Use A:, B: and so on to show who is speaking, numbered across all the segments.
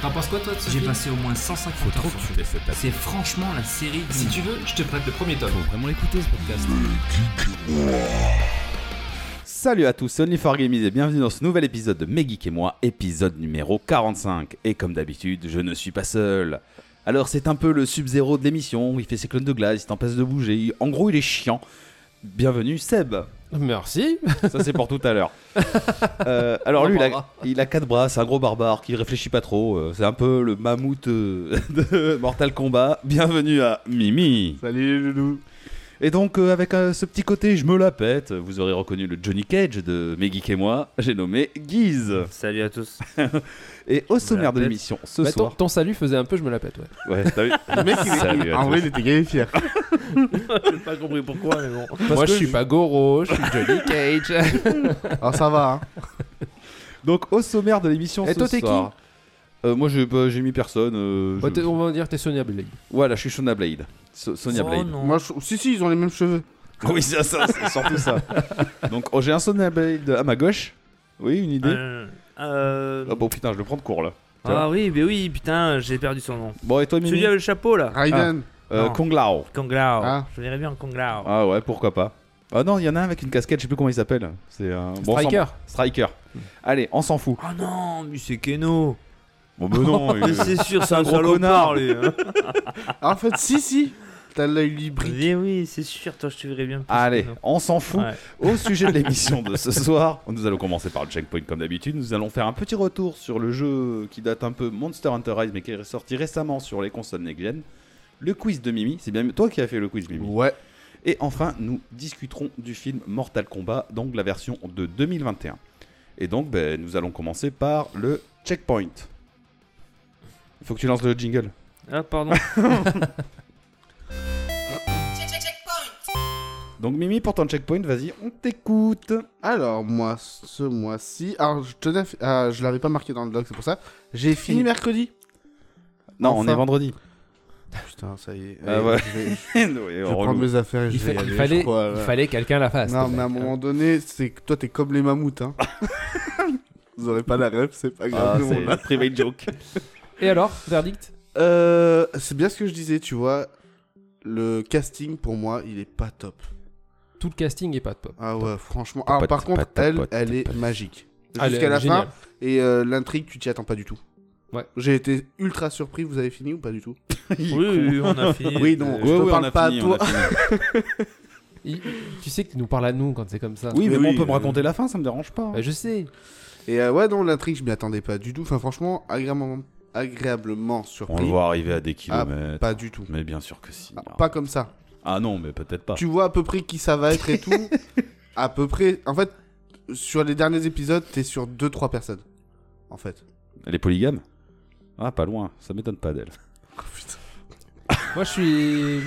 A: T'en penses quoi toi de ce
B: J'ai
A: film
B: passé au moins 150
C: Faut trop
B: heures.
C: que tu laisses cette
B: C'est franchement la série.
A: Si tu veux, je te prête le premier tome.
C: Faut vraiment l'écouter ce podcast.
D: Salut à tous, c'est only for Gamers et bienvenue dans ce nouvel épisode de Mes Geeks et moi, épisode numéro 45. Et comme d'habitude, je ne suis pas seul. Alors c'est un peu le sub-zéro de l'émission, il fait ses clones de glace, il t'empêche de bouger, il- en gros il est chiant. Bienvenue Seb,
A: Merci.
D: ça c'est pour tout à l'heure. Euh, alors
A: On
D: lui il a,
A: reprendra.
D: il a quatre bras, c'est un gros barbare qui réfléchit pas trop, euh, c'est un peu le mammouth euh, de Mortal Kombat. Bienvenue à Mimi.
A: Salut Loulou.
D: Et donc, euh, avec euh, ce petit côté, je me la pète, vous aurez reconnu le Johnny Cage de Mes Geeks et moi, j'ai nommé Guise.
E: Salut à tous.
D: Et au
E: la
D: sommaire de
E: pète.
D: l'émission, ce
F: Bah, ton,
D: soir.
F: ton salut faisait un peu, je me la pète, ouais.
D: Ouais, t'as vu
E: Le mec, il
D: Salut à
E: est
D: tous.
E: en vrai,
D: Ouais,
E: il était gay et fier. J'ai pas compris pourquoi, mais bon.
F: Moi, je
D: que
F: suis pas Goro, je suis Johnny Cage.
G: Ah,
E: Alors ça va, hein.
D: Donc, au sommaire de l'émission,
F: Et
D: ce
F: toi, t'es qui
D: soir. Euh, moi, j'ai bah, j'ai mis personne. euh, je-
F: Ouais, t'es- on va dire t'es Sonia Blade.
D: Voilà, je suis Sonia Blade. So- Sonia Blade.
E: Moi, je- Si, si, ils ont les mêmes cheveux.
D: Oui, c'est ça, c'est surtout ça. donc, oh, j'ai un Sonia Blade à ma gauche. Oui, une idée
E: Euh, euh,
D: Ah bon, putain, je le prends de court là.
E: Ah oui, mais oui, putain, j'ai perdu son nom.
D: Bon, et toi,
E: Celui
D: Mimi
E: avec le chapeau là.
G: Raiden,
D: Euh,
E: non.
D: Kong Lao.
E: Kong Lao.
G: Ah.
E: Je verrais bien Kong Lao.
D: Ah ouais, pourquoi pas. Ah non, il y en a un avec une casquette, je sais plus comment il s'appelle. C'est un bon, on s'en-
F: Striker.
D: Striker. Allez, on s'en fout.
E: Oh non, mais c'est Keno.
D: Bon, ben non.
E: Mais c'est sûr, c'est un
D: gros
E: salopard
D: connard.
E: lui. hein.
G: en fait, si, si, t'as l'œil libre.
E: Mais oui, c'est sûr, toi, je te verrais bien. plus
D: Allez,
E: Keno.
D: on s'en fout.
E: Ouais.
D: Au sujet de l'émission de ce soir, nous allons commencer par le checkpoint comme d'habitude. Nous allons faire un petit retour sur le jeu qui date un peu Monster Hunter Rise, mais qui est sorti récemment sur les consoles next gen. Le quiz de Mimi, c'est bien toi qui as fait le quiz, Mimi.
G: Ouais.
D: Et enfin, nous discuterons du film Mortal Kombat, donc la version de 2021. Et donc, ben, nous allons commencer par le checkpoint. Faut que tu lances le jingle.
E: Ah, pardon.
D: Donc, Mimi, pour ton checkpoint, vas-y, on t'écoute.
G: Alors, moi, ce mois-ci. Alors, je tenais. à fi- ah, je l'avais pas marqué dans le blog, c'est pour ça. J'ai fini mercredi.
D: Non, on
G: Enfin.
D: est vendredi.
G: Putain, ça y est.
D: Ah
G: Allez,
D: ouais.
G: Je, vais- je
D: Ouais,
G: vais
D: relou.
G: prendre mes affaires et
F: Il,
G: je vais
F: fa-
G: y
F: il
G: aller,
F: fallait,
G: je crois,
F: il
G: là. Ah,
F: fallait que quelqu'un la fasse.
G: Non,
F: ce
G: mais à un
F: mec.
G: moment donné, c'est que toi, t'es comme les mammouths, hein. Vous aurez pas la rêve, c'est pas
D: Ah,
G: grave. nous, on
D: c'est
G: l'a.
D: un private joke.
F: Et alors, verdict
G: Euh, c'est bien ce que je disais, tu vois. Le casting, pour moi, il est pas top.
F: Tout le casting est pas de pop.
G: Ah ouais, franchement. Ah,
D: pote,
G: par contre,
D: pote,
G: elle,
D: pote,
G: elle est
D: pote.
G: magique.
D: Ah,
F: Allez,
G: Jusqu'à la fin,
F: génial.
G: Et euh, l'intrigue, tu t'y attends pas du tout.
F: Ouais.
G: J'ai été ultra surpris, vous avez fini ou pas du tout
E: oui, oui, on a fini.
G: Oui,
D: euh, Ouais,
G: non, je te
D: ouais, on
G: parle
D: a
G: pas
D: fini,
G: à
D: on a
G: toi.
D: fini.
F: Il- tu sais que tu nous parles à nous quand c'est comme ça.
D: Oui, mais,
G: Mais
D: bon,
G: oui,
D: on peut me
G: euh.
D: raconter la fin, ça me dérange pas.
F: Bah, je sais.
G: Et euh, ouais, non, l'intrigue, je m'y attendais pas du tout. Enfin, franchement, agréablement, agréablement surpris.
D: On le voit arriver à des kilomètres.
G: Pas du tout.
D: Mais bien sûr que si.
G: Ah, pas comme ça.
D: Ah non, mais peut-être pas.
G: Tu vois à peu près qui ça va être et tout. à peu près. En fait, sur les derniers épisodes, t'es sur 2-3 personnes. En fait.
D: Elle est polygame Ah, pas loin. Ça m'étonne pas d'elle.
G: Oh,
F: Moi, je suis.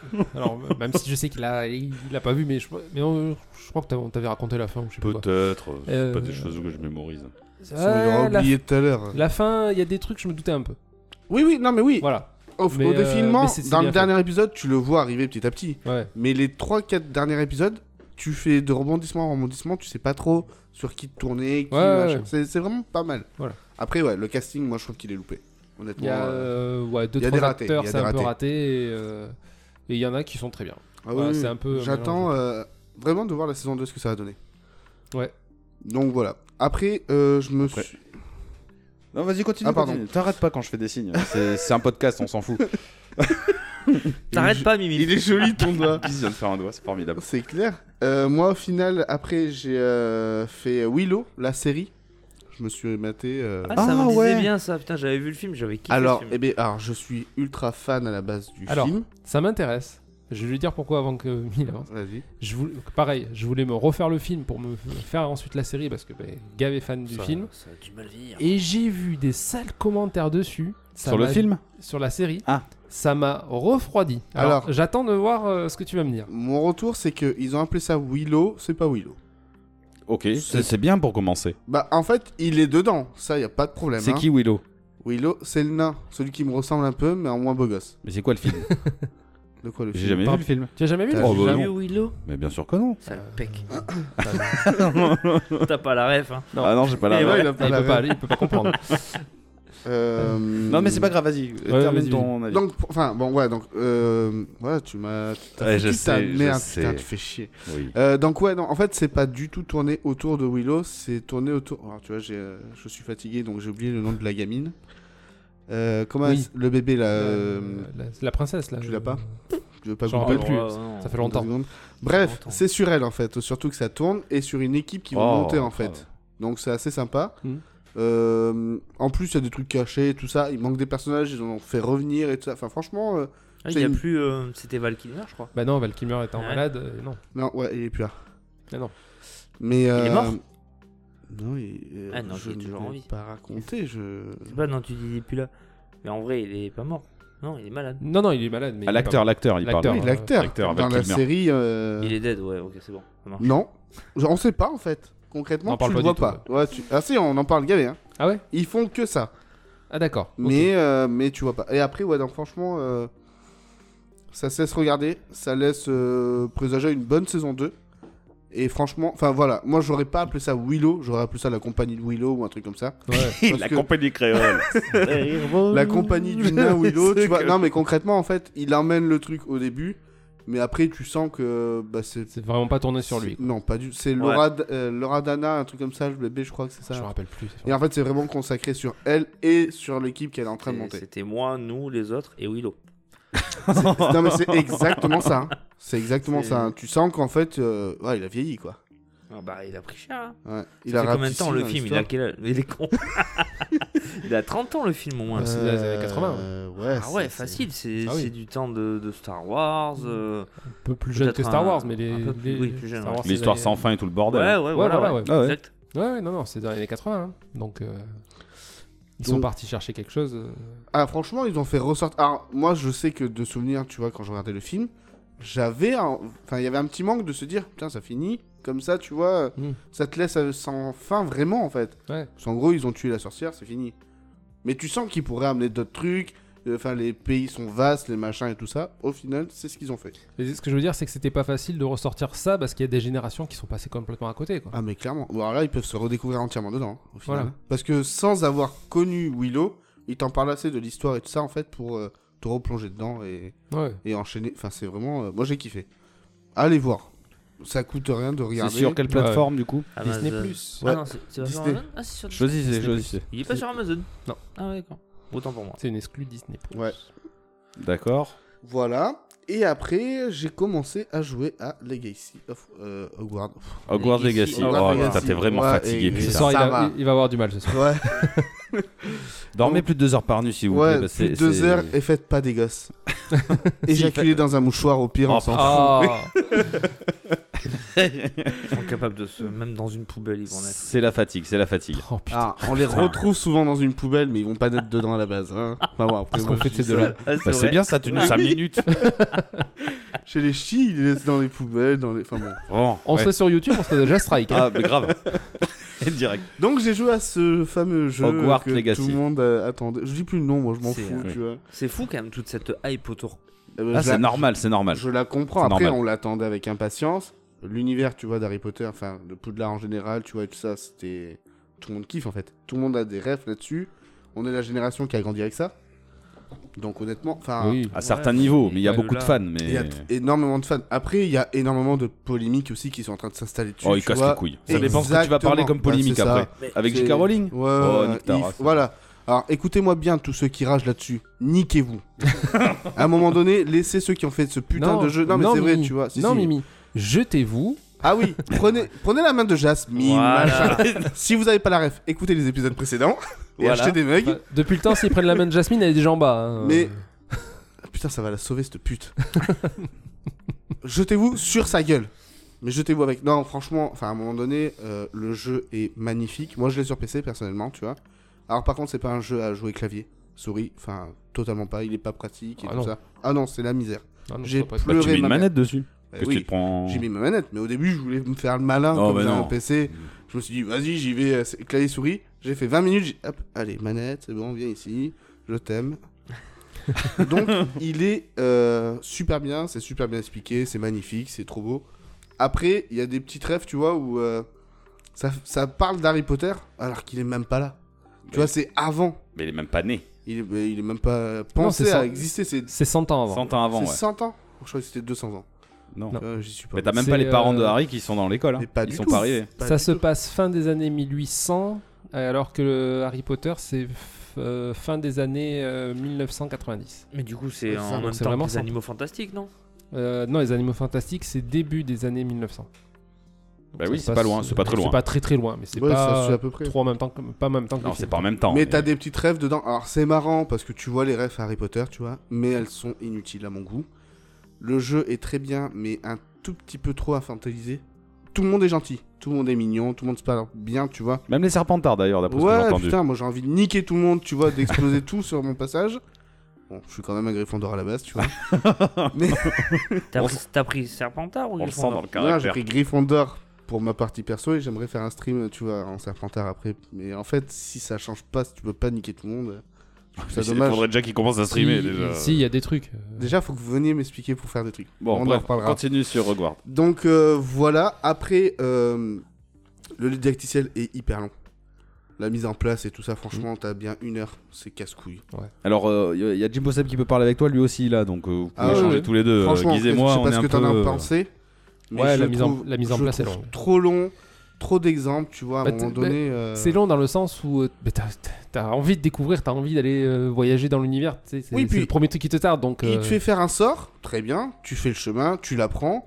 F: Alors, même si je sais qu'il a, il l'a pas vu, mais je, mais on- je crois que t'avais- on t'avait raconté la fin ou je sais pas. quoi.
D: Peut-être. C'est
F: Euh,
D: pas des choses que je mémorise.
G: Sinon, j'aurais
F: Ah, la,
G: oublié tout à l'heure.
F: la fin, il y a des trucs, je me doutais un peu.
G: Oui, oui, non, mais oui.
F: Voilà.
G: Au,
F: Mais,
G: au
F: euh,
G: défilement,
F: mais c'est- c'est
G: dans
F: bien
G: le
F: fait.
G: dernier épisode, tu le vois arriver petit à petit.
F: Ouais.
G: Mais les 3-4 derniers épisodes, tu fais de rebondissement en rebondissement, tu sais pas trop sur qui te tourner, qui
F: Ouais, ouais,
G: machin.
F: ouais.
G: C'est, c'est vraiment pas mal.
F: Voilà.
G: Après, ouais, le casting, moi je trouve qu'il est loupé.
F: Il
G: Honnêtement.
F: y a
G: euh,
F: euh, ouais, deux
G: il y a
F: trois
G: des ratés,
F: acteurs,
G: il y a
F: c'est
G: des
F: un peu
G: ratés.
F: raté. Et euh, et il y en a qui sont très bien.
G: ah oui,
F: voilà,
G: oui,
F: c'est
G: oui.
F: un peu, euh,
G: J'attends euh, vraiment de voir la saison 2 ce que ça va donner.
F: Ouais.
G: Donc voilà. Après, euh, je me
D: Après.
G: suis.
D: Non, vas-y, continue.
G: Ah, pardon.
D: continue. T'arrêtes pas quand je fais des signes. C'est c'est un podcast, on s'en fout.
E: T'arrêtes pas, Mimi.
G: Il est joli ton doigt.
D: Guise vient de faire un doigt, c'est formidable.
G: C'est clair. Euh, moi, au final, après, j'ai euh, fait Willow, la série. Je me suis maté. euh,
E: Ah, ça
D: Ah,
E: me disait
D: ouais.
E: bien ça. Putain, j'avais vu le film, j'avais kiffé.
G: alors,
E: le
G: eh
E: film.
G: bien, alors, je suis ultra fan à la base du
F: Alors.
G: film.
F: Ça m'intéresse. Je vais lui dire pourquoi avant que Mille avance.
G: Vas-y.
F: Je voulais- pareil, je voulais me refaire le film pour me faire ensuite la série parce que ben, Gav est fan du
E: Ça-
F: film.
E: Ça a du mal vivre.
F: Et j'ai vu des sales commentaires dessus. Ça
D: Sur le
F: m'a-
D: film
F: Sur la série.
D: Ah.
F: Ça m'a refroidi. Alors,
G: Alors.
F: j'attends de voir euh, ce que tu vas me dire.
G: Mon retour, c'est que ils ont appelé ça Willow, c'est pas Willow.
D: Ok, c'est c'est bien pour commencer.
G: Bah, en fait, il est dedans, ça, y a pas de problème.
D: C'est
G: hein.
D: qui Willow
G: Willow, c'est le nain, celui qui me ressemble un peu, mais en moins beau gosse.
D: Mais c'est quoi le film
G: De quoi le
D: J'ai
G: film
D: jamais vu
F: Pas-
D: le film.
F: Tu as jamais vu
G: T'as
F: le
D: Oh,
F: film Ah
D: bah
E: T'as
F: Jamais.
E: vu Willow
D: Mais bien sûr que non.
E: Ça le pec. T'as pas la hein. ref, hein.
D: Ah non, j'ai pas la.
E: Et ouais,
F: Il peut pas, il peut pas comprendre.
G: Euh,
D: Non, mais c'est pas grave, vas-y. euh,
F: Ouais,
D: termine
F: vas-y,
D: ton avis.
G: Donc, pour- enfin, bon, ouais, donc, euh, voilà, tu m'as. t'as
D: Ouais,
G: fait
D: je
G: toute ta
D: sais, je
G: merde,
D: sais.
G: putain, tu fais chier.
D: Oui.
G: Euh, donc ouais, non, en fait, c'est pas du tout tourné autour de Willow, c'est tourné autour. Alors tu vois, j'ai, euh, je suis fatigué, donc j'ai oublié le nom de la gamine. Euh, comment
F: Oui.
G: elle s- le bébé là euh,
F: La, la princesse, là.
G: Tu l'as pas Je veux pas
F: Genre,
G: vous
F: peut
G: le-
F: plus,
E: Ça
F: Ça fait
G: deux
F: longtemps.
G: secondes. Bref,
F: longtemps.
G: c'est sur elle en fait, surtout que ça tourne et sur une équipe qui va
D: Oh,
G: monter en fait.
D: oh.
G: Donc c'est assez sympa.
F: Mhm.
G: Euh, en plus, il y a des trucs cachés, et tout ça. Il manque des personnages, ils en ont fait revenir et tout ça. Enfin, franchement, euh,
E: Il
G: C'est
E: y a
G: une-
E: plus. euh, C'était Val Kilmer, je crois.
F: Bah non, Val Kilmer étant
E: Ouais.
F: malade, euh, non.
G: non, ouais, il est plus là.
F: Ah non.
G: Mais euh,
E: est mort
G: Non, il, euh,
E: Ah non,
G: je
E: il est
G: ne
E: toujours
G: l'ai
E: en vie.
G: Pas raconté, je.
E: Je sais pas, non, tu dis il est plus là. Mais en vrai, il est pas mort. Non, il est malade.
F: Non, non, il est malade. Mais
D: Ah, l'acteur, l'acteur, il
F: L'acteur.
D: parle.
G: Oui,
F: euh,
G: l'acteur.
D: l'acteur
G: dans
D: Val
G: la
D: Kilmer.
G: série. euh,
E: Il est dead, ouais, ok, c'est bon. Ça marche.
G: Non, Genre, on sait pas en fait.
F: On
G: Concrètement,
F: en parle
G: tu le
F: pas
G: vois
F: du
G: pas. Ouais, tu- Ah si, on en parle, gavé. Hein.
F: Ah ouais
G: Ils font que ça,
F: Ah d'accord. ok.
G: mais euh, mais tu vois pas. Et après, ouais, donc franchement, euh, ça se laisse regarder, ça laisse euh, présager une bonne saison 2. Et franchement, enfin voilà, moi j'aurais pas appelé ça Willow, j'aurais appelé ça la compagnie de Willow ou un truc comme ça.
F: Ouais.
G: Parce
D: La
G: que-
D: compagnie créole.
G: La compagnie du nain Willow,
D: C'est
G: tu vois.
D: que-
G: Non, mais concrètement, en fait, il emmène le truc au début, mais après, tu sens que bah, c'est.
F: C'est vraiment pas tourné sur lui.
G: c'est- Non, pas du. C'est Laura, D- euh, Laura Dana, un truc comme ça, le bébé, je crois que c'est
F: Je me
G: ça.
F: rappelle plus. c'est
G: Et en fait, c'est vraiment consacré sur elle et sur l'équipe qu'elle est en train de
E: Et
G: monter.
E: C'était moi, nous, les autres et Willow.
G: Non, mais c'est exactement ça. hein. C'est exactement
E: C'est-
G: ça. hein. Tu sens qu'en fait, euh, ouais, il a vieilli, quoi.
E: Ah bah, il a pris cher. hein.
G: Ouais. Il
E: Ça fait combien de
G: rapetissi
E: temps le
G: dans
E: film Il
G: l'histoire.
E: a quel âge Il est con. il a 30 ans le film au moins.
F: Ouais, c'est des années 80,
G: Euh, ouais,
E: Ah ouais,
G: c'est-
E: facile, c'est
F: Ah oui.
E: c'est du temps de, de Star Wars. euh,
F: Un peu plus jeune que
E: Peut-être
F: Star
E: un-
F: Wars, mais les.
E: un peu plus-
F: les-
E: oui, plus jeune,
F: Star Wars,
D: L'histoire
F: c'est-
D: sans fin et tout le
E: Ouais,
D: bordel.
E: Oh, bah, ouais, voilà.
F: voilà,
E: ouais.
G: Ah
D: ouais. Ouais, ouais.
E: Exact.
F: Ouais, ouais, non, non, c'est dans les années 80. hein. Donc, euh, ils sont
G: Donc-
F: partis chercher quelque chose. euh,
G: Ah, franchement, ils ont fait ressortir. Alors, moi, je sais que de souvenir, tu vois, quand je regardais le film, j'avais. un- Enfin, il y avait un petit manque de se dire, putain, ça finit. Comme ça, tu vois,
F: Mm.
G: ça te laisse euh, sans fin vraiment, en fait.
F: Ouais.
G: Parce qu'en gros, ils ont tué la sorcière, c'est fini. Mais tu sens qu'ils pourraient amener d'autres trucs. euh, Enfin, les pays sont vastes, les machins et tout ça. Au final, c'est ce qu'ils ont fait.
F: Mais ce que je veux dire, c'est que c'était pas facile de ressortir ça parce qu'il y a des générations qui sont passées complètement à côté. Quoi.
G: Ah, mais clairement. Bon, alors là, ils peuvent se redécouvrir entièrement dedans, hein, au final.
F: Voilà.
G: Parce que sans avoir connu Willow, ils t'en parlent assez de l'histoire et tout ça, en fait, pour euh, te replonger dedans et.
F: Ouais.
G: et enchaîner. Enfin, c'est vraiment. euh, moi, j'ai kiffé. Allez voir. Ça coûte rien de
D: C'est
G: regarder.
D: sur quelle plateforme du coup
E: Amazon.
B: Euh,
F: Disney Plus.
E: Ah non, c'est c'est pas sur
G: Disney.
E: Amazon Ah, c'est sur Disney.
D: Choisissez, choisissez.
E: Il est pas sur Amazon
F: Non.
E: Ah ouais, d'accord. Autant pour moi.
F: C'est une exclue Disney.
G: Ouais.
D: D'accord.
G: Voilà. Et après, j'ai commencé à jouer à Legacy of euh, Hogwarts.
D: Hogwarts
E: Legacy.
D: Legacy.
G: Hogwarts
D: Oh putain,
G: Legacy.
D: t'es vraiment
G: Ouais,
D: fatigué.
G: et-
F: Ce
D: putain.
G: Ça
F: soir, il,
G: va.
F: a- il- il va avoir du mal ce soir.
G: Ouais,
D: Dormez plus de deux heures par nuit, s'il vous plaît.
G: ouais
D: parce que
G: plus de
D: c'est-
G: deux
D: c'est-
G: heures et faites pas des gosses. Éjaculez dans un mouchoir au pire,
D: Oh,
G: on s'en fout.
F: Ah,
E: Ils sont capables de se. Même dans une poubelle, ils vont naître.
D: C'est la fatigue, c'est la fatigue.
F: oh, putain.
G: Ah, on les retrouve souvent dans une poubelle, mais ils vont pas naître dedans à la base. Hein. Enfin, bon, après,
F: Qu'est-ce
G: moi,
F: qu'on fait de
G: je
F: ces
G: dis
F: deux-là
G: ça.
E: Ah,
D: Bah, c'est
E: vrai.
D: bien ça, tenu 5 minutes.
G: Chez les chis, ils les laissent dans les poubelles. Dans les... Enfin, bon.
D: Vraiment.
F: On
D: ouais.
F: serait sur YouTube, on serait déjà strike. hein.
D: Ah, mais grave. Et direct.
G: Donc, j'ai joué à ce fameux jeu
D: Hogwarts
G: que
D: Legacy.
G: tout le monde euh, attendait. Je dis plus le nom, moi, je m'en
E: C'est,
G: fous,
D: euh,
G: tu vois.
E: C'est fou quand même toute cette hype autour.
G: Eh ben,
D: Ah,
G: je
D: c'est
G: la-
D: normal, c'est normal.
G: Je la comprends.
D: C'est
G: Après,
D: normal.
G: on l'attendait avec impatience. L'univers, tu vois, d'Harry Potter, enfin, de Poudlard en général, tu vois, et tout ça, c'était. Tout le monde kiffe, en fait. Tout le monde a des rêves là-dessus. On est la génération qui a grandi avec ça. Donc, honnêtement, enfin.
F: Ah, oui.
D: À certains niveaux, mais il y a
E: Ouais,
D: beaucoup de
E: là.
D: fans.
G: bah, Il y a
D: Mais... oh,
G: t- énormément de fans. Après, il y a énormément de polémiques aussi qui sont en train de s'installer dessus.
D: Oh, ils
G: tu
D: cassent
G: vois.
D: les couilles. Ça dépend ce que tu vas
G: Exactement.
D: parler comme polémique
G: Bah, c'est ça.
D: après. Avec
G: C'est-
D: J.K. Rowling
G: Ouais,
D: Oh,
G: ouais,
D: nique ta
G: il-
D: race.
G: voilà. Alors, écoutez-moi bien, tous ceux qui ragent là-dessus. Niquez-vous. à un moment donné, laissez ceux qui ont fait ce putain de jeu. Non, mais c'est vrai,
F: Mimi.
G: tu vois. Si,
F: non,
G: si.
F: Mimi, jetez-vous.
G: Ah oui, prenez, prenez la main de Jasmine.
E: Voilà.
G: machin. Si vous n'avez pas la ref, écoutez les épisodes précédents et
D: Voilà.
G: achetez des mugs.
F: Enfin, depuis le temps, s'ils prennent la main de Jasmine, elle est déjà en bas. hein.
G: Mais- Ah, Putain, ça va la sauver cette pute. jetez-vous sur sa gueule. Mais jetez-vous avec. Non, franchement, enfin, à un moment donné, euh, le jeu est magnifique. Moi, je l'ai sur PC personnellement, tu vois. Alors, par contre, c'est pas un jeu à jouer clavier, souris, enfin, totalement pas. Il est pas pratique et
F: Ah
G: tout
F: non.
G: ça. Ah non, c'est la misère.
F: Ah non,
G: J'ai
F: ça doit pas être-
D: Bah, tu
G: pleuré
D: mets une
G: ma mère.
D: manette dessus.
G: Bah
D: Qu'est-ce que
G: oui.
D: tu te prends
G: J'ai mis ma manette, mais au début, je voulais me faire le malin
D: Oh,
G: comme
D: bah
G: j'avais
D: non.
G: un PC. Je me suis dit, vas-y, j'y vais, euh, c'est- clavier-souris. J'ai fait 20 minutes, j'ai- hop, allez, manette, c'est bon, viens ici, je t'aime. Donc, il est euh, super bien, c'est super bien expliqué, c'est magnifique, c'est trop beau. Après, il y a des petites rêves, tu vois, où euh, ça, ça parle d'Harry Potter alors qu'il est même pas là. Tu vois, c'est avant.
D: Mais il est même pas né.
G: Il est, mais il est même pas euh, pensé
F: c'est
G: à
F: cent-
G: exister. C'est
F: C'est 100 ans avant.
D: 100 ans avant,
G: c'est
D: ouais.
G: 100 ans. Je crois que c'était 200 ans.
D: Non.
F: Non.
G: Euh, J'y suis pas.
D: Mais t'as même
F: C'est,
D: pas les parents de
F: euh,
D: Harry qui sont dans l'école. Hein.
G: Mais pas
D: Ils
G: du
D: sont
G: tout.
D: pas arrivés.
G: Pas
F: ça
G: du
F: se
G: tout.
F: passe fin des années 1800, euh, alors que le Harry Potter, c'est f- euh, fin des années euh, 1990.
E: Mais du coup, c'est
G: Ça,
E: en
G: donc
E: même
F: c'est
E: temps
F: vraiment
E: que les
F: ça.
E: animaux fantastiques, non
F: Euh, non, les Animaux Fantastiques, c'est début des années 1900.
D: Bah
F: Ça
D: oui,
F: se
D: c'est pas
F: passe-
D: loin, c'est pas très
F: C'est
D: loin.
F: pas très très loin, mais c'est
G: Ouais, ça
F: pas
G: se fait à peu près.
F: trop en même temps, que- pas en même temps que
D: Non,
F: les
D: c'est
F: films.
D: pas en même temps.
G: mais t'as des petites rêves dedans. Alors c'est marrant parce que tu vois les rêves Harry Potter, tu vois, mais elles sont inutiles à mon goût. Le jeu est très bien, mais un tout petit peu trop infantilisé. Tout le monde est gentil, tout le monde est mignon, tout le monde se parle bien, tu vois.
D: Même les serpentards d'ailleurs, d'après ce Ah, que j'ai
G: Ouais,
D: entendu.
G: putain, moi j'ai envie de niquer tout le monde, tu vois, d'exploser tout sur mon passage. Bon, je suis quand même un Gryffondor à la base, tu vois.
E: T'as
D: On
E: pris, t'as pris Serpentard ou
D: On le sent
E: Gryffondor
D: dans le
G: Non, j'ai
D: caractère.
G: pris Gryffondor pour ma partie perso et j'aimerais faire un stream, tu vois, en Serpentard après. Mais en fait, si ça change pas, si tu peux pas niquer tout le monde, je trouve ça
D: Il
G: dommage.
D: faudrait déjà qu'ils commencent à streamer
F: Si-
D: déjà.
F: Si, il y a des trucs. Euh,
G: Déjà, faut que vous veniez m'expliquer pour faire des trucs.
D: Bon,
G: on en
D: bref,
G: reparlera.
D: continue sur Hogwarts.
G: Donc euh, voilà, après, euh, le didacticiel est hyper long. La mise en place et tout ça,
D: Mm.
G: franchement, t'as bien une heure, c'est casse-couille.
D: Alors, il y a Jimbo Seb qui peut parler avec toi, lui aussi, là, donc euh, vous pouvez
G: Ah ouais,
D: échanger
G: ouais.
D: tous les deux.
G: franchement,
D: Euh, Guise et moi,
G: je sais
D: on
G: pas
D: est
G: ce
D: un
G: que t'en
D: peu... euh,
G: as pensé. mais
F: Ouais,
G: je
F: la mise en-
G: trouve-
F: la mise en
G: je
F: place est
G: trouve
F: longue.
G: Trop long, trop d'exemples, tu vois, à
F: Bah,
G: un moment
F: t'es-
G: donné. euh,
F: C'est long dans le sens où euh, bah, t'as t'as envie de découvrir, t'as envie d'aller euh, voyager dans l'univers. tu sais, C'est
G: Oui,
F: c'est
G: puis-
F: le premier truc qui te tarde. Donc,
G: Il
F: euh,
G: te fait faire un sort, très bien, tu fais le chemin, tu l'apprends,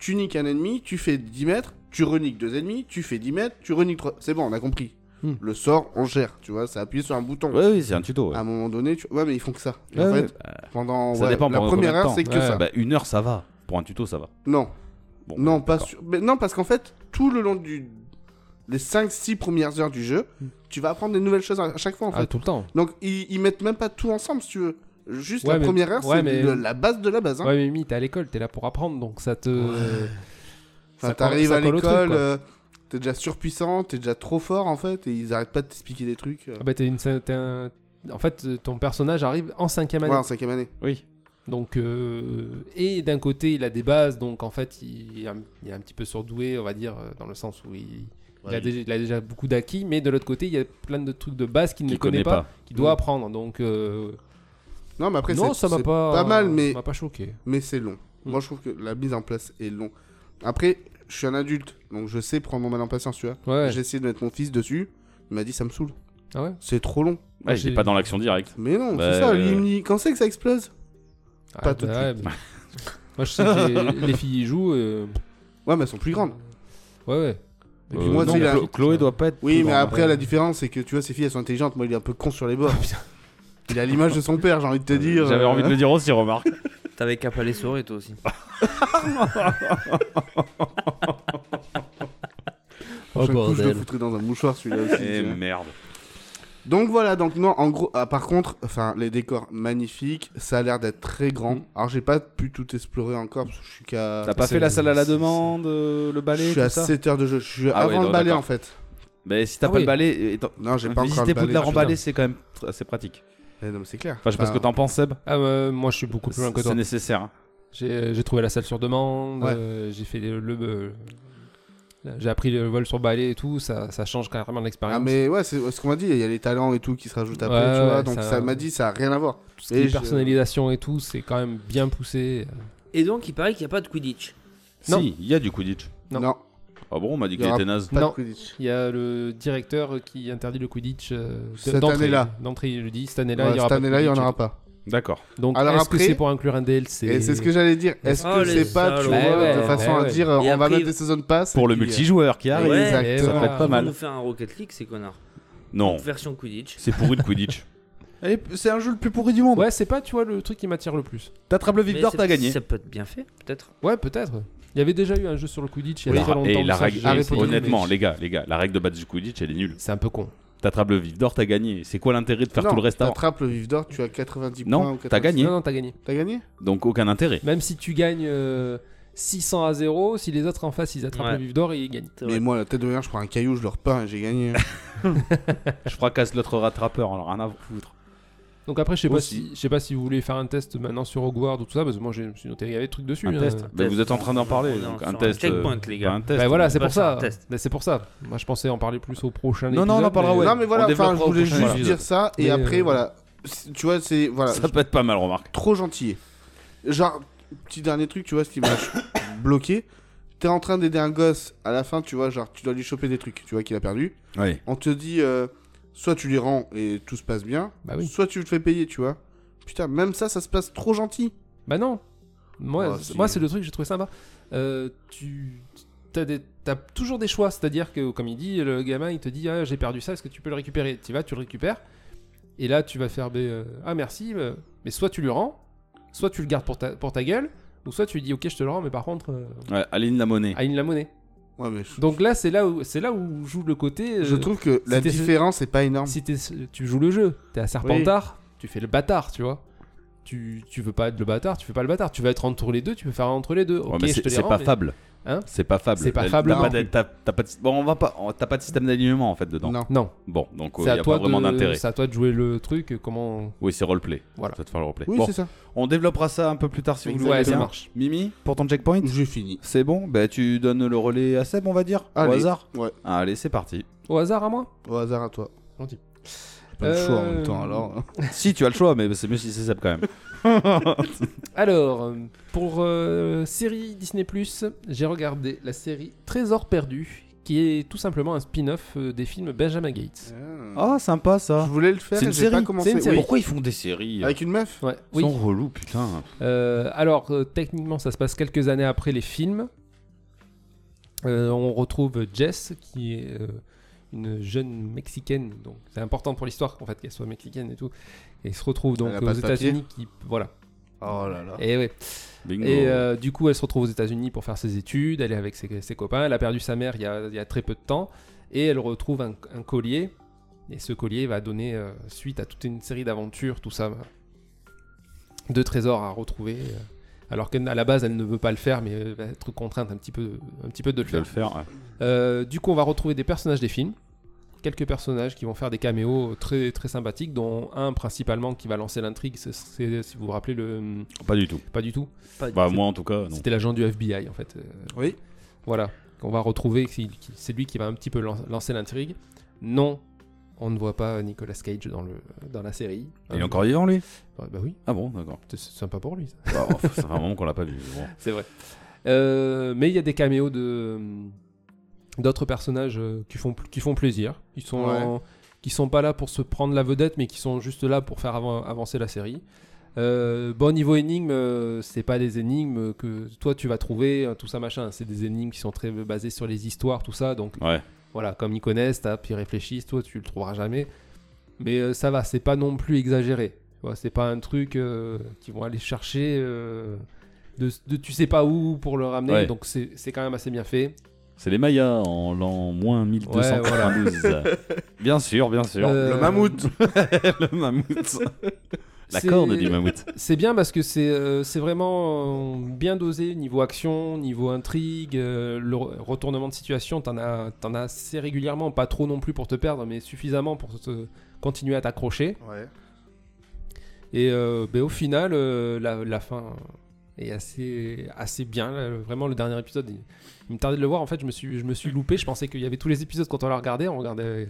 G: tu niques un ennemi, tu fais 10 mètres, tu reniques deux ennemis, tu fais 10 mètres, tu reniques 3. C'est bon, on a compris.
F: Hmm.
G: Le sort, on gère, tu vois, c'est appuyé sur un bouton.
D: Ouais, oui, c'est un tuto. ouais.
G: À un moment donné, tu... ouais, mais ils font que ça. Et
D: Ouais,
G: en
D: ouais,
G: fait, pendant
D: Ça
G: ouais,
D: dépend
G: la
D: pendant
G: première
D: combien de
G: heure, c'est que
F: temps. Ouais.
G: ça.
D: Bah, une heure, ça va. Pour un tuto, ça va.
G: Non,
D: Bon, bah,
G: non, pas
D: d'accord.
G: sûr. Mais non, parce qu'en fait, tout le long du les 5-6 premières heures du jeu,
D: Hmm.
G: tu vas apprendre des nouvelles choses à à chaque fois, en
F: ah,
G: fait. Hein
F: tout le temps.
G: Donc, ils, ils mettent même pas tout ensemble, si tu veux. Juste
F: Ouais,
G: la
F: mais-
G: première heure,
F: ouais,
G: c'est
F: mais-
G: le- la base de la base. hein.
F: Ouais, mais Mimi, t'es à l'école, t'es là pour apprendre, donc ça te.
G: Enfin,
F: Ça colle-
G: t'arrives
F: ça
G: à
F: colle au truc,
G: l'école,
F: quoi.
G: euh, t'es déjà surpuissant, t'es déjà trop fort en fait, et ils arrêtent pas de t'expliquer des trucs. euh.
F: Ah bah, t'es une- t'es un- En fait, euh, ton personnage arrive en cinquième année.
G: Ouais, en cinquième année.
D: Oui.
F: Donc, euh, et d'un côté, il a des bases, donc en fait, il est, un, il est un petit peu surdoué, on va dire, euh, dans le sens où il, il a, déjà, il a déjà beaucoup d'acquis, mais de l'autre côté, il y a plein de trucs de base qu'il ne
D: Qui
F: connaît,
D: connaît
F: pas,
D: pas.
F: qu'il doit apprendre. Donc, euh,
G: Non, mais Mm. après,
F: non,
G: c'est
F: ça m'a
G: c'est
F: pas,
G: mal, mais,
F: ça m'a pas choqué.
G: mais c'est long.
F: Mm.
G: Moi, je trouve que la mise en place est long. Après, je suis un adulte, donc je sais prendre mon mal en patience, tu vois.
F: Ouais,
G: J'ai essayé de mettre mon fils dessus, il m'a dit ça me saoule,
F: ah ouais.
G: c'est trop long.
D: Ouais, j'étais
F: j'ai-
D: pas dans l'action directe.
G: Mais non,
D: Bah,
G: c'est ça,
D: ouais,
G: lui, il
D: ouais.
G: me dit quand c'est que ça explose Pas
F: Ah,
G: tout de
F: bah, ouais, mais- Moi, je sais que les- les filles y jouent. euh,
G: Ouais, mais elles sont plus grandes.
F: Ouais, ouais. Et puis
D: Euh,
G: moi,
D: non,
G: tu sais, il a-
D: Chlo- Chloé doit pas être.
G: Oui,
D: plus
G: mais
D: grande.
G: après, la différence, c'est que tu vois, ces filles, elles sont intelligentes. Moi, il est un peu con sur les bords. il a l'image de son père, j'ai envie de te dire.
D: J'avais
G: euh,
D: envie de le dire aussi, remarque.
E: T'avais qu'à pas les sourires, toi aussi.
F: Oh,
G: Prochain coup, je le foutrai dans un mouchoir celui-là aussi.
D: Eh
G: tu vois.
D: merde.
G: Donc voilà, donc non, en gros, ah, par contre, enfin, les décors magnifiques, ça a l'air d'être très grand.
F: Mm.
G: Alors j'ai pas pu tout explorer encore parce que je suis qu'à.
D: T'as pas
F: c'est-
D: fait la salle à la
F: c'est-
D: demande, euh, le
G: Je
D: balai,
G: suis
D: tout
G: à
D: ça
G: 7 heures de jeu. Je suis
D: Ah ouais,
G: avant
D: non,
G: le balai
D: d'accord.
G: en fait.
D: Mais Bah, si t'as
F: Ah
D: pas
F: oui.
D: le balai, euh, étant-
G: Non,
F: Ah,
G: j'ai pas encore
D: visiter
G: le balai.
D: Poudlard en
G: putain.
D: balai, c'est quand même tr- assez pratique.
G: Eh Non, mais c'est clair.
D: Enfin, je sais pas ce que t'en penses, Seb.
F: Ah, euh, moi, je suis beaucoup plus loin que toi.
D: C'est nécessaire. hein.
F: J'ai j'ai trouvé la salle sur demande,
G: Ouais.
F: euh, j'ai fait le. le- le- là, j'ai appris le vol sur balai et tout, ça, ça change carrément l'expérience.
G: Ah, mais ouais, c'est ce qu'on m'a dit. Il y a les talents et tout qui se rajoutent après,
F: Ouais,
G: tu vois.
F: ouais,
G: Donc
F: ça-
G: ça m'a dit, ça a rien à voir.
F: Tout ce qui
G: Et
F: est
G: je-
F: personnalisation et tout, c'est quand même bien poussé.
E: Et donc, il paraît qu'il n'y a pas de Quidditch.
F: Non.
D: Si, il y a du Quidditch.
F: Non.
G: Non,
D: Ah bon, on m'a dit
G: Il
D: qu'il
G: y aura
D: était naze.
G: pas
F: Non.
G: de Quidditch.
F: Il y a le directeur qui interdit le Quidditch euh, de-
G: Cette
F: d'entrée.
G: année-là.
F: D'entrée, il le dit. Cette année-là,
G: Ouais,
F: il y aura
G: Cette
F: pas de
G: année-là, il y en
F: Quidditch.
G: aura pas.
D: D'accord.
F: Donc,
G: Alors
F: est-ce
G: après-
F: que c'est pour inclure un DLC
G: Et c'est ce que j'allais dire. Est-ce
E: Oh,
G: que
E: les
G: c'est pas, tu
E: salauds.
G: vois,
F: Bah ouais,
G: de façon
F: bah
G: à
F: ouais.
G: dire, euh,
E: Et
G: on va
E: après,
G: mettre des saison pass
D: Pour
G: et
D: le
G: puis, euh,
D: multijoueur qui arrive.
E: Ouais.
D: Ça
G: Exactement.
D: peut être pas
E: Ils vont nous
D: mal.
E: faire un Rocket League, ces connards.
D: Non,
E: Version Quidditch.
D: c'est pourri le Quidditch.
G: C'est un jeu le plus pourri du monde.
F: Ouais, c'est pas, tu vois, le truc qui m'attire le plus.
D: T'attrapes le
E: Mais
D: Victor,
E: ça-
D: t'as gagné.
E: Ça peut être bien fait, peut-être.
F: Ouais, peut-être. Il y avait déjà eu un jeu sur le Quidditch il y a
D: La-
F: très longtemps.
D: Et la
F: ça,
D: règle,
F: j'ai
G: Harry
F: essayé,
G: Potter,
D: honnêtement,
F: mais
D: les gars, les gars, la règle de base du Quidditch, elle est nulle.
F: C'est un peu con.
D: T'attrapes le vif d'or, t'as gagné. C'est quoi l'intérêt de faire
G: Non,
D: tout le reste avant
G: T'attrapes le vif d'or, tu as 90
D: Non,
G: points. ou
D: t'as
G: 90.
D: gagné.
F: Non, non, t'as gagné.
G: T'as gagné
D: Donc aucun intérêt.
F: Même si tu gagnes euh, 600 à 0, si les autres en face ils attrapent
E: Ouais.
F: le vif d'or, ils gagnent.
E: C'est
G: Mais
E: vrai.
G: moi, la tête de merde, je prends un caillou, je le repeins et j'ai gagné.
D: Je fracasse l'autre rattrapeur, alors rien à foutre.
F: Donc après, je sais pas
D: Aussi.
F: si, je sais pas si vous voulez faire un test maintenant sur Hogwarts ou tout ça, parce que moi, j'ai- je me suis noté, il y avait des trucs dessus.
D: Un
F: hein.
D: test. Bah, vous êtes en train d'en parler.
E: On est
D: donc
E: sur un
D: un test.
E: checkpoint, les gars.
D: pas un test.
F: Bah voilà,
E: on
F: c'est
E: va
F: pour
E: faire un
F: ça.
E: test.
F: Mais C'est pour ça. Moi, je pensais en parler plus au prochain
D: Non, non, on en
F: épisode,
D: parlera,
F: mais-
D: Ah ouais.
G: Non mais
D: on
G: voilà, enfin,
D: développera
G: je
D: au
G: voulais
D: prochain
G: juste
D: épisode.
G: dire ça et
F: Mais,
G: après
F: euh,
G: voilà, C'est- tu vois c'est voilà,
D: Ça peut être pas mal, remarque.
G: trop gentil. Genre petit dernier truc, tu vois ce qui m'a bloqué, t'es en train d'aider un gosse à la fin, tu vois genre tu dois lui choper des trucs, tu vois qu'il a perdu.
D: Oui.
G: On te dit euh, soit tu les rends et tout se passe bien,
D: Ah
F: Bah oui.
G: soit tu le fais payer, tu vois. Putain, même ça ça se passe trop gentil.
F: Bah non. Moi,
G: Ah, si.
F: moi c'est le truc que j'ai trouvé sympa. Euh, tu as, toujours des choix, c'est-à-dire que, comme il dit, le gamin, il te dit ah, j'ai perdu ça, est-ce que tu peux le récupérer Tu vas, tu le récupères, et là, tu vas faire ben, euh, ah merci, euh, mais soit tu lui rends, soit tu le gardes pour ta, pour ta gueule, ou soit tu lui dis ok, je te le rends, mais par contre, euh,
D: Ouais, Aline la monnaie.
F: aligne la monnaie.
G: Ouais mais je,
F: Donc là, c'est là où c'est là où joue le côté. euh,
G: je trouve que la
F: c'était-
G: différence est pas énorme.
F: si t'es- tu joues le jeu, t'es à Serpentard, tu fais le bâtard, tu vois. Tu, tu veux pas être le bâtard, tu fais pas le bâtard. Tu vas être entre les deux, tu peux faire entre les deux.
D: Ouais,
F: Ok,
D: mais
F: je
D: c'est
F: te les
D: c'est
F: rends,
D: pas
F: mais-
D: fable.
F: Hein
D: c'est pas fable.
F: C'est pas
D: T'as-
F: fable,
D: T'as pas,
F: non
D: de- t'as- t'as pas de- bon, on va pas. on- T'as pas de système d'alignement en fait dedans.
G: Non.
F: Non,
D: Bon, donc il
F: c'est
D: n'y
F: à,
D: a
F: toi
D: pas vraiment
F: de...
D: d'intérêt.
F: c'est à toi de jouer le truc. Comment.
D: Oui, c'est roleplay.
F: Voilà.
D: Ça te faire le roleplay.
G: Oui,
D: Bon,
G: c'est ça.
D: on développera ça un peu plus tard si vous voulez.
F: ouais, ça
D: bien.
F: marche.
D: Mimi, pour ton checkpoint
G: J'ai fini.
D: C'est bon Bah tu donnes le relais à Seb, on va dire Au
G: Allez.
D: hasard
G: Ouais.
D: Allez, c'est parti.
F: Au hasard à moi
G: Au hasard à toi.
F: Gentil.
G: J'ai Pas le choix en
F: Euh,
G: même temps alors.
D: si, tu as le choix, mais c'est mieux si c'est Seb quand même.
F: Alors, euh, pour euh, série Disney, j'ai regardé la série Trésor perdu, qui est tout simplement un spin-off euh, des films Benjamin Gates.
G: Euh,
D: Ah, sympa
G: Je
D: ça
G: voulais le faire
D: C'est
G: et
D: une
G: j'ai pas
D: série.
G: commencé.
F: C'est une série.
G: Oui.
D: Pourquoi ils font des séries euh
G: Avec une meuf
F: Ouais,
D: Ils
F: oui.
D: sont relous, putain.
F: Euh, alors, euh, techniquement, ça se passe quelques années après les films. Euh, on retrouve Jess, qui est euh, une jeune mexicaine, donc c'est important pour l'histoire en fait qu'elle soit mexicaine et tout. Et elle se retrouve donc
G: Elle a pas
F: aux
G: de papier.
F: États-Unis, qui voilà.
G: Oh là là.
F: Et ouais.
D: Bingo.
F: Et euh, du coup, elle se retrouve aux États-Unis pour faire ses études, elle est avec ses, ses copains, elle a perdu sa mère il y a, il y a très peu de temps, et elle retrouve un, un collier, et ce collier va donner euh, suite à toute une série d'aventures, tout ça, de trésors à retrouver, euh, alors qu'à la base, elle ne veut pas le faire, mais elle va être contrainte un petit peu, un petit peu de le
D: Tu vas
F: faire.
D: le faire. ouais.
F: Euh, du coup, on va retrouver des personnages des films, quelques personnages qui vont faire des caméos très, très sympathiques, dont un principalement qui va lancer l'intrigue, c'est- c'est- si vous vous rappelez, le...
D: Pas du tout.
F: pas du tout.
D: Bah, moi en tout cas, non.
F: C'était l'agent du FBI en fait. Euh,
G: Oui.
F: Voilà, qu'on va retrouver, qui- qui- c'est lui qui va un petit peu lan- lancer l'intrigue. Non, on ne voit pas Nicolas Cage dans, le, dans la série.
D: Il est
F: Euh,
D: encore vivant lui
F: Bah, bah oui,
D: Ah bon, d'accord.
F: c'est c'est sympa pour lui. ça.
D: Bah, oh, ça fait un moment qu'on l'a pas vu. bon.
F: C'est vrai. Euh, mais il y a des caméos de d'autres personnages euh, qui font qui font plaisir. Ils sont
G: Ouais.
F: en- qui sont pas là pour se prendre la vedette, mais qui sont juste là pour faire avan- avancer la série. Euh, bon niveau énigme, euh, c'est pas des énigmes que toi tu vas trouver, euh, tout ça machin. C'est des énigmes qui sont très basées sur les histoires, tout ça. Donc
D: Ouais.
F: voilà, comme ils connaissent, tapent, ils réfléchissent, toi tu le trouveras jamais. Mais euh, ça va, c'est pas non plus exagéré. Tu vois, c'est pas un truc euh, qu'ils vont aller chercher euh, de, de tu sais pas où pour le ramener.
D: Ouais.
F: Donc c'est c'est quand même assez bien fait.
D: C'est les Mayas en l'an moins 1292. bien sûr, bien sûr.
F: Euh,
G: Le mammouth.
D: le mammouth. La
F: c'est-
D: corde du mammouth.
F: C'est bien parce que c'est euh, c'est vraiment euh, bien dosé niveau action, niveau intrigue, euh, le re- retournement de situation. T'en as, t'en as assez régulièrement, pas trop non plus pour te perdre, mais suffisamment pour te- continuer à t'accrocher.
G: Euh, Ouais.
F: Et euh, ben, au final, euh, la, la fin est assez, assez bien. là, le- Vraiment, le dernier épisode, il, il me tardait de le voir. En fait, je me suis, je me suis loupé. Je pensais qu'il y avait tous les épisodes quand on la regardait. On regardait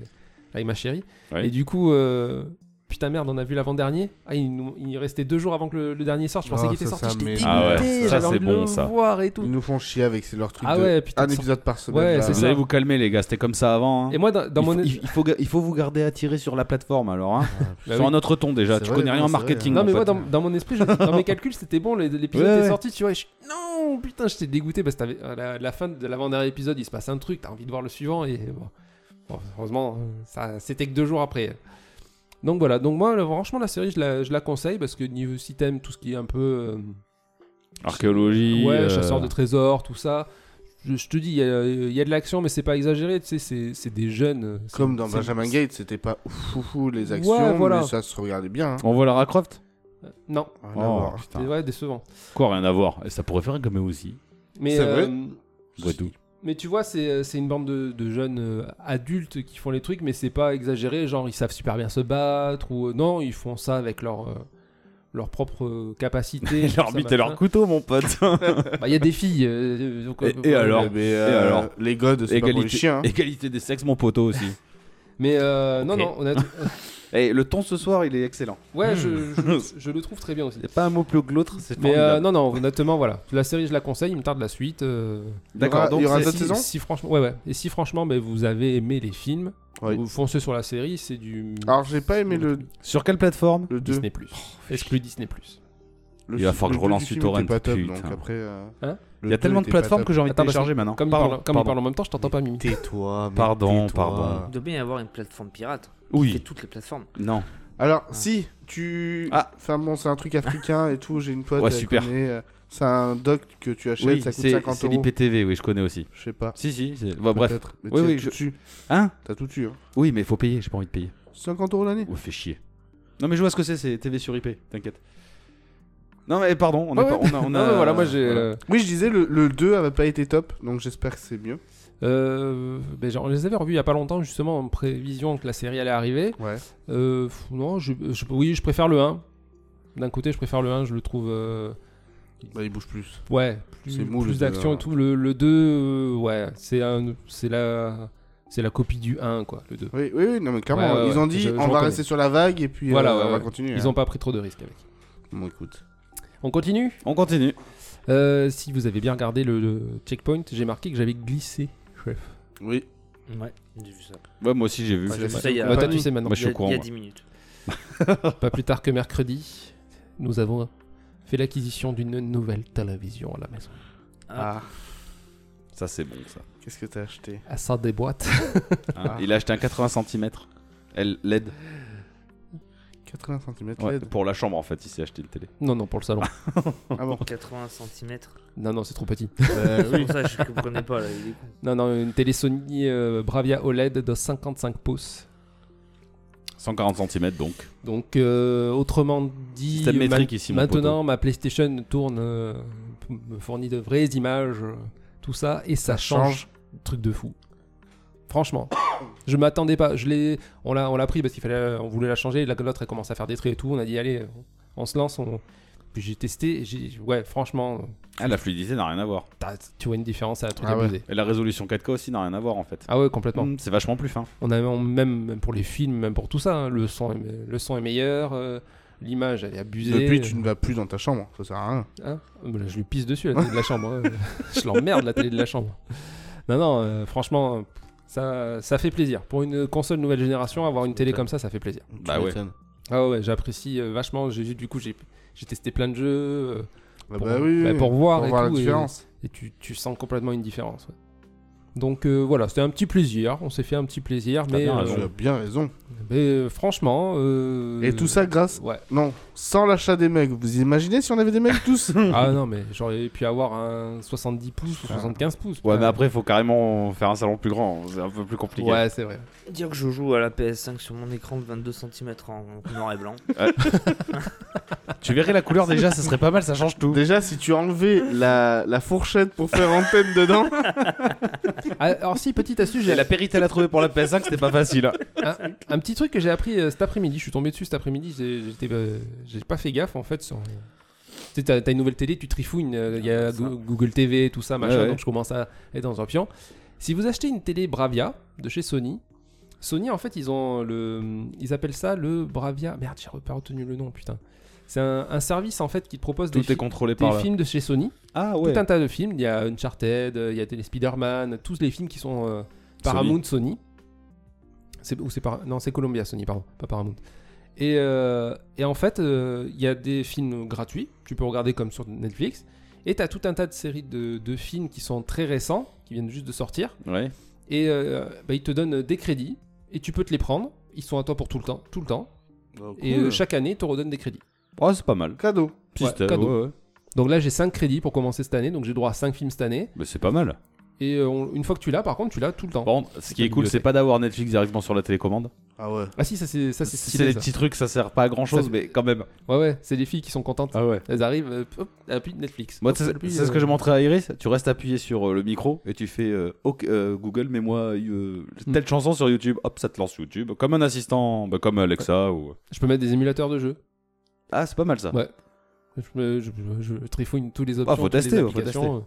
F: avec ma chérie.
D: Ouais.
F: Et du coup, euh, putain merde, on a vu l'avant-dernier. Ah, il, nous- il restait deux jours avant que le, le dernier sorte. Je pensais
G: Oh,
F: qu'il était
G: ça,
F: sorti.
G: ça
F: J'étais
G: m'énerve.
F: dégoûté.
D: Ah ouais, ça,
F: J'avais
D: c'est
F: envie de
D: bon,
F: le
D: ça.
F: voir et
G: Ils
F: tout.
G: nous font chier avec c'est leur truc
F: Ah
G: de
F: ouais, putain.
G: un
F: de sorte-
G: épisode par semaine.
F: Ouais,
G: là.
F: c'est
D: Vous
F: ça.
D: allez vous calmer les gars, c'était comme ça avant. hein.
F: Et moi, dans, dans
D: il,
F: mon.
D: faut, il- il faut ga- il faut vous garder attiré sur la plateforme alors.
G: Ah,
D: Hein.
F: Bah
D: sur
F: oui.
D: un autre ton déjà,
G: C'est
D: tu
G: vrai,
D: connais rien en
G: non, c'est vrai,
D: marketing.
F: Non, mais
D: en
F: moi,
D: fait.
F: dans, dans mon esprit, je- dans mes calculs, c'était bon, les- l'épisode
D: Ouais,
F: est
D: ouais.
F: sorti, tu vois. et je- non, putain, j'étais dégoûté parce que t'avais- à la, la fin de l'avant-dernier épisode, il se passe un truc, t'as envie de voir le suivant, et bon. Bon, heureusement, ça, c'était que deux jours après. Donc voilà, donc moi, le- franchement, la série, je la, je la conseille parce que niveau si t'aimes tout ce qui est un peu. euh,
D: Archéologie.
F: ouais,
D: euh,
F: chasseur de trésors, tout ça. Je, je te dis, il y, a- il y a de l'action, mais c'est pas exagéré, tu sais, c'est- c'est des jeunes. c'est-
G: Comme dans
F: c'est-
G: Benjamin
F: c'est-
G: Gates, c'était pas ouf, ouf, ouf, les actions,
F: Ouais, voilà.
G: mais ça se regardait bien. hein.
D: On voit Lara Croft
F: euh, Non,
G: Rien à
D: Oh
G: voir.
F: c'est
D: putain.
F: ouais, décevant.
D: Quoi, rien à voir. Et ça pourrait faire un cameo aussi.
F: Mais
G: C'est vrai
F: euh,
D: Après tout.
F: Mais tu vois, c'est c'est une bande de, de jeunes euh, adultes qui font les trucs, mais c'est pas exagéré. Genre, ils savent super bien se battre ou euh, non, ils font ça avec leur euh, leur propre euh, capacité.
D: Leur
F: ça,
D: bite et leur
F: machin.
D: couteau, mon pote.
F: Bah, Il y a des filles. euh, donc, euh,
D: Et- et
F: euh,
D: alors
G: mais
D: Et alors
G: les godes, c'est pas pour les chiens. hein.
D: Égalité des sexes, mon poteau aussi.
F: Mais euh, non,
B: Ok.
F: non, honnêtement-
D: Et Eh, le ton ce soir, il est excellent.
F: ouais, je, je- je le trouve très bien aussi.
D: Il n'y a pas un mot plus que l'autre, c'est
F: Mais euh,
D: formidable.
F: non, non, honnêtement, voilà. La série, je la conseille. Il me tarde la suite. euh,
D: D'accord,
G: Il y
D: donc
G: aura
D: c'est-
G: d'autres
F: si,
G: saisons
F: si franchement, ouais, ouais. Et si franchement, ben, vous avez aimé les films,
G: Oui.
F: vous foncez sur la série, c'est du
G: Alors, j'ai pas aimé le,
D: Sur quelle plateforme
G: le 2.
F: Disney Plus. Exclu Disney Plus.
G: Le
D: Il va
G: fi-
D: falloir que je
G: le deux
D: relance
G: du film
D: Torrent,
G: était pas top,
D: putain.
G: donc après, euh,
F: Hein
G: le
D: Il y a
G: deux
D: tellement de
G: était pas
D: plateformes
G: top.
D: que j'ai envie de
F: Attends,
D: télécharger maintenant.
F: Comme,
D: Pardon,
F: il parle, comme il
D: pardon.
F: parle en même temps, je t'entends pas, Mimi.
E: Tais-toi, mais
D: Pardon,
E: tais-toi.
D: pardon.
E: Ah.
B: Il doit bien y avoir une plateforme
E: hein.
B: pirate. Qui fait
D: Oui,
B: toutes les plateformes.
D: non.
G: Alors, si tu.
D: Ah.
G: Enfin, bon, c'est un truc africain et tout. J'ai une pote.
D: Ouais,
G: elle
D: super.
G: connaît, euh, C'est un doc que tu achètes,
D: Oui,
G: ça coûte
D: c'est
G: 50
D: c'est
G: euros.
D: l'IPTV, oui, je connais aussi.
G: Je sais pas.
D: Si, si, c'est- bah, bref.
G: Peut-être. Mais
D: Oui,
G: t'as
D: oui,
G: tout
D: je-
G: dessus.
D: Hein
G: T'as tout dessus. hein.
D: Oui, mais faut payer, j'ai pas envie de payer.
G: 50 euros l'année
D: Ouais, fais chier. Non, mais je vois ce que c'est, c'est TV sur IP, t'inquiète. Non, mais pardon, on
F: Ah
D: a pas-
F: ouais.
D: on a- on
F: Non,
D: a-
F: mais voilà, moi j'ai.
D: voilà.
F: euh,
G: Oui, je disais, le, le 2 avait pas été top, donc j'espère que c'est mieux.
F: euh, ben, genre, on les avait revus il y a pas longtemps, justement, en prévision que la série allait arriver.
G: Ouais.
F: Euh, pff, non, je, je- oui, je préfère le 1. D'un côté, je préfère le 1, je le trouve. euh,
G: Bah, il bouge plus.
F: ouais, plus,
G: C'est mou,
F: plus
G: le
F: d'action
G: deux,
F: et tout. Le, le 2, euh, ouais, c'est un- c'est la, c'est la copie du 1, quoi, le 2.
G: Oui, oui, oui, non, mais clairement,
F: Ouais, ouais,
G: ils ont
F: ouais,
G: dit,
F: je- je
G: on va
F: reconnais.
G: rester sur la vague et puis
F: Voilà,
G: euh,
F: ouais,
G: on va
F: ouais.
G: continuer.
F: Ils ont pas pris trop de risques avec.
G: hein. Bon, écoute.
F: On continue
D: On continue.
F: Euh, Si vous avez bien regardé le, le checkpoint, j'ai marqué que j'avais glissé. Chef.
G: Oui.
B: Ouais, j'ai vu ça.
D: Ouais, moi aussi j'ai vu.
B: Ouais, j'ai vu ça il y a,
F: Bah, toi, tu
B: il y
F: sais maintenant.
D: Moi, je suis
B: a-
D: au courant,
B: il y a
D: moi.
B: 10 minutes.
F: Pas plus tard que mercredi, nous avons fait l'acquisition d'une nouvelle télévision à la maison.
B: Ah.
G: Ah,
D: Ça, c'est bon, ça.
G: qu'est-ce que t'as acheté
F: À ça des boîtes.
D: Hein,
G: Ah.
D: Il a acheté un 80 cm. Elle LED
G: 80 cm
D: Ouais,
G: LED.
D: pour la chambre en fait, il s'est acheté une télé.
F: Non, non, pour le salon.
G: Ah bon
B: 80 cm.
F: Non, non, c'est trop petit.
D: Ah
B: C'est pour ça que je comprenais pas là. il est con.
F: Non, non, une télé Sony euh, Bravia OLED de 55 pouces.
D: 140 cm donc.
F: Donc, euh, autrement dit,
D: Système métrique
F: ma-
D: ici, mon
F: maintenant ma PlayStation tourne, euh, p- me fournit de vraies images, euh, tout ça, et ça, change. truc de fou. Franchement, je m'attendais pas. Je l'ai, on l'a, on l'a pris parce qu'il fallait, on voulait la changer. La l'autre elle commence à faire des traits et tout. On a dit allez, on se lance. On... Puis j'ai testé. et J'ai, ouais, franchement,
D: Ah, la fluidité n'a rien à voir.
F: t'as- tu vois une différence, c'est un truc
G: Ah ouais.
F: abusé.
D: Et la résolution 4K aussi n'a rien à voir en fait.
F: Ah ouais, complètement.
D: Mm, C'est vachement plus fin.
F: On a on- même, même pour les films, même pour tout ça, hein, le son, est, me- le son est meilleur. euh, L'image, elle est abusée.
G: Depuis, tu ne vas plus dans ta chambre, ça sert à rien.
F: Hein Euh, bah, je lui pisse dessus la télé de la chambre. hein. je l'emmerde la télé de la chambre. Non, non, euh, franchement, ça, ça fait plaisir. Pour une console nouvelle génération, avoir une télé comme ça, ça fait plaisir.
G: Tu
D: Bah ouais.
G: m'étonnes.
F: Ah ouais, j'apprécie euh, vachement. J'ai- du coup, j'ai j'ai testé plein de jeux euh,
G: Ah
F: pour,
G: bah oui,
F: bah,
G: oui,
F: pour voir
G: pour
F: et
G: voir la
F: tout, et-
G: différence.
F: Et, tu, tu sens complètement une différence. ouais. Donc euh, voilà, c'était un petit plaisir. On s'est fait un petit plaisir, mais,
D: bien
F: euh,
D: raison.
G: Ah, Tu as bien raison.
F: mais, euh, franchement, euh,
G: Et tout ça grâce.
F: ouais.
G: Non, sans l'achat des mecs. Vous imaginez si on avait des mecs tous
F: ah non, mais j'aurais pu avoir un 70 pouces ou 75 pouces.
D: Ouais,
F: putain.
D: mais après, faut carrément faire un salon plus grand. C'est un peu plus compliqué.
F: Ouais, c'est vrai.
B: Dire que je joue à la PS5 sur mon écran de 22 cm en noir et blanc.
D: Tu verrais la couleur déjà, ça serait pas mal, ça change tout.
G: Déjà, si tu enlevais la, la fourchette pour faire antenne dedans,
F: Ah, alors si, petite astuce, j'ai
D: La périté à la trouver pour la PS5, c'était pas facile. hein.
F: un, un petit truc que j'ai appris euh, cet après-midi. Je suis tombé dessus cet après-midi. j'ai- J'étais, euh, j'ai pas fait gaffe en fait. sur- Tu sais, t'as t'as une nouvelle télé, tu trifouines. euh, Il y a Gou- Google TV, tout ça, machin.
D: Ah, Ouais, ouais.
F: Donc je commence à être dans un pion. Si vous achetez une télé Bravia de chez Sony, Sony en fait ils ont le, ils appellent ça le Bravia. Merde, j'ai pas retenu le nom, putain. C'est un, un service en fait qui te propose des,
D: Tout est
F: fi-
D: contrôlé
F: des
D: par là.
F: films de chez Sony.
D: Ah ouais.
F: Tout un tas de films. Il y a Uncharted, euh, il y a les Spider-Man, tous les films qui sont euh, Paramount, Sony. C'est ou c'est par... non, c'est Columbia, Sony, pardon, pas Paramount. Et, euh, et en fait, euh, il y a des films gratuits, tu peux regarder comme sur Netflix, et tu as tout un tas de séries de, de films qui sont très récents, qui viennent juste de sortir,
D: Ouais.
F: et euh, bah, ils te donnent des crédits, et tu peux te les prendre, ils sont à toi pour tout le temps, tout le temps, et euh, chaque année, ils te redonnent des crédits.
D: Oh, c'est pas mal.
G: bah, cadeau.
D: Piste,
F: cadeau.
D: ouais, ouais.
F: Donc là, j'ai 5 crédits pour commencer cette année, donc j'ai droit à 5 films cette année,
D: Mais c'est pas mal.
F: Et euh, on- une fois que tu l'as, par contre, tu l'as tout le temps.
D: Bon, ce qui
F: pas
D: est cool,
F: bibliothèque.
D: c'est pas d'avoir Netflix directement sur la télécommande.
G: Ah ouais.
F: Ah si, ça c'est ça c'est
D: C'est
F: stylé.
D: des
F: ça.
D: petits trucs, ça sert pas à grand
F: Ça,
D: chose,
F: c'est-
D: mais quand même.
F: Ouais ouais, c'est les filles qui sont contentes.
D: Ah ouais.
F: Elles arrivent, euh, hop, appuie Netflix.
D: Moi,
F: Hop,
D: c'est
F: appuie,
D: c'est ce
F: euh,
D: que j'ai montré à Iris. Tu restes appuyé sur euh, le micro et tu fais euh, Ok, euh, Google, mets-moi euh,
F: Hmm.
D: telle chanson sur YouTube. Hop, ça te lance YouTube. Comme un assistant, bah, comme Alexa ou.
F: Je peux mettre des émulateurs de jeux.
D: Ah, c'est pas mal ça.
F: Ouais. Je, me- je- je- je trifouille toutes les options.
D: Ah, faut
F: toutes les
D: tester, faut
F: applications.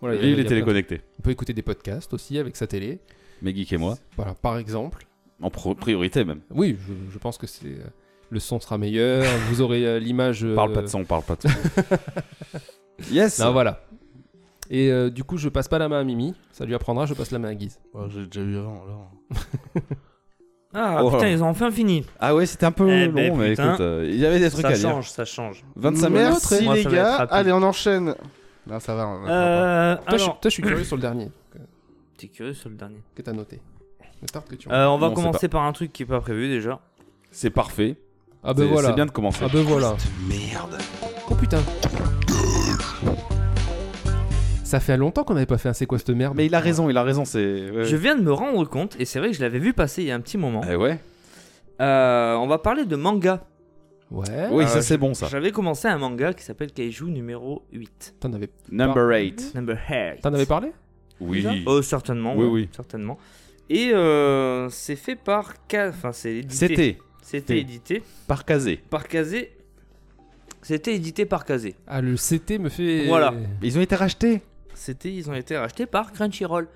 F: Voilà, il y a-
D: Et il
F: il y
D: est
F: a
D: téléconnecté.
F: plein de- On peut écouter des podcasts aussi avec sa télé.
D: Mais Geek et moi,
F: Voilà, par exemple.
D: en pro- priorité même.
F: Oui, je, je pense que c'est euh, le son sera meilleur. vous aurez euh, l'image. euh,
D: Parle pas de son, parle pas de son. yes
F: Non, voilà. Et euh, du coup, je passe pas la main à Mimi. Ça lui apprendra. Je passe la main à Guise.
G: Ouais, J'ai déjà eu avant, alors.
B: Ah
D: Oh.
B: putain, ils ont enfin fini.
D: Ah ouais, c'était un peu
B: Eh
D: long,
B: ben,
D: mais
B: putain.
D: écoute, euh, il y avait des trucs
B: Ça
D: à dire.
B: change, ça change.
D: 25 minutes.
G: Merci
B: Moi, ça
G: les
B: va être
G: gars.
B: rapide.
G: Allez, on enchaîne. Non, ça va. on- on va pas.
B: Euh,
F: Toi, je,
B: alors,
F: toi, je suis curieux sur le dernier
B: t'es curieux sur le dernier.
F: que t'as noté. Le tard que tu.
B: Euh, on va
D: Non, c'est
B: commencer par un truc qui est pas prévu déjà.
D: C'est parfait.
F: ah
D: C'est-
F: ben voilà.
D: C'est bien de commencer.
F: Ah ben voilà. Oh putain. Ça fait longtemps qu'on n'avait pas fait un C'est quoi cette merde
D: Mais il a raison, il a raison, c'est. ouais.
B: Je viens de me rendre compte, et c'est vrai que je l'avais vu passer il y a un petit moment.
D: Eh ouais.
B: Euh, on va parler de manga.
F: Ouais.
D: Oui,
B: Ah,
D: ça
B: je-
D: c'est bon ça.
B: J'avais commencé un manga qui s'appelle Kaiju numéro 8.
F: T'en avais,
D: Number 8.
B: Number 8.
F: t'en avais parlé Déjà
D: Oui.
B: Oh, certainement.
D: Oui,
B: ouais,
D: oui.
B: Certainement. Et euh, c'est fait par. Ka- Enfin, c'est édité.
D: C'était
B: C'était édité
D: par Kazé.
B: par Kazé. C'était édité par Kazé.
F: Ah, le CT me fait.
B: Voilà.
D: Ils ont été rachetés.
B: C'était, ils ont été rachetés par Crunchyroll.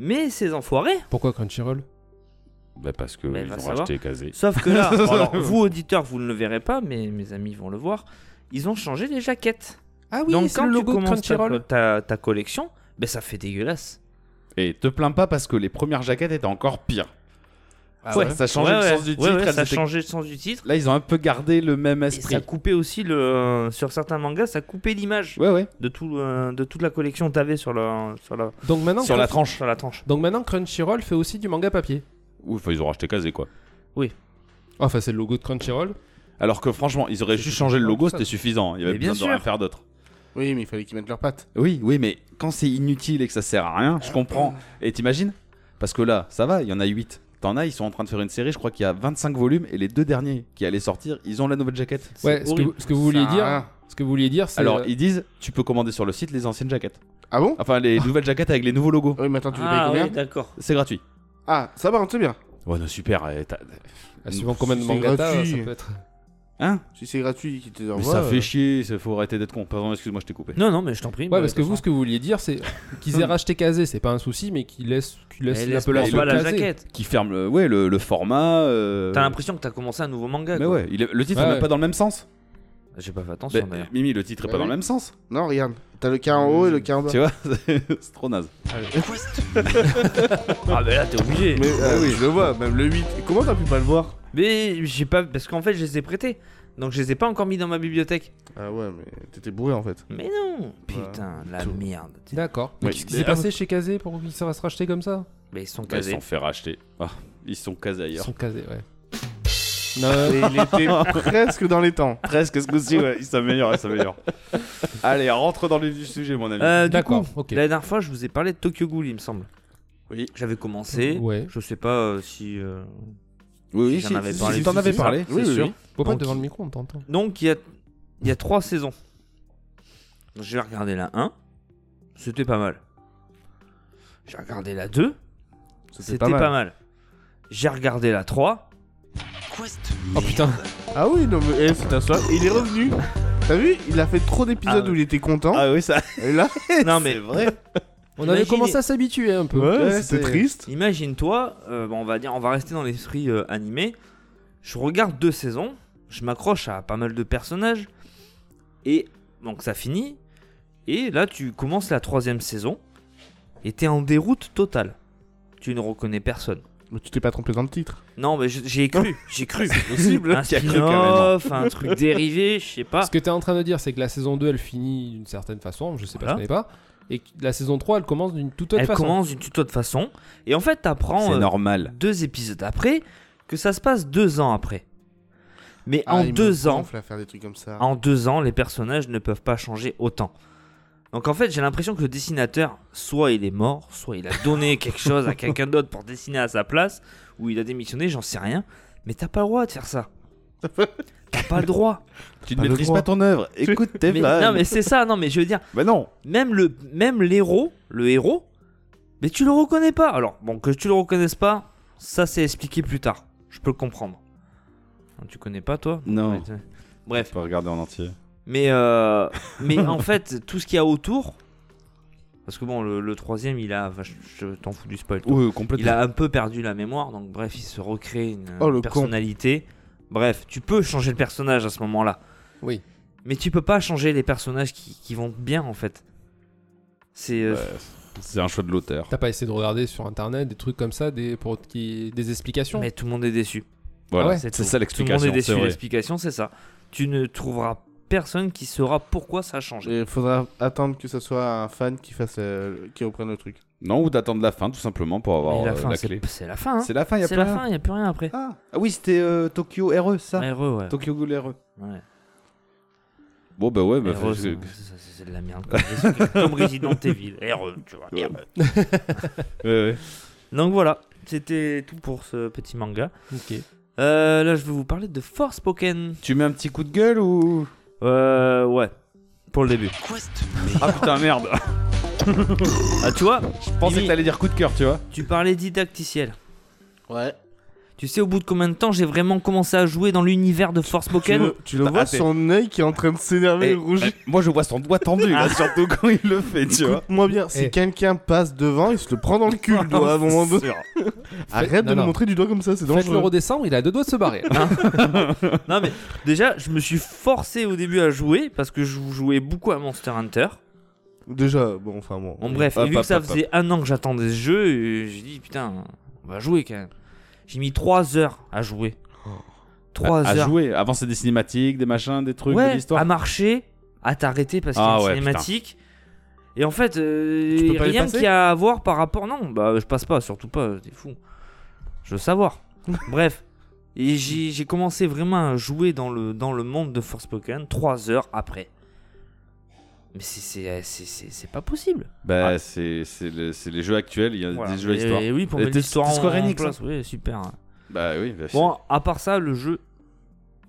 B: Mais ces enfoirés,
F: Pourquoi Crunchyroll
D: Bah parce que
B: Mais
D: ils
B: va
D: ont
B: savoir.
D: racheté Kazé.
B: sauf que là, bon, alors, vous auditeurs, vous ne le verrez pas, mais mes amis vont le voir. Ils ont changé les jaquettes.
F: Ah oui,
B: Donc
F: c'est
B: quand
F: le
B: tu
F: logo de
B: commences ta,
F: Crunchyroll.
B: ta- ta collection, ben ça fait dégueulasse.
D: Et te plains pas parce que les premières jaquettes étaient encore pires. Ah
G: Ah
D: ouais, ça changeait
B: Ouais,
D: le
B: ouais,
D: sens du
B: ouais,
D: titre.
B: ouais,
D: elles
B: ça
D: étaient-
B: changeait le sens du titre.
D: Là, ils ont un peu gardé le même
B: Et
D: esprit.
B: ça coupait aussi le sur certains mangas, ça coupait l'image
D: Ouais, ouais.
B: de tout euh, de toute la collection que t'avais sur la sur la
F: Donc maintenant,
D: Sur la
F: Crunch-
D: tranche.
B: sur la tranche.
F: Donc maintenant, Crunchyroll fait aussi du manga papier.
D: Ouf, ils ont racheté Kazé quoi.
F: Ah, Enfin, c'est le logo de Crunchyroll.
D: Alors que franchement, ils auraient
F: C'est
D: juste changé le logo,
F: ça.
D: c'était suffisant. Il y avait
B: Mais bien
D: besoin de rien
B: sûr.
D: faire d'autre.
G: Oui, mais il fallait qu'ils mettent leurs pattes.
D: Oui, oui, mais quand c'est inutile et que ça sert à rien, je comprends.
B: Euh.
D: Et t'imagines Parce que là, ça va, il y en a 8. T'en as, ils sont en train de faire une série, je crois qu'il y a 25 volumes, et les deux derniers qui allaient sortir, ils ont la nouvelle jaquette.
B: C'est
F: Ouais. Ce que,
B: horrible.
F: vous- ce que vous vouliez
G: Ça a
F: dire,
G: rien.
F: ce que vous vouliez dire, c'est.
D: Alors,
F: euh,
D: ils disent, tu peux commander sur le site les anciennes jaquettes.
G: Ah bon
D: Enfin, les nouvelles jaquettes avec les nouveaux logos.
G: Oui, mais attends, tu les payes
B: Ah
G: combien
B: oui, d'accord.
D: C'est gratuit.
G: Ah, ça va, c'est bien.
D: Ouais, non, super. eh, t'as-
F: bah, suivant combien de
G: c'est
F: mangas t'as, ça
G: gratuit.
F: peut être.
D: Hein
G: Si c'est gratuit, qu'ils te
D: Mais
G: envoient.
D: ça fait
G: euh,
D: chier, ça- faut arrêter d'être con. Pardon, excuse-moi, je t'ai coupé.
B: Non non, mais je t'en prie.
F: Ouais,
B: bah,
F: parce que
B: de
F: vous, ce
B: toute
F: que vous vouliez dire, c'est qu'ils aient racheté Kazé, c'est pas un souci, mais qu'ils laissent, qu'ils laissent
B: façon, elle
F: l'appellation
B: laisse pas la
F: Kazé.
B: jaquette.
D: Qui ferme le, ouais, le, le format. euh,
B: T'as l'impression que t'as commencé un nouveau manga.
D: Mais
B: quoi.
D: ouais, il est- le titre
F: Ouais,
D: n'est
F: ouais.
D: pas dans le même sens.
B: J'ai pas fait attention
D: Bah,
B: d'ailleurs.
D: Mimi, le titre est
G: Bah
D: pas dans
G: oui.
D: le même sens.
G: Non, regarde. T'as le cas en haut et le cas en bas.
D: Tu vois, c'est trop naze.
B: Ah mais là t'es obligé.
G: Mais euh, oui, je le vois, même le 8. Comment t'as pu pas le voir
B: Mais j'ai pas parce qu'en fait je les ai prêtés. Donc je les ai pas encore mis dans ma bibliothèque.
G: Ah ouais, mais t'étais bourré en fait.
B: Mais non. Putain la merde.
F: D'accord. Mais
D: Ouais.
F: Qu'est-ce qui s'est passé chez Kazé pour que ça va se racheter comme ça
B: Mais Bah, ils sont
D: Ils se
B: casés.
D: sont fait racheter. Ah, Bah ils sont casés
F: Ils
D: ailleurs.
F: sont Kazé, ouais. Non,
G: Et il était presque dans les temps.
D: Presque ce coup-ci, ouais, ils s'améliorent, ils s'améliorent. Allez, rentre dans le vif du sujet, mon ami.
B: Euh, du coup,
F: D'accord, ok.
B: La dernière fois, je vous ai parlé de Tokyo Ghoul, il me semble.
D: Oui.
B: J'avais commencé.
F: Ouais.
B: Je sais pas euh, si. euh,
D: oui,
B: si j'en avais parlé.
D: t'en
B: C'est
D: avais
B: sûr.
D: parlé.
B: C'est
D: Oui, oui,
B: sûr.
D: oui.
F: Faut pas
B: Donc,
F: devant le micro, on t'entend.
B: Donc, il y a, il y a trois saisons. Donc, J'ai regardé la 1. C'était pas mal. J'ai regardé la 2. C'était pas, mal. J'ai regardé la 3.
F: Oh putain.
G: Ah oui, non, mais eh, c'est un soir. Il est revenu. T'as vu Il a fait trop d'épisodes
B: Ah ouais.
G: où il était content.
D: Ah oui, ça.
G: Et là,
B: non, mais
D: vrai.
F: On avait
B: Imaginez-
F: commencé à s'habituer un peu.
G: c'était triste.
B: Imagine-toi, euh, bon, on va dire, on va rester dans l'esprit euh, animé. Je regarde deux saisons, je m'accroche à pas mal de personnages, et donc ça finit. Et là, tu commences la troisième saison, et t'es en déroute totale. Tu ne reconnais personne.
G: Mais tu t'es pas trompé dans le titre.
B: Non, mais je- j'ai cru, j'ai cru.
D: Possible.
B: Un spin-off, un truc dérivé, je sais pas.
F: Ce que t'es en train de dire, c'est que la saison 2, elle finit d'une certaine façon, je sais pas,
B: Voilà.
F: je connais pas. Et que la saison 3, elle commence d'une toute autre
B: Elle
F: façon.
B: commence d'une toute autre façon, et en fait, t'apprends
D: C'est
B: euh,
D: normal.
B: deux épisodes après que ça se passe deux ans après. Mais
G: Ah,
B: en
G: il me
B: deux ans,
G: Ah. gonfle à faire des trucs comme ça.
B: En deux ans, les personnages ne peuvent pas changer autant. Donc en fait, j'ai l'impression que le dessinateur, soit il est mort, soit il a donné quelque chose à quelqu'un d'autre pour dessiner à sa place, ou il a démissionné, j'en sais rien. Mais t'as pas le droit de faire ça. T'as pas le droit.
D: Tu ne
F: Pas le
D: maîtrises
F: droit.
D: pas ton œuvre. Écoute tes
B: Mais-
D: blagues.
B: non mais c'est ça, non mais je veux dire,
D: Bah non.
B: même le même l'héros, le héros, mais tu le reconnais pas. Alors bon, que tu le reconnaisses pas, ça c'est expliqué plus tard. Je peux le comprendre. Tu connais pas toi
D: Non.
B: Ouais, Bref.
D: Tu peux regarder en entier.
B: Mais, euh, mais en fait, tout ce qu'il y a autour. Parce que bon, le, le troisième, il a. enfin, je je t'en fous du spoil. toi.
D: Oui,
B: Il
D: complètement.
B: a un peu perdu la mémoire, donc bref, il se recrée une
G: Oh, le
B: personnalité. Bref, tu peux changer le personnage à ce moment-là.
F: Oui.
B: Mais tu peux pas changer les personnages qui, qui vont bien en fait. C'est. euh,
D: Ouais, C'est un choix de l'auteur.
F: T'as pas essayé de regarder sur internet des trucs comme ça, des, pour, qui, des explications
B: Mais tout le monde est déçu.
D: Voilà,
F: ouais.
D: c'est
B: tout.
D: ça l'explication.
B: Tout le monde est
D: c'est
B: déçu.
D: vrai.
B: L'explication, c'est ça. Tu ne trouveras personne qui saura pourquoi ça a changé.
G: Il faudra attendre que ce soit un fan qui fasse, euh, qui reprenne le truc.
D: Non, ou d'attendre la fin tout simplement pour avoir
B: Mais
D: euh,
B: la
D: la,
B: fin, c'est
D: clé.
B: c'est la fin. hein.
D: C'est la fin, il y a
B: C'est
D: pas
B: la fin, il n'y a plus rien après.
D: Ah. Ah oui, c'était euh, Tokyo RE, ça
B: Heureux, ouais.
D: Tokyo Ghoul RE.
B: Ouais.
D: Bon, bah ouais, bah,
B: RE,
D: je-
B: E, c'est c'est- c'est de la merde. comme- Comme Resident Evil. RE, tu vois. E. merde.
D: ouais, ouais.
B: Donc voilà, c'était tout pour ce petit manga.
F: Ok.
B: Euh, là, je vais vous parler de Force Pokémon.
D: Tu mets un petit coup de gueule ou.
B: Euh, ouais. Pour le début.
D: Ah putain, merde
B: Ah, tu vois,
D: Je pensais
B: Mimi,
D: que t'allais dire coup de cœur, tu vois.
B: tu parlais didacticiel.
G: Ouais.
B: Tu sais au bout de combien de temps j'ai vraiment commencé à jouer dans l'univers de Force
G: Tu
B: Pokémon
G: le, tu le
D: T'as
G: vois,
D: hâté.
G: son œil qui est en train de s'énerver et
D: Eh,
G: rougir.
D: bah, moi, je vois son doigt tendu,
B: Ah.
D: là, surtout quand il le fait, tu vois.
G: Moi bien, si
F: Eh.
G: quelqu'un passe devant, il se le prend dans le cul, le doigt, à un moment donné. Arrête
F: non,
G: de me
F: non.
G: montrer du doigt comme ça, c'est
F: Faites le
G: dangereux.
F: redescendre, il a deux doigts de se barrer.
B: Non mais déjà, je me suis forcé au début à jouer parce que je jouais beaucoup à Monster Hunter.
G: Déjà, bon, enfin bon.
B: Bon, bref,
D: Hop,
B: et vu
D: hop,
B: que ça
D: hop, hop.
B: faisait un an que j'attendais ce jeu, euh, j'ai dit putain, on va jouer quand même. J'ai mis 3 heures à jouer. 3
D: Oh. à, à
B: heures.
D: jouer, avancer des cinématiques, des machins, des trucs, de
B: ouais, ah
D: l'histoire.
B: à marcher, à t'arrêter parce qu'il y a
D: Ah
B: une
D: ouais,
B: cinématique. Et en fait, euh,
G: Tu peux pas les
B: rien
G: passer
B: qu'il y a à voir par rapport. Non, bah je passe pas, surtout pas, t'es fou. Je veux savoir. bref. Et j'ai j'ai commencé vraiment à jouer dans le, dans le monde de Forspoken 3 heures après. Mais c'est- c'est c'est- c'est- c'est pas possible.
D: Bah,
B: Ouais.
D: c'est c'est le- c'est les jeux actuels, il y a
B: Ah. Voilà.
D: des jeux à
B: Et-
D: l'histoire.
B: Et oui, pour
D: Et
B: mettre
D: t'es-
B: l'histoire
D: t'es
B: en,
D: Square
B: en
D: Enix, hein.
B: place. Oui, super.
D: Bah oui, bah,
B: Bon, à part ça, le jeu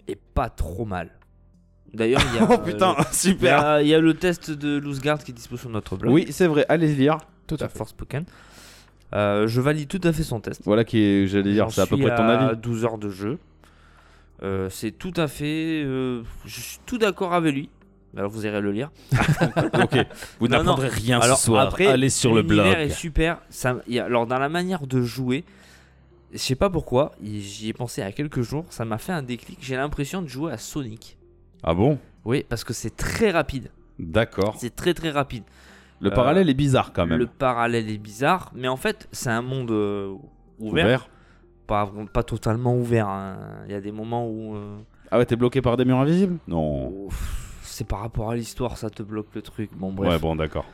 B: est pas trop mal. D'ailleurs, il y a.
D: c'est- Oh putain,
B: euh, il y
D: super
B: a- il y a le test de Loose Guard qui est dispo sur notre blog.
D: Oui, c'est vrai, allez lire.
F: Tout à
B: la
F: fait.
B: Force Pokémon. Euh, je valide tout à fait son test.
D: Voilà qui est, j'allais
B: J'en
D: dire, c'est à peu
B: suis
D: près ton avis.
B: 12 heures de jeu. Euh, c'est tout à fait. euh, je suis tout d'accord avec lui. Alors vous irez le lire.
D: ok, vous
B: Non,
D: n'apprendrez rien
B: Alors,
D: ce soir.
B: après,
D: allez sur le blog.
B: L'univers est super. Ça, il y a- alors dans la manière de jouer, je sais pas pourquoi, il- j'y ai pensé il y a quelques jours, ça m'a fait un déclic. J'ai l'impression de jouer à Sonic.
D: Ah bon
B: Oui, parce que c'est très rapide.
D: D'accord.
B: C'est très très rapide.
D: Le
B: Euh,
D: parallèle est bizarre quand Ah, même.
B: Le parallèle est bizarre, mais en fait, c'est un monde euh, ouvert.
D: Ouvert.
B: Pas, pas totalement ouvert. hein. Il y a des moments où euh,
D: Ah ouais, t'es bloqué par des murs invisibles Non.
B: ouf, c'est par rapport à l'histoire, ça te bloque le truc. Bon, bref.
D: Ouais, bon, d'accord.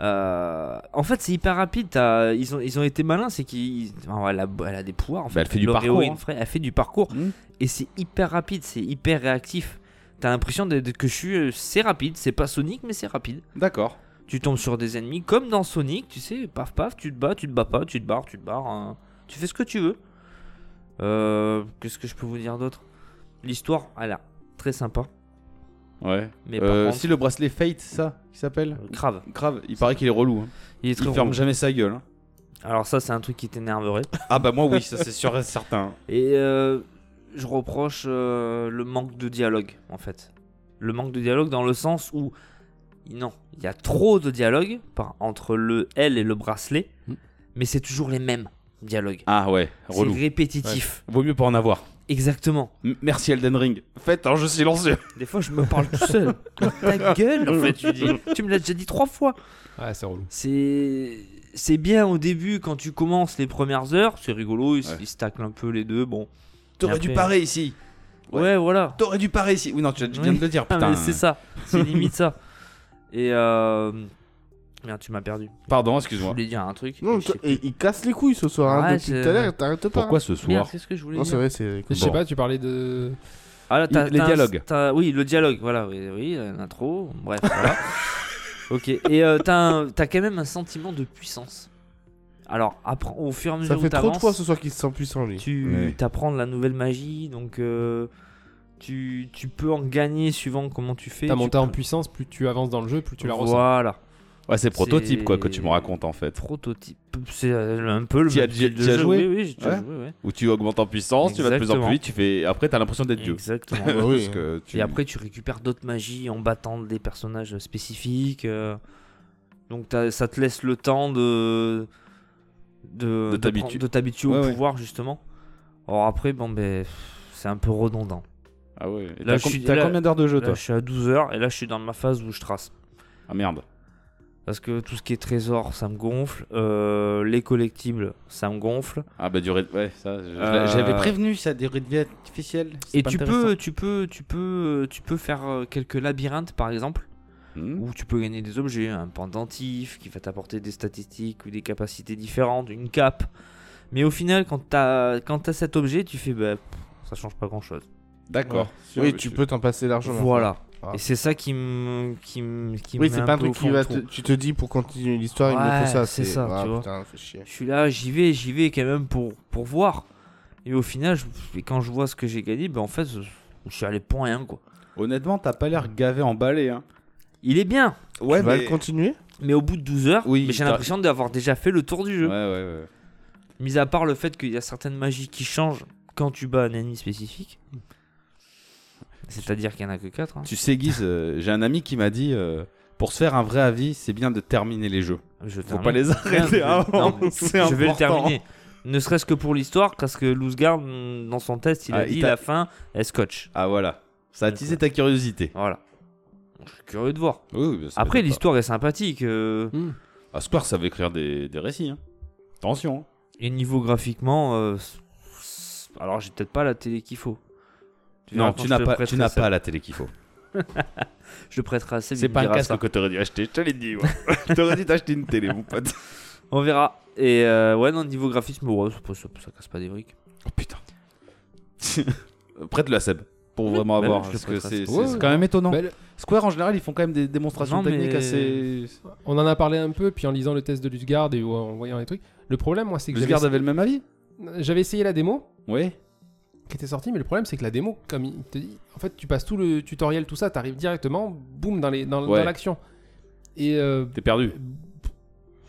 B: Euh, en fait, c'est hyper rapide. t'as- Ils ont, ils ont été malins, c'est qu'ils. enfin, elle, a, elle a des pouvoirs. En fait.
D: Bah, elle fait du
B: Leur
D: parcours,
B: héroïne,
D: hein.
B: frère, elle fait du parcours.
D: Mm.
B: Et c'est hyper rapide, c'est hyper réactif. T'as l'impression de- de- que je suis. euh, C'est rapide, c'est pas Sonic, mais c'est rapide.
D: D'accord.
B: Tu tombes sur des ennemis comme dans Sonic, tu sais, paf paf, tu te bats, tu te bats pas, tu te barres, tu te barres. hein. Tu fais ce que tu veux. Euh, Qu'est-ce que je peux vous dire d'autre L'histoire, elle a très sympa.
D: Ouais.
B: Mais
D: Euh,
B: par contre,
D: Si le bracelet Fate, ça, il s'appelle
B: euh, grave.
D: Grave, il paraît qu'il est relou. hein.
B: Il est
D: Il
B: très
D: ferme
B: relou.
D: jamais sa gueule. hein.
B: Alors, ça, c'est un truc qui t'énerverait.
D: Ah bah moi oui, ça c'est sûr et certain.
B: Et euh, je reproche euh, le manque de dialogue, en fait. Le manque de dialogue dans le sens où, non, il y a trop de dialogue par- entre le L et le bracelet,
F: Mm.
B: mais c'est toujours les mêmes dialogues.
D: Ah ouais,
B: c'est
D: relou.
B: répétitif.
D: Vaut mieux pas en avoir.
B: Exactement.
D: M- merci Elden Ring. Faites un jeu silencieux.
B: Des fois, je me parle tout seul. Ta gueule,
D: Mm.
B: en fait, tu dis. Tu me l'as déjà dit trois fois.
F: Ouais, c'est relou.
B: C'est. C'est bien au début quand tu commences les premières heures, c'est rigolo, ils,
D: Ouais.
B: ils se taclent un peu les deux, bon.
D: T'aurais
B: Et
D: dû
B: après-
D: parer ici. Ouais.
B: ouais voilà.
D: T'aurais dû parer ici. Oui, non, tu viens
B: Oui.
D: de le dire,
B: Ah,
D: putain.
B: mais c'est ça, c'est limite ça. Et euh... merde, tu m'as perdu.
D: Pardon,
B: Je
D: excuse-moi.
B: voulais dire un truc.
G: Non,
B: mais je sais
G: toi-
B: plus.
G: et il casse les couilles ce soir, hein,
B: Ouais,
G: depuis
B: c'est-
G: tout à l'heure, t'arrêtes pas.
D: Pourquoi ce
B: hein. Merde,
D: soir
B: qu'est-ce que je voulais
G: Non, c'est
B: dire
G: vrai, c'est.
F: Je sais
D: Bon.
F: pas, tu parlais de.
B: Ah là, t'as-
D: Il- les
B: t'as un-
D: dialogues.
B: t'as- Oui, le dialogue, euh, voilà, oui, oui l'intro, bref, voilà. Ok, et euh, t'as un- t'as quand même un sentiment de puissance. Alors, après, au fur et à mesure
G: Ça
B: où
G: fait trop de
B: t'avances-
G: fois ce soir qu'il se sent puissant lui.
B: tu
D: Ouais.
B: t'apprends de la nouvelle magie, donc euh, tu, tu peux en gagner suivant comment tu fais.
F: T'as
B: tu
F: monté en
B: peux-
F: puissance, plus tu avances dans le jeu, plus tu la ressens.
B: Voilà,
D: Ouais, Ah, c'est prototype quoi que
B: C'est-
D: tu me racontes en fait.
B: prototype. C'est euh, un peu le
D: T'y as
B: même
D: déjà-
B: style de
D: t'y as
B: jeu.
D: joué
B: Oui, oui, j'ai déjà
D: Ouais.
B: joué, ouais.
D: Où tu augmentes en puissance, tu vas de plus en
B: Exactement.
D: plus vite, tu fais. Après, t'as l'impression d'être Dieu.
B: Exactement.
G: Ah bah oui.
D: Parce que tu-
B: Et après, tu récupères d'autres magies en battant des personnages spécifiques. euh, donc, t'as- ça te laisse le temps de.
D: De
B: de, de
D: t'habituer.
B: prendre- de t'habituer
D: Ouais,
B: au
D: ouais.
B: pouvoir, justement. Alors, après, bon, ben. pff, C'est un peu redondant.
D: Ah ouais. Et
B: Là,
D: T'as
B: je
D: com-
B: suis-
D: t'as
B: là-
D: combien d'heures de jeu
B: Là,
D: toi
B: je suis à 12 heures et là, je suis dans ma phase où je trace.
D: Ah merde.
B: Parce que tout ce qui est trésor, ça me gonfle. euh, les collectibles, ça me gonfle.
D: Ah bah durée. de- Ouais, ça. je- je
B: Euh,
D: l'ai- J'avais prévenu ça, durée de vie artificielle. c'est
B: Et
D: pas
B: tu
D: intéressant.
B: peux, tu peux, tu peux, tu peux faire euh, quelques labyrinthes par exemple,
D: Hmm.
B: où tu peux gagner des objets, un pendentif qui va t'apporter des statistiques ou des capacités différentes, une cape. Mais au final, quand t'as, quand t'as cet objet, tu fais, bah, pff, ça change pas grand chose.
D: D'accord.
G: Oui, tu peux t'en passer largement.
B: Voilà.
G: Ah.
B: Et c'est ça qui me, qui me, qui
G: Oui,
B: me
G: c'est
B: met
G: pas un
B: peu au
G: truc
B: fond
G: qui
B: du
G: va.
B: trou.
G: te- Tu te dis pour continuer l'histoire, il me
B: Ouais,
G: faut ça.
B: c'est ça,
G: Ah,
B: tu vois.
G: Putain, fait chier.
B: Je suis là, j'y vais, j'y vais quand même pour, pour voir. Et au final, je- et quand je vois ce que j'ai gagné, ben en fait, je je suis allé point 1 quoi.
D: Honnêtement, t'as pas l'air gavé emballé. Hein.
B: Il est bien,
D: Ouais,
G: tu vas le continuer
B: mais au bout de 12 heures,
D: Oui,
B: mais j'ai
D: t'as-
B: l'impression d'avoir déjà fait le tour du
D: Ouais,
B: jeu.
D: ouais, ouais.
B: Mis à part le fait qu'il y a certaines magies qui changent quand tu bats un ennemi spécifique. C'est-à-dire qu'il n'y en a que hein. 4.
D: Tu sais, Guise, euh, j'ai un ami qui m'a dit euh, pour se faire un vrai avis, c'est bien de terminer les jeux.
B: Je
D: Faut
B: termine.
D: pas les arrêter
B: Non, mais-
D: avant.
B: non, mais
D: c'est
B: Je vais le
D: important.
B: terminer. Ne serait-ce que pour l'histoire, parce que Loosegard, mm, dans son test, il
D: Ah,
B: a
D: il
B: dit
D: t'a-
B: la fin, elle scotch.
D: Ah voilà. Ça a attisé ta curiosité.
B: Voilà. Je suis curieux de voir.
D: Oui, oui, bah, ça
B: Après,
D: m'étonne pas.
B: l'histoire est sympathique. euh,
D: Ah, Square, ça veut écrire des, des récits. hein. Attention. hein.
B: et niveau graphiquement, euh, c- c- alors j'ai peut-être pas la télé qu'il faut. verras
D: Non,
B: quand
D: tu
B: je
D: n'as
B: te
D: pas, tu
B: prêterai
D: n'as
B: ça.
D: pas la télé qu'il faut.
B: Je le prêterai assez.
D: C'est pas un casque que t'aurais dû acheter, je te l'ai dit. moi. je t'aurais dit d'acheter une télé, mon pote.
B: On verra. Et euh, ouais, non, niveau graphisme, ouais, ça, ça- ça casse pas des briques.
D: Oh putain. Prête-le à Seb pour vraiment
B: bah,
D: avoir.
B: je le
D: Parce que
B: prêterai à
D: c'est
F: Seb.
D: c'est
F: Ouais, ouais.
D: quand même étonnant.
F: Belle-
D: Square, en général, ils font quand même des démonstrations
B: Non, mais-
D: techniques assez.
F: On en a parlé un peu, puis en lisant le test de Lutgard et en voyant les trucs. Le problème, moi, c'est que
D: Lutgard
F: j'avais-
D: avait le même avis
F: j'avais essayé la démo,
D: Oui.
F: qui était sorti, mais le problème c'est que la démo, comme il te dit, en fait tu passes tout le tutoriel, tout ça, t'arrives directement, boum, dans les- dans-
D: Ouais.
F: dans l'action. et euh,
D: T'es perdu.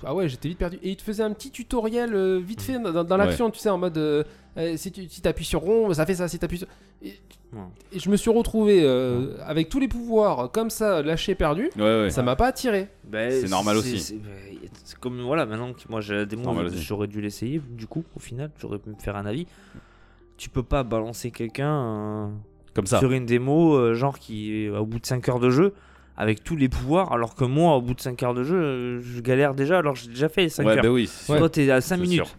F: ah ouais, j'étais vite perdu. Et il te faisait un petit tutoriel euh, vite fait dans, dans- dans
D: Ouais.
F: l'action, tu sais, en mode euh, euh, si tu si t'appuies sur rond, ça fait ça, si t'appuies sur. Et,
B: Ouais.
F: et je me suis retrouvé euh, avec tous les pouvoirs comme ça, lâché, perdu.
D: Ouais, ouais.
F: Ça m'a pas attiré.
B: Ben,
D: C'est normal aussi.
B: c'est- ben, c'est comme voilà, maintenant que moi j'ai la démo,
D: normal aussi.
B: j'aurais dû l'essayer. Du coup, au final, j'aurais pu me faire un avis. Tu peux pas balancer quelqu'un euh,
D: Comme ça.
B: sur une démo, euh, genre qui est au bout de 5 heures de jeu, avec tous les pouvoirs, alors que moi, au bout de 5 heures de jeu, euh, je galère déjà, alors j'ai déjà fait les 5
D: Ouais,
B: heures.
D: bah oui. c'est sûr.
B: Toi, t'es à 5
D: C'est
B: minutes.
D: sûr.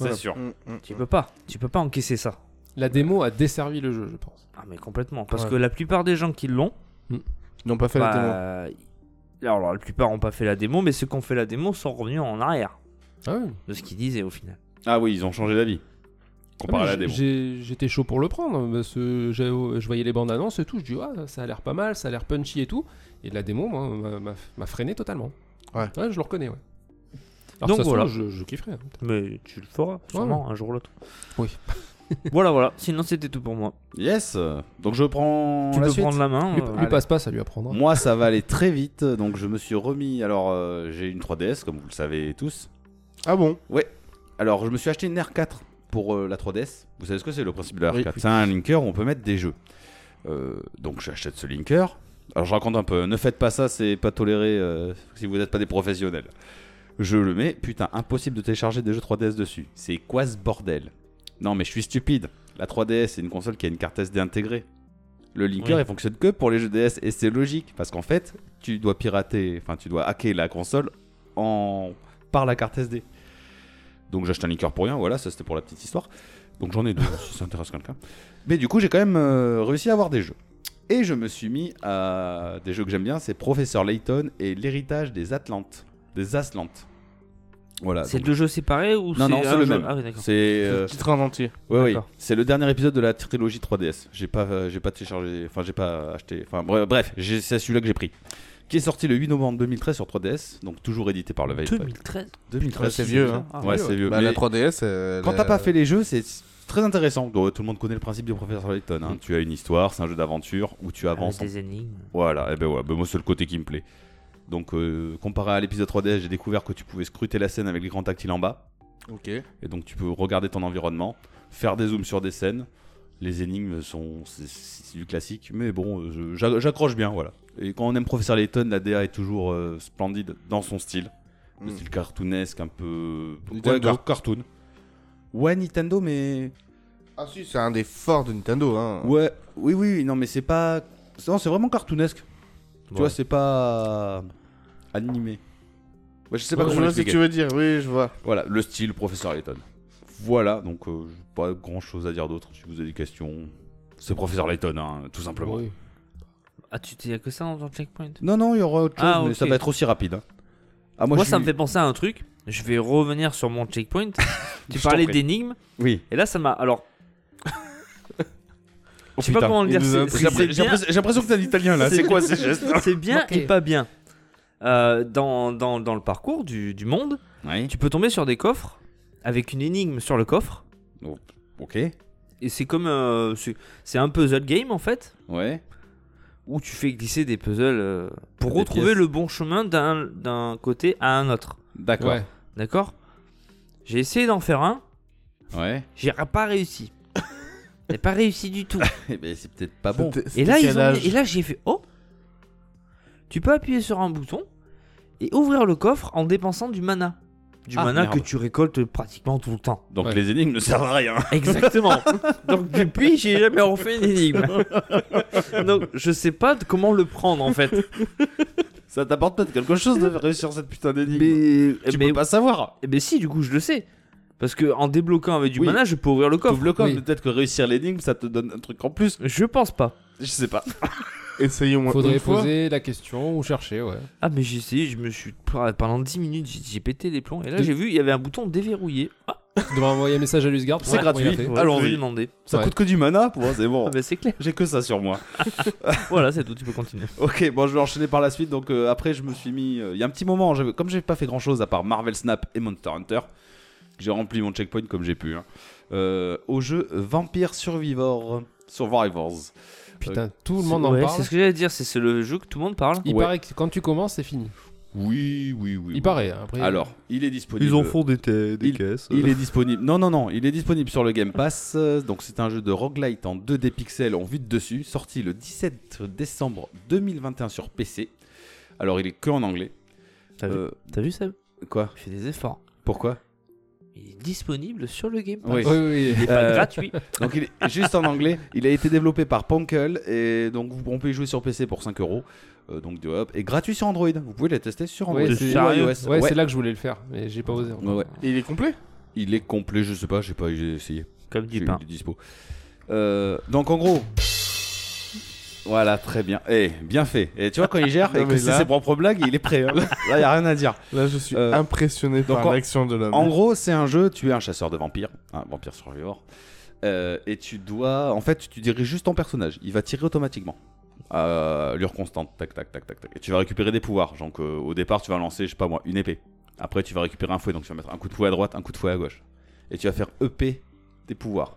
F: Ouais.
D: C'est sûr.
B: Tu peux pas. Tu peux pas encaisser ça.
F: La démo a desservi le jeu, je pense.
B: Ah mais complètement, parce
F: Ouais.
B: que la plupart des gens qui l'ont,
G: Ils n'ont pas fait la démo.
B: bah, alors, alors, la plupart ont pas fait la démo, mais ceux qui ont fait la démo sont revenus en arrière
F: Ah oui.
B: de ce qu'ils disaient au final.
D: Ah oui, ils ont changé d'avis. Comparé
F: Ah,
D: à
F: mais
D: la démo.
F: j'ai- J'étais chaud pour le prendre. parce que j'ai- je voyais les bandes annonces et tout. Je dis, ah, ça a l'air pas mal, ça a l'air punchy et tout. Et la démo, moi, m'a- m'a- m'a freiné totalement.
G: Ouais.
F: je le reconnais, ouais. Alors,
B: Donc
F: ça se
B: voilà.
F: trouve, je, je kifferais. hein, peut-être.
B: Mais tu le feras sûrement un jour ou l'autre.
F: Oui.
B: voilà voilà. Sinon c'était tout pour moi.
D: Yes. Donc je prends.
B: Tu
D: la
B: peux
D: suite.
B: prendre la main.
F: Lui,
B: euh,
F: lui
B: allez.
F: passe pas, ça lui apprendra.
D: Moi, ça va aller très vite. Donc je me suis remis. Alors, euh, j'ai une 3DS, comme vous le savez tous.
G: Ah bon
D: Alors, je me suis acheté une R4 pour euh, la 3DS. Vous savez ce que c'est le principe de la R4
G: Oui.
D: C'est un linker où on peut mettre des jeux. Euh, donc, j'achète ce linker. Alors, je raconte un peu. hein. Ne faites pas ça, c'est pas toléré euh, si vous n'êtes pas des professionnels. Je le mets. Putain, impossible de télécharger des jeux 3DS dessus. C'est quoi ce bordel Non, mais je suis stupide. La 3DS, c'est une console qui a une carte SD intégrée. Le linker,
B: Oui.
D: il fonctionne que pour les jeux DS et c'est logique parce qu'en fait, tu dois pirater, enfin, tu dois hacker la console en par la carte SD. Donc j'achète un liqueur pour rien, voilà, ça c'était pour la petite histoire. Donc j'en ai deux, si ça intéresse quelqu'un. Mais du coup, j'ai quand même euh, réussi à avoir des jeux. Et je me suis mis à des jeux que j'aime bien, c'est Professeur Layton et l'héritage des Atlantes. Des Aslantes. Voilà.
B: C'est
D: donc-
B: deux jeux séparés ou
D: Non, non,
B: un
D: c'est le
B: jeu
D: même.
B: Ah oui, d'accord.
D: C'est
G: Le
D: euh,
G: titre en entier.
D: ouais, oui,
B: d'accord.
D: c'est le dernier épisode de la trilogie 3DS. J'ai pas euh, j'ai pas téléchargé, enfin j'ai pas acheté, enfin bref, bref, j'ai- c'est celui-là que j'ai pris. qui est sorti le 8 novembre 2013 sur 3DS, donc toujours édité par Level.
B: 2013
D: 2013,
G: c'est vieux, hein.
B: Ah
D: Ouais, c'est vieux.
G: Bah,
D: Mais
G: La 3DS. euh,
D: quand
G: la-
D: t'as pas fait les jeux, c'est très intéressant. Donc, tout le monde connaît le principe du professeur Layton.
G: Mm.
D: hein. Tu as une histoire, c'est un jeu d'aventure où tu avances. en-
B: Ah, des énigmes.
D: Voilà, et ben ouais, ben moi c'est le côté qui me plaît. Donc euh, comparé à l'épisode 3DS, j'ai découvert que tu pouvais scruter la scène avec les grands tactiles en bas.
B: euh,
G: Ok.
D: Et donc tu peux regarder ton environnement, faire des zooms sur des scènes. Les énigmes sont c'est- c'est du classique, mais bon, euh, je- j'a- j'accroche bien, voilà. Et quand on aime Professeur Layton, la DA est toujours euh, splendide dans son style, le
G: Mm.
D: style cartoonesque, un peu ouais,
G: Nintendo.
D: car- cartoon. Ouais, Nintendo, mais
G: Ah si, c'est un des forts de Nintendo. Hein.
D: ouais, oui, oui, oui, non, mais c'est pas, non, c'est vraiment cartoonesque. Tu
B: Ouais.
D: vois, c'est pas animé. Ouais, je sais pas
G: Ouais, je
D: comment
G: vois ce que
D: l'expliquer.
G: tu veux dire, oui, je vois.
D: Voilà, le style Professeur Layton. Voilà, donc euh, j'ai pas grand chose à dire d'autre. Si vous avez des questions, c'est Professeur Layton, hein, tout simplement.
F: Oui.
B: Ah, tu t'y as que ça dans ton checkpoint
D: Non, non, il y aura autre chose,
B: Ah,
D: mais
B: ok.
D: ça va être aussi rapide. hein. Ah,
B: Moi,
D: je
B: ça
D: suis-
B: me fait penser à un truc. Je vais revenir sur mon checkpoint. tu parlais
D: prie.
B: d'énigmes.
D: Oui.
B: Et là, ça m'a. Alors.
D: Oh,
B: Je sais pas
D: putain.
B: comment le dire.
D: J'ai
B: c'est- c'est-
D: l'impression-
B: c'est
D: J'ai
B: bien-
D: l'impression j'ai l'impression que t'es un italien là, c'est quoi ces gestes hein
B: C'est bien
F: Ok.
B: et pas bien. Euh, dans, dans, dans le parcours du, du monde,
D: Oui,
B: tu peux tomber sur des coffres avec une énigme sur le coffre.
D: ok,
B: Et c'est comme. euh, c'est- c'est un puzzle game en fait.
D: ouais.
B: où tu fais glisser des puzzles euh, pour
D: Des
B: retrouver
D: pièces.
B: le bon chemin d'un d'un côté à un autre.
D: D'accord.
F: Ouais.
B: D'accord J'ai essayé d'en faire un,
D: Ouais.
B: j'ai ra- pas réussi. j'ai pas réussi du tout.
D: Eh ben, c'est peut-être pas bon.
G: C'était- c'était
B: Ah Et là,
G: quel
B: ils ont-
G: âge
B: et là j'ai fait Oh Tu peux appuyer sur un bouton et ouvrir le coffre en dépensant du mana. Du
D: Ah,
B: mana que
D: merde.
B: tu récoltes pratiquement tout le temps.
D: Donc
F: Ouais.
D: les énigmes ne servent à rien.
B: Exactement. Donc depuis, j'ai jamais refait une énigme. Donc je sais pas de comment le prendre en fait.
D: Ça t'apporte peut-être quelque chose de réussir cette putain d'énigme.
B: Mais, eh,
D: Tu
B: mais
D: peux pas savoir.
B: Eh ben si, du coup, je le sais. Parce que en débloquant avec du
D: Oui.
B: mana, je peux ouvrir le coffre.
D: T'ouvres le coffre,
F: Oui.
D: peut-être que réussir l'énigme, ça te donne un truc en plus.
B: Je pense pas.
D: Je sais pas.
G: Essayez au moins
F: Faudrait
G: une fois.
F: poser la question ou chercher, ouais.
B: Ah, mais j'ai essayé, je me suis. Pendant 10 minutes, j'ai- j'ai pété les plombs. Et là,
F: Oui.
B: j'ai vu, il y avait un bouton déverrouillé. Ah,
F: Tu devrais envoyer un message à Lusgard.
D: C'est gratuit.
F: regardez.
D: Ouais. Allons-y.
B: je vais demander.
D: Ça
F: Ouais.
D: coûte que du mana, pour moi, c'est bon.
B: Ah, bah, c'est clair.
D: J'ai que ça sur moi.
B: voilà, c'est tout, tu peux continuer.
D: Ok, bon, je vais enchaîner par la suite. Donc euh, après, je me suis mis. euh, Il y a un petit moment, j'avais- comme j'ai pas fait grand chose à part Marvel Snap et Monster Hunter, j'ai rempli mon checkpoint comme j'ai pu. hein, euh, au jeu Vampire Survivor. Survivors.
F: Putain, tout le monde en
B: Ouais,
F: parle.
B: C'est ce que j'allais dire, c'est c'est le jeu que tout le monde parle.
F: Il
D: Ouais.
F: paraît que quand tu commences, c'est fini.
D: Oui, oui, oui. oui.
F: Il paraît. hein, Après,
D: Alors, il est disponible.
E: font des, te- des
D: Il-
E: caisses.
D: Il est disponible. Non, non, non. Il est disponible sur le Game Pass. Euh, Donc, c'est un jeu de roguelite en 2D pixels en vue de dessus, sorti le 17 décembre 2021 sur PC. Alors, il est que en anglais.
B: T'as
D: Euh,
B: T'as vu, Seb
D: quoi
B: Il fait des efforts.
D: Pourquoi
B: Il est disponible sur le Game Pass.
D: Oui.
F: Oui, oui,
B: Il
F: oui.
B: est pas
D: Euh,
B: gratuit.
D: Donc, il est juste en anglais. Il a été développé par Punkle et donc vous- on peut y jouer sur PC pour 5 euros. Euh, Donc, de hop. Et gratuit sur Android. Vous pouvez le tester sur Android
F: Ouais,
D: ou
F: c'est-
B: sérieux
D: iOS.
F: Ouais,
D: Ouais.
F: c'est là que je voulais le faire, mais j'ai pas osé. encore.
D: Ouais, ouais.
G: Et il est complet
D: Il est complet. Je sais pas. J'ai pas j'ai essayé.
B: Comme du
D: J'ai eu
B: pain.
D: du dispo. Euh, donc en gros. Voilà, très bien. Eh, bien fait. Et tu vois, quand il gère et
G: Non,
D: que
G: mais
D: c'est
G: là-
D: ses propres blagues, il est prêt. hein. Là, il a rien à dire.
G: Là, je suis
D: Euh,
G: impressionné
D: donc
G: par
D: en-
G: l'action de l'homme.
D: En gros, c'est un jeu, tu es un chasseur de vampires, un vampire survivor, euh, et tu dois. En fait, tu diriges juste ton personnage. Il va tirer automatiquement. À l'heure constante, tac, tac, tac, tac, tac. Et tu vas récupérer des pouvoirs. Donc, euh, au départ, tu vas lancer, je sais pas moi, une épée. Après, tu vas récupérer un fouet. Donc, tu vas mettre un coup de fouet à droite, un coup de fouet à gauche. Et tu vas faire EP des pouvoirs.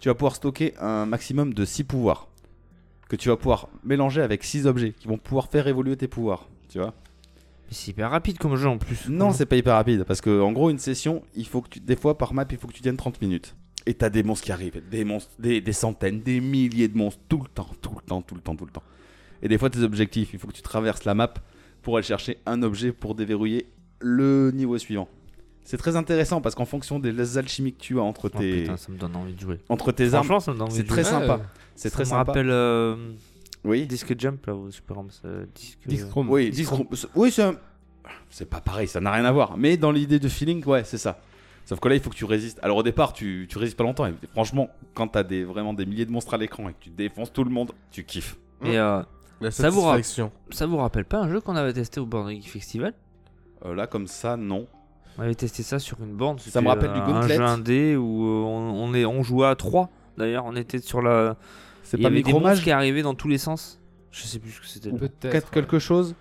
D: Tu vas pouvoir stocker un maximum de 6 pouvoirs. Que tu vas pouvoir mélanger avec 6 objets qui vont pouvoir faire évoluer tes pouvoirs. Tu vois
B: Mais C'est hyper rapide comme jeu en plus. Oh,
D: non, c'est pas hyper rapide parce que en gros une session, il faut que tu, des fois par map, il faut que tu tiennes 30 minutes. Et t'as des monstres qui arrivent, des monstres, des, des centaines, des milliers de monstres tout le temps, tout le temps, tout le temps, tout le temps. Et des fois tes objectifs, il faut que tu traverses la map pour aller chercher un objet pour déverrouiller le niveau suivant. C'est très intéressant parce qu'en fonction des alchimies que tu as entre
B: Oh,
D: tes,
B: putain, ça me donne envie de jouer.
D: entre tes armes,
B: Franchement, ça me donne envie
D: c'est
B: de jouer.
D: très sympa.
F: Ouais.
D: C'est
B: Ça
D: très
B: me
D: sympa.
B: rappelle euh,
D: Oui.
B: Disque Jump là, ou Super Hams, euh, Disque.
F: Disc Chrome.
D: Oui, disc- oui, c'est un- c'est pas pareil, ça n'a rien à voir. Mais dans l'idée de feeling, ouais, c'est ça. Sauf que là, il faut que tu résistes. Alors au départ, tu, tu résistes pas longtemps. Et franchement, quand t'as des, vraiment des milliers de monstres à l'écran et que tu défonces tout le monde, tu kiffes.
B: Et euh,
G: La
B: ça vous rappe-
G: satisfaction.
B: ça vous rappelle pas un jeu qu'on avait testé au Born Geek Festival
D: Euh, là, comme ça, non.
B: On avait testé ça sur une borne.
D: Ça me
B: c'était,
D: rappelle
B: euh,
D: du
B: Un
D: Gauntlet.
B: jeu indé où euh, on, on est, on jouait à 3. D'ailleurs, on était sur la.
D: C'est
B: Il y
D: pas
B: avait des monstres
D: Micromage
B: qui arrivaient dans tous les sens. Je sais plus ce que c'était. là.
F: Peut-être.
D: Quatre quelque chose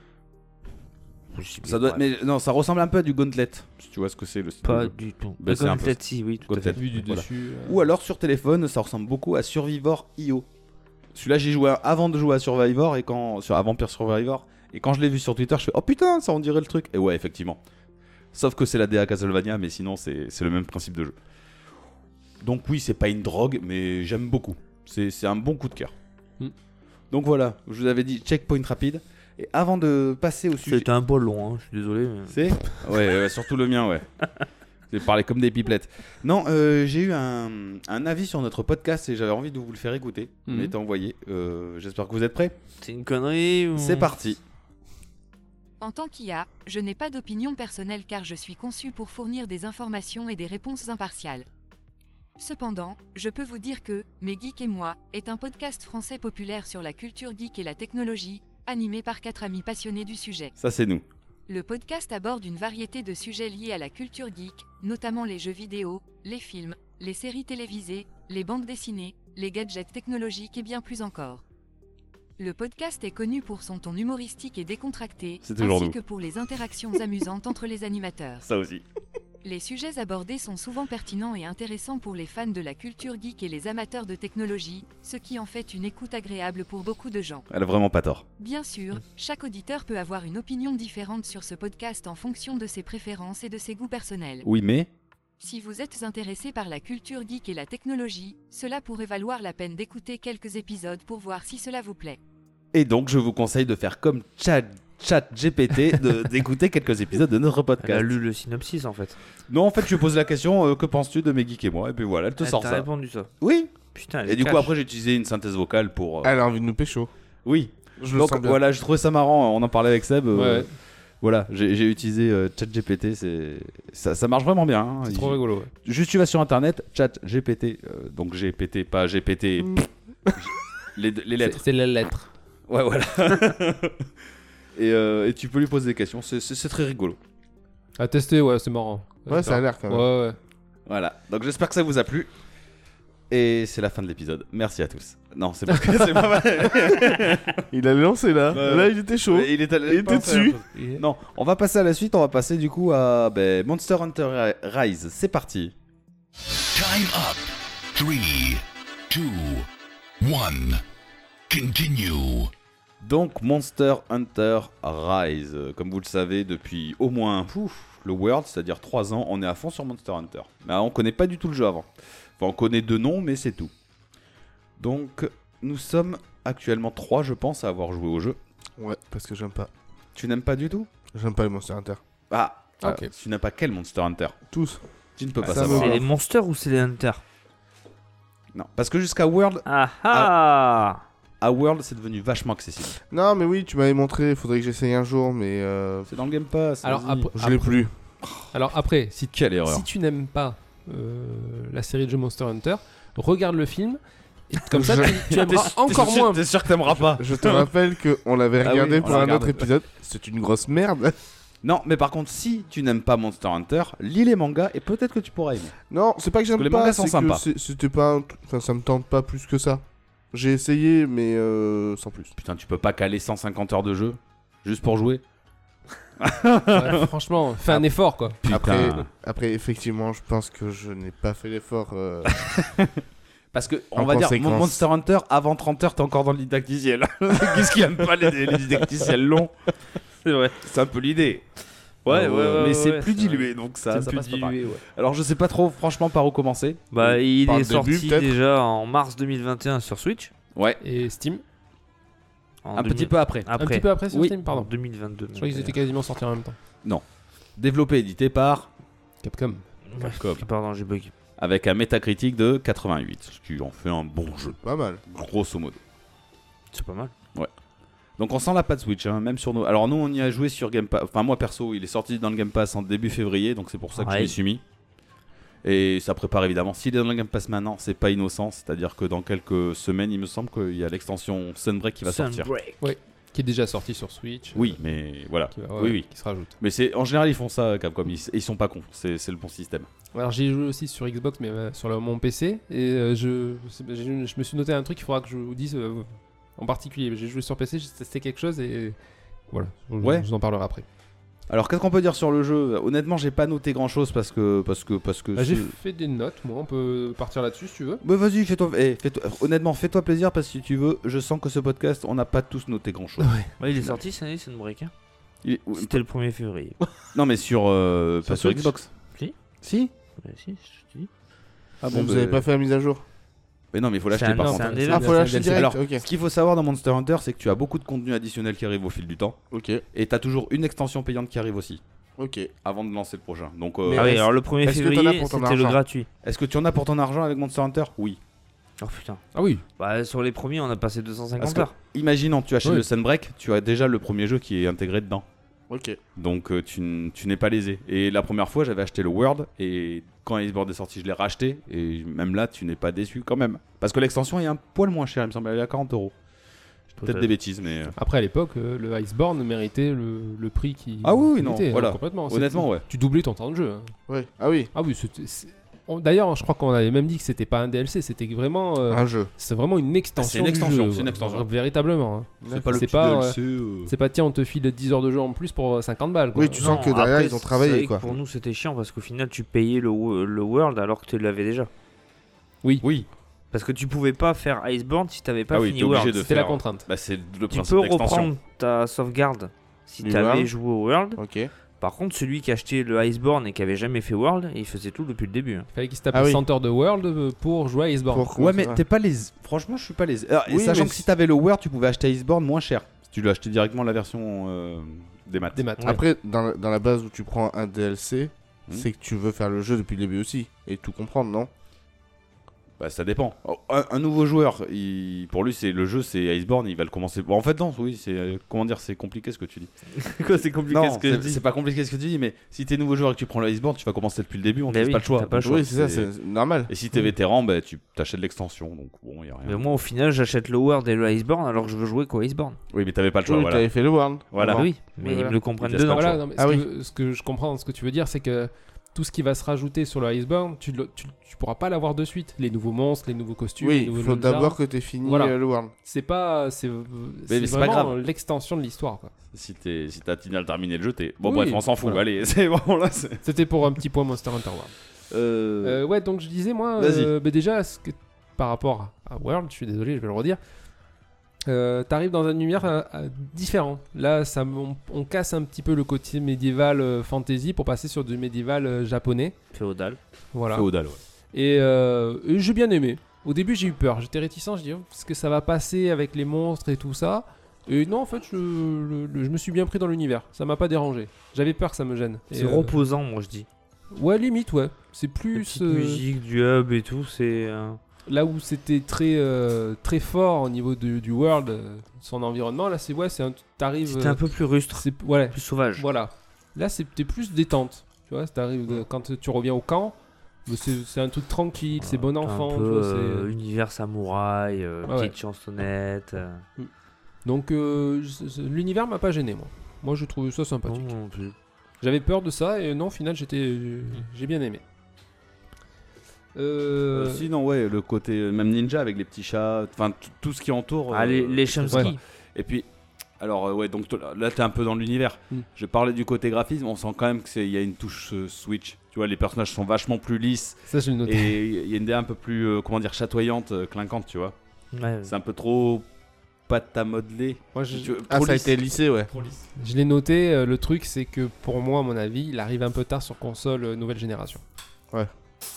D: Ça doit, mais non, ça ressemble un peu à du gauntlet. Si tu vois ce que c'est le style de
B: Pas
D: jeu.
B: du tout.
D: Bah, c'est un peu
B: Gauntlet, si, oui, tout à
D: Gauntlet.
B: fait.
F: Vu du
D: Voilà.
F: dessus. euh,
D: Ou alors sur téléphone, ça ressemble beaucoup à Survivor IO. Celui-là, j'ai joué avant de jouer à Survivor et quand sur à Vampire Survivor et quand je l'ai vu sur Twitter, je fais oh putain, ça on dirait le truc. Et ouais, effectivement. Sauf que c'est la DA Castlevania, mais sinon c'est c'est le même principe de jeu. Donc oui, c'est pas une drogue, mais j'aime beaucoup. C'est c'est un bon coup de cœur.
F: Hmm.
D: Donc voilà, je vous avais dit checkpoint rapide. Et avant de passer au sujet,
B: C'était un peu long, hein, je suis désolé. mais-
D: c'est ouais, ouais, surtout le mien, ouais. J'ai parlé comme des pipelettes. Non, euh, j'ai eu un, un avis sur notre podcast et j'avais envie de vous le faire écouter. Il m'a
F: Mhm.
D: été envoyé. Euh, J'espère que vous êtes prêts.
B: C'est une connerie ou...
D: C'est parti.
C: En tant qu'IA, je n'ai pas d'opinion personnelle car je suis conçu pour fournir des informations et des réponses impartiales. Cependant, je peux vous dire que Mes Geeks et moi est un podcast français populaire sur la culture geek et la technologie, animé par quatre amis passionnés du sujet.
D: Ça, c'est nous.
C: Le podcast aborde une variété de sujets liés à la culture geek, notamment les jeux vidéo, les films, les séries télévisées, les bandes dessinées, les gadgets technologiques et bien plus encore. Le podcast est connu pour son ton humoristique et décontracté,
D: C'est toujours
C: ainsi
D: nous.
C: que pour les interactions amusantes entre les animateurs.
D: Ça aussi.
C: Les sujets abordés sont souvent pertinents et intéressants pour les fans de la culture geek et les amateurs de technologie, ce qui en fait une écoute agréable pour beaucoup de gens.
D: Elle a vraiment pas tort.
C: Bien sûr, chaque auditeur peut avoir une opinion différente sur ce podcast en fonction de ses préférences et de ses goûts personnels.
D: Oui, mais
C: Si vous êtes intéressé par la culture geek et la technologie, cela pourrait valoir la peine d'écouter quelques épisodes pour voir si cela vous plaît.
D: Et donc, je vous conseille de faire comme Chat, chat GPT, de- d'écouter quelques épisodes de notre
B: Elle a
D: podcast.
B: lu le synopsis en fait.
D: Non, en fait, je lui pose la question euh, que penses-tu de mes geeks et moi Et puis voilà, elle te
B: Elle
D: sort
B: t'a
D: ça.
B: répondu ça.
D: Oui.
B: Putain, elle
D: Et
B: est
D: du coup,
B: cash.
D: après, j'ai utilisé une synthèse vocale pour. euh,
G: Elle a envie de nous pécho.
D: Oui.
G: Je le
D: Donc
G: sens bien.
D: voilà, je trouvais ça marrant. On en parlait avec Seb. euh,
F: Ouais, ouais.
D: Voilà, j'ai j'ai utilisé euh, ChatGPT. C'est ça, ça marche vraiment bien. hein.
F: C'est
D: Il-
F: trop rigolo. ouais.
D: Juste tu vas sur internet, ChatGPT. euh, donc GPT, pas GPT. les, les
F: C'est
D: lettres.
F: c'est la lettre.
D: Ouais, voilà. et, euh, et tu peux lui poser des questions. C'est- C'est c'est très rigolo.
F: À tester, ouais, c'est marrant.
G: Ouais, ça a l'air quand
F: Ouais,
G: même.
F: ouais.
D: Voilà. Donc j'espère que ça vous a plu. Et c'est la fin de l'épisode. Merci à tous. Non, c'est pas, c'est pas vrai.
G: Il allait lancer là.
D: Ouais.
G: Là, il était chaud.
D: Mais Il, est allé-
G: Il était
D: pas faire
G: dessus.
D: la chose. Non, on va passer à la suite. On va passer du coup à ben, Monster Hunter Rise. C'est parti.
H: Time up. Three, two, one. Continue.
D: Donc Monster Hunter Rise, Euh, comme vous le savez, depuis au moins pouf, le World, c'est-à-dire 3 ans, on est à fond sur Monster Hunter. Mais on connaît pas du tout le jeu avant. Enfin, on connaît deux noms, mais c'est tout. Donc, nous sommes actuellement 3, je pense, à avoir joué au jeu.
G: Ouais, parce que j'aime pas.
D: Tu n'aimes pas du tout
G: J'aime pas les Monster Hunter. Euh,
D: Ah,
F: Ok.
D: ah, tu n'aimes pas quel Monster Hunter Ah,
G: Tous.
D: Tu ne peux pas
G: ça me
D: savoir.
B: C'est
G: va.
B: les monsters ou c'est les hunters
D: Non, parce que jusqu'à World,
B: Ah ah
D: à World, c'est devenu vachement accessible.
G: Non, mais oui, tu m'avais montré. Faudrait que j'essaye un jour, mais euh,
D: C'est dans le Game Pass.
F: Alors,
D: vas-y.
F: après-
G: je l'ai plus.
F: Alors après, si
D: quelle erreur.
F: Si tu n'aimes pas euh, la série de jeux Monster Hunter, regarde le film. Et comme ça,
G: Je-
F: tu,
B: Ah,
F: tu aimeras encore moins.
D: T'es sûr que t'aimeras pas
G: Je te rappelle qu'on l'avait
D: Ah oui,
G: regardé
D: on
G: pour
D: l'a
G: un
D: regardé.
G: autre épisode. C'est une grosse merde.
D: Non, mais par contre, si tu n'aimes pas Monster Hunter, lis les mangas et peut-être que tu pourras aimer.
G: Non, c'est pas que
D: que les
G: j'aime
D: mangas
G: pas.
D: sont
G: c'est que
D: sympas.
G: c'est- C'était pas. un tr- Enfin, ça me tente pas plus que ça. J'ai essayé, mais euh, sans plus.
D: Putain, tu peux pas caler 150 heures de jeu juste pour jouer
F: Ouais, franchement, fais un effort quoi.
D: Putain.
G: Après, après, effectivement, je pense que je n'ai pas fait l'effort. euh,
D: Parce que,
G: En
D: on va dire,
G: conséquence.
D: Mon- Monster Hunter, avant 30 heures, t'es encore dans le didacticiel. Qu'est-ce qu'il aime pas les, les didacticiels longs
B: C'est vrai.
D: C'est un peu l'idée.
B: Ouais, ouais,
D: Euh,
B: ouais.
D: Mais
B: ouais,
D: c'est
B: ouais,
D: plus
B: vrai.
D: dilué, donc ça,
B: C'est
D: ça
B: plus
D: passe pas pareil.
B: dilué, ouais.
D: Alors, je sais pas trop, franchement, par où commencer. Euh,
B: Bah, il
G: Par
B: est
G: le début,
B: sorti
G: peut-être.
B: déjà en mars 2021 sur Switch.
D: Ouais,
F: Et Steam,
B: En
D: un
B: 2000
D: petit peu après.
B: après.
F: un petit peu après sur
D: Oui. Euh.
F: Steam,
B: Pardon.
F: pardon.
B: 2022.
F: Je crois qu'ils étaient quasiment sortis en même temps.
D: Développé, édité par
F: Capcom.
D: Capcom,
B: Pardon, j'ai bug.
D: avec un métacritique de 88, ce qui en fait un bon jeu,
G: pas mal.
D: grosso modo.
B: C'est pas mal.
D: Donc on sent la patte Switch, hein, même sur nous. Alors nous, on y a joué sur Game Pass. Enfin moi perso, il est sorti dans le Game Pass en début février, donc c'est pour ça que je
B: Ouais.
D: m'y suis mis. Et ça prépare évidemment. S'il est dans le Game Pass maintenant, c'est pas innocent. C'est-à-dire que dans quelques semaines, il me semble qu'il y a l'extension Sunbreak qui va sortir.
B: Sunbreak.
F: Qui est déjà sorti sur Switch.
D: Oui,
F: euh,
D: mais voilà.
F: qui, va- ouais,
D: Oui, oui.
F: qui se rajoute.
D: Mais c'est en général ils font ça, Capcom. Ils, ils sont pas cons. C'est c'est le bon système.
F: Alors j'ai joué aussi sur Xbox, mais euh, sur le- mon PC. Et euh, je, c'est- j'ai- je me suis noté un truc, il faudra que je vous dise euh, en particulier. J'ai joué sur PC, j'ai testé quelque chose et voilà. Je-
D: Ouais.
F: Je vous en parlerai après.
D: Alors qu'est-ce qu'on peut dire sur le jeu Honnêtement, j'ai pas noté grand-chose parce que parce que parce que.
F: Bah, J'ai
D: c'est-
F: fait des notes, moi on peut partir là-dessus si tu veux.
D: Bah, vas-y, fais-toi. eh, fais-toi- Honnêtement, fais-toi plaisir parce que si tu veux, je sens que ce podcast, on n'a pas tous noté grand-chose.
B: Ouais, il est sorti cette année, Sunbreak. Hein.
D: Il est-
B: C'était le 1er février.
D: Non, mais sur euh,
B: Sur
D: pas sur
B: Switch.
D: Xbox.
B: Si.
D: Si.
B: Ouais, si, je te dis.
D: Ah
G: Bon, vous
D: bah-
G: avez pas fait la mise à jour
D: Mais non, mais il faut l'acheter
B: un-
D: par
B: non,
D: contre.
B: c'est un délai.
G: Ah, euh, faut
F: la
G: l'acheter
F: DLC.
G: direct
D: Alors,
G: Ok.
D: Ce qu'il faut savoir dans Monster Hunter, c'est que tu as beaucoup de contenu additionnel qui arrive au fil du temps,
G: Ok.
D: et t'as toujours une extension payante qui arrive aussi,
G: Ok.
D: avant de lancer le prochain. Donc, euh,
G: Mais
B: Ah oui,
G: est-ce-
B: alors le 1er
G: est-ce que t'en as
B: février,
G: pour ton
B: c'était le
G: argent
B: gratuit.
D: est-ce que tu en as pour ton argent avec Monster Hunter Oui.
B: Oh putain.
F: Ah oui,
B: Bah, sur les premiers, on a passé 250
D: Parce que-
B: heures.
D: Imaginons, tu achètes
F: Oui.
D: le Sunbreak, tu as déjà le premier jeu qui est intégré dedans.
G: Ok.
D: Donc euh, tu, n- tu n'es pas lésé. Et la première fois, j'avais acheté le World, et quand Iceborne est sorti, je l'ai racheté, et même là, tu n'es pas déçu quand même. Parce que l'extension est un poil moins chère, il me semble, elle est à 40 euros. Peut-être des bêtises, mais. euh,
F: après à l'époque, euh, le Iceborne méritait le, le prix qui.
D: Ah oui, oui,
F: qui
D: non,
F: était, hein,
D: voilà.
F: complètement. C'est-
D: Honnêtement, ouais.
F: Tu doublais ton temps de jeu. hein.
G: Ouais. Ah oui.
F: Ah oui, c'était- c'est- on- D'ailleurs, hein, je crois qu'on avait même dit que c'était pas un DLC, c'était vraiment, euh,
G: Un jeu.
F: c'est vraiment une extension.
D: Ah, C'est une
F: du
D: extension,
F: jeu,
D: c'est une
F: ouais.
D: extension.
F: Véritablement. hein.
A: C'est pas le
F: C'est
A: petit
F: pas,
A: DLC, euh,
F: C'est pas tiens, on te file 10 heures de jeu en plus pour euh, 50 balles. Quoi.
G: Oui, tu sens que derrière, ils ont travaillé, quoi.
B: Pour nous, c'était chiant parce qu'au final, tu payais le, wo- le World alors que tu l'avais déjà.
D: Oui,
B: Parce que tu pouvais pas faire Iceborne si t'avais pas
D: Ah oui,
B: fini
D: t'es obligé
B: World.
D: de
F: C'était la
D: faire-
F: contrainte.
D: bah, c'est le
B: Tu
D: principe
B: peux
D: d'extension.
B: reprendre ta sauvegarde si
G: Du
B: t'avais
G: World.
B: joué au World.
G: Ok.
B: Par contre, celui qui achetait le Iceborne et qui avait jamais fait World, il faisait tout depuis le début. hein.
F: Il fallait qu'il se tape
G: Ah oui.
F: 100 heures de World euh, pour jouer à Iceborne.
G: Pour- hein.
D: Ouais, mais
G: ouais.
D: t'es pas les. Franchement, je suis pas les. Alors, et
G: Oui,
D: sachant
G: mais
D: que si t'avais le Word, tu pouvais acheter Iceborne moins cher. Tu l'as acheté directement la version euh, des maths.
F: Des maths.
G: Après, dans la, dans la base où tu prends un DLC,
D: Hmm.
G: c'est que tu veux faire le jeu depuis le début aussi et tout comprendre, non
D: Bah, ça dépend. Oh, Un, un nouveau joueur, il- pour lui, c'est le jeu, c'est Iceborne, il va le commencer. Bon, en fait, non, oui, c'est. euh, Comment dire, c'est compliqué ce que tu dis.
B: Quoi, c'est compliqué
D: non, c'est- c'est pas compliqué ce que tu dis, mais si t'es nouveau joueur et que tu prends le Iceborne, tu vas commencer depuis le début, on te
B: Bah
D: laisse
B: oui,
D: pas le choix.
B: t'as pas le
D: Donc,
B: choix.
G: Oui, c'est ça, c'est normal.
D: Et si t'es vétéran, bah, tu t'achètes l'extension, donc bon, y a rien.
B: Mais moi, au final, j'achète le World et le Iceborne alors que je veux jouer qu'au Iceborne.
D: Oui, mais t'avais pas le choix,
G: Oui,
D: Ah, voilà.
G: t'avais fait le World.
D: Voilà.
B: Bah oui, mais
G: Oui,
B: ils
G: voilà.
B: me le comprennent
D: Ils te laissent
B: dedans.
D: pas le
F: Voilà,
D: choix.
F: non, mais
G: Ah
F: ce,
G: oui.
F: que, ce que je comprends, ce que tu veux dire, c'est que tout ce qui va se rajouter sur le Iceborne, tu, le- tu, tu pourras pas l'avoir de suite. Les nouveaux monstres, les nouveaux costumes. les
G: Oui,
F: nouveaux
G: il faut
F: nouveaux armes.
G: d'abord que t'aies fini
F: Voilà.
G: euh, le World.
F: C'est pas, c'est, c'est
D: mais c'est pas
F: vraiment
D: grave.
F: l'extension de l'histoire. quoi.
D: Si t'es, si t'as fini à le terminer le jeu, t'es. Bon,
F: Oui,
D: bref, on s'en fout.
F: voilà.
D: Allez, c'est bon là. c'est-
F: C'était pour un petit point Monster Hunter World. Euh, ouais, donc je disais, moi,
D: Vas-y.
F: euh, bah déjà, ce que- par rapport à World, je suis désolé, je vais le redire, euh, t'arrives dans un univers euh, euh, différent. Là, ça, m- on, on casse un petit peu le côté médiéval euh, fantasy pour passer sur du médiéval euh, japonais.
B: Féodal.
F: Voilà.
D: Féodal, ouais.
F: Et, euh, et j'ai bien aimé. Au début, j'ai eu peur, j'étais réticent, je dis, oh, est-ce que ça va passer avec les monstres et tout ça Et non, en fait, je, le- le- je me suis bien pris dans l'univers, ça m'a pas dérangé. J'avais peur que ça me gêne.
B: C'est
F: Et, euh,
B: reposant, moi, je dis.
F: Ouais, limite, ouais. C'est
B: La
F: plus.
B: petite
F: euh,
B: musique du hub et tout, c'est. euh,
F: là où c'était très euh, très fort au niveau du, du world, euh, son environnement, là c'est ouais, c'est un- t'arrives. euh,
B: C'était un peu plus rustre,
F: c'est- ouais,
B: plus sauvage.
F: voilà. Là c'était plus détente, tu vois. T'arrives de- quand tu reviens au camp, mais c'est c'est un truc tranquille, c'est bon
B: T'as un
F: enfant. tu
B: peu,
F: vois, c'est-
B: euh, univers samouraï, euh,
F: Ouais,
B: petite
F: ouais.
B: chansonnette. euh,
F: Donc euh, c'est- c'est- l'univers m'a pas gêné moi. Moi je trouvais ça sympa.
B: non, non plus.
F: J'avais peur de ça et non au final j'étais j'ai bien aimé. Euh,
D: Euh, sinon, ouais, le côté euh, même ninja avec les petits chats, enfin t- tout ce qui entoure.
B: Ah, les,
D: euh,
B: les
D: tout ça.
B: Chomsky.
D: Et puis, alors euh, ouais, donc t- là t'es un peu dans l'univers.
F: Mm.
D: Je parlais du côté graphisme, on sent quand même que c'est il y a une touche euh, Switch. Tu vois, les personnages sont vachement plus lisses
F: ça je le noté.
D: et il y a une idée un peu plus euh, comment dire chatoyante, euh, clinquante, tu vois.
B: Ouais,
D: C'est un peu trop pâte à modeler.
F: Moi, je-
D: Tu vois,
G: Ah,
D: trop
G: ça a
D: lisse.
G: été lycée, ouais.
F: Je l'ai noté, euh, le truc c'est que pour moi, à mon avis, il arrive un peu tard sur console euh, nouvelle génération.
G: Ouais.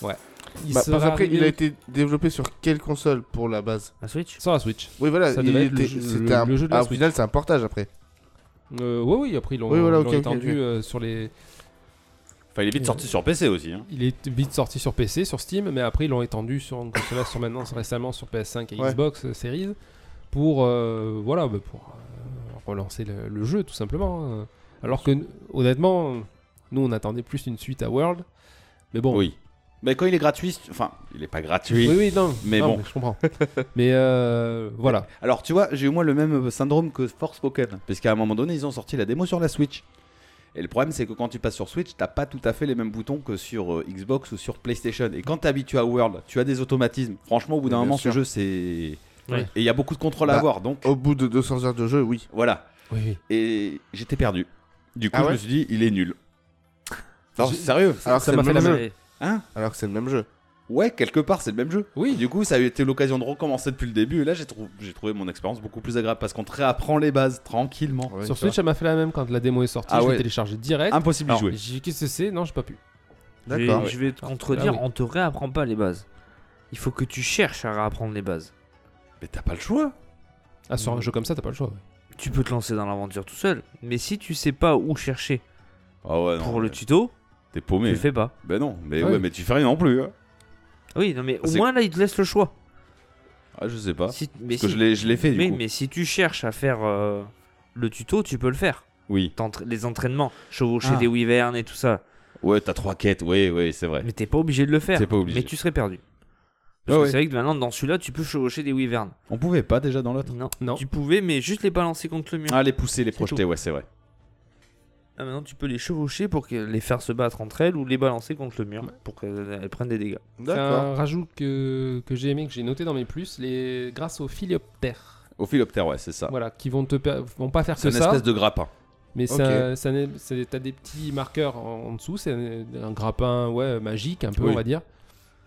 F: Ouais. Il
G: Bah,
F: sera
G: parce après,
F: arrivé
G: il a été développé sur quelle console pour la base
B: La Switch
F: sur la Switch.
G: Oui, voilà,
F: Ça
G: il
F: devait être le
G: était-
F: jeu-
G: c'était
F: le-
G: un.
F: le jeu de la
G: ah, au
F: Switch.
G: final, c'est un portage après.
F: Euh, ouais, oui, après ils l'ont
G: Oui, voilà,
F: ils
G: ok,
F: l'ont
G: ok,
F: étendu
G: ok.
F: euh, sur les.
D: Enfin, il est vite sorti sur PC aussi. hein.
F: Il est vite sorti sur PC, sur Steam, mais après ils l'ont étendu sur une console là, sur maintenant récemment sur PS5 et
G: Ouais.
F: Xbox euh, Series pour euh, voilà bah, pour euh, relancer le, le jeu tout simplement. hein. Alors que honnêtement, nous on attendait plus une suite à World, mais bon.
D: Oui. Mais quand il est gratuit, c'est- enfin, il est pas gratuit.
F: Oui, oui, non.
D: Mais
F: non,
D: bon.
F: je comprends. mais euh, voilà.
D: Alors tu vois, j'ai eu moi le même euh, syndrome que Forspoken, parce qu'à un moment donné, ils ont sorti la démo sur la Switch. Et le problème, c'est que quand tu passes sur Switch, t'as pas tout à fait les mêmes boutons que sur euh, Xbox ou sur PlayStation. Et quand t'es habitué à World, tu as des automatismes. Franchement, au bout d'un
G: Bien
D: moment,
G: sûr.
D: ce jeu, c'est
B: Ouais.
D: et il y a beaucoup de contrôle à
G: Bah,
D: avoir. Donc
G: Au bout de 200 heures de jeu, oui.
D: voilà.
F: Oui, oui.
D: Et j'étais perdu. Du coup,
G: Ah ouais
D: je me suis dit, il est nul. Non,
G: J'ai-
D: sérieux
F: Ça
G: Alors que c'est le
F: m'a fait
G: même
F: la
G: jeu.
B: Ouais.
D: Hein
G: Alors que c'est le même jeu.
D: Ouais, quelque part, c'est le même jeu.
F: Oui.
D: Du coup, ça a été l'occasion de recommencer depuis le début. Et là, j'ai trou- j'ai trouvé mon expérience beaucoup plus agréable parce qu'on te réapprend les bases tranquillement.
F: Sur Switch, ça m'a fait la même quand la démo est sortie.
D: Ah
F: je l'ai
D: ouais.
F: téléchargée direct.
D: Impossible d'y
F: Alors,
D: jouer.
F: J'ai dit, qu'est-ce que c'est Non, j'ai pas pu.
G: D'accord.
B: Et Je vais te contredire,
F: Ah oui.
B: on te réapprend pas les bases. Il faut que tu cherches à réapprendre les bases.
D: Mais t'as pas le choix.
F: Ah, sur un jeu comme ça, t'as pas le choix. ouais.
B: Tu peux te lancer dans l'aventure tout seul, mais si tu sais pas où chercher
D: Ah ouais, non.
B: pour le
D: mais
B: tuto,
D: T'es
B: tu
D: paumé.
B: le fais pas.
D: Ben non, mais
F: Ouais.
D: ouais, mais tu fais rien non plus. hein.
B: Oui, non mais au
D: Ah, C'est-
B: moins là, il te laisse le choix.
D: Ah, je sais pas.
B: Si- mais
D: Parce que
B: si-
D: je l'ai- je l'ai fait du
B: oui,
D: coup.
B: mais si tu cherches à faire euh, le tuto, tu peux le faire.
D: Oui.
B: T'entra- Les entraînements, chevaucher
D: Ah.
B: des wyvernes et tout ça.
D: Ouais, t'as trois quêtes. Oui, oui, c'est vrai.
B: Mais t'es pas obligé de le faire.
D: T'es pas obligé.
B: Mais tu serais perdu.
D: Ah
B: Parce que
D: ouais.
B: c'est vrai que maintenant, dans celui-là, tu peux chevaucher des wyvernes.
D: On pouvait pas déjà dans l'autre.
B: Non.
F: Non.
B: Tu pouvais, mais juste les balancer contre le mur.
D: Ah, les pousser, les
B: C'est
D: projeter, ouais, c'est vrai.
B: Ah, maintenant, tu peux les chevaucher pour que- les faire se battre entre elles ou les balancer contre le mur pour qu'elles elles prennent des dégâts.
F: C'est
G: D'accord.
F: un rajout que, que j'ai aimé, que j'ai noté dans mes plus, les... grâce aux philioptères.
D: Au philoptère, ouais, c'est ça.
F: Voilà, qui vont te per- vont pas faire
D: C'est
F: que
D: une
F: ça,
D: espèce de grappin.
F: mais
G: Ok.
F: ça, ça n'est- c'est- t'as des petits marqueurs en, en dessous, c'est un, un grappin ouais magique un peu
D: Oui.
F: on va dire,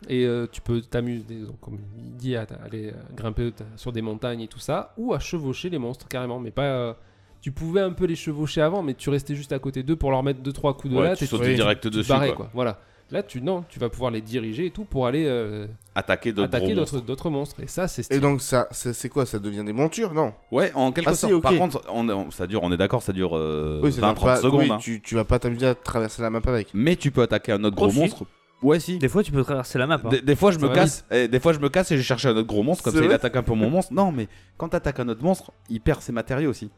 F: et euh, tu peux t'amuser donc, comme il dit à, à aller euh, grimper t- sur des montagnes et tout ça, ou à chevaucher les monstres carrément, mais pas euh, tu pouvais un peu les chevaucher avant, mais tu restais juste à côté d'eux pour leur mettre deux trois coups de
D: Ouais,
F: latte
D: tu
F: et
D: sautais
F: tu-
D: direct
F: tu te
D: dessus,
F: barrais,
D: quoi.
F: Voilà. Là, tu non, tu vas pouvoir les diriger et tout pour aller euh,
D: Attaquer d'autres
F: attaquer
D: gros
F: d'autres d'autres monstres. Et ça, c'est
G: Et
F: stylé.
G: donc, ça, c'est c'est quoi Ça devient des montures, non
D: Ouais, en quelque
G: Ah, si,
D: sorte. Par
G: ok.
D: contre, on, on- ça dure, on est d'accord, ça dure euh,
G: c'est
D: 20-30
G: pas-
D: secondes.
G: oui,
D: hein.
G: tu, tu vas pas t'amuser à traverser la map avec.
D: Mais tu peux attaquer un autre gros
B: Oh, si.
D: monstre. Ouais, si.
B: Des fois, tu peux traverser la map. hein.
D: Des, des fois, je me
F: va
D: casse. eh, des fois, je me casse et je cherche un autre gros monstre. Comme
G: C'est
D: ça, il
G: vrai
D: attaque un peu mon monstre. Non, mais quand t'attaques un autre monstre, il perd ses matériaux aussi.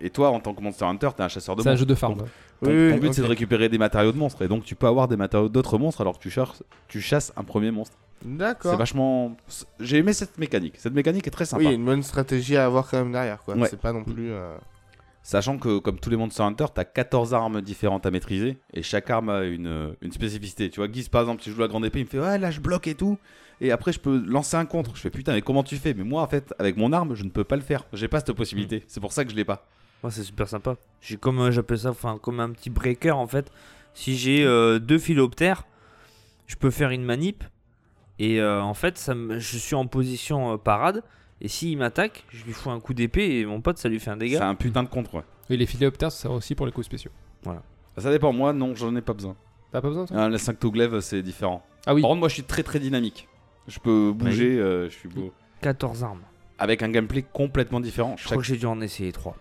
D: Et toi, en tant que Monster Hunter, t'es un chasseur de
F: C'est un
D: monstres.
F: jeu de farm.
D: Ton,
G: Oui,
D: ton
G: oui,
D: but, c'est
G: ok.
D: de récupérer des matériaux de monstres. Et donc, tu peux avoir des matériaux d'autres monstres alors que tu chasses, tu chasses un premier monstre. C'est
G: D'accord.
D: vachement. c'est- J'ai aimé cette mécanique. Cette mécanique est très sympa.
G: Oui, une bonne stratégie à avoir quand même derrière, quoi.
D: Ouais.
G: C'est pas non
F: Mm.
G: plus. euh,
D: Sachant que, comme tous les Monster Hunter, t'as 14 armes différentes à maîtriser et chaque arme a une, une spécificité. Tu vois, Guise, par exemple, si je joue la grande épée, il me fait Ouais, là je bloque et tout. Et après, je peux lancer un contre. Je fais Putain, mais comment tu fais Mais moi, en fait, avec mon arme, je ne peux pas le faire. J'ai pas cette possibilité. C'est pour ça que je l'ai pas.
B: Ouais, c'est super sympa. J'ai comme euh, j'appelle ça, enfin comme un petit breaker en fait. Si j'ai euh, deux philoptères, je peux faire une manip et euh, en fait ça me- je suis en position euh, parade et s'il m'attaque, je lui fous un coup d'épée et mon pote ça lui fait un
D: C'est
B: dégât.
D: un putain de contre, ouais.
F: Et les philioptères, ça sert aussi pour les coups spéciaux.
D: Ça dépend. Moi, non, j'en ai pas besoin.
F: T'as pas besoin toi
D: Hein, la 5 to glaive, c'est différent.
F: Ah oui. Bah
D: Par contre, moi, je suis très très dynamique. Je peux bouger, euh, je suis beau.
B: 14 armes.
D: Avec un gameplay complètement différent.
B: Je crois que j'ai dû en essayer 3.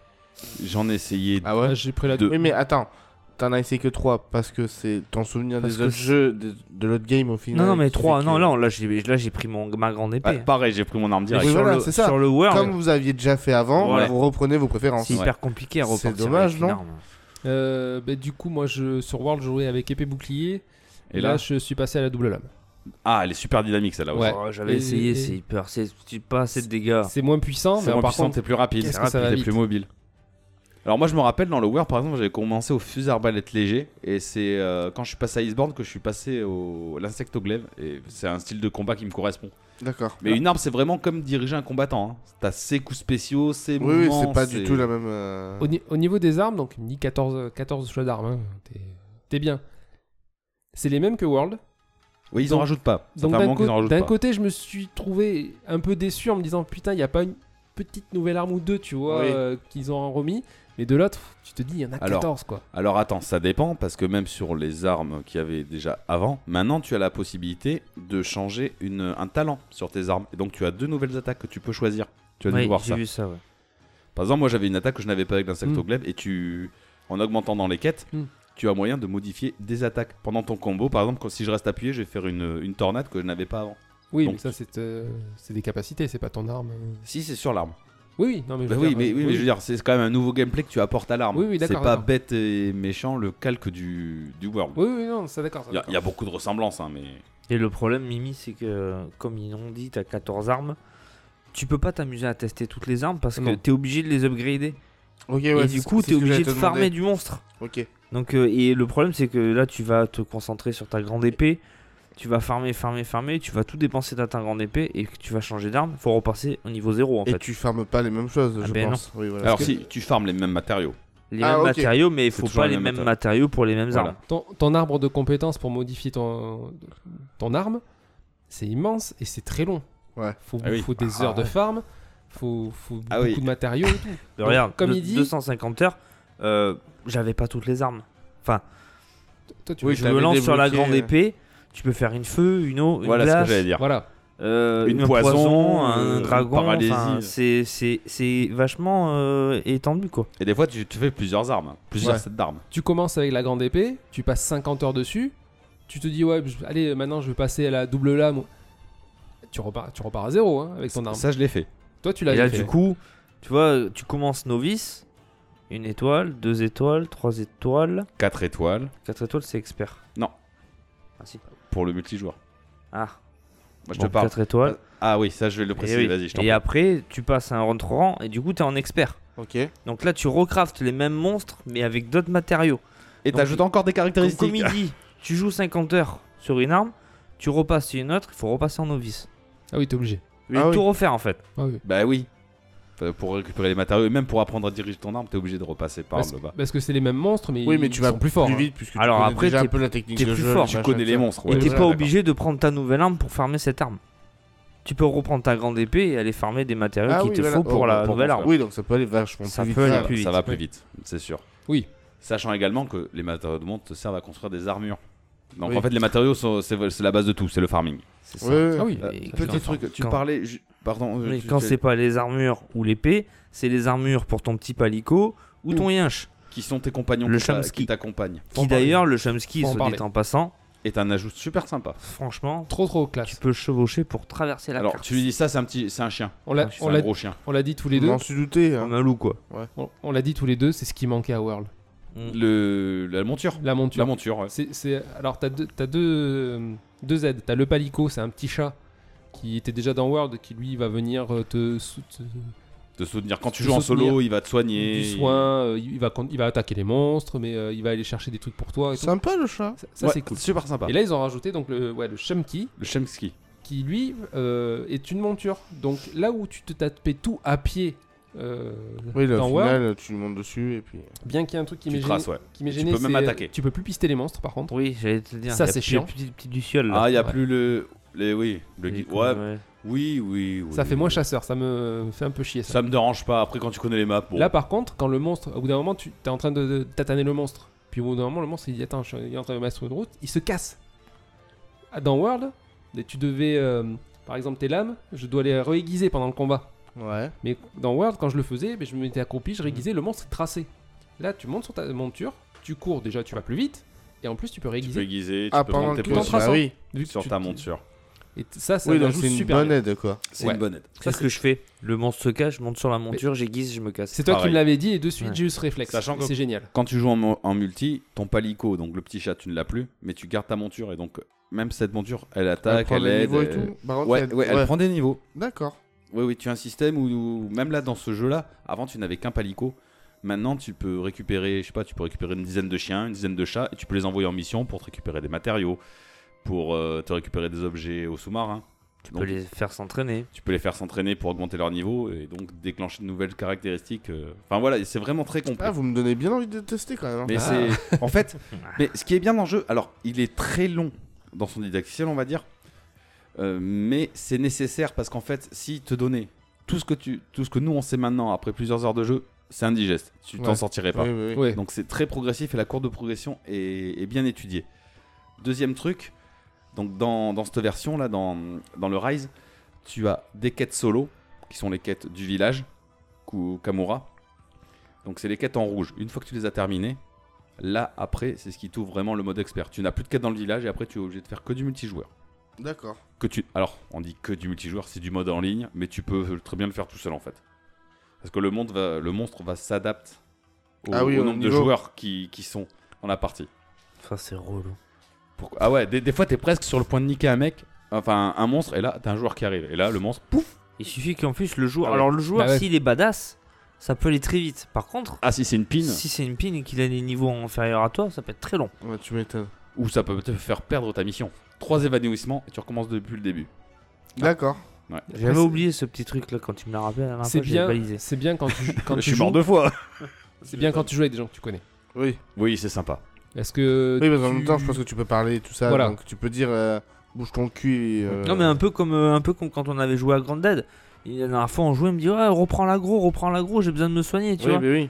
D: J'en ai essayé
G: Ah ouais
F: Ah, J'ai pris la
D: Deux.
G: Oui, mais attends. T'en as essayé que 3 parce que c'est ton souvenir
B: Parce
G: des
B: que
G: autres
B: c'est-
G: jeux, de, de l'autre game au final.
B: Non non mais
G: qui fait
B: 3. Non
G: que-
B: là on- là j'ai là j'ai pris mon ma grande épée. hein.
D: Ah, pareil, j'ai pris mon arme
B: Mais
D: direct.
G: Oui,
B: sur,
G: voilà,
B: le,
G: c'est ça.
B: sur le world,
G: Comme vous aviez déjà fait avant,
D: Voilà.
G: vous reprenez vos préférences.
B: c'est hyper compliqué à
G: C'est
B: repartir.
G: dommage,
B: avec une
G: non
B: arme.
F: Euh, bah, du coup, moi, je, sur World, je jouais avec épée bouclier. Et là, je suis passé à la double lame.
D: Ah, elle est super dynamique celle-là.
F: Ouais.
B: Oh, J'avais
F: Et-
B: essayé,
F: et-
B: c'est hyper, c'est c'est pas assez de dégâts.
F: C'est moins puissant,
D: Ah. C'est
F: mais
D: moins
F: par
D: puissant,
F: contre,
D: t'es plus rapide,
F: qu'est-ce
D: t'es
F: que ça va
D: rapide, t'es
F: vite.
D: plus mobile. Alors moi je me rappelle dans le War par exemple j'avais commencé au fusil arbalète léger et c'est euh, quand je suis passé à Iceborne que je suis passé au l'insectoglaive et c'est un style de combat qui me correspond.
G: D'accord.
D: Mais une arme c'est vraiment comme diriger un combattant. hein. T'as ses coups spéciaux, ses
G: Oui, oui,
D: mouvements.
G: c'est pas du tout la même. euh,
F: au, ni- au niveau des armes, donc il me dit 14, 14 choix d'armes. hein. T'es- T'es bien. C'est les mêmes que World.
D: Oui ils en
F: Donc-
D: rajoutent pas. Ça
F: Donc
D: fait un
F: d'un
D: moment qu'ils en
F: co-
D: rajoutent
F: d'un
D: pas.
F: côté, je me suis trouvé un peu déçu en me disant putain, il n'y a pas une petite nouvelle arme ou deux, tu vois,
G: Oui.
F: euh, qu'ils ont remis. Mais de l'autre, tu te dis, il y en a
D: Alors,
F: 14 quoi.
D: Alors attends ça dépend parce que même sur les armes qu'il y avait déjà avant, maintenant tu as la possibilité de changer une, un talent sur tes armes et donc tu as deux nouvelles attaques que tu peux choisir. Tu as dû
B: Ouais,
D: voir
B: j'ai
D: ça.
B: vu ça. ouais.
D: Par exemple, moi j'avais une attaque que je n'avais pas avec l'insectoglaive et tu, en augmentant dans les quêtes,
F: Mm.
D: tu as moyen de modifier des attaques. Pendant ton combo, par exemple, quand- si je reste appuyé, je vais faire une, une tornade que je n'avais pas avant.
F: Oui,
D: donc-
F: mais ça, c'est euh, c'est des capacités, c'est pas ton arme.
D: Si, c'est sur l'arme.
F: Oui, oui, non, mais je
D: Bah
F: veux
D: oui,
F: dire,
D: mais,
F: euh,
D: oui, mais je veux dire, c'est quand même un nouveau gameplay que tu apportes à l'arme.
F: Oui, oui,
D: c'est
F: d'accord,
D: pas
F: d'accord.
D: bête et méchant le calque du, du world.
F: Oui, oui, non, ça d'accord. ça,
D: Il y a-
F: d'accord.
D: il y, a beaucoup de ressemblances, hein, mais.
B: Et le problème, Mimi, c'est que, comme ils l'ont dit, t'as 14 armes. Tu peux pas t'amuser à tester toutes les armes parce que
F: Non.
B: t'es obligé de les upgrader.
G: Ok,
B: Et,
G: ouais,
B: du
G: c'est-
B: coup,
G: c'est
B: t'es
G: ce que
B: obligé
G: j'allais
B: de
G: te
B: farmer
G: demander.
B: du monstre.
G: Ok.
B: Donc, euh, et le problème, c'est que là, tu vas te concentrer sur ta grande épée. Tu vas farmer, farmer, farmer. Tu vas tout dépenser dans ta grande épée et que tu vas changer d'arme. Faut repasser au niveau 0 en
G: Et
B: fait.
G: tu farmes pas les mêmes choses,
B: Ah
G: je
B: ben
G: pense. Oui, voilà.
D: Alors
G: Parce que-
D: si, tu farmes les mêmes matériaux.
B: les
G: Ah,
B: mêmes
G: ok.
B: matériaux, mais il
D: C'est
B: faut
D: toujours
B: pas
D: les
B: les
D: mêmes
B: mêmes
D: matériaux.
B: matériaux pour les mêmes
D: Voilà.
B: armes.
F: Ton, ton arbre de compétences pour modifier ton, ton arme, c'est immense et c'est très long.
G: Ouais.
F: Faut,
D: Ah oui.
F: faut des heures de farm, faut, faut
D: Ah
F: beaucoup
D: oui.
F: de matériaux. et tout.
B: De
F: Donc,
B: regarde,
F: comme
B: de-
F: il dit-
B: 250 heures, euh, j'avais pas toutes les armes.
F: Toi, tu
G: Oui,
F: veux-
B: Je
G: l'avais
B: me lance sur la
G: débloqué,
B: grande
G: euh.
B: épée, tu peux faire une feu, une eau, une
D: Voilà ce
B: glace,
D: que j'allais dire.
F: Voilà.
B: euh,
D: Une
B: un
D: poison, euh,
B: un dragon.
D: paralysie.
B: enfin, c'est- C'est c'est vachement euh, étendu quoi.
D: Et des fois, tu, tu fais plusieurs armes, hein. plusieurs
F: Ouais.
D: sets d'armes.
F: Tu commences avec la grande épée, tu passes 50 heures dessus, tu te dis ouais, je- allez, maintenant je vais passer à la double lame. Tu repars, tu repars à zéro hein, avec ton arme.
D: Ça, je l'ai fait.
F: Toi, tu
B: Et là,
F: l'as
B: du
F: fait.
B: coup, tu vois, tu commences novice, une étoile, deux étoiles, trois étoiles,
D: 4 étoiles
B: quatre étoiles, c'est expert.
D: Non.
B: Ah si.
D: pour le multijoueur.
B: Ah,
D: Moi, je
B: bon,
D: te parle.
B: quatre étoiles.
D: Ah oui, ça, je vais le
B: et
D: préciser.
B: oui.
D: Vas-y, je t'en
B: et
D: prie.
B: après, tu passes à un rang de rang et du coup, t'es en expert.
G: Ok.
B: Donc là, tu recraftes les mêmes monstres, mais avec d'autres matériaux.
D: Et
B: donc,
D: t'ajoutes encore des
B: Comme,
D: caractéristiques.
B: comme il dit, tu joues 50 heures sur une arme, tu repasses sur une autre, il faut repasser en novice.
F: Ah oui, t'es obligé.
B: Mais
G: Ah
B: tout
G: oui.
B: refaire en fait.
F: Ah oui.
D: Bah oui. Enfin, Pour récupérer les matériaux et même pour apprendre à diriger ton arme, t'es obligé de repasser par
F: Parce,
D: le bas.
F: parce que c'est les mêmes monstres, mais,
G: Oui, mais
F: ils
G: tu vas
F: sont plus forts.
G: Plus
F: hein.
G: vite, puisque
B: Alors
G: tu connais
B: après,
G: déjà
B: t'es-
G: un peu la technique
B: t'es
G: de
B: plus
G: jeu.
B: fort,
G: machin,
D: Tu connais les
G: tout ça.
D: monstres.
B: Et
D: ouais.
B: t'es pas
D: D'accord.
B: obligé de prendre ta nouvelle arme pour farmer cette arme. Tu peux reprendre ta grande épée et aller farmer des matériaux
G: Ah
B: qu'il
G: oui,
B: te
G: voilà.
B: faut pour
G: Oh,
B: la
G: bah,
B: nouvelle
G: contre,
B: arme.
G: Oui, donc ça peut aller vachement
B: Ça
G: plus vite.
B: peut aller
G: Voilà.
B: plus vite.
D: Ça va plus vite, c'est sûr.
F: Oui.
D: Sachant également que les matériaux de monte servent à construire des armures. Donc
G: Oui.
D: en fait, les matériaux, sont- c'est c'est la base de tout, c'est le farming.
B: C'est ça.
G: Ouais, ouais.
F: Ah oui.
B: Et
D: Euh,
B: quand-
D: Petit truc, tu
B: quand-
D: parlais. ju- Pardon. euh,
B: mais
D: tu-
B: quand
D: tu-
B: c'est pas les armures ou l'épée, c'est les armures pour ton petit palico ou ton yinche.
D: Qui sont tes compagnons
B: Le
D: qui t'a-
B: Chomsky.
D: qui t'accompagnent.
F: en parler.
B: Qui d'ailleurs, le chumski,
F: Faut en
B: soit
F: parler.
B: dit en passant,
D: Est un ajout super sympa.
B: franchement,
F: Trop trop
B: tu
F: classe.
B: peux chevaucher pour traverser la
D: Alors
B: carte.
D: tu lui dis ça, c'est un petit, c'est un chien.
F: On l'a,
D: C'est
F: on
D: un
F: l'a,
D: gros chien.
F: on l'a dit tous les
G: Je
F: deux.
G: m'en suis douté. hein.
B: Comme un loup quoi.
F: On, on l'a dit tous les deux. C'est ce qui manquait à World.
D: Le, la monture.
F: La monture.
D: La monture. ouais.
F: C'est, c'est- alors t'as deux, t'as deux, euh, deux aides. T'as le palico, c'est un petit chat qui était déjà dans World, qui lui va venir euh, te, sou- te-
D: Te soutenir. Quand tu
F: Te
D: joues en
F: soutenir.
D: solo, il va te soigner.
F: du soin. euh, il va, con- il va attaquer les monstres, mais euh, il va aller chercher des trucs pour toi. Et tout.
G: Sympa le chat.
F: Ça, ça,
D: Ouais,
F: c'est cool.
D: Super sympa.
F: Et là ils ont rajouté donc le, ouais, le Shumki
D: Le Chemski.
F: qui lui euh, est une monture. Donc là où tu te tapais tout à pied euh,
G: Oui, là,
F: dans
G: au
F: World,
G: final, tu montes dessus et puis.
F: bien qu'il y ait un truc qui m'est
D: Tu
F: gêné,
D: traces, ouais.
F: qui m'est
D: Tu
F: gêné,
D: peux même
F: c'est-
D: attaquer.
F: Tu peux plus pister les monstres par contre.
B: Oui, j'allais te le dire.
F: Ça,
B: y a
F: c'est
B: plus
F: chiant.
B: Les petits, petits lucioles là.
D: Ah, il y a
F: Ouais.
D: plus le, les, oui, le
B: Les
D: gui-
B: cons,
D: Ouais,
B: ouais.
D: oui, oui, oui.
F: Ça fait moins chasseur, ça me fait un peu chier ça.
D: Ça me dérange pas. Après, quand tu connais les maps, bon.
F: Là par contre, quand le monstre, au bout d'un moment, tu es en train de, de tataner le monstre. Puis au bout d'un moment, le monstre il dit Attends, je suis en train de mettre sur une route, il se casse. Ah, Dans World, tu devais, euh, par exemple, tes lames, je dois les réaiguiser pendant le combat.
G: Ouais.
F: Mais dans World, quand je le faisais, ben, je me mettais
D: Mm.
F: accroupi, je réguisais, le monstre est tracé. Là, tu montes sur ta monture, tu cours, déjà tu vas plus vite, et en plus tu peux
D: tu peux
F: réguiser.
D: aiguiser, tu
G: Ah,
D: peux
G: pendant
D: prendre
G: le
D: tes
F: en
G: coup,
D: positions
F: traçant.
G: bah oui.
F: Vu que
D: sur
F: tu-
D: ta monture.
F: Et t- ça, ça
G: Oui,
F: me
G: donc
F: joue
G: c'est une
F: super
G: bonne
F: bien.
G: aide quoi.
D: C'est
F: Ouais.
D: une bonne aide.
B: Qu'est-ce que je fais Le monstre se cache, je monte sur la monture, j'aiguise, je me casse.
F: C'est toi qui
D: Pareil.
F: me l'avais dit, et de suite
B: Ouais.
F: j'ai eu ce réflexe.
D: Sachant
F: Et
D: que-
F: C'est génial.
D: Quand tu joues en, mo- en multi, ton palico, donc le petit chat, tu ne l'as plus, mais tu gardes ta monture et donc euh, même cette monture, elle attaque,
G: prend
D: elle,
G: le
D: aide.
G: niveau et
D: elle-
G: tout. Par contre,
D: Ouais,
G: elle-
D: ouais, elle
G: euh, ouais.
D: prend des niveaux.
G: D'accord.
D: Oui, oui, tu as un système où, où- même là dans ce jeu-là, avant tu n'avais qu'un palico. Maintenant, tu peux récupérer, je sais pas, tu peux récupérer une dizaine de chiens, une dizaine de chats, et tu peux les envoyer en mission pour te récupérer des matériaux, pour euh, te récupérer des objets au sous-marin.
B: Tu
D: Donc,
B: peux les faire s'entraîner.
D: tu peux les faire s'entraîner pour augmenter leur niveau et donc déclencher de nouvelles caractéristiques. euh. Enfin voilà, et c'est vraiment très complet.
G: Ah, vous me donnez bien envie de tester quand même. hein.
D: Mais
F: Ah.
D: c'est. En fait, mais ce qui est bien dans le jeu, alors il est très long dans son didacticiel, on va dire, euh, mais c'est nécessaire parce qu'en fait, si te donnait tout ce que tu, tout ce que nous on sait maintenant après plusieurs heures de jeu, c'est indigeste. Tu t'en
G: Ouais.
D: sortirais pas.
G: Oui, oui, oui.
F: Ouais.
D: Donc c'est très progressif et la courbe de progression est, est bien étudiée. Deuxième truc, donc dans, dans cette version là, dans, dans le Rise, tu as des quêtes solo, qui sont les quêtes du village, Ku- Kamura. Donc c'est les quêtes en rouge. Une fois que tu les as terminées, là après c'est ce qui t'ouvre vraiment le mode expert. Tu n'as plus de quêtes dans le village et après tu es obligé de faire que du multijoueur.
G: D'accord.
D: Que tu... Alors on dit que du multijoueur, c'est du mode en ligne, mais tu peux très bien le faire tout seul en fait. Parce que le, monde va... le monstre va s'adapter au,
G: Ah oui,
D: au
G: au
D: nombre de
G: niveau.
D: joueurs qui, qui sont dans la partie.
B: Ça, c'est relou.
D: Pourquoi- Ah ouais, des, des fois t'es presque sur le point de niquer un mec, enfin un monstre, et là t'as un joueur qui arrive. Et là le monstre, pouf
B: Il suffit qu'en plus, le
D: Ah
B: joueur.
D: ouais.
B: Alors, le joueur,
F: Bah ouais.
B: s'il est badass, ça peut aller très vite. Par contre,
D: Ah si c'est une pine
B: si c'est une pine et qu'il a des niveaux inférieurs à toi, ça peut être très long.
G: Ouais, tu m'étonnes.
D: Ou ça peut te faire perdre ta mission. Trois évanouissements et tu recommences depuis le début.
G: Ah. D'accord.
B: J'avais
F: c'est-
B: oublié ce petit truc là quand tu me l'as rappelé la dernière
F: C'est
B: fois, j'ai
F: bien,
B: balisé.
F: c'est bien quand tu, quand
D: je
F: tu
D: suis mort
F: joues-
D: deux fois
F: C'est bien quand tu joues avec des gens que tu connais.
G: Oui,
D: Oui, c'est sympa.
F: Est-ce que.
G: oui mais en
F: tu-
G: même temps, je pense que tu peux parler tout ça.
F: Voilà.
G: Donc tu peux dire euh, bouge ton cul. et, euh,
B: Non, mais un peu comme euh, un peu comme quand on avait joué à Grand Dead. Et la dernière fois, on jouait, il me dit Ouais, reprends l'agro, reprends l'agro, j'ai besoin de me soigner, tu
G: Oui,
B: vois.
G: mais oui.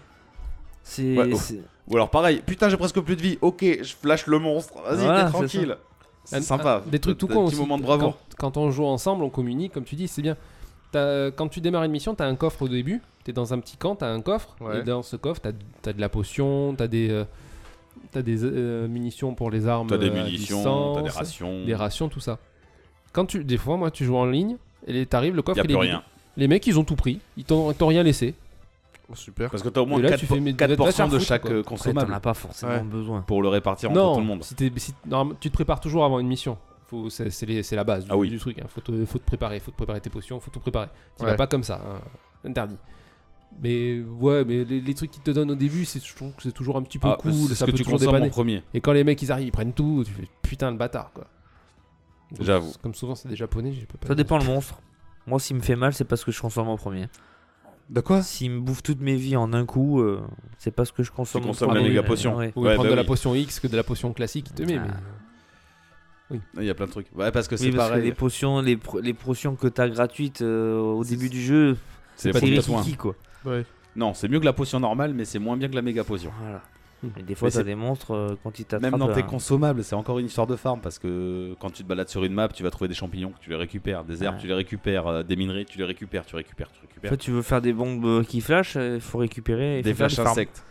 B: C'est.
D: Ouais, ouf.
B: c'est-
D: Ou alors pareil, putain, j'ai presque plus de vie. Ok, je flash le monstre. Vas-y,
B: Voilà,
D: t'es
B: c'est
D: tranquille. C'est
F: Un-
D: sympa.
F: un- Des trucs tout
D: T'as
F: con
D: Un
F: aussi.
D: petit moment de bravoure.
F: Quand, quand on joue ensemble, on communique, comme tu dis, c'est bien. T'as- quand tu démarres une mission, t'as un coffre au début. T'es dans un petit camp, t'as un coffre.
G: Ouais.
F: Et dans ce coffre, t'as as de la potion, t'as des, euh, t'as des euh, munitions pour les armes.
D: T'as des
F: euh, à
D: munitions, t'as des
F: distance,
D: rations.
F: des rations, tout ça. Quand tu, des fois, moi, tu joues en ligne et les- t'arrives, le coffre,
D: Y a
F: il est
D: plus
F: vide.
D: rien.
F: Les mecs, ils ont tout pris. Ils t'ont ils t'ont rien laissé.
G: Oh, Super.
D: Parce que t'as au moins
F: Et là,
D: 4,
F: tu fais, mais va- va te faire
D: 4% de
F: foutre,
D: chaque
F: quoi.
D: euh,
B: Après, t'en
D: consommable
B: as pas forcément
G: Ouais.
B: besoin.
D: pour le répartir entre
F: non,
D: tout le monde.
F: si t'es- si- normalement, tu te prépares toujours avant une mission. Faut- C'est c'est les- c'est la base du,
D: Ah oui.
F: du truc. hein. Faut, te, faut te préparer, faut te préparer tes potions, faut tout préparer. Tu
G: Ouais.
F: vas pas comme ça, hein. interdit. Mais ouais, mais les, les trucs qu'ils te donnent au début, c'est je trouve que c'est toujours un petit peu
D: Ah,
F: cool,
D: c'est
F: ça
D: ce que
F: peut
D: tu
F: toujours
D: consommes en
F: dépanner.
D: premier.
F: Et quand les mecs ils arrivent, ils prennent tout, tu fais putain le bâtard quoi. Donc,
D: J'avoue.
F: c'est- Comme souvent c'est des japonais, j'ai pas.
B: Ça dépend le monstre. Moi, s'il me fait mal, c'est parce que je consomme en premier.
G: De quoi
B: S'il me bouffe toute mes vies en un coup, euh, c'est parce que je consomme
D: Tu
B: en
D: consommes
F: la
B: premier.
D: méga potion.
B: Ouais.
F: Faut
D: Ouais,
F: prendre
D: bah
F: de la
D: oui.
F: potion X que de la potion classique, il te met.
B: Ah.
F: mais-
D: Il y a plein de trucs. Ouais, parce que c'est
B: Oui, parce que
D: pareil.
B: les potions, les, pro- les potions que t'as gratuites euh, au début du jeu,
D: C'est
B: c'est
D: pour le
B: les
D: soin.
B: kiki, quoi.
G: Ouais.
D: Non, c'est mieux que la potion normale, mais c'est moins bien que la méga potion.
B: Voilà. Et des fois,
D: Mais
B: t'as
D: c'est-
B: des monstres euh, quand ils t'attrapent.
D: Même dans
B: là,
D: tes
B: hein.
D: consommables, c'est encore une histoire de farm parce que quand tu te balades sur une map, tu vas trouver des champignons, tu les récupères, des herbes,
B: Ouais.
D: tu les récupères, euh, des minerais, tu les récupères, tu récupères, tu
B: En
D: récupères.
B: fait, tu veux faire des bombes euh, qui flashent, il faut récupérer. et
D: des
B: faut faire
D: flashs
B: farms.
D: insectes.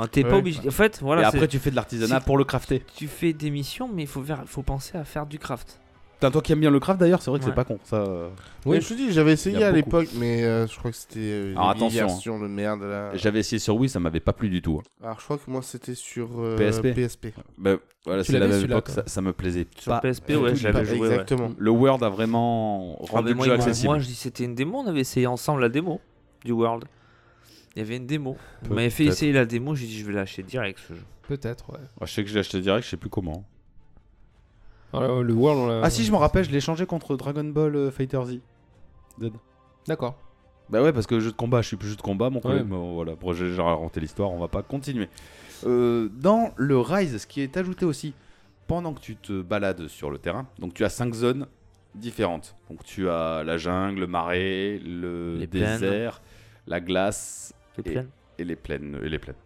B: Ah, T'es pas
G: Ouais.
B: obligé. En fait, voilà.
D: et
B: c'est-
D: après, tu fais de l'artisanat
B: c'est-
D: pour le crafter.
B: tu fais des missions, mais il faut, faire- faut penser à faire du craft.
D: Putain, toi qui aimes bien le craft d'ailleurs, c'est vrai que
B: Ouais.
D: c'est pas con. Ça, euh,
F: Oui.
G: Oui, je te dis, j'avais
D: Il y
G: essayé
D: a
G: à
D: beaucoup.
G: l'époque, mais euh, je crois que c'était euh,
D: Alors,
G: les
D: attention,
G: versions de merde là.
D: J'avais essayé sur Wii, ça m'avait pas plu du tout. hein.
G: Alors je crois que moi c'était sur euh,
D: PSP.
G: PSP.
D: Bah, voilà,
F: Tu
D: c'est la
F: l'avais,
D: même
F: celui-là,
D: époque,
F: toi
D: ça, ça me plaisait
B: Sur
D: pas.
B: PSP,
D: tout
B: ouais,
D: Bah, du
B: j'avais
D: pas-
B: joué. ouais.
G: Exactement.
D: Le World a vraiment
B: Ah,
D: rendu
B: mais
D: le
B: moi,
D: jeu
B: ils m'ont-
D: accessible.
B: moi, je dis c'était une démo, on avait essayé ensemble la démo du World. Il y avait une démo. On
D: Peut-
B: m'avait fait
D: peut-être.
B: essayer la démo, j'ai dit je vais lâcher direct ce jeu.
F: Peut-être ouais.
D: Ah, je sais que je l'ai acheté direct, je sais plus comment.
F: Alors, le world. on l'a-
D: Ah si, je m'en rappelle, je l'ai changé contre Dragon Ball euh, Fighter Z.
F: D'accord.
D: Bah ouais, parce que jeu de combat, je suis plus jeu de combat, mon collègue.
F: Ouais.
D: mais bon, voilà, bon, j'ai j'ai raconté l'histoire, on va pas continuer. Euh, dans le Rise, ce qui est ajouté aussi, pendant que tu te balades sur le terrain, donc tu as cinq zones différentes. Donc tu as la jungle, le marais, le
B: Les plaines.
D: désert, la glace
B: Les
D: Et-
B: plaines.
D: et les plaines. Et les plaines.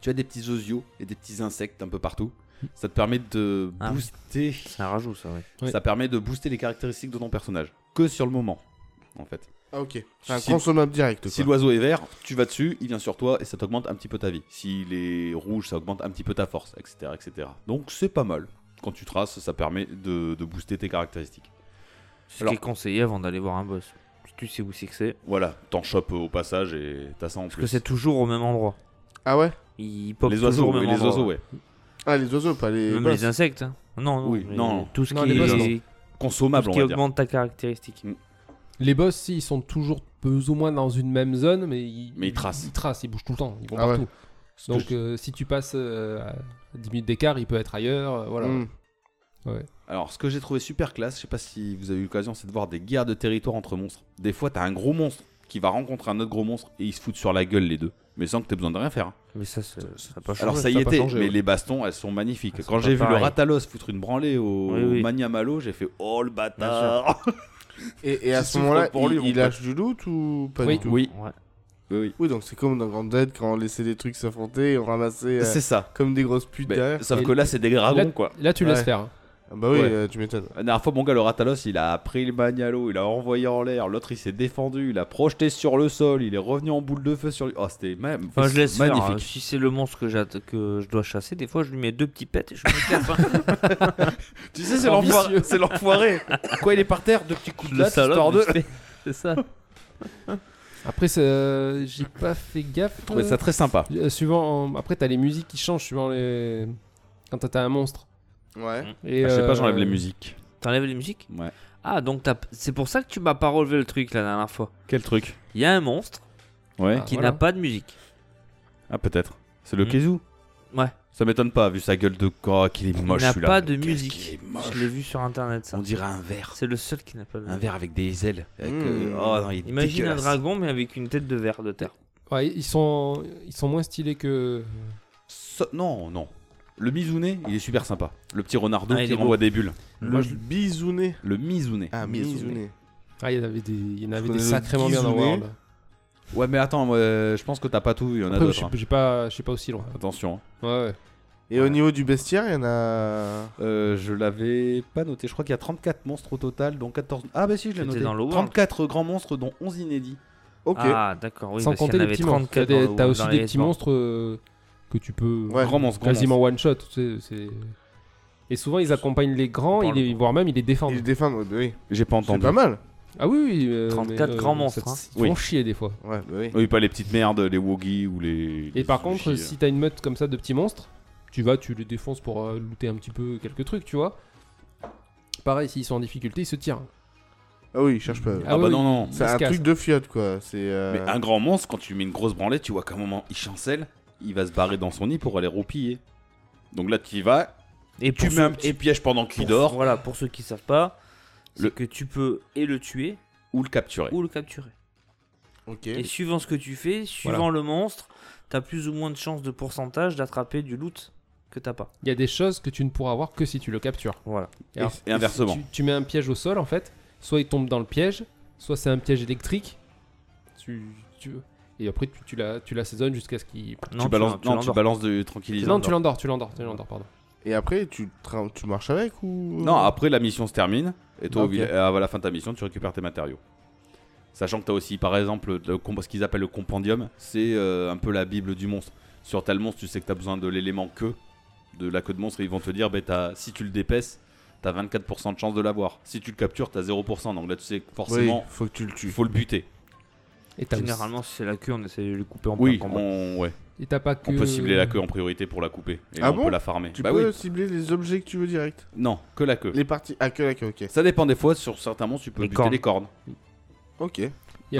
D: Tu as des petits osios et des petits insectes un peu partout. Ça te permet de
B: Ah oui.
D: booster
B: C'est un rajout, ça, ouais.
F: Oui.
D: ça permet de booster les caractéristiques de ton personnage. Que sur le moment, en fait.
G: Ah ok. C'est un
D: Si-
G: consommable direct. Quoi.
D: Si l'oiseau est vert, tu vas dessus, il vient sur toi et ça t'augmente un petit peu ta vie. S'il est rouge, ça augmente un petit peu ta force, etc. etc. Donc c'est pas mal. Quand tu traces, ça permet de, de booster tes caractéristiques.
B: C'est ce
D: Alors-
B: qui est conseillé avant d'aller voir un boss. Si tu sais où c'est que c'est.
D: Voilà, t'en chopes au passage et t'as ça en
B: Parce que
D: plus.
B: c'est toujours au même endroit.
G: Ah ouais
B: Ils popent
D: les
B: toujours
D: oiseaux,
B: au même
D: oui, les
B: endroit.
D: oiseaux, ouais.
G: Ah les oiseaux, pas les.
B: Même
G: boss.
B: les insectes. hein. Non, non,
D: Oui,
B: mais
D: non.
B: Tout ce
F: Non,
B: qui,
F: les boss, non.
B: tout ce
D: Consommables, on
B: qui
D: va dire.
B: augmente ta caractéristique.
F: Les boss, si, ils sont toujours plus ou moins dans une même zone, mais ils,
D: Mais ils tracent.
F: Ils tracent, ils bougent tout le temps, ils vont
G: Ah ouais.
F: partout.
D: Ce que
F: Donc
D: je-
F: euh, si tu passes euh, à 10 minutes d'écart, il peut être ailleurs. euh, voilà.
G: Mm.
D: Alors, ce que j'ai trouvé super classe, je sais pas si vous avez eu l'occasion, c'est de voir des guerres de territoire entre monstres. Des fois, t'as un gros monstre qui va rencontrer un autre gros monstre et ils se foutent sur la gueule les deux. Mais sans que t'aies besoin de rien faire. hein.
B: Mais ça, c'est- Ah, ça n'a pas changé.
D: Alors ça y
F: ça a pas
D: était,
F: changé,
D: mais
F: ouais.
D: les bastons, elles sont magnifiques.
B: Elles sont
D: Quand
B: pas
D: j'ai vu le
B: pareilles.
D: Ratalos foutre une branlée au
B: Oui, oui.
D: Maniamalo, j'ai fait oh le bâtard.
G: Et, et à
D: Tu
G: ce
D: souffres
G: moment-là,
D: pour lui,
G: il,
D: mon
G: il
D: pote.
G: lâche du loot ou pas
F: Oui.
G: du tout
D: oui,
B: Ouais.
D: oui, oui.
G: Oui, donc c'est comme dans Grand Dead quand on laissait des trucs s'affronter et on ramassait euh,
D: c'est Ben, ça.
G: comme des grosses putes
D: Mais-
G: derrière.
D: sauf
F: Et-
D: que là, c'est des
F: là,
D: dragons quoi.
F: Là, tu le
G: Ouais.
F: laisses faire. hein.
G: Ah bah oui,
D: Ouais.
G: euh, tu m'étonnes.
D: La dernière fois, mon gars, le Ratalos, il a pris le Manialo, il a envoyé en l'air. L'autre, il s'est défendu, il a projeté sur le sol, il est revenu en boule de feu sur lui. Oh, c'était ma-
B: Enfin, je laisse faire, hein.
D: magnifique.
B: Si c'est le monstre que, j'atte- que je dois chasser, des fois, je lui mets deux petits pets et je me casse. hein.
D: Tu sais, c'est
F: Ambitieux.
D: l'enfoiré. c'est l'enfoiré. Quoi, il est par terre, deux petits coups de
B: Le
D: latte, histoire
B: salope,
D: de.
B: il fait- C'est ça.
F: Après, c'est, euh, j'ai pas fait gaffe.
D: Je trouvais ça très sympa.
F: Euh, suivant, euh, après, t'as les musiques qui changent suivant les. Quand t'as un monstre.
G: Ouais.
F: Et,
D: Ah, je sais
F: euh,
D: pas, j'enlève les musiques.
B: T'enlèves les musiques
D: Ouais.
B: Ah, donc t'as- c'est pour ça que tu m'as pas relevé le truc la dernière fois.
D: Quel truc
B: Il y a un monstre
D: Ouais.
F: Ah,
B: qui
F: voilà.
B: n'a pas de musique.
D: Ah, peut-être. C'est le
B: Hmm.
D: Keizou
B: Ouais.
D: Ça m'étonne pas, vu sa gueule de corps, qu'il est moche
B: il n'a
D: celui-là.
B: pas de
D: Qu'est-ce qu'il
B: musique.
D: est moche.
B: Je l'ai vu sur internet ça.
D: On dirait un verre.
B: C'est le seul qui n'a pas de
D: Un
B: musique.
D: verre avec des ailes. avec,
G: Mmh.
D: euh, Oh non, il est
B: Imagine un
D: dégueulasse.
B: dragon mais avec une tête de verre de terre.
F: Ouais, ils sont, ils sont moins stylés que.
D: So- non, non. Le Mizouné, il est super sympa. Le petit renardeau
B: Ah, il
D: qui
B: est beau.
D: renvoie des bulles.
E: Le bisounet.
D: Le Mizouné.
G: Ah, Mizune.
F: Ah, il y en avait des, il y en avait
G: connais
F: des
G: le
F: sacrément bien dans
G: Gizouné.
D: Ah,
F: World.
D: Ouais, mais attends, moi, euh, je pense que t'as pas tout vu. Il y en a
F: Après, je
D: d'autres.
F: suis
D: hein.
F: je suis pas, je suis pas aussi loin.
D: Attention. hein.
F: Ouais, ouais.
G: Et au niveau du bestiaire, il y en a.
D: Euh, je l'avais pas noté. Je crois qu'il y a 34 monstres au total, dont 14. Ah, bah si, je l'ai
B: C'était
D: noté.
B: dans le World.
D: 34 grands monstres, dont 11 inédits.
G: Ok.
B: Ah, d'accord, oui,
F: Sans
B: parce qu'il y
F: compter
B: en
F: les
B: avait
F: petits monstres. T'as
B: 34
F: des-
B: dans-
F: T'as
B: dans
F: aussi
B: les
F: des petits
B: laissements.
F: monstres euh, que tu peux
G: Ouais.
D: Grands monstres, grands
F: quasiment one shot. tu sais, c'est- Et souvent, ils accompagnent les grands,
B: Parle
F: ils les-
B: pas.
F: voire même ils les défendent.
G: Ils défendent, ouais, bah oui.
D: monstres. J'ai pas
G: C'est
D: entendu.
G: pas mal.
F: Ah oui, oui. euh,
B: 34 grands monstres,
F: ça-
B: hein.
F: Ils
D: Oui.
F: font chier des fois.
G: Ouais, bah oui.
D: Oui, pas les petites merdes, les Wogi ou les.
F: Et
D: les
F: par contre,
D: sushis, euh.
F: si t'as une meute comme ça de petits monstres, tu vas, tu les défonces pour euh, looter un petit peu quelques trucs, tu vois. Pareil, s'ils sont en difficulté, ils se tirent.
G: Ah oui, ils cherchent pas.
F: Ah
D: Ah, bah
F: oui,
D: non, non.
G: C'est
F: ils se
G: un
F: cassent.
G: truc de fiotte, quoi. C'est. euh,
D: Mais ah, un grand monstre, quand tu lui mets une grosse branlette, tu vois qu'à un moment il chancelle, il va se barrer dans son nid pour aller roupiller. Donc là, tu y vas,
B: Et
D: tu
B: pour
D: mets
B: ceux-
D: un petit
B: et
D: piège pendant qu'il
B: pour-
D: dort,
B: Voilà, pour ceux qui savent pas,
D: Le-
B: c'est que tu peux et le tuer
D: ou le capturer.
B: ou le capturer.
G: Ok.
B: Et suivant ce que tu fais, suivant
F: Voilà.
B: le monstre, t'as plus ou moins de chances de pourcentage d'attraper du loot que t'as pas.
F: Il y a des choses que tu ne pourras avoir que si tu le captures.
B: Voilà.
F: Et alors,
D: Et inversement.
F: Tu, tu mets un piège au sol, en fait. Soit il tombe dans le piège, soit c'est un piège électrique. Tu, tu- Et après, tu, tu la- tu l'assaisonnes jusqu'à ce qu'il.
B: Non,
D: tu balances,
B: l'en-
D: non, tu
B: l'endors.
D: balances de tranquillisant.
F: Non, tu l'endors, tu l'endors, tu l'endors, pardon.
G: Et après, tu, tra- tu marches avec ou.
D: Non, ah, après la mission se termine, et toi, au
G: Mhm. Ok.
D: villa- euh, à la fin de ta mission, tu récupères tes matériaux. Sachant que tu as aussi, par exemple, le com- ce qu'ils appellent le compendium, c'est euh, un peu la Bible du monstre. Sur tel monstre, tu sais que tu as besoin de l'élément que, de la queue de monstre, et ils vont te dire, ben, t'as- si tu le dépèces, tu as 24% de chance de l'avoir. Si tu le captures, tu as 0%. Donc là, tu sais que
G: Oui,
D: forcément, Bah
G: faut que tu le
D: il
G: tues.
D: faut le buter.
F: Et t'as
B: Généralement, si c'est la queue, on essaie de le couper en
D: Oui,
B: plein combat.
D: on, ouais.
F: et t'as pas que.
D: on peut cibler la queue en priorité pour la couper. Et
G: Ah
D: on
G: bon
D: peut la farmer.
G: Tu
D: bah
G: peux
D: oui.
G: cibler les objets que tu veux direct.
D: Non, que la queue.
G: Les parties. Ah, que là, que- ok.
D: Ça dépend des fois, sur certains monstres, tu peux
B: Les
D: buter
B: cornes.
D: les cornes.
G: Ok.
F: aussi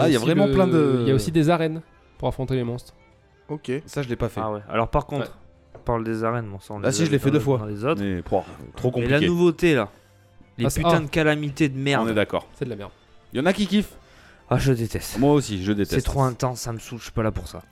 D: Ah, il y a vraiment plein de-
F: Il y a aussi des arènes pour affronter les monstres.
G: Ok.
D: Ça, je l'ai pas fait.
B: Ah ouais. Alors par contre, on parle des arènes, mon sang. on
D: Ah
B: les
D: si,
B: a
D: je l'ai
B: dans
D: fait deux
B: le-
D: fois.
B: dans les autres.
D: Mais, pro- trop
B: Mais
D: compliqué.
B: la nouveauté là, les
F: Ah, c'est-
B: putains
F: ah.
B: de calamités de
D: On est
B: merde.
D: d'accord.
F: C'est de la merde.
D: Il y en a qui kiffent.
B: Ah, je déteste.
D: Moi aussi, je déteste.
B: C'est trop intense, ça me saoule, je suis pas là pour ça.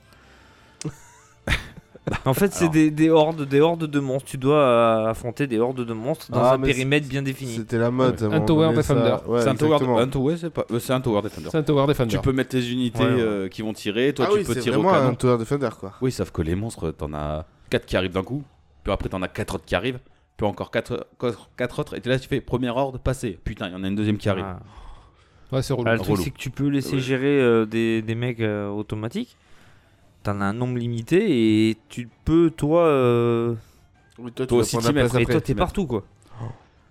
B: en fait, c'est
D: Alors.
B: des, des hordes, des hordes de monstres. Tu dois euh, affronter des hordes de monstres dans
G: Ah,
B: un
G: mais c'est-
B: périmètre bien défini.
G: C'était la mode.
F: Un
G: à moment
F: Tower
G: donné,
F: Defender.
G: ça. Ouais,
D: c'est un tower,
G: exactement.
D: un tower- c'est pas- euh, c'est un tower defender.
F: C'est un Tower Defender.
D: Tu peux mettre tes unités
B: Ouais, ouais.
D: euh, qui vont tirer, toi
G: ah
D: tu
G: oui,
D: peux
G: c'est
D: tirer au
G: vraiment
D: canon.
G: un Tower Defender, quoi.
D: Oui, sauf que les monstres, t'en as 4 qui arrivent d'un coup, puis après t'en as 4 autres qui arrivent, puis encore 4 quatre, quatre autres, et t'es là tu fais première horde, passer. Putain, il y en a une deuxième qui arrive.
B: Ah.
F: Ouais, c'est relou.
B: Ah, le truc,
D: relou.
B: c'est que tu peux laisser gérer euh, des, des mecs euh, automatiques. T'en as un nombre limité et tu peux, toi. euh,
G: Oui, toi, tu
D: Toi
G: vas
D: aussi,
G: prendre
D: t'y
G: la place
D: mettre,
B: Et
G: après.
B: toi, t'es partout, quoi.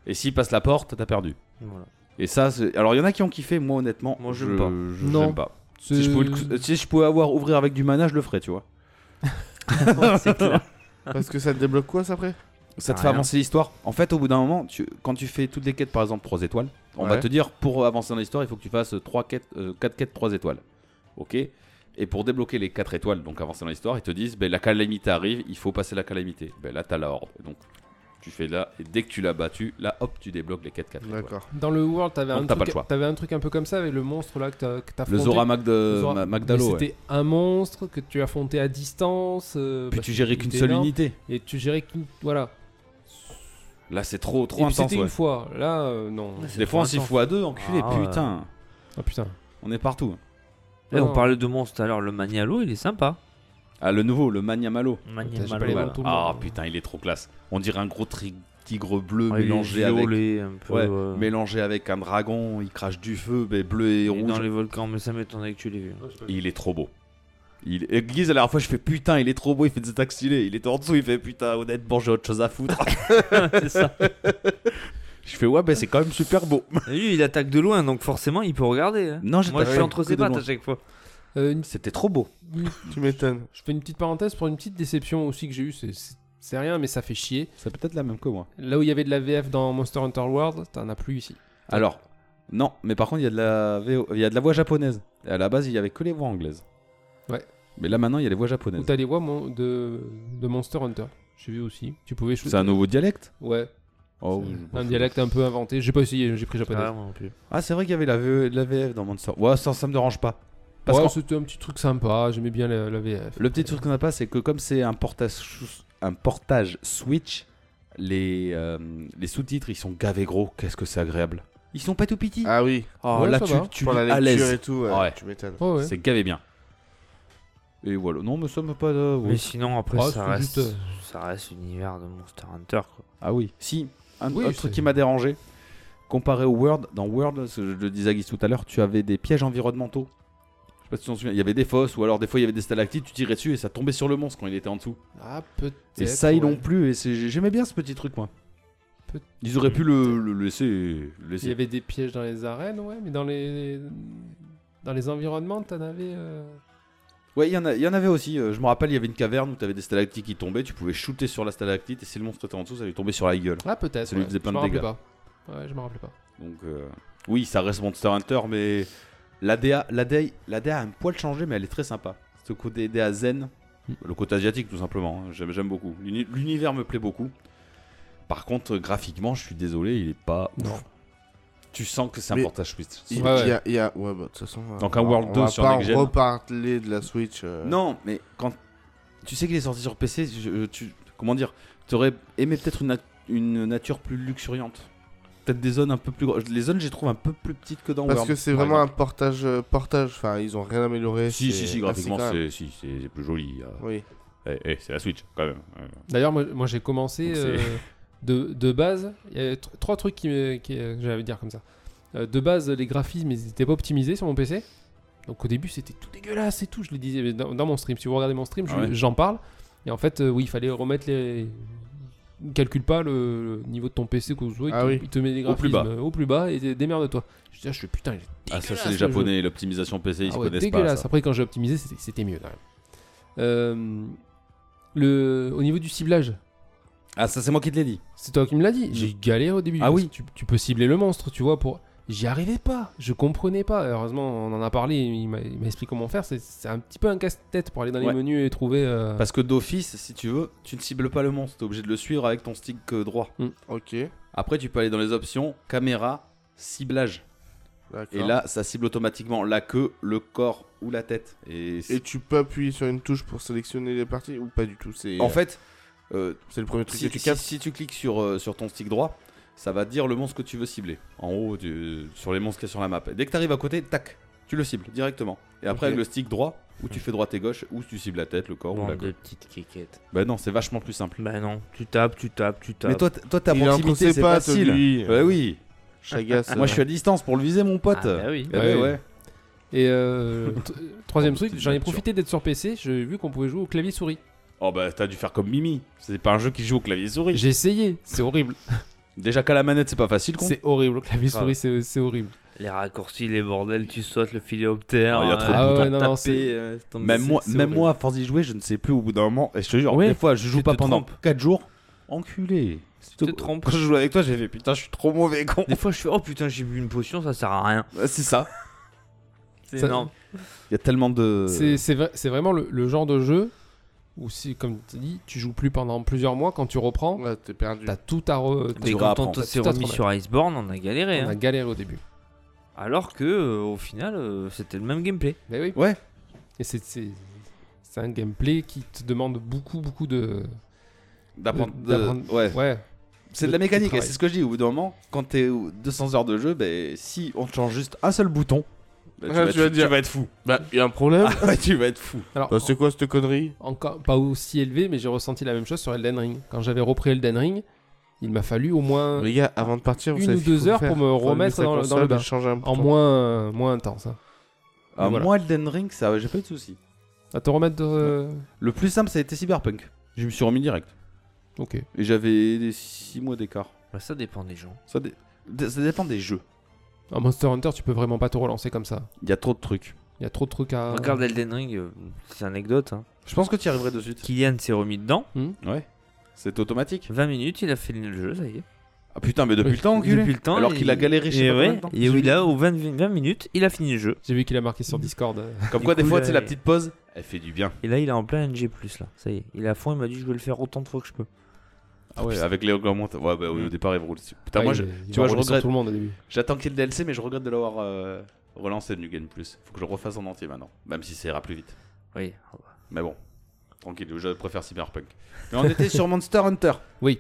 D: Et s'ils passent la porte, t'as perdu.
B: Voilà.
D: Et ça, c'est- alors il y en a qui ont kiffé, moi honnêtement,
B: Moi,
D: je
B: j'aime pas.
D: je-
F: Non.
D: j'aime pas.
F: C'est-
D: Si je, pouvais le cou- si je pouvais avoir ouvrir avec du mana, je le ferais, tu vois.
B: c'est clair.
G: Parce que ça te débloque quoi, ça après
D: Ça te
B: Ah,
D: fait
B: rien.
D: avancer l'histoire. En fait, au bout d'un moment, tu- quand tu fais toutes les quêtes, par exemple 3 étoiles, on va
G: Ouais.
D: te dire pour avancer dans l'histoire, il faut que tu fasses 3 quêtes, 4 quêtes 3 étoiles. Ok Et pour débloquer les 4 étoiles, donc avancer dans l'histoire, ils te disent ben, la calamité arrive, il faut passer la calamité. Ben, là, t'as la horde. Et Donc, tu fais là, et dès que tu l'as battu, là, hop, tu débloques les quêtes 4 étoiles.
G: D'accord.
F: Dans le World, t'avais
D: Donc
F: un,
D: t'as pas le
F: truc-
D: choix.
F: t'avais un truc un peu comme ça avec le monstre là que t'as que
D: Le
F: t'affrontais.
D: Zora Magde-
F: Le Zora-
D: Ma-
F: Mais
D: Magdalo. ouais.
F: C'était un monstre que tu affrontais à distance. euh,
D: Puis
F: parce
D: tu
F: qu'il
D: gérais qu'une
F: était
D: seule
F: énorme,
D: unité.
F: Et tu gérais qu'une. Voilà.
D: Là, c'est trop,
F: Et puis
D: trop intense.
F: C'était
D: ouais.
F: une fois. Là, euh, non.
D: Des fois, on s'y fout à deux, enculé,
B: Ah, ouais.
D: putain.
F: Ah putain.
D: On est partout.
B: Eh,
F: Non.
B: on parlait de monstres tout à l'heure. Le Manialo, il est sympa.
D: Ah, le nouveau, le Magnamalo.
F: Putain, j'ai pas
B: Maniamalo,
F: les
B: voilà.
F: noms, tout le
D: Ah
F: monde.
D: putain, il est trop classe. On dirait un gros tri- tigre bleu
B: Ouais, Ah, il est
D: mélangé avec
B: violet, un peu,
D: ouais,
B: euh,
D: mélangé avec un dragon, il crache du feu, mais bleu et
B: il est
D: rouge.
B: dans les volcans, mais ça m'étonnait que tu l'aies vu.
D: Il est trop beau. Il et Guise à la dernière fois je fais putain, il est trop beau, il fait des attaques stylées. Il est en dessous, il fait putain, honnêtement, j'ai autre chose à foutre.
B: c'est ça.
D: je fais ouais, ben c'est quand même super beau.
B: Et lui, il attaque de loin, donc forcément, il peut regarder. hein.
D: Non, j'ai
B: Moi, je suis
D: tapé
B: entre
D: que
B: ses
D: de
B: pattes
D: loin.
B: à chaque fois.
F: Euh, une-
D: C'était trop beau.
F: une-
G: Tu m'étonnes.
F: Je fais une petite parenthèse pour une petite déception aussi que j'ai eue. c'est- c'est- C'est rien, mais ça fait chier.
D: C'est peut-être la même que moi.
F: Là où il y avait de la VF dans Monster Hunter World, t'en as plus ici.
D: Alors, non, mais par contre, il y a de la VO il y a de la voix japonaise. Et à la base, il y avait que les voix anglaises.
F: Ouais.
D: Mais là maintenant, il y a les voix
F: Où
D: japonaises.
F: t'as les voix mon- de... de Monster Hunter. J'ai vu aussi. Tu pouvais choisir.
D: C'est un nouveau dialecte
F: Ouais.
D: Oh,
F: C'est
D: oui, je
F: un
D: pense.
F: dialecte un peu inventé. J'ai pas essayé, j'ai pris japonais.
B: Ah, moi non plus.
D: E, Ah, c'est vrai qu'il y avait la, VE la VF dans Monster. Ouais, ça, ça me dérange pas. Parce
F: Ouais,
D: que
F: c'était un petit truc sympa, j'aimais bien la, la VF.
D: le petit truc qu'on n'a pas, c'est que comme c'est un portage, sous- un portage Switch, les, euh, les sous-titres, ils sont gavés gros. Qu'est-ce que c'est agréable. Ils sont pas tout petits.
G: Ah oui,
D: Oh,
F: Ouais,
D: là,
F: ça
D: tu,
F: va.
D: tu
G: pour
D: lis
G: la
D: à
G: lecture et
D: l'aise.
G: tout, ouais,
D: Ouais.
G: tu m'étonnes.
F: Ouais, ouais.
D: C'est gavé bien. Et voilà. Non, mais ça me pas. euh, de-
B: Mais sinon, après,
F: Ah,
B: ça,
F: c'est
B: reste,
F: juste, euh,
B: ça reste l'univers de Monster Hunter. Quoi.
D: Ah oui. Si, un
F: Oui,
D: autre truc
F: c'est-
D: qui m'a dérangé, comparé au Word, dans Word, ce que je le disais à Guise tout à l'heure, tu avais des pièges environnementaux. Je sais pas si tu t'en souviens. Il y avait des fosses, ou alors des fois il y avait des stalactites, tu tirais dessus et ça tombait sur le monstre quand il était en dessous.
F: Ah, peut-être.
D: Et ça, ils
F: ouais.
D: l'ont plus, et c'est- j'aimais bien ce petit truc, moi.
F: Peut-
D: Ils auraient pu le, le laisser. le laisser.
F: Il y avait des pièges dans les arènes, ouais, mais dans les. Dans les environnements, t'en avais. euh,
D: Ouais, il y, en a- il y en avait aussi. euh, Je me rappelle, il y avait une caverne où t'avais des stalactites qui tombaient, tu pouvais shooter sur la stalactite, et si le monstre était en dessous, ça lui tombait sur la gueule.
F: Ah, peut-être.
D: Ça lui
F: ouais.
D: faisait plein
F: Je
D: de
F: m'en rappelais
D: dégâts.
F: pas. Ouais, je m'en rappelais pas.
D: Donc, euh, oui, ça reste Monster Hunter, mais la DA, la, DA, la DA a un poil changé, mais elle est très sympa. Ce côté DA zen,
F: Mm.
D: le côté asiatique tout simplement, hein, j'aime j'aime beaucoup. L'uni- L'univers me plaît beaucoup. Par contre, graphiquement, je suis désolé, il est pas. ouf.
F: Non.
D: Tu sens que c'est un
G: Mais-
D: portage Switch.
G: Il,
F: Ouais,
G: il y a, il y a- ouais, bah, de toute façon. euh,
D: Donc un
G: on-
D: World 2
G: on
D: sur
G: va pas
D: Next Gen.
G: reparler de la Switch. euh,
D: Non, mais quand tu sais qu'il est sorti sur PC, je- tu comment dire, t'aurais aimé peut-être une, nat- une nature plus luxuriante. Peut-être des zones un peu plus grosses. Les zones, je les trouve un peu plus petites que dans
G: Parce
D: World,
G: que c'est
D: par
G: vraiment un
D: exemple.
G: portage, euh, portage. Enfin, ils ont rien amélioré.
D: Si,
G: Euh, c'est
D: si, si, graphiquement,
G: assez quand même.
D: c'est si, c'est- c'est plus joli. euh.
G: Oui.
D: Eh, eh, c'est la Switch, quand même. Ouais.
F: D'ailleurs, moi, moi, j'ai commencé
D: Donc, c'est-
F: euh, de, de base. Il y a tr- trois trucs qui, me- qui, euh, que j'allais dire comme ça. Euh, de base, les graphismes, ils n'étaient pas optimisés sur mon PC. Donc au début, c'était tout dégueulasse et tout. Je le disais mais dans, dans mon stream. Si vous regardez mon stream, je-
D: Ah ouais.
F: j'en parle. Et en fait, euh, oui, il fallait remettre les. ne Calcule pas le, le niveau de ton PC que vous jouez.
G: Ah
F: il, te-
G: oui.
F: il te met des
D: Au plus
F: graphismes
D: bas.
F: euh, au plus bas et dé- démerde-toi. Je dis, ah, je fais putain, il est
D: Ah, ça, c'est
F: dégueulasse,
D: les
F: le jeu.
D: Japonais, l'optimisation PC, ils
F: Ah
D: se
F: ouais,
D: connaissent
F: dégueulasse.
D: pas. ça.
F: Après, quand j'ai optimisé, c'était- c'était mieux. quand même. Euh, le, au niveau du ciblage,
D: Ah, ça, c'est moi qui te l'ai dit.
F: c'est toi qui me l'as dit. J'ai galéré au début.
D: Ah
F: parce
D: oui.
F: que Tu, tu peux cibler le monstre, tu vois, pour. J'y arrivais pas. Je comprenais pas. Heureusement, on en a parlé. Il m'a il m'a expliqué comment faire. C'est- C'est un petit peu un casse-tête pour aller dans
D: Ouais.
F: les menus et trouver. euh,
D: Parce que d'office, si tu veux, tu ne cibles pas le monstre, t'es obligé de le suivre avec ton stick euh, droit.
G: Ok.
D: Après, tu peux aller dans les options caméra, ciblage.
G: D'accord.
D: Et là, ça cible automatiquement la queue, le corps ou la tête. Et, c'est-
G: Et tu peux appuyer sur une touche pour sélectionner les parties ou pas du tout. C'est.
D: en fait, euh,
G: c'est le premier truc
D: si,
G: que tu
D: si-
G: captes.
D: si tu cliques sur, euh, sur ton stick droit, ça va dire le monstre que tu veux cibler. En haut, tu- sur les monstres qui sont sur la map. Et dès que tu arrives à côté, tac, tu le cibles directement. Et après,
G: Ok.
D: avec le stick droit, où tu fais droite et gauche, où tu cibles la tête, le corps ou
B: Bande
D: la queue.
B: de petites kékettes.
D: Bah non, c'est vachement plus simple.
B: Bah non, tu tapes, tu tapes, tu tapes.
D: Mais toi, t- toi t'es à
G: Il est en
D: proximité, c'est
G: pattes,
D: facile.
G: lui.
D: Bah oui.
G: Chagas.
D: Moi, je suis à distance pour le viser, mon pote.
B: ah, bah oui.
D: Eh ben
F: Ouais.
D: ouais.
F: Et euh, t- troisième
D: Oh,
F: truc,
D: petite
F: j'en ai
D: nature.
F: profité d'être sur PC. J'ai vu qu'on pouvait jouer au clavier souris.
D: Oh bah t'as dû faire comme Mimi. C'est pas un jeu qui joue au clavier souris.
F: J'ai essayé. C'est horrible.
D: Déjà qu'à la manette, c'est pas facile. con.
F: C'est horrible. Le clavier souris, c'est c'est horrible.
B: Les raccourcis, les bordels, tu sautes le euh, filet optère.
D: Ah, il y a trop de
F: Ah ouais,
D: boutons.
F: non, non, c'est-
D: Même moi, même moi, à force d'y jouer, je ne sais plus au bout d'un moment. Et je te jure, des fois, je joue
B: tu
D: pas
B: te
D: pendant
B: trompes.
D: 4 jours. Enculé.
B: Tu te trompes.
D: Quand je joue avec toi, j'ai fait putain, je suis trop mauvais con.
B: Des fois, je fais oh putain, j'ai bu une potion, ça sert à rien.
D: Bah, c'est ça.
B: C'est
F: Ça-
B: énorme.
D: Il y a tellement de.
F: C'est- C'est vrai- c'est vraiment le, le genre de jeu où, si, comme tu dis, tu joues plus pendant plusieurs mois. Quand tu reprends,
G: Ouais, t'es perdu.
F: t'as tout à. Re...
B: Mais
D: dois
B: quand on
D: apprendre.
B: s'est
F: Tout à
B: remis
F: fait.
B: sur Iceborne, on a galéré.
F: On a
B: hein.
F: galéré au début.
B: Alors que, euh, au final, euh, c'était le même gameplay.
F: Mais Ben oui.
D: Ouais.
F: Et c'est c'est- c'est un gameplay qui te demande beaucoup, beaucoup de.
D: D'apprendre. de-
F: d'apprendre-
D: Ouais.
F: Ouais.
D: C'est de la
F: Le- le
D: mécanique, et
F: travail.
D: c'est ce que je dis. Au bout d'un moment, quand t'es au 200 heures de jeu, ben, si on te change juste un seul bouton, ben,
G: Ah, tu vas
D: tu
G: dire-
D: vas être fou.
G: Bah, y a un problème.
D: Ah ouais, tu vas être fou.
F: Alors,
G: Bah, c'est quoi cette connerie
F: encore pas aussi élevé, mais j'ai ressenti la même chose sur Elden Ring. Quand j'avais repris Elden Ring, il m'a fallu au moins
G: Les gars, avant de partir, vous
F: Euh, Une
G: savez
F: ou
G: ce qu'il
F: deux
G: faut
F: heures
G: faire.
F: pour me
G: Faut allumer
F: remettre
G: sa
F: dans le- dans
G: console
F: le
G: et
F: bain.
G: changer un
F: en
G: bouton.
F: moins, euh, moins intense. hein.
D: Ah,
F: voilà.
D: Moi, Elden Ring, ça, j'ai pas eu de soucis.
F: À te remettre. euh,
D: Le plus simple, ça a été Cyberpunk. Je me suis remis direct.
F: Ok.
D: Et j'avais 6 mois d'écart.
B: Bah, ça dépend des gens.
D: Ça, dé- dé- ça dépend des jeux.
F: En Monster Hunter, tu peux vraiment pas te relancer comme ça.
D: Il y a trop de trucs.
F: Il y a trop de trucs
D: Ah
F: à.
B: Regarde Elden Ring, euh, c'est anecdote. hein.
D: Je pense que tu y arriverais de suite.
B: Kylian s'est remis dedans.
F: Hmm
D: Ouais. C'est automatique.
B: 20 minutes, il a fait le jeu, ça y est.
D: Ah putain, mais depuis
F: Oui.
D: le temps, enculé.
B: Depuis le temps.
D: Alors
B: il-
D: qu'il a galéré chez
B: Et
D: pas combien
B: ouais,
D: de temps.
B: et oui, là, aux 20, 20 minutes, il a fini le jeu.
F: J'ai vu qu'il a marqué sur Discord. euh,
D: Comme
B: Du
D: quoi, des
B: coup,
D: fois,
B: là,
D: tu sais, la
B: il-
D: petite pause, elle fait du bien.
B: Et là, il est en plein NG+, là. Ça y est, il est à fond, il m'a dit, je vais le faire autant de fois que je peux.
D: Ah ouais, avec les augmentations. Ouais, bah oui, au départ, ils roulent dessus. Putain,
F: Mm. ouais,
D: moi,
F: ah, il-
D: je-
F: il
D: tu
F: va
D: vois, je
F: rouler sur
D: regrette.
F: tout le monde au début.
D: j'attends qu'il y ait le DLC, mais je regrette de l'avoir euh, relancer le New Game Plus. Faut que je le refasse en entier maintenant, même si ça ira plus vite.
B: Oui.
D: Mais bon, tranquille, je préfère Cyberpunk. Mais on était sur Monster Hunter.
F: Oui.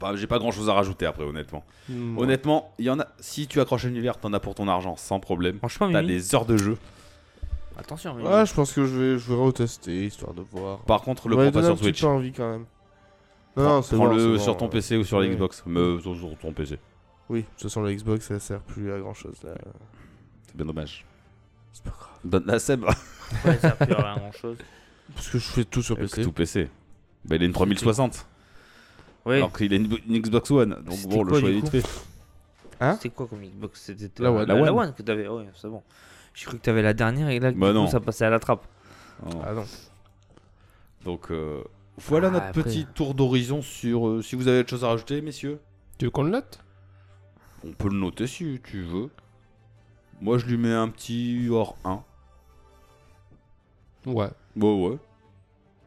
D: Bah, j'ai pas grand chose à rajouter après, honnêtement.
G: Hmm.
D: Honnêtement, il y en a. Si tu accroches à l'univers, t'en as pour ton argent, sans problème.
B: Franchement,
D: T'as
B: Mimi,
D: des heures de jeu.
B: attention. Mimi.
G: Ouais, Ah, je pense que je vais, je vais retester histoire de voir.
D: Par contre, le
G: Ouais,
D: prends pas
G: donne un
D: sur
G: petit
D: Switch.
G: peu envie quand même.
D: Prends-
G: Non, non, c'est bon,
D: Prends-le
G: c'est
D: sur
G: bon,
D: ton
G: euh,
D: PC ou sur
G: oui.
D: la Xbox. Mais euh, sur- sur ton PC.
G: Oui, de toute façon, la Xbox, ça sert plus à grand chose là.
D: C'est bien dommage.
G: C'est pas grave.
D: Donne la Seb.
B: Ouais, ça sert plus à grand chose.
G: Parce que je fais tout sur PC.
D: Tout PC. Bah, il a une 3060.
B: Oui.
D: Alors qu'il a une, une Xbox One. Donc
B: C'était
D: bon, le
B: quoi,
D: choix est
B: du
D: vite
B: coup
D: fait.
G: Hein
B: C'était quoi comme Xbox C'était euh,
G: La One.
B: La,
D: La
B: la
D: One.
B: One que t'avais. Ouais, c'est bon. J'ai cru que t'avais la dernière et là, du
D: Bah
B: coup,
D: non.
B: ça passait à la trappe.
D: Oh.
F: Ah non.
D: Donc euh, voilà
B: Ah,
D: notre
B: après.
D: petit tour d'horizon sur. euh, si vous avez autre chose à rajouter, messieurs,
F: Tu veux qu'on le note
D: on peut le noter si tu veux. Moi, je lui mets un petit hors 1.
F: Ouais.
D: Bon, Bah, ouais.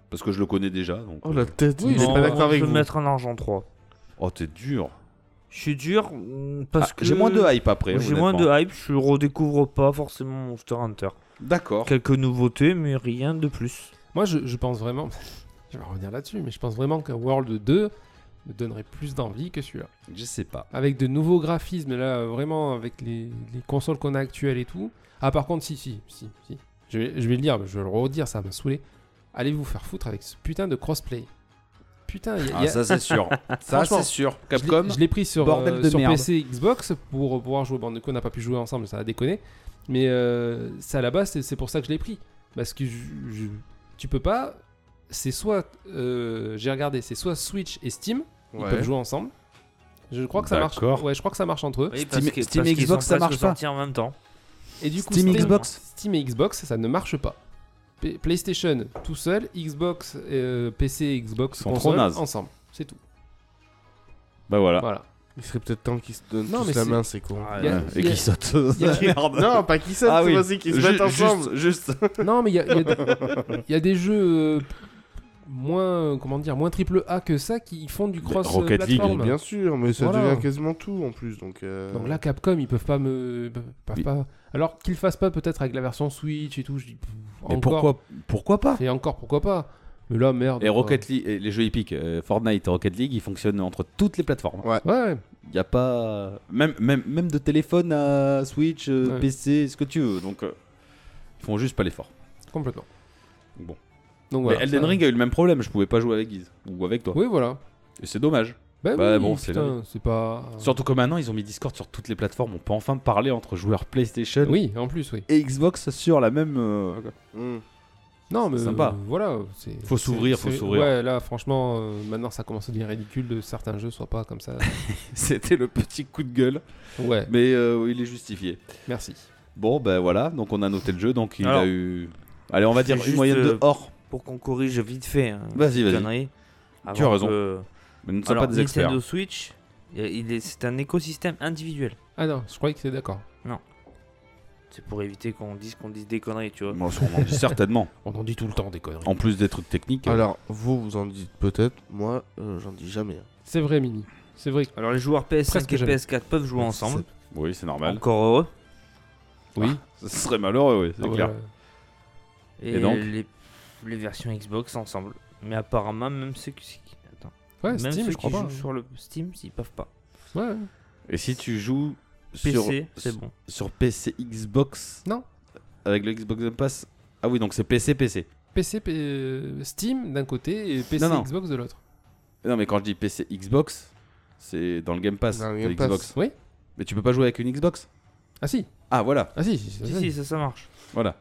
D: Parce que je le connais déjà. Donc,
G: Oh
D: euh,
G: la tête,
F: Oui,
G: il est
F: non,
G: pas d'accord
B: je
G: avec
B: peux
G: vous.
B: mettre un argent 3.
D: oh, t'es dur.
B: Je suis dur mm,
D: Ah,
B: parce que.
D: J'ai moins de hype après.
B: J'ai moins
D: honnêtement.
B: de hype, je redécouvre pas forcément Monster Hunter.
D: D'accord.
B: Quelques nouveautés, mais rien de plus.
F: Moi, je, je pense vraiment. Je vais revenir là-dessus, mais je pense vraiment que World 2 me donnerait plus d'envie que celui-là.
D: Je sais pas.
F: Avec de nouveaux graphismes, là, euh, vraiment, avec les, les consoles qu'on a actuelles et tout. Ah, par contre, si, si, si, si. Je vais, je vais le dire, je vais le redire, ça m'a saoulé. Allez vous faire foutre avec ce putain de crossplay. Putain, il y a- il
D: Ah,
F: y a-
D: ça, c'est sûr. ça,
F: Franchement,
D: c'est sûr.
F: Je l'ai-
D: Capcom.
F: Je l'ai pris sur,
D: bordel
F: euh,
D: de
F: sur
D: merde.
F: PC et Xbox pour pouvoir jouer. Bon, du coup, on n'a pas pu jouer ensemble, ça a déconné. Mais euh, ça, à la base, c'est- c'est pour ça que je l'ai pris. Parce que je- je- tu peux pas. C'est soit. euh, J'ai regardé, c'est soit Switch et Steam, ils peuvent jouer ensemble. Je crois que ça marche.
D: D'accord.
F: Ouais, je crois que ça marche entre eux.
B: parce
D: Steam-
B: que-
D: Steam
B: parce qu'ils
D: Xbox,
B: sont
D: ça
B: presque
D: marche pas.
B: sortis en même temps.
F: Et du coup,
D: Steam, Xbox.
F: Steam et Xbox, ça ne marche pas. P- PlayStation tout seul, Xbox, euh, PC et Xbox
D: Ils sont
F: console
D: trop nazes.
F: ensemble. C'est tout.
D: Bah voilà.
F: Voilà.
G: Il serait peut-être temps qu'ils se donnent
F: Non,
G: tous
F: mais
G: la
F: c'est- Ah.
G: main, c'est con.
F: Il y a-
D: Euh, et
F: il y a-
D: qui saute.
F: il y a-
D: Merde.
G: Non, pas qu'ils se
D: Ah oui.
G: c'est aussi qu'ils se mettent
D: Ju- juste-
G: ensemble.
D: Juste,
F: Non, mais il y a, il y a- il y a des jeux euh, moins, euh, comment dire, moins triple A que ça qui font du cross euh,
D: Rocket League,
F: plateforme.
G: Bien sûr, mais ça
F: Voilà.
G: devient quasiment tout en plus. Donc, euh,
F: Donc là, Capcom, ils peuvent pas me, ils peuvent
D: Oui.
F: pas. Alors qu'ils fassent pas peut-être avec la version Switch et tout, je dis. pff,
D: Mais
F: encore.
D: pourquoi, pourquoi pas
F: Et encore, pourquoi pas Mais là, merde.
D: Et
F: quoi.
D: Rocket League, et les jeux épiques, euh, Fortnite et Rocket League, ils fonctionnent entre toutes les plateformes.
F: Ouais.
D: Il n'y a pas. Même, même, même de téléphone à Switch, euh,
F: Ouais.
D: PC, ce que tu veux. Donc, euh, ils font juste pas l'effort.
F: Complètement.
D: Bon.
F: Donc voilà.
D: Mais Elden
F: ça-
D: Ring a eu le même problème, je pouvais pas jouer avec Guise ou avec toi.
F: Oui, voilà.
D: Et c'est dommage.
F: Ben
D: Bah,
F: oui,
D: bon, c'est
F: putain, c'est pas.
D: Surtout que maintenant, ils ont mis Discord sur toutes les plateformes, on peut enfin parler entre joueurs PlayStation
F: Oui, en plus, oui.
D: et Xbox sur la même. euh,
G: hmm.
F: Non, mais
D: Sympa.
F: euh, voilà. c'est-
D: Faut
F: c'est-
D: s'ouvrir, faut
F: c'est-
D: s'ouvrir.
F: Ouais, là, franchement, euh, maintenant, ça commence à devenir ridicule de certains jeux soient pas comme ça.
D: C'était le petit coup de gueule,
F: ouais,
D: mais euh, il est justifié.
F: merci.
D: Bon, ben voilà, donc on a noté le jeu, donc il
B: Alors,
D: a eu. Allez, on va dire
B: c'est
D: une
B: juste,
D: moyenne de
B: euh,
D: hors.
B: Pour qu'on corrige vite fait. hein,
D: Vas-y, vas-y.
B: conneries,
D: Tu
B: avant
D: as raison.
B: que-
D: Mais nous ne sommes
B: Alors,
D: pas des experts.
B: Nintendo Switch, il- il est- c'est un écosystème individuel.
F: Ah non, je croyais que c'était d'accord.
B: C'est pour éviter qu'on dise qu'on dise des conneries, tu vois.
D: Moi, on en dit certainement.
F: On en dit tout le temps des conneries.
D: En plus des trucs techniques.
G: Alors, vous, vous en dites peut-être. Moi, euh, j'en dis jamais. hein.
F: C'est vrai, Mini. C'est vrai. que-
B: Alors les joueurs PS5
F: Presque
B: et
F: jamais.
B: PS4 peuvent jouer ensemble.
D: euh, Oui, c'est normal.
B: Encore heureux.
F: Oui.
D: Ce serait malheureux, oui, c'est
F: Ah ouais,
D: clair.
F: ouais.
B: Et,
D: Et donc
B: les, les versions Xbox ensemble. Mais apparemment, même ceux qui, attends,
F: Ouais,
B: même
F: Steam,
B: ceux
F: je crois
B: qui
F: pas.
B: jouent sur le Steam, ils peuvent pas.
F: Ouais.
D: Et si tu joues sur,
B: PC, c'est bon.
D: sur PC Xbox
F: Non.
D: Avec le Xbox Game Pass Ah oui, donc c'est PC, PC.
F: PC, P- euh, Steam d'un côté et PC
D: Non, non.
F: Xbox de l'autre.
D: Non, mais quand je dis PC Xbox, c'est dans le Game Pass.
G: Dans le
D: de
G: Game Pass.
D: Xbox.
F: Oui.
D: Mais tu peux pas jouer avec une Xbox
F: Ah si,
D: Ah, voilà.
F: ah si, si, si,
B: Si,
F: si.
B: si, ça, ça marche.
D: Voilà.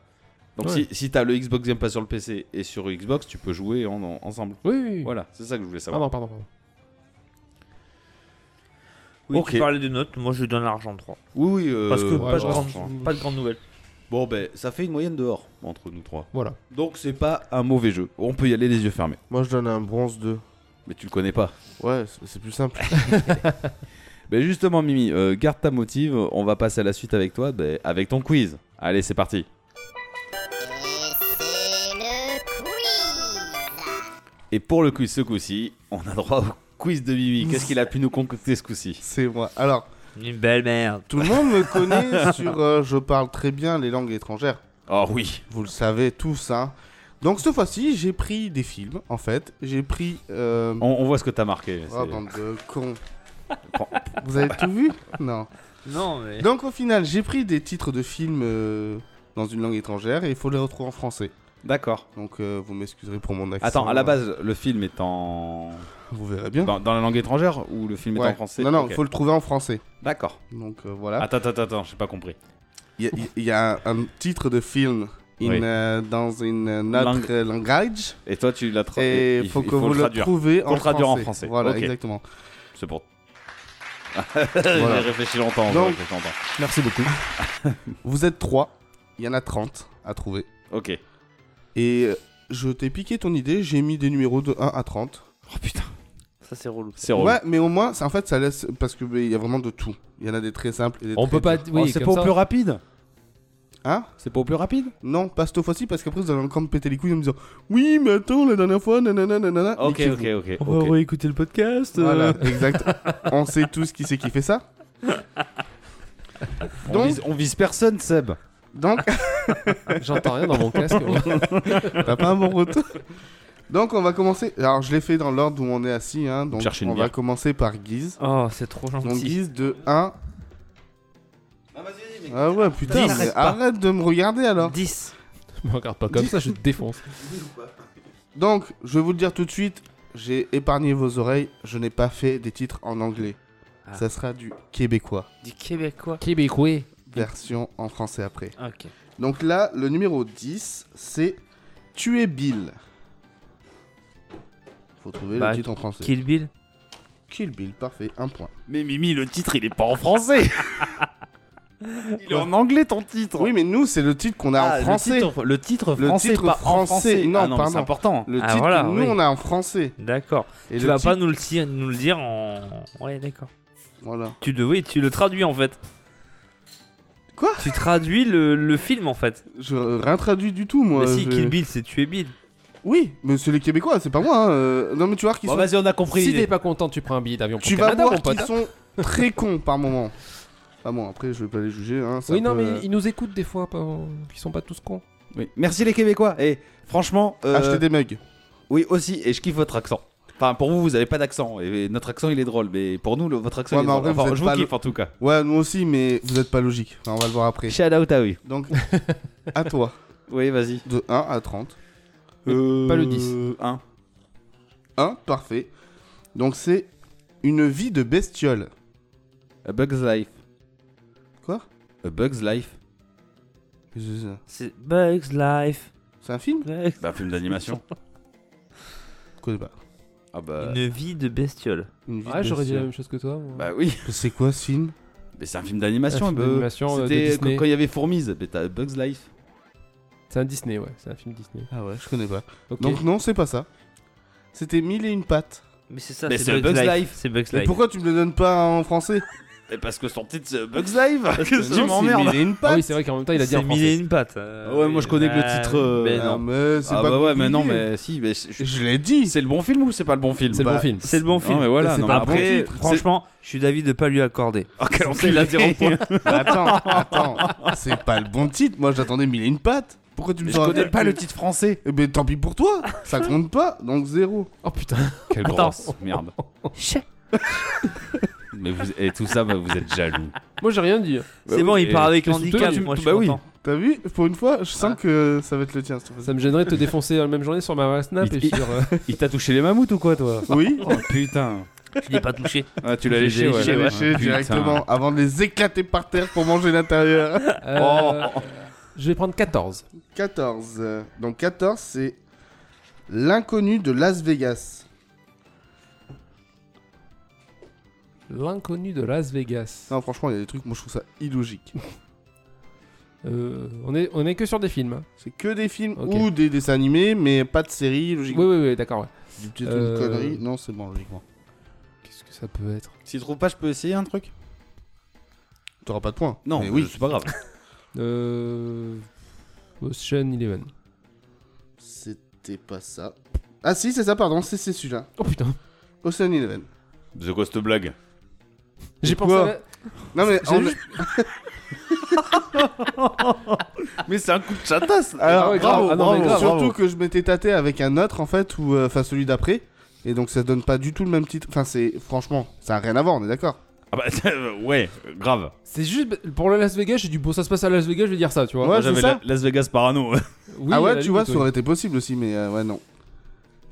D: Donc
F: Ouais.
D: si, si t'as le Xbox Game Pass sur le PC et sur Xbox, tu peux jouer en- en- ensemble.
F: Oui, oui, oui.
D: Voilà, c'est ça que je voulais
F: Ah
D: savoir.
F: non, pardon, pardon.
B: Ah bah, Oui,
D: Ok.
B: tu parlais de notes, moi je donne l'argent 3.
D: Oui, oui. euh,
B: Parce que
F: ouais,
B: pas,
F: je
B: de
F: reste-
B: grande, pas de grande nouvelle.
D: Bon, ben, ça fait une moyenne dehors entre nous trois.
F: Voilà.
D: Donc c'est pas un mauvais jeu. On peut y aller les yeux fermés.
G: Moi, je donne un bronze 2.
D: Mais tu le connais pas.
G: Ouais, c'est c'est plus simple.
D: Mais justement, Mimi, euh, garde ta motive. On va passer à la suite avec toi, ben, avec ton quiz. Allez, c'est parti. Et pour le quiz ce coup-ci, on a droit au quiz de Mimi. Qu'est-ce qu'il a pu nous concocter ce coup-ci
G: c'est moi. Alors,
B: Une belle merde.
G: Tout le monde me connaît sur euh, Je parle très bien les langues étrangères.
D: Oh oui.
G: Vous le savez tous, hein. Donc cette fois-ci, j'ai pris des films, en fait. J'ai pris... euh,
D: On, on voit ce que t'as marqué.
G: Oh,
D: Oh, c'est-
G: bande de cons. Vous avez tout vu Non.
B: Non, mais.
G: Donc au final, j'ai pris des titres de films euh, dans une langue étrangère et il faut les retrouver en français.
D: D'accord.
G: Donc euh, vous m'excuserez pour mon accent.
D: Attends, à la base, le film est en.
G: Vous verrez bien.
D: Dans, dans la langue étrangère ou le film est
G: Ouais.
D: en français
G: Non, non, il
D: Ok.
G: faut le trouver en français.
D: D'accord.
G: Donc euh, voilà.
D: Attends, attends, attends, j'ai pas compris.
G: Il y a- il y, a un, un titre de film in,
D: Oui.
G: euh, dans une autre langage
D: Et toi, tu l'as traduit.
G: et
D: il
G: faut
D: il
G: que vous
D: le
G: le,
D: traduire.
G: trouviez
D: Faut
G: en
D: le traduire en
G: français.
D: français.
G: Voilà,
D: Ok.
G: exactement.
D: C'est pour.
G: Voilà.
D: J'ai réfléchi longtemps. j'ai
G: Donc-
D: réfléchi longtemps.
G: Merci beaucoup. vous êtes trois. Il y en a 30 à trouver.
D: Ok.
G: Et euh, je t'ai piqué ton idée, j'ai mis des numéros de 1 à 30.
D: Oh putain,
B: Ça, c'est relou.
D: c'est relou.
G: Ouais, mais au moins, ça- en fait, ça laisse. Parce que mais, il y a vraiment de tout. Il y en a des très simples et des
F: On
G: très
F: peut pas.
G: durs.
F: Oui,
D: Oh, c'est
F: comme
D: pas au
F: ça.
D: plus rapide
G: Hein
D: C'est pas au plus rapide
G: Non, pas cette fois-ci, parce qu'après, vous allez encore me péter les couilles en me disant Oui, mais attends, la dernière fois, nanana, nanana.
D: Ok,
G: niquez-vous.
D: ok, ok.
E: On
D: ok.
E: va réécouter le
D: Oh,
E: podcast. euh.
G: Voilà, exact. On sait tous qui c'est qui fait ça.
D: On,
G: Donc-
D: vise, on vise personne, Seb.
G: Donc,
F: J'entends rien dans mon casque. moi.
G: t'as pas un bon retour. Donc, on va commencer. Alors, je l'ai fait dans l'ordre où on est assis. Hein, donc,
D: Cherche une
G: on va
D: bière.
G: commencer par Guise.
B: Oh, c'est trop
G: Donc,
B: gentil.
G: Guise de 1. Ah ouais, putain,
B: Dix.
G: mais arrête de me regarder alors.
B: 10.
F: Me regarde pas comme ça, je te défonce.
G: Donc, je vais vous le dire tout de suite, j'ai épargné vos oreilles, je n'ai pas fait des titres en anglais.
B: Ah.
G: Ça sera du québécois,
B: Du Québécois.
F: Québécois.
G: version en français après.
B: Ok.
G: Donc là, le numéro 10, c'est Tuer Bill. Faut trouver
B: Bah,
G: le titre en français.
B: Kill Bill.
G: Kill Bill, parfait, un point.
D: Mais Mimi, le titre, il est pas en français. il est en anglais, ton titre.
G: Oui, mais nous, c'est le titre qu'on a en français.
D: Ah, Le titre, le titre
G: Le
D: français,
G: titre
D: pas en
G: français,
D: français.
G: non,
D: Ah mais
G: pardon.
D: C'est important.
G: Le
B: Ah,
G: titre
B: voilà,
G: que nous,
B: oui.
G: on a en français.
B: D'accord.
G: Et
B: Tu
G: le
B: vas
G: titre-
B: pas nous le, dire- nous le dire en. Ouais, d'accord.
G: Voilà.
B: Tu, le- oui, tu le traduis en fait.
G: Quoi
B: Tu traduis le, le film en fait.
G: Je euh, rien traduis du tout, moi.
B: mais si,
G: je-
B: Kill Bill, c'est tuer Bill.
G: Oui, mais c'est les Québécois, c'est pas moi. hein, euh, Non, mais tu vois qu'ils
D: Bon,
G: sont
D: vas-y, on a compris.
F: Si
D: l'idée.
F: t'es pas content, tu prends un billet d'avion pour
G: Tu vas
F: Canada, mon
G: voir
F: pote. hein.
G: qu'ils sont très cons par moment. Ah bon, après, je vais pas les juger. Hein, c'est
F: Oui,
G: un
F: non,
G: peu,
F: mais
G: euh,
F: ils nous écoutent des fois, pas- ils sont pas tous cons.
D: Oui. Merci les Québécois. Et franchement, euh,
G: Acheter des mugs.
D: oui aussi. Et je kiffe votre accent. Enfin, pour vous, vous avez pas d'accent. Et notre accent, il est drôle. Mais pour nous, le- votre accent,
G: Ouais,
D: il est
G: mais en
D: drôle.
G: vrai, vous
D: Enfin,
G: êtes
D: je vous
G: pas
D: kiffe en tout cas.
G: Ouais, nous aussi, mais vous êtes pas logique. Enfin, on va le voir après.
D: Shout out à eux.
G: Donc, à toi,
D: Oui, vas-y.
G: de 1 à 30.
D: Euh,
F: Pas le 10.
D: 1.
G: 1, parfait. Donc, c'est une vie de bestiole.
D: A Bug's Life.
G: Quoi
D: A Bug's Life.
G: Qu'est-ce que C'est ça
B: C'est Bugs Life.
G: C'est un film
B: Bugs-
D: Bah, film d'animation.
G: Je connais pas.
D: ah bah.
B: Une vie de bestiole.
G: Une vie
F: Ouais,
G: de
F: j'aurais dit la
G: bestiole.
F: même chose que toi. moi.
D: Bah oui.
G: C'est quoi ce film
D: Mais c'est un film d'animation.
F: Un film
D: un peu.
F: d'animation, euh, de
D: C'était
F: Disney.
D: quand quand il y avait Fourmise. Mais t'as A Bug's Life.
F: C'est un Disney, ouais, c'est un film Disney.
G: Ah ouais, je connais pas.
F: Ok.
G: Donc, non, c'est pas ça. C'était mille et une pattes.
B: Mais c'est ça,
D: Mais
B: c'est
D: c'est
B: Bugs,
D: Bugs
B: Life.
D: Life.
B: C'est Bugs
G: Mais
B: Life.
G: pourquoi tu me le donnes pas en français
D: Mais parce que son titre, c'est A Bug's Life.
G: Non,
D: Qu'est-ce que tu
G: c'est
D: m'emmerdes
G: mille et une
F: Ah oui,
G: pattes.
F: c'est vrai qu'en même temps, il a dit en
B: C'est mille et
F: français.
B: une pattes. euh,
D: Ouais, moi, je connais que le
B: euh,
D: titre, euh,
B: mais
D: Ah,
B: non.
G: mais c'est
D: Ah
G: pas
D: bah ouais,
G: compliqué.
D: mais non, mais si. Mais je- je-
G: Je l'ai dit.
D: C'est le bon film ou c'est pas le bon film
F: C'est le bon film.
B: C'est le bon film.
D: Non, mais voilà,
G: C'est
D: non,
G: pas
D: mais
G: un bon
D: après,
G: titre.
D: c'est-
B: Franchement, je suis d'avis de pas lui accorder. Bah
D: Oh, quel
B: C'est
D: enculé.
B: la zéro point.
G: attends, attends. C'est pas le bon titre. Moi, j'attendais mille et une pattes. Pourquoi tu me
D: Mais je
G: sors-
D: connais pas le titre français.
G: Eh ben, tant pis pour toi. Ça compte pas. Donc, zéro.
F: Oh putain.
D: Quelle grosse merde.
B: Chut.
D: Mais vous, et tout ça, bah, vous êtes jaloux.
F: Moi, j'ai rien dit.
B: C'est bon, il part avec
F: Mais surtout,
B: handicap.
F: tu-
B: Moi, je suis
D: bah oui.
B: content.
G: T'as vu Pour une fois, je sens que ça va être le tien. cette fois-ci.
F: Ça me gênerait de te défoncer dans la même journée sur ma snap
D: Il-
F: et
D: il-
F: sur. euh,
D: Il t'a touché les mammouths ou quoi, toi
G: Oui.
D: Oh putain.
B: Je n'ai pas touché.
D: Ah, tu l'as léché, ouais.
G: J'ai
D: Ouais.
G: lâché
D: Putain.
G: directement avant de les éclater par terre pour manger l'intérieur.
F: euh, Je vais prendre 14.
G: 14. Donc, 14, c'est l'inconnu de Las Vegas.
F: L'inconnu de Las Vegas.
G: Non, franchement, il y a des trucs, moi, je trouve ça illogique.
F: Euh, on, est, on est que sur des films. hein.
G: C'est que des films
F: Ok.
G: ou des dessins animés, mais pas de séries,
F: Oui,
G: logiquement.
F: oui, oui, d'accord. ouais.
G: Du petit
F: Euh,
G: truc de connerie. Non, c'est bon, logiquement.
F: Qu'est-ce que ça peut être
D: Si tu trouves pas, je peux essayer un truc
G: T'auras pas de points.
D: Non,
G: mais
D: oui,
G: oui.
D: c'est pas grave.
F: euh... Ocean Eleven.
G: C'était pas ça. Ah si, c'est ça, pardon, c'est c'est celui-là.
F: Oh putain.
G: Ocean Eleven.
D: The Ghost Blague.
F: J'ai pensé,
G: quoi
F: à la-
G: Non mais
F: J'ai
G: en-
F: juste-
G: mais c'est un coup de chatasse. Alors
F: Ah ouais, grave.
G: bravo,
F: Ah non, mais
G: bravo.
F: grave,
G: surtout
F: bravo.
G: que je m'étais tâté avec un autre en fait ou euh, enfin celui d'après et donc ça donne pas du tout le même titre. Enfin c'est franchement ça a rien à voir, on est d'accord.
D: Ah bah, euh, ouais, euh, grave.
F: C'est juste pour le Las Vegas, j'ai dit bon, ça se passe à Las Vegas, je vais dire ça, tu vois.
G: Ouais,
D: Moi,
G: c'est
D: j'avais
G: ça.
D: la- Las Vegas Parano.
F: Oui,
G: ah
F: à
G: ouais,
F: la
G: tu vois,
F: limite,
G: ça
F: oui.
G: aurait été possible aussi mais euh, ouais non.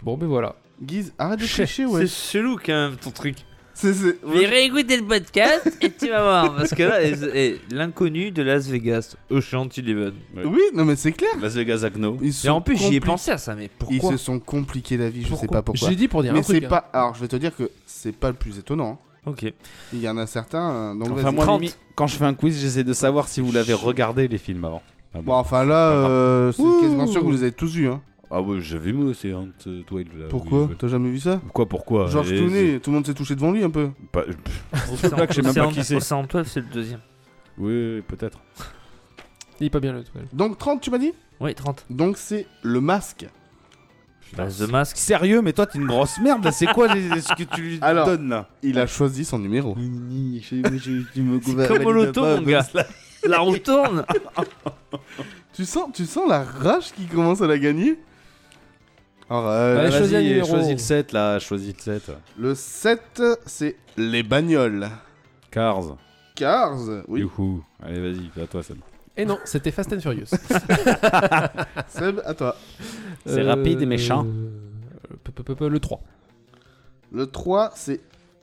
F: Bon, ben voilà.
G: Guise, arrête de
F: Chef,
G: tricher ouais.
B: C'est chelou quand même ton truc.
G: C'est c'est-
B: Mais réécoutez le podcast et tu vas voir. Parce que là, eh, eh, l'inconnu de Las Vegas, Ocean Eleven.
G: Oui, non mais c'est clair.
D: Las Vegas Acno.
G: Ils se
B: Et en
G: sont
B: plus, j'y ai
G: compli-
B: pensé à ça, mais
G: Ils
B: pourquoi
G: se sont compliqués la vie, je sais pas pourquoi.
F: J'ai dit pour dire
G: Mais
F: un truc.
G: c'est
F: hein.
G: pas alors je vais te dire que c'est pas le plus étonnant. hein.
B: Ok.
G: Il y en a certains euh, donc
D: Enfin,
G: vas-y.
D: moi,
B: 30.
D: Mimi, quand je fais un quiz, j'essaie de savoir si vous l'avez regardé les films avant. Ah
G: Bon, enfin là, euh, c'est
D: Ouh.
G: quasiment sûr que vous les avez tous vus. Hein.
D: Ah ouais, j'avais moi aussi, hein, t- toi, il- là,
G: Pourquoi
D: oui, Bah,
G: T'as jamais vu ça
D: je- Pourquoi, pourquoi
G: Georges
D: Et-
G: Clooney, tout le monde s'est touché devant lui un peu.
D: c'est pas- pff,
B: Océan-
D: blague, je sais même pas
B: Océan-
D: qui c'est.
B: Océan 12, c'est le deuxième.
D: Oui, oui, peut-être.
F: Il est pas bien le truc.
G: Donc 30, tu m'as dit
B: Oui, 30.
G: Donc c'est le masque.
B: Bah, The Mask.
D: Sérieux, mais toi, t'es une grosse merde. C'est quoi les- ce que tu lui
G: Alors.
D: donnes là
G: Il a choisi son numéro.
B: C'est comme au loto, mon gars. La roue tourne.
G: Tu sens, tu sens la rage qui commence à la gagner Alors, euh,
D: Bah,
F: Allez,
G: vas-y.
F: choisis un
D: Vas-y,
F: numéro.
D: choisis le 7 là, choisis le 7.
G: le 7, c'est les bagnoles.
D: Cars.
G: Cars, oui.
D: Youhou. Allez, vas-y, à toi, Sam.
F: Et non, c'était Fast and Furious.
G: Seb, à toi.
D: C'est rapide et méchant.
F: euh, peu- peu- peu- peu, Le 3.
G: Le 3, c'est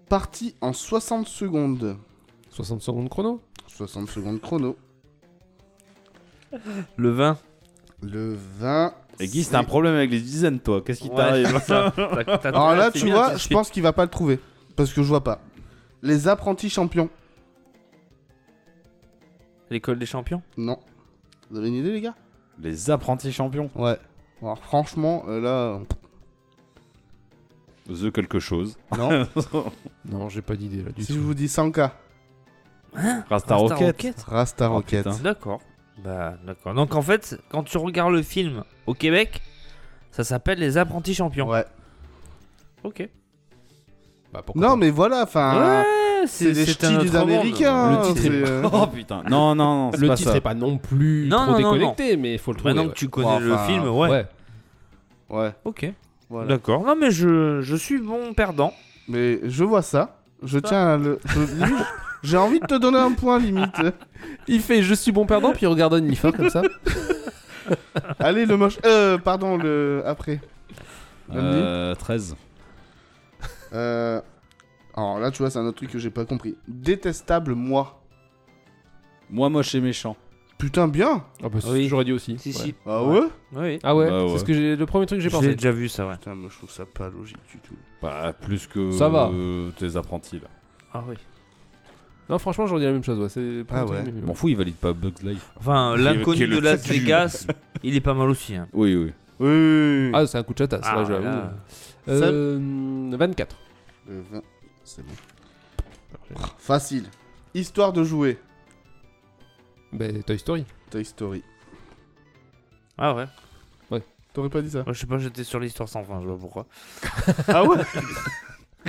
G: parti en 60 secondes.
F: 60 secondes chrono.
G: 60 secondes chrono.
B: Le 20.
G: Le 20.
D: Et Guy, t'as un problème avec les dizaines, toi. Qu'est-ce qui
B: Ouais,
D: t'arrive
B: c'est ça. T'as- t'as-
G: Alors là,
B: c'est
G: tu
B: bien,
G: vois,
B: c'est-
G: je pense qu'il va pas le trouver. Parce que je vois pas. Les apprentis champions.
B: L'école des champions.
G: Non. Vous avez une idée, les gars
D: Les apprentis champions.
G: Ouais. Alors franchement, euh, là...
D: The quelque chose.
G: euh, Non.
F: Non, j'ai pas d'idée là du
G: si je
F: tout.
G: vous dis 100K,
D: Rasta Rocket.
G: Rasta
D: Oh,
G: Rocket.
D: putain.
B: D'accord. Bah, d'accord. Donc en fait, quand tu regardes le film au Québec, ça s'appelle Les Apprentis Champions.
G: ouais.
B: Ok.
D: Ah,
F: Bah, pourquoi
G: Non,
F: pas.
G: mais voilà, enfin...
B: ouais,
G: c'est des
B: c'est
G: ch'tis
B: un
G: des
B: autre monde.
G: Américains.
D: Le titre est-
G: c'est, euh,
D: Oh putain. Non, non, non, c'est
F: le
D: pas
F: titre
D: ça.
F: est pas non plus
B: Non,
F: trop
B: non, non,
F: déconnecté, mais il faut le trouver.
B: Maintenant
F: ouais.
B: que tu connais
G: Enfin,
B: le film, bah, ouais.
F: ouais.
G: Ouais.
B: Ok.
G: Voilà.
B: D'accord. Non, mais je, je suis bon perdant.
G: Mais je vois ça. Je tiens à le... je- J'ai envie de te donner un point, limite.
F: Il fait je suis bon perdant, puis il regarde une fin comme ça.
G: Allez, le moche... Euh, pardon, le... Après.
D: Euh, 13.
G: Euh... Alors là, tu vois, c'est un autre truc que j'ai pas compris. Détestable, moi.
D: Moi, moche et méchant.
G: Putain, bien
F: Ah bah,
B: Oui.
F: J'aurais dit aussi.
B: Si,
F: ouais.
B: si.
G: Ah
B: Ouais.
G: ouais
B: Oui.
F: Ah ouais,
D: Bah ouais.
F: c'est ce que j'ai- le premier truc que j'ai
B: J'ai
F: pensé.
B: déjà vu ça, ouais.
G: Putain, mais je trouve ça pas logique du tout.
D: Bah, plus que
F: Ça va.
D: euh, tes apprentis là.
B: Ah oui.
F: Non, franchement, j'aurais dit la même chose. Ouais. c'est le premier
G: Ah
F: truc
G: ouais.
F: que j'ai vu,
D: Je m'en fous, il valide pas Bugs Life.
B: Enfin,
D: qui est
B: l'inconnu
D: le
B: de Las
D: statut.
B: Vegas, il est pas mal aussi. hein.
D: Oui, oui.
G: Oui, oui, oui.
F: Ah, c'est un coup de chatasse,
B: Ah,
F: là, j'avoue.
B: là.
F: Euh, 24.
G: Le 20, c'est bon. Facile. Histoire de jouer.
F: Ben, Toy Story.
G: Toy Story.
B: Ah ouais.
G: T'aurais pas dit ça
B: Moi, je sais pas, j'étais sur l'histoire sans fin, je vois pourquoi.
G: Ah ouais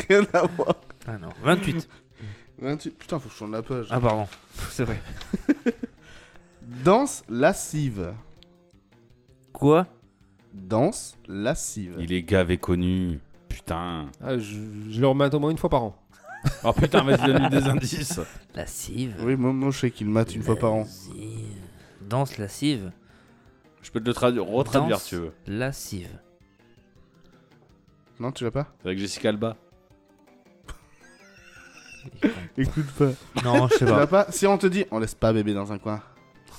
G: Rien à voir.
B: Ah non. 28.
G: 28. Hein, Putain, faut que je tourne la page.
B: Ah pardon. C'est vrai.
G: Danse lascive.
B: Quoi
G: Danse lascive.
D: Il est gavé connu. Putain.
F: Ah, je, je le remets au moins une fois par an.
D: Oh putain, vas-y, donne-lui des indices.
B: Lascive.
G: Oui, moi, moi, je sais qu'il mate une fois par an.
B: Lascive. Danse lascive.
D: Je peux te le traduire, retraduire
B: Danse
D: si tu veux.
B: Lascive.
G: Non, tu l'as pas
D: C'est avec Jessica Alba.
G: Écoute pas.
B: Non, je sais
G: Tu l'as
B: pas.
G: pas Si on te dit, on laisse pas bébé dans un coin.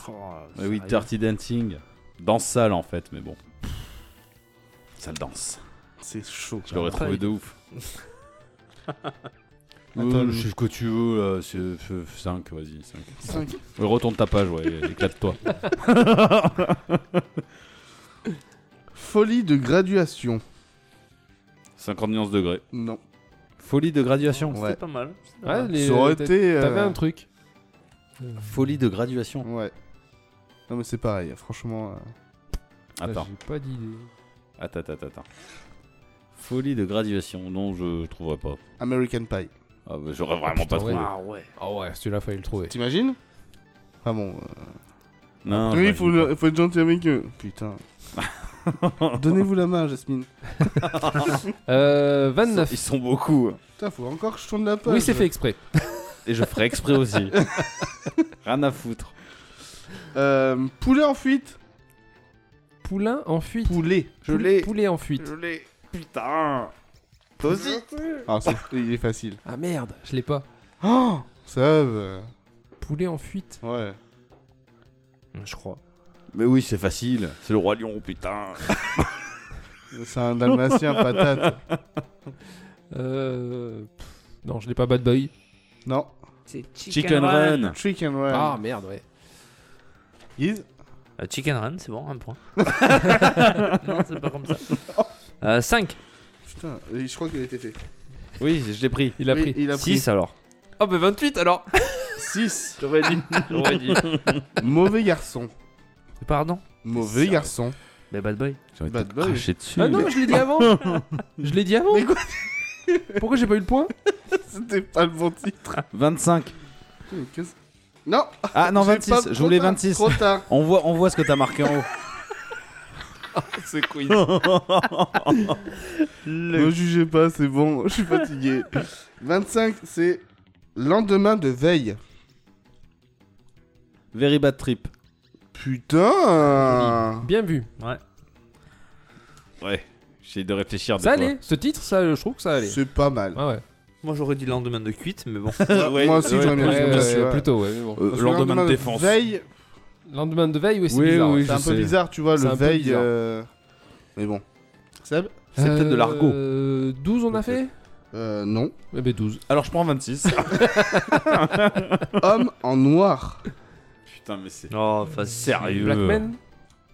B: Oh,
D: Mais oui,
B: sérieux.
D: Dirty Dancing. Danse sale en fait, mais bon. Sale danse.
G: C'est chaud.
D: Je l'aurais trouvé de ouf.
G: Attends,
D: Euh, je sais que tu veux, là, c'est 5, vas-y, 5.
G: Cinq.
D: Retourne ta page, ouais, éclate-toi.
G: Folie de graduation.
D: 50 nuances degrés.
G: Non.
D: Folie de graduation.
B: C'était
G: Ouais.
B: pas mal. C'était pas
F: Ouais,
B: mal.
F: les-
G: Ça aurait
F: t'a-
G: été, euh,
F: T'avais un truc.
D: Folie de graduation.
G: Ouais. Non, mais c'est pareil, franchement. euh.
F: Ah,
D: Attends,
F: J'ai pas d'idée.
D: attends, attends, attends. Folie de graduation, non, je trouverai pas.
G: American Pie.
D: Ah, bah, J'aurais vraiment
F: Putain,
D: pas trouvé.
F: ouais.
B: Ah ouais.
F: Ah ouais, celui-là, fallait le trouver.
G: T'imagines Ah bon. euh,
D: Non,
G: oui,
D: j'imagine
G: il faut, le- faut être gentil avec eux. Putain. Donnez-vous la main, Jasmine.
F: Euh,
D: pas.
F: 29.
D: Ils sont beaucoup.
G: Putain, faut encore que je tourne la page.
F: Oui, c'est fait exprès.
D: Et je ferai exprès aussi. Rien à foutre.
G: Euh, poulet en fuite.
F: Poulain en fuite.
G: Poulet.
D: Je l'ai.
F: Poulet en fuite.
D: Je l'ai. Putain.
G: Toi aussi Ah, c'est- il est facile.
F: Ah merde, je l'ai pas.
G: Oh Ça va.
F: Poulet en fuite.
G: Ouais.
B: Je crois.
D: Mais oui, c'est facile. C'est le roi lion, putain.
G: C'est un dalmatien patate.
F: Euh... pff, Non, je l'ai pas Bad Boy.
G: Non.
B: C'est Chicken,
D: Chicken Run.
G: Chicken Run.
F: Ah merde, ouais.
G: Guise
B: Euh, chicken Run, c'est bon, un point. non, c'est pas comme ça. Euh, 5.
G: Putain, je crois qu'il a été fait.
D: Oui, je l'ai pris.
F: Il a
G: Oui,
F: pris.
G: Il a pris
B: 6 alors.
F: Oh bah 28 alors
G: 6.
B: J'aurais dit. J'aurais dit.
G: Mauvais garçon.
B: Pardon
G: Mauvais garçon.
B: Mais Bad Boy.
D: J'ai envie de
G: Bad
D: te
G: boy.
D: cracher dessus.
F: Ah non, je l'ai dit avant Je l'ai dit avant
G: Mais quoi
F: Pourquoi j'ai pas eu le point
G: C'était pas le bon titre.
D: 25.
G: Qu'est-ce- Non
D: Ah non,
G: j'ai pas-
D: 26. Je
G: trop
D: voulais
G: tard,
D: 26.
G: Trop tard.
D: On voit, on voit ce que t'as marqué en haut.
B: C'est quiz.
G: Ne jugez pas, c'est bon, je suis fatigué. 25, c'est lendemain de veille.
D: Very bad trip.
G: Putain
F: Bien vu.
D: Ouais. J'ai de réfléchir.
F: Ça allait, ce titre, ça, euh, je trouve que ça allait.
G: C'est pas mal.
F: Ah ouais.
B: Moi j'aurais dit le lendemain de cuite, mais bon.
G: Moi aussi, j'aurais bien
F: Ouais,
G: joué,
F: ouais,
G: tu vois.
F: plutôt, ouais, mais bon.
G: Parce que
D: lendemain de défense.
G: Veille,
F: Lendemain de veille, ouais, c'est
D: Oui,
F: bizarre.
D: oui,
F: ouais.
G: c'est un peu
D: sais.
G: bizarre, tu vois,
F: C'est
G: le
F: un peu
G: veille.
F: bizarre.
G: euh, Mais bon. Seb
D: C'est peut-être de l'argot.
F: Euh, 12 on a fait
G: Euh, non.
F: Eh ben 12.
D: Alors je prends 26.
G: Homme en noir.
D: Putain, mais c'est.
B: Oh, enfin, sérieux.
F: Blackman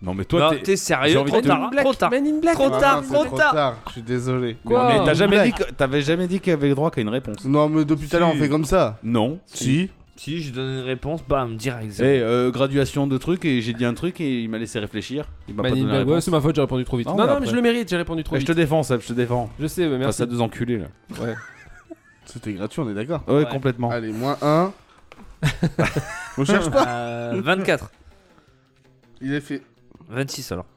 D: Non, mais
F: Bah,
B: Toi,
D: toi, t'es.
B: Bah, t'es
D: j'ai
B: sérieux
D: envie
B: Trop
D: de-
B: tard, trop tard.
F: Man in Black
B: Trop
G: Ah,
B: tard,
G: c'est
B: trop tard.
G: Je suis désolé.
F: Quoi hein,
D: Mais t'as jamais
G: Black.
D: dit que- t'avais jamais dit qu'il y avait le droit qu'à une réponse.
G: Non, mais depuis tout à l'heure, on fait comme ça.
D: Non.
G: Si.
B: Si je donne une réponse, bam, direct.
D: Eh, euh, graduation de truc et j'ai dit un truc et il m'a laissé réfléchir. Il m'a pas
F: Man in
D: donné la
F: Black, ouais,
D: réponse.
F: c'est ma faute, j'ai répondu trop vite.
D: Non,
F: Non,
D: mais
F: non,
D: après.
F: mais je le mérite, j'ai répondu trop
D: Eh, je
F: vite.
D: te défends, Seb, je te Ah, défends.
F: Je sais, mais
D: Face
F: merci.
D: à deux enculés là.
G: C'était gratuit, on est d'accord.
D: Ouais,
B: Ouais.
D: complètement.
G: Allez, moins 1. on cherche pas.
B: Euh, 24.
G: Il est fait.
B: 26 alors.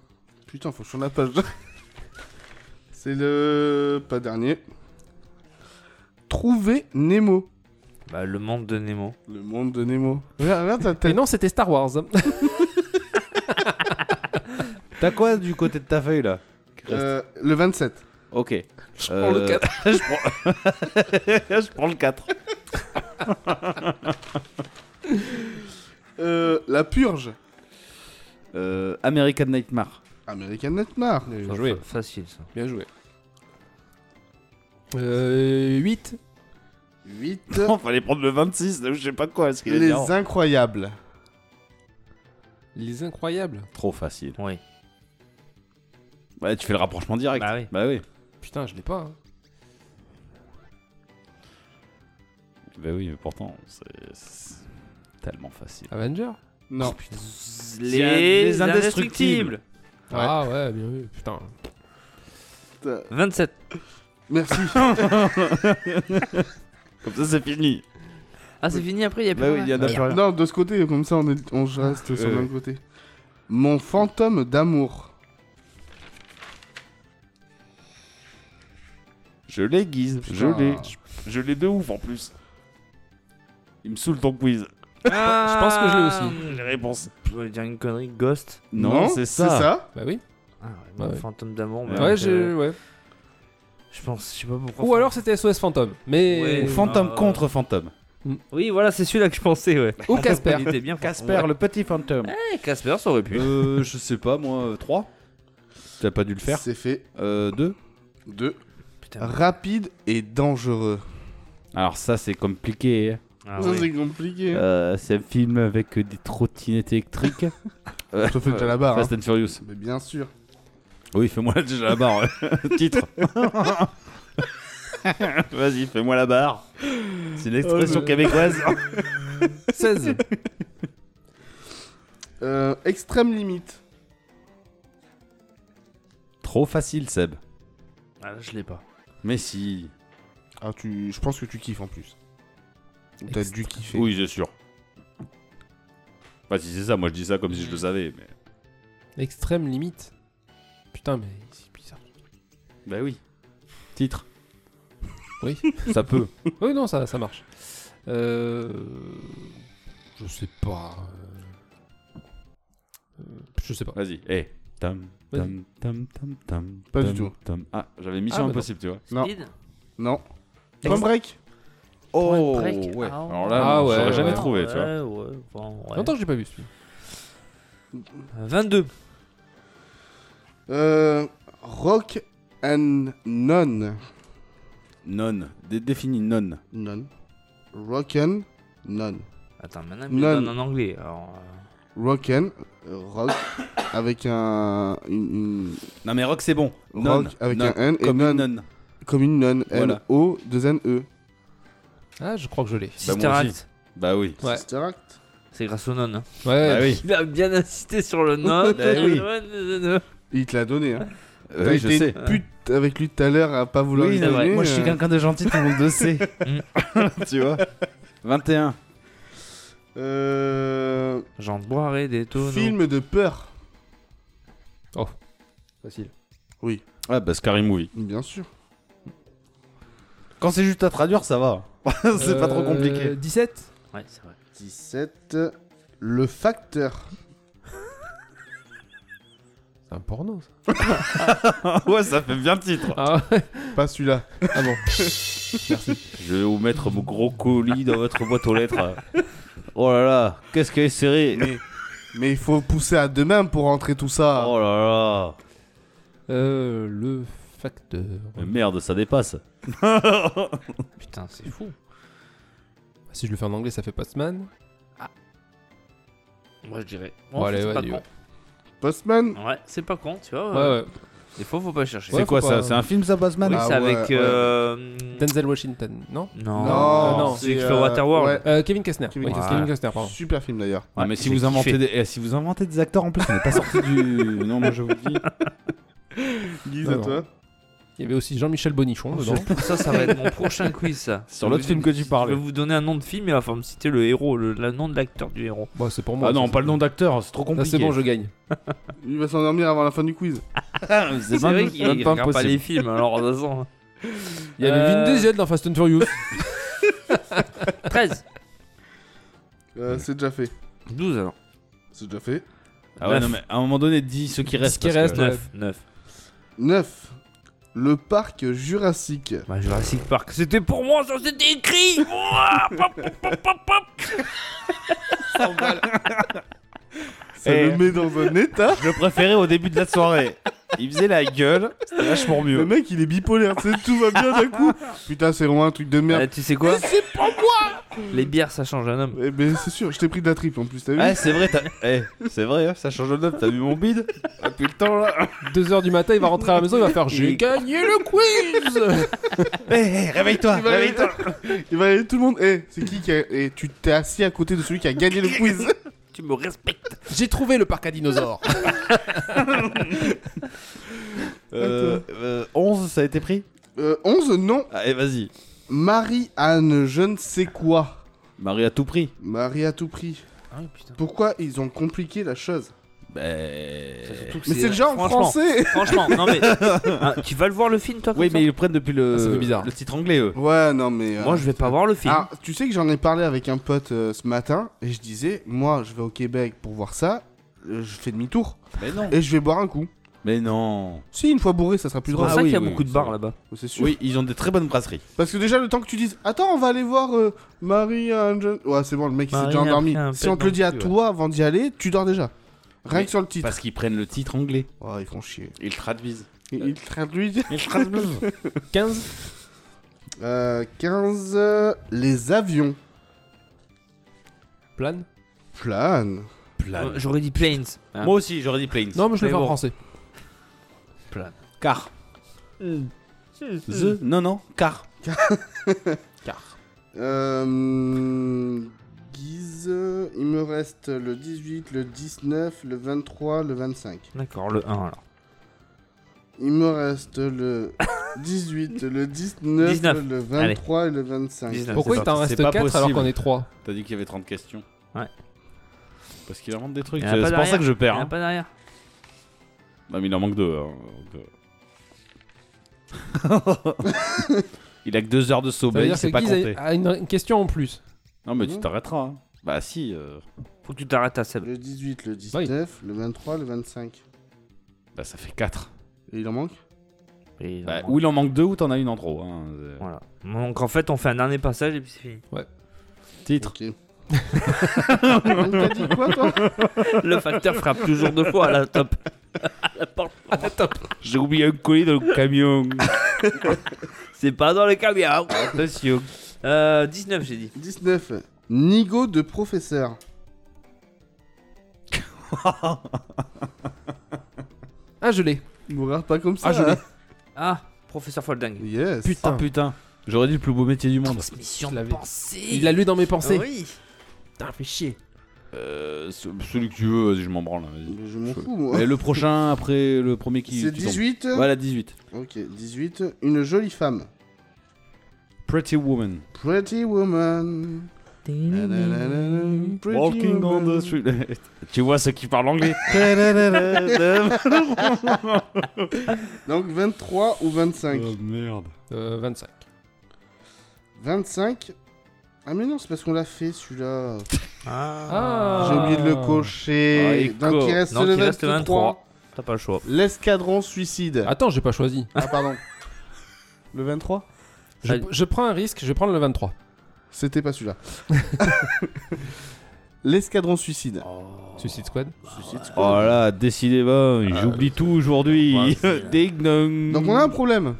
G: Putain, faut que je tourne la page. C'est le. pas dernier. Trouver Nemo.
B: Bah, le monde de Nemo.
G: Le monde de Nemo. Regarde, regarde ta
F: Et
G: tête.
F: non, c'était Star Wars.
D: T'as quoi du côté de ta feuille là
G: Euh, le 27.
D: Ok.
F: Je prends
D: Euh,
F: le quatre.
D: je, prends... je prends le 4.
G: Euh, la purge.
D: Euh, American Nightmare.
G: American Nightmare.
F: Bien
B: Ça,
F: joué,
B: fa- Facile ça.
F: bien joué. Euh, 8.
G: 8.
D: Non, fallait prendre le 26, je sais pas quoi. Est-ce qu'il est
G: Les
D: énorme.
G: incroyables.
F: Les Incroyables.
D: Trop facile.
B: Oui.
D: Ouais, tu fais le rapprochement direct.
B: Bah oui.
D: Bah oui.
F: Putain, je l'ai pas. hein.
D: Bah oui, mais pourtant, c'est- c'est tellement facile.
F: Avenger
G: Non.
B: Les,
D: Les
B: indestructibles.
F: Ah ouais, bien vu. Putain.
G: Putain.
B: 27.
G: Merci.
D: Comme ça, c'est fini.
B: Ah, c'est fini après, il y a plus
D: Bah oui,
B: rien.
D: il y en a
F: Ouais.
D: plus rien.
G: non, de ce côté, comme ça, on, est... on reste sur le
D: Euh.
G: même côté. Mon fantôme d'amour.
D: Je l'ai, Guise. Je
G: Putain.
D: l'ai. Je l'ai de ouf en plus. Il me saoule ton quiz.
F: Je pense que je l'ai aussi.
D: Les réponses.
B: Ah, Je voulais dire une connerie, Ghost.
D: Non, c'est ça.
G: C'est ça.
F: Bah oui.
B: Ah, mon
F: Ouais.
B: fantôme d'amour. mais
F: Ouais,
B: avec,
F: j'ai.
B: euh,
F: Ouais.
B: Je pense, je sais pas pourquoi.
F: Ou alors c'était SOS Fantôme. Mais.
B: Ouais.
D: Ou Fantôme
B: Euh,
D: contre Fantôme.
B: Oui, voilà, c'est celui-là que je pensais, ouais.
F: Ou Casper.
B: Il était bien.
D: Casper, le petit fantôme.
B: Ouais, Casper, ça aurait pu.
D: Euh, je sais pas, moi, 3 T'as pas dû le faire
G: C'est fait.
D: Euh, 2
G: 2.
B: Putain.
G: Rapide et dangereux.
D: Alors ça, c'est compliqué. hein.
B: Ah,
G: ça,
B: oui.
G: c'est compliqué.
D: Euh, c'est un film avec des trottinettes électriques. Euh,
G: Sauf que t'as la barre. hein.
D: Fast and Furious.
G: Mais bien sûr.
D: Oui, fais-moi déjà la barre. euh, Titre. Vas-y, fais-moi la barre. C'est une expression québécoise.
F: 16.
G: Euh, extrême limite.
D: Trop facile, Seb.
B: Ah, je l'ai pas.
D: Mais si.
G: Ah, tu... Je pense que tu kiffes en plus. Ou T'as
F: Extra-
G: dû kiffer.
D: Oui, c'est sûr. Pas si c'est ça, moi je dis ça comme si je le savais. Mais...
F: Extrême limite. Putain, mais c'est bizarre.
D: Bah oui. Titre.
F: Oui.
D: ça peut.
F: Oui, non, ça, ça marche. Euh... Je sais pas. euh, euh, Je sais pas.
D: Vas-y. Eh. Tam, tam, tam, tam, tam.
G: Pas
D: tam,
G: du tout.
D: tam. Ah, j'avais Mission
F: Ah, bah
D: Impossible, tu vois.
G: Non.
B: Speed
G: Non. Point break
D: Oh,
B: Break,
D: ouais.
B: ah,
D: Alors là,
F: Ah
D: non,
F: ouais,
D: j'aurais jamais
F: ouais.
D: trouvé, tu vois.
B: Ouais, ouais, enfin, ouais.
F: Longtemps que j'ai pas vu celui
B: 22.
G: Euh, rock and non.
D: Non. Dé- défini non.
G: Non. Rock and non.
B: Attends, maintenant, il me
G: None.
B: donne en anglais. Alors,
F: Bah,
B: euh,
G: Rock and euh, rock avec un une, une-
D: Non, mais rock, c'est bon. Non.
G: rock avec
D: non.
G: un n et
D: Comme une
G: non
D: non.
G: comme une non
D: Voilà.
G: n o 2 n e.
F: Ah, je crois que je l'ai.
B: Sister
D: moi aussi.
B: Act.
D: Bah oui.
F: Ouais.
G: Sister Act.
B: C'est grâce au non. hein.
F: Ouais,
D: Bah oui.
B: Il a bien insisté sur le non.
D: Bah oui.
F: Bah
G: Il te l'a donné. Hein.
D: Euh,
G: T'as
D: oui, je
G: été
D: sais.
G: Pute avec lui tout à l'heure à pas vouloir
D: Oui,
G: lui
D: c'est
G: donner.
B: vrai.
D: Moi, je suis
G: euh,
D: quelqu'un de gentil, tout le monde le sait. tu vois 21.
G: euh,
B: J'en boirai des tonneaux.
G: film de peur.
F: Facile.
D: Ouais, bah Scary Movie.
G: Bien sûr.
D: Quand c'est juste à traduire, ça va. c'est pas trop
F: Euh,
D: compliqué.
F: 17
B: Ouais, c'est vrai.
G: 17. Le facteur.
F: C'est un porno, ça.
D: ouais, ça fait bien titre.
F: Ah,
G: Pas celui-là.
F: ah bon.
D: Je vais vous mettre mon gros colis dans votre boîte aux lettres. Oh là là, qu'est-ce qu'elle est serrée
G: Mais, mais il faut pousser à demain pour rentrer tout ça.
D: Oh là
F: Euh, le facteur.
D: là Merde, ça dépasse.
B: Putain, c'est fou.
F: Ah, Si je le fais en anglais, ça fait Postman.
B: Moi, je dirais.
F: Bon, allez,
B: c'est
F: ouais,
B: pas
F: dis-
B: con.
G: Postman.
B: Ouais, c'est pas con, tu vois.
F: Ouais, ouais.
B: Des fois, faut pas chercher.
F: Ouais,
D: c'est quoi
F: faut
D: ça
F: pas-
D: C'est un film ça, Batman
B: Oui,
G: Ah
B: c'est
G: ouais,
B: avec.
G: ouais.
B: euh,
F: Denzel Washington, non
D: Ah,
B: Non,
G: Non,
F: non,
B: c'est
G: c'est,
B: le
G: euh,
B: Waterworld.
G: ouais.
F: Euh, Kevin Costner.
G: Kevin
F: oui,
B: Costner.
F: Kevin Costner, pardon.
G: Super film d'ailleurs.
D: Ah, mais si
B: j'ai
D: vous, inventez
B: kiffé.
D: des... eh, si vous inventez des acteurs en plus, on n'est pas sorti du. Non, moi je vous le dis.
G: Guise
F: à
G: à
F: Non, toi.
G: toi.
F: Il y avait aussi Jean-Michel Bonichon dedans.
B: Ça, ça va être mon prochain quiz, ça.
D: Sur l'autre
B: Je-
D: film que tu parlais.
B: Je vais vous donner un nom de film et il va falloir me citer le héros, le, le nom de l'acteur du héros.
F: Bon, c'est pour moi.
D: Ah non,
F: ça.
D: pas le nom d'acteur, c'est trop
F: Là,
D: compliqué.
F: c'est bon, je gagne.
G: Il va s'endormir avant la fin du quiz.
D: C'est
B: C'est
D: même-
B: vrai qu'il
D: même pas
B: regarde pas
D: impossible.
B: les films, alors de toute façon.
F: Il y avait
B: Euh,
F: Vin Diesel dans Fast and Furious.
B: 13,
G: Euh, c'est déjà fait.
B: 12 alors.
G: C'est déjà fait.
D: Ah ouais,
B: Neuf.
D: non, mais à un moment donné, dis ce qui reste.
F: qui
D: parce
F: reste,
D: que-
F: ouais.
B: 9, 9.
G: 9. Le parc Jurassique.
B: Bah, Jurassic Park, c'était pour moi, ça c'était écrit Ouah, pop, pop, pop, pop.
G: Ça
D: Eh.
G: le met dans un état.
D: Je le préférais au début de la soirée. Il faisait la gueule, c'était vachement
G: Le
D: mieux.
G: mec, il est bipolaire. tu sais, tout va bien d'un coup. Putain, c'est loin, truc de merde.
B: Euh, tu sais quoi C'est pour moi Les bières, ça change un homme.
G: Eh ben, c'est sûr, je t'ai pris de la tripe en plus, t'as vu
D: Ouais, c'est vrai, t'as... Eh, c'est vrai, hein, ça change de note, t'as vu mon bide Depuis le temps là
F: 2h du matin, il va rentrer à la maison, il va faire J'ai
D: Il-
F: gagné le quiz
D: Eh, eh, réveille-toi,
G: Il va aller-
D: réveille-toi
G: Il va aller tout le monde. Eh, c'est qui qui a. Eh, tu t'es assis à côté de celui qui a gagné le quiz.
B: Tu me respectes
F: J'ai trouvé le parc à dinosaures.
D: euh, euh, 11, ça a été pris
G: Euh, 11, non.
D: Allez, vas-y.
G: Marie-Anne, je ne sais quoi.
D: Marie a tout pris.
G: Marie à tout prix.
B: Ah oui, putain.
G: Pourquoi ils ont compliqué la chose
B: Eh,
D: Ben...
G: Mais c'est déjà en
B: Franchement.
G: français
B: Franchement, non mais. Ah, tu vas le voir le film, toi
D: Oui,
B: comme
D: mais
B: ça
D: ils le prennent depuis le,
F: Ah, ça fait bizarre.
D: le titre anglais, eux.
G: Ouais, non, mais. euh,
B: Moi, je vais pas voir le film.
G: Ah, tu sais que j'en ai parlé avec un pote euh, ce matin et je disais, moi, je vais au Québec pour voir ça. euh, Je fais demi-tour
D: Mais non.
G: et je vais boire un coup.
D: Mais non.
G: Si, une fois bourré, ça sera plus
B: c'est
G: drôle.
B: pour
D: Ah
B: ça qu'il y a
D: oui, oui,
B: beaucoup de
D: c'est
B: bars
D: vrai.
B: là-bas.
G: C'est sûr.
D: Oui, ils ont des très bonnes brasseries.
G: Parce que déjà, le temps que tu dises, attends, on va aller voir euh, Marie and John- Ouais, c'est bon, le mec, il s'est
B: Marie
G: déjà
B: a
G: endormi.
B: pris un
G: Si
B: pet
G: on te
B: dans
G: le
B: le
G: dit à
B: cul, ouais.
G: toi avant d'y aller, tu dors déjà. Rien
D: Mais
G: que sur le titre.
D: Parce qu'ils prennent le titre anglais.
G: Oh, ils font chier.
D: Ils traduisent.
B: Euh.
G: Ils ils traduisent.
D: Ils traduisent.
F: 15
G: Euh, 15. euh, les avions.
F: Plane
G: Plane.
D: Plane.
B: Euh, J'aurais dit Planes. hein.
D: Moi aussi, j'aurais dit planes.
F: Non, mais je le
B: Mais
F: fais en
B: bon.
F: français.
D: Car. The Non, non, car.
G: Euh, Guise. euh, Il me reste le 18, le 19, le 23, le 25.
B: D'accord, le 1 alors.
G: Il me reste le 18, le 19,
B: 19.
G: le 23 et le 25.
B: 19,
F: Pourquoi
B: c'est
F: il t'en
B: parti.
F: reste
D: C'est pas
F: 4 alors
D: possible.
F: qu'on est 3
D: T'as dit qu'il y avait 30 questions.
B: Ouais.
D: Parce qu'il en manque des trucs.
B: Il y en a pas
D: C'est c'est pour ça
B: derrière.
D: que je
B: Il y
D: perds.
B: en a
D: hein.
B: pas derrière.
D: Non, mais il en manque deux. hein, donc, euh. il a que deux heures de
F: Ça veut
D: sommeil,
F: dire que
D: c'est pas
F: Guise
D: compté.
F: a- a une une question en plus.
D: Non, mais tu
G: Non.
D: t'arrêteras. hein. Bah si. euh,
B: Faut que tu t'arrêtes à Seb.
G: Le 18, le 19, le 23, le 25.
D: Bah ça fait 4.
G: Et il en manque
B: Et
D: Bah,
B: on-
D: ou il en manque deux ou t'en as une en trop. hein, euh,
B: Voilà. Donc en fait, on fait un dernier passage et puis c'est fini.
D: Titre.
G: Ok.
D: Ah,
G: T'as dit quoi, toi
B: Le facteur frappe toujours deux fois à la top. À la porte.
D: J'ai oublié un colis dans le camion.
B: C'est pas dans le camion. Attention. Euh, 19, j'ai dit.
G: 19. Nigo de professeur.
F: Ah, je l'ai.
G: Ne regarde pas comme ça.
F: Ah, je l'ai.
G: hein.
B: Ah, professeur Folding.
G: Yes.
D: Putain. Ah, putain. J'aurais dit le plus beau métier du monde.
B: Transmission
F: Je l'avais.
B: pensée. Ah
F: Il l'a lu dans mes pensées.
B: Oui.
F: Putain, fais chier.
D: Euh, ce- celui que tu veux, vas-y, je m'en branle. hein, vas-y.
G: Mais Je m'en fous, moi.
D: Et le prochain après le premier qui.
G: C'est
D: qui tombe.
G: 18
D: Voilà, 18.
G: Ok, 18. Une jolie femme.
D: Pretty Woman.
G: Pretty woman. Na-na-na-na-na, pretty woman.
D: tu vois ceux qui parlent anglais
G: Donc 23 ou 25
D: merde.
F: Euh, 25.
G: 25 Ah mais non, c'est parce qu'on l'a fait celui-là.
F: Ah.
G: J'ai oublié de le
D: Ah,
G: cocher.
D: il
G: Donc
D: co-
G: il reste
B: Non,
G: le
B: il
G: 23.
B: reste le 23. T'as pas le choix.
G: L'escadron suicide. Ah,
F: Attends, j'ai pas choisi.
G: pardon. le 23
F: Je,
B: Allez.
F: je prends un risque, je vais prendre le 23.
G: C'était pas celui-là. L'escadron suicide.
F: Suicide Squad.
D: Oh là, décidément, j'oublie tout aujourd'hui. Ding dong.
G: Donc on a un problème.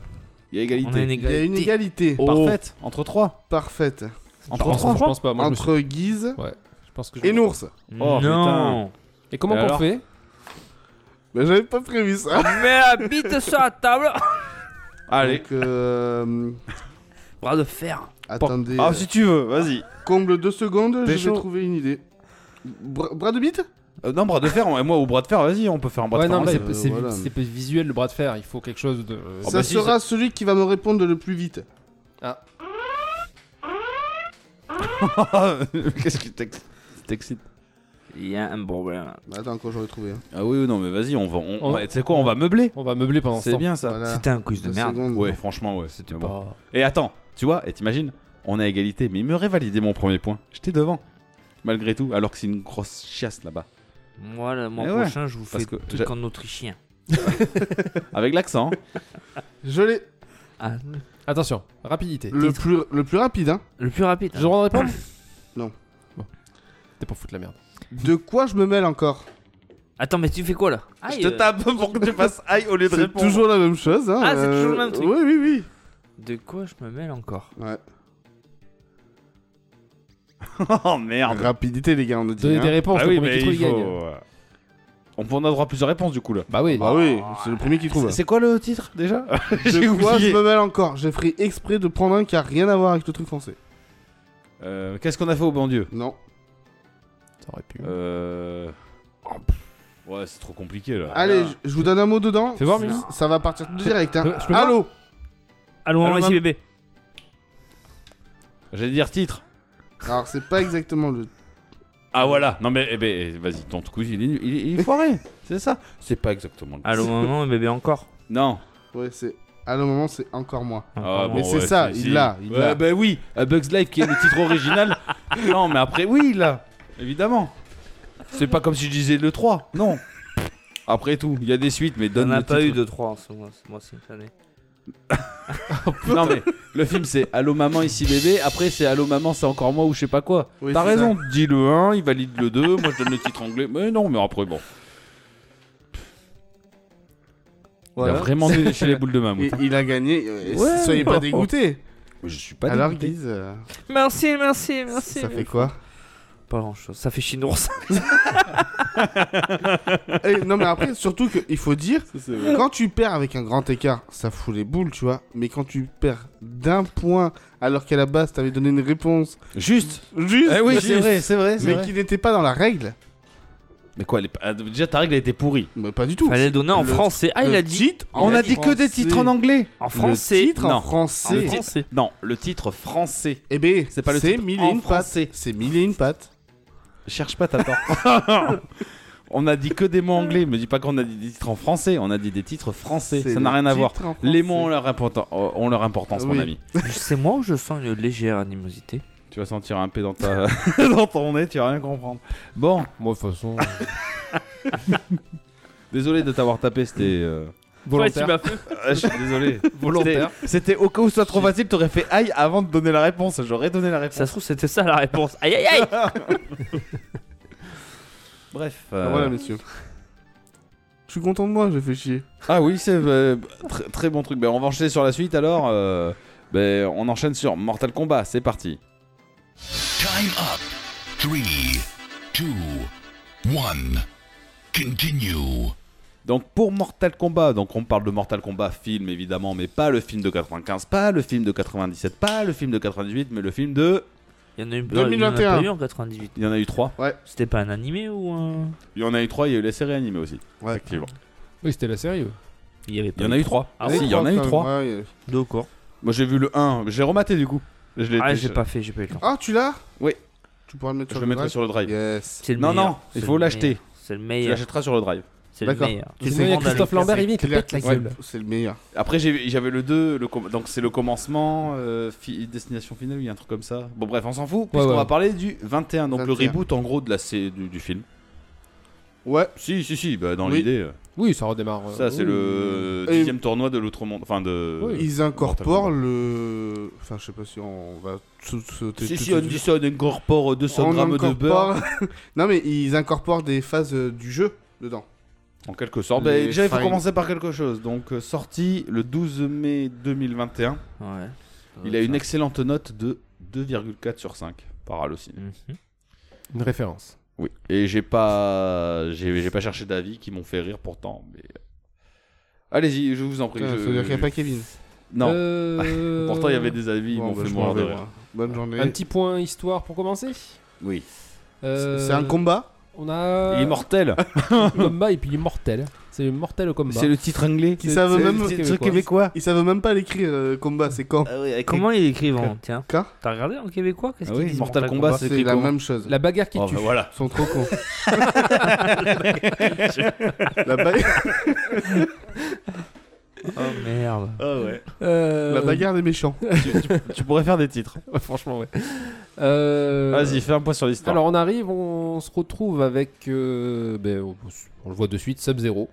D: Il y a Oh.
B: On a
D: égalité.
B: une
G: Il y a une
B: égalité.
G: égalité
D: Parfaite. Entre trois.
G: parfaite
D: Entre
F: Je pense-
D: trois.
F: Je pense pas. Moi, je me suis-
G: entre Guise
F: je pense que je-
G: et Nours.
D: Oh,
B: non.
F: Et comment
D: Et
F: on
D: alors
F: fait
G: Mais j'avais pas prévu ça.
B: Mais la bite sur la table.
D: Allez.
G: Donc, euh,
B: Bras de fer.
G: attendez. euh,
D: Ah, si tu veux, vas-y.
G: Comble deux secondes, je
D: Pécho.
G: vais trouver une idée. Bra- bras de bite
D: Euh, non, bras de fer, on- moi au bras de fer, vas-y, on peut faire un bras
F: Ouais,
D: de fer.
F: non, bah,
D: en
F: mais
D: live.
F: c'est
G: euh,
F: c'est-
G: voilà.
F: c'est pas visuel le bras de fer. Il faut quelque chose de.
D: Oh,
G: ça
D: bah si,
G: sera celui qui va me répondre le plus vite.
D: Qu'est-ce qui t'ex- t'excite
B: Il y a un problème.
G: Bah, attends, quand j'aurai trouvé. hein.
D: Ah oui, oui, non, mais vas-y, on va. On...
F: On-
D: ouais, Tu sais quoi, on va meubler.
F: On va meubler pendant ce
D: C'est
F: temps.
D: bien ça.
G: Voilà.
B: C'était un quiz de
G: Deux
B: merde.
G: secondes.
D: Ouais, franchement, ouais. C'était bon.
F: Bah,
D: Et attends, tu vois, et t'imagines, on a égalité, mais il me révalidait mon premier point. J'étais devant, malgré tout, alors que c'est une grosse chiasse là-bas.
B: Moi, le mois
D: Eh ouais.
B: prochain, je vous fais
D: Parce
B: que
D: que
B: truc
D: j'a-
B: en autrichien.
D: Avec l'accent. hein.
G: Je l'ai.
B: Ah,
F: Attention, rapidité.
G: Le plus, le plus rapide, hein.
B: le plus rapide.
F: J'ai le droit de répondre
G: Non.
F: Bon. T'es pour foutre la merde.
G: De quoi je me mêle encore
B: Attends, mais tu fais quoi là Aïe, euh,
D: pour que tu fasses aïe au lieu
G: C'est toujours la même chose, hein.
B: Ah, c'est toujours le même truc.
G: Oui, oui, oui.
B: De quoi je me mêle encore
G: Ouais.
D: oh merde.
G: Rapidité, les gars, on a dit.
F: Donnez
G: hein.
F: des réponses,
D: Ah
F: le
D: oui,
F: premier
D: mais
F: qui trouve,
D: il
F: il gagne.
D: faut. euh, On peut en avoir plusieurs réponses du coup là.
F: Bah oui.
G: Bah oui, c'est le premier qui trouve.
D: C'est- C'est quoi le titre déjà J'ai
G: De quoi je
D: oublié.
G: me mêle encore J'ai fait exprès de prendre un qui a rien à voir avec le truc français.
D: Euh, Qu'est-ce qu'on a fait au bon Dieu
G: Non.
F: Ça aurait pu.
D: Euh. oh, pff. Ouais, c'est trop compliqué là.
G: Allez, je- je vous donne un mot dedans.
F: Fais voir,
G: Ça-
F: Mimi.
G: Ça va partir direct,
F: Je
G: hein.
F: peux- je peux voir
G: Allô
B: Allons,
D: Allô,
B: ici,
D: maman.
B: bébé.
D: J'allais dire titre.
G: Alors, c'est pas exactement le.
D: Ah voilà. Non mais eh ben, vas-y, ton quiz il est, il est- il est foiré. c'est ça. C'est pas exactement. le
B: Allô, hein.
D: titre.
B: maman et bébé encore.
D: Non.
G: Ouais, c'est. À le moment, c'est encore moi.
D: Ah,
G: Mais c'est ça, il l'a, il
D: Ouais,
G: l'a.
D: bah oui, A Bug's Life qui est le titre original. non, mais après, oui, il l'a, évidemment. C'est pas comme si je disais le 3, non. Après tout, il y a des suites, mais
B: On
D: donne
B: n'a
D: le
B: pas eu
D: titre.
B: de 3 en ce mois, ce mois-ci, cette année.
D: Non, mais le film c'est Allô maman, ici bébé. Après, c'est Allô maman, c'est encore moi ou je sais pas quoi.
G: Oui,
D: T'as
G: c'est
D: raison, dis le 1, il valide le 2. moi, je donne le titre anglais. Mais non, mais après, bon. Il a vraiment dû chez les boules de mammouth.
G: Et il a gagné. euh, et
D: Ouais.
G: Soyez pas dégoûtés.
D: Je suis pas
G: Alors,
D: dégoûté.
G: Guise, euh,
B: Merci, merci, merci.
G: ça fait quoi
B: Pas grand-chose. Ça fait chinours.
G: Eh, Non, mais après, surtout qu'il faut dire, quand tu perds avec un grand écart, ça fout les boules, tu vois. Mais quand tu perds d'un point, alors qu'à la base, t'avais donné une réponse
D: Juste
G: juste,
D: Eh oui,
G: mais-
D: c'est vrai, c'est vrai. c'est
G: mais
D: vrai.
G: qui n'était pas dans la règle,
D: Mais quoi, elle est pas- ah, déjà ta règle a été pourrie.
G: Mais bah, pas du tout.
B: Fallait le donner en
G: Le-
B: français. Ah, il
G: le
B: a dit
G: titre,
D: On a dit que des titres en anglais.
B: en français.
G: Le titre
D: Non.
G: en français.
B: En français.
D: Non, le titre français.
G: Eh ben,
D: C'est pas le
G: c'est
D: titre
G: mille
D: en
G: et une pattes.
D: français.
G: C'est mille et une pattes.
D: Cherche pas, t'attends. on a dit que des mots anglais. Me dis pas qu'on a dit des titres en français. On a dit des titres français.
G: C'est
D: Ça n'a
G: le
D: rien à voir.
G: titre en français.
D: Les mots hein. ont leur, important- ont leur importance, mon
G: Oui.
D: ami.
B: C'est moi où je sens une légère animosité.
D: Tu vas sentir un peu dans, ta... dans ton nez, tu vas rien comprendre. Bon,
F: Moi, de toute façon,
D: désolé de t'avoir tapé, c'était. euh,
F: volontaire.
B: Ouais, tu m'as fait-
D: euh, je suis désolé.
F: Volontaire.
D: C'était- C'était au cas où ce soit trop facile, t'aurais fait aïe avant de donner la réponse. J'aurais donné la réponse.
B: Ça se trouve, c'était ça la réponse. Aïe aïe aïe
D: Bref.
G: Ah,
D: euh,
G: Voilà, messieurs. Je suis content de moi, j'ai fait chier.
D: Ah oui, c'est euh, très, très bon truc. Ben, on va enchaîner sur la suite alors. euh, ben, on enchaîne sur Mortal Kombat, c'est parti.
H: Time up. Three, two, one. Continue.
D: Donc pour Mortal Kombat, donc on parle de Mortal Kombat film évidemment, mais pas le film de 95, pas le film de 97, pas le film de 98, mais le film de...
B: Il y en a eu,
G: 2021.
B: il y en a pas eu en 98.
D: Il y en a eu trois.
B: C'était pas un animé ou un.
D: Il y en a eu trois, il y a eu la série animée aussi.
G: Ouais.
D: Effectivement.
F: Oui, c'était la série. ouais.
B: Il y avait pas.
D: Il y en a eu trois.
B: Ah
D: si,
B: oui,
D: il y en a eu
G: quand même,
D: trois.
G: ouais, il y a-
B: Deux quoi.
D: Moi j'ai vu le 1, j'ai rematé du coup. Je l'ai
B: Ah,
D: été-
B: j'ai pas fait, j'ai pas eu le temps.
G: Ah, tu l'as
D: Oui.
G: Tu pourras le mettre
D: Je
G: sur
D: le
G: le
D: mettrai
G: drive
D: sur le drive. euh,
G: Yes.
B: C'est le
D: Non,
B: meilleur.
D: non, il
B: C'est
D: faut
B: le
D: l'acheter.
B: meilleur. C'est le
D: Tu
B: meilleur.
D: l'achèteras sur le drive.
B: C'est le
G: D'accord.
B: meilleur.
G: C'est
F: Sinon, il y a
B: demandes à
F: Christophe
B: Lucas.
F: Lambert, il vient qui te
G: Claire
F: pète la
G: qui-
F: gueule.
G: C'est le meilleur.
D: Après j'ai- j'avais le 2, le com- donc c'est le commencement, euh, fi- destination finale, il y a un truc comme ça. Bon bref, on s'en fout, puisqu'on
F: ouais.
D: va parler du 21, donc le
G: 21.
D: reboot en gros de la, sé- du, du film.
G: Ouais.
D: Si, si, si, bah, dans
G: Oui.
D: l'idée. euh,
F: Oui, ça redémarre. euh,
D: Ça, c'est
F: oui.
D: le
G: Et-
D: dixième tournoi de l'Outre-Monde. Enfin, de.
F: Oui.
G: Ils incorporent le. Enfin, je sais pas si on va tout sauter.
D: Si,
G: tout-
D: si,
G: tout-
D: on dit ça, on incorpore 200
G: On
D: grammes de
G: incorpore-
D: beurre.
G: non, mais ils incorporent des phases euh, du jeu dedans.
D: En quelque sorte.
G: Les
D: Bah, déjà, il faut
G: fines.
D: commencer par quelque chose. Donc, euh, sorti le 12 mai 2021,
B: Ouais.
D: il a une excellente note de 2,4 sur 5 par Allociné.
B: Mhm.
F: Une référence.
D: Oui. Et j'ai pas. J'ai j'ai pas cherché d'avis qui m'ont fait rire pourtant. Mais. euh, Allez-y, je vous en prie.
G: Putain,
D: je-
G: faut Euh, dire qu'il n'y a pas Kevin.
D: Non.
F: Euh,
D: Pourtant, il y avait des avis, ils
G: Bon,
D: m'ont
G: bah,
D: fait
G: je
D: mourir
G: m'en
D: de
G: vais,
D: rire.
G: moi. Bonne journée.
F: Un petit point histoire pour commencer.
D: Oui.
F: Euh,
G: C'est un combat
F: On a.
D: Il est mortel.
F: combat et puis il est mortel. C'est mortel au combat.
D: C'est le titre anglais.
G: Ils savent
F: c'est-
G: même,
F: c'est-
G: ils
F: c'est-
D: québécois.
G: savent même pas l'écrire euh, combat, c'est quand
B: Comment ils écrivent en. Tiens.
G: K
B: T'as regardé en québécois Qu'est-ce
D: Ah
B: qu'ils
D: oui,
B: disent
D: Mortal Kombat, c'est
G: Bah, C'est
D: écrit
G: la
D: comment
G: même chose.
F: La bagarre qui
D: Oh,
F: tue.
D: bah, voilà.
G: Ils sont trop cons. la, ba-
B: Oh merde.
F: Euh,
G: la bagarre des méchants.
D: Tu pourrais faire des titres.
F: Ouais, franchement, ouais. Euh,
D: Vas-y, fais un point sur l'histoire.
F: Alors on arrive, on se retrouve avec, euh, ben, on, on le voit de suite, Sub-Zero,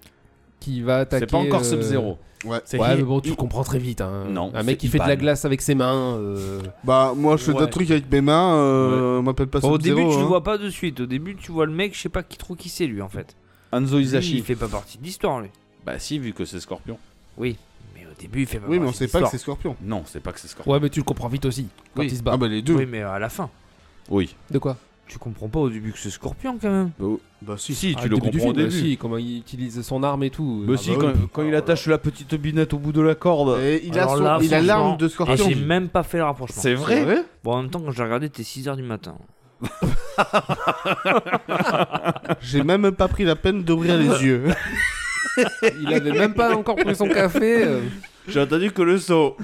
F: qui va attaquer.
D: C'est pas encore
F: euh,
D: Sub-Zero.
G: Ouais.
D: C'est
F: Ouais,
D: Hi-
F: mais bon, tu
D: Hi-
F: comprends très vite. hein.
D: Non,
F: Un mec
D: c'est
F: qui fait de la
D: Iban.
F: glace avec ses mains. euh,
G: Bah, moi, je fais
B: Ouais.
G: des trucs avec mes mains, euh, on m'appelle pas
B: Au
G: Sub-Zero,
B: début, tu
G: hein.
B: le vois pas de suite. Au début, tu vois le mec, je sais pas qui trop qui c'est lui en fait.
D: Anzo
B: Lui,
D: Izashi.
B: Il fait pas partie de l'histoire lui.
D: Bah si, vu que c'est Scorpion.
B: Mais au début, il fait pas
G: hein. Oui, mais
B: partie
G: on
B: de
G: sait pas que
B: Ah, l'histoire.
G: c'est Scorpion.
D: Non, c'est pas que c'est Scorpion.
F: Ouais, mais tu le comprends vite aussi quand
B: Oui.
F: il se bat.
G: Ah, bah, les deux.
B: Oui, mais à la fin.
D: Oui.
F: De quoi
B: Tu comprends pas au début que c'est Scorpion quand même.
G: Bah,
D: Si,
G: si.
D: si,
F: Ah,
D: tu le
F: du
D: comprends au
F: film,
D: début.
F: si, comment il utilise son arme et tout.
D: Bah
F: Ah,
D: si,
F: bah,
D: quand, quand il attache la petite binette au bout de la corde.
G: Et il a
B: Alors
G: son-
B: là,
G: il a
B: franchement,
G: l'arme de
B: Et
G: Scorpion. Ah,
B: j'ai même pas fait le rapprochement.
D: C'est vrai
B: Bon, en même temps, quand j'ai regardé, c'était 6h du matin.
G: J'ai même pas pris la peine d'ouvrir les yeux.
F: Il avait même pas encore pris son café. euh.
D: J'ai entendu que le saut.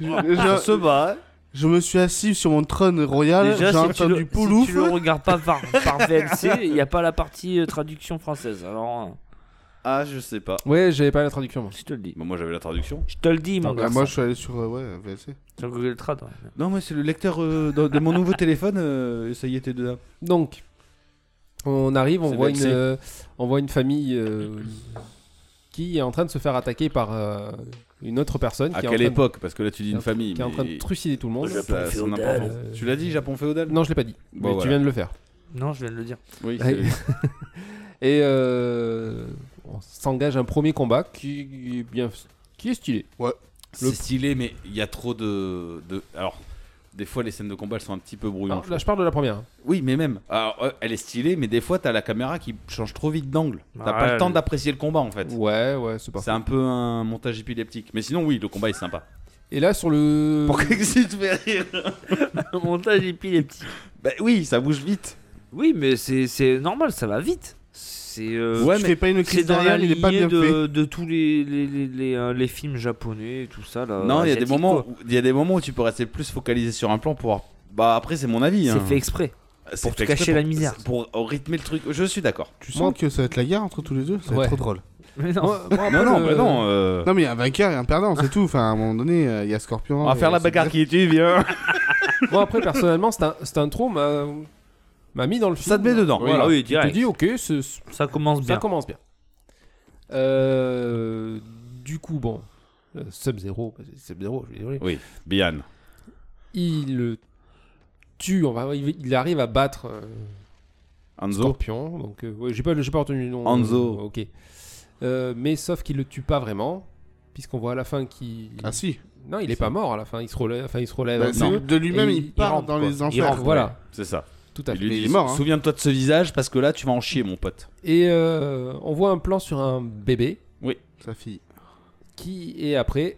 G: Déjà,
D: bat.
G: Je me suis assis sur mon trône royal,
B: Déjà,
G: Ah, j'ai
B: si tu, le,
G: entendu
B: si
G: Poulouf.
B: tu le regardes pas par, par VLC, il n'y a pas la partie euh, traduction française. Alors, euh,
D: Ah, je sais pas.
F: Ouais, j'avais pas la traduction. moi.
B: je te le dis.
D: Bah, moi j'avais la traduction.
B: Je te le dis, mon
G: Ah,
B: gars.
G: moi je suis allé sur euh, ouais, VLC.
B: Sur Google Trad. ouais.
D: Non, mais c'est le lecteur euh, de, de mon nouveau téléphone. euh, ça y était de là.
F: Donc, on arrive, on
D: C'est
F: voit, une,
D: vexé.
F: euh, on voit une famille euh, qui est en train de se faire attaquer par euh, une autre personne
D: À
F: qui, est en
D: quelle
F: train de-
D: époque Parce que là tu dis
F: qui est
D: une
F: en train-
D: famille.
F: qui est en train de
D: mais-
F: trucider tout le monde.
D: Ça a son importance.
F: Euh,
D: Tu l'as dit, Japon féodal
F: Non, je l'ai pas dit,
D: Bon,
F: mais tu
D: voilà.
F: viens de le faire.
B: Non, je viens de le dire.
D: Oui.
F: Ouais.
D: c'est-
F: Et euh, on s'engage un premier combat qui, qui est bien, qui est stylé.
D: C'est stylé, mais il y a trop de, de. Alors, des fois, les scènes de combat, elles sont un petit peu brouillons.
F: Alors, Ah, là, je parle de la première. hein.
D: Oui, mais même. Alors, euh, elle est stylée, mais des fois, t'as la caméra qui change trop vite d'angle. T'as
B: Ah,
D: pas le
B: ouais,
D: temps
B: le-
D: d'apprécier le combat, en fait.
F: Ouais, ouais, c'est pas.
D: C'est un peu un montage épileptique. Mais sinon, oui, le combat est sympa.
F: Et là, sur le.
D: si tu fais rire
B: Le montage épileptique.
D: Bah oui, ça bouge vite.
B: Oui, mais c'est c'est normal, ça va vite. C'est euh,
G: Ouais,
B: tu
G: mais
B: fais-
G: fais pas une
B: c'est
G: crise
B: dans la
G: derrière, il est pas
B: lignée
G: bien fait.
B: de, de tous les, les, les, les, euh, les films japonais et tout ça. Là,
D: non, il y a des
B: euh, asiatiques,
D: moments,
B: quoi.
D: où- il y a des moments où tu peux rester plus focalisé sur un plan pour. avoir- Bah après, c'est mon avis.
B: C'est
D: hein.
B: fait exprès.
D: C'est
B: pour
D: fait
B: te
D: exprès
B: cacher
D: pour-
B: la misère.
D: Pour rythmer le truc. Je suis d'accord.
G: Tu sens que ça va être la guerre entre tous les deux, ça va
F: Ouais.
G: être trop drôle.
B: Mais non.
F: Moi- moi,
D: Non,
F: après,
D: non,
F: le-
D: bah non. euh,
G: Non mais il y a un vainqueur et un perdant, c'est tout. Enfin à un moment donné, euh, il y a Scorpion.
D: On va
G: et
D: faire la
G: c'est
D: bagarre qui tue, viens.
F: Moi, après, personnellement, c'est un, c'est un trou m'a m'a mis dans le film.
D: Ça te met dedans.
B: Oui,
D: voilà.
B: bah oui,
F: Je te
B: direct.
F: dis, ok, c'est- c'est-
B: Ça commence
F: ça
B: bien.
F: commence bien. Euh, du coup, bon, euh, Sub-Zero, bah, c'est Sub-Zero, je suis désolé.
D: Oui, Bian.
F: Il le tue, on va- il, il arrive à battre euh,
D: Anzo.
F: Scorpion. Donc, euh, ouais, j'ai pas, j'ai pas retenu le nom.
D: Hanzo.
F: euh, ok. Euh, mais sauf qu'il le tue pas vraiment, puisqu'on voit à la fin qu'il.
G: Ah si.
F: Non, il est pas mort à la fin. Il se relève. Enfin, il se relève.
G: Bah,
F: un
G: c'est-
F: peu.
G: de lui-même,
F: ben, Et
G: il, part
F: rentre,
G: dans
F: quoi.
G: les
F: Il
G: enfers.
F: rentre, voilà,
D: C'est ça.
F: tout à fait.
D: Il lui
G: Mais il
D: dit,
G: est mort, hein.
D: Souviens-toi de ce visage parce que là, tu vas en chier, mon pote.
F: Et euh, on voit un plan sur un bébé
G: Sa fille.
F: qui et après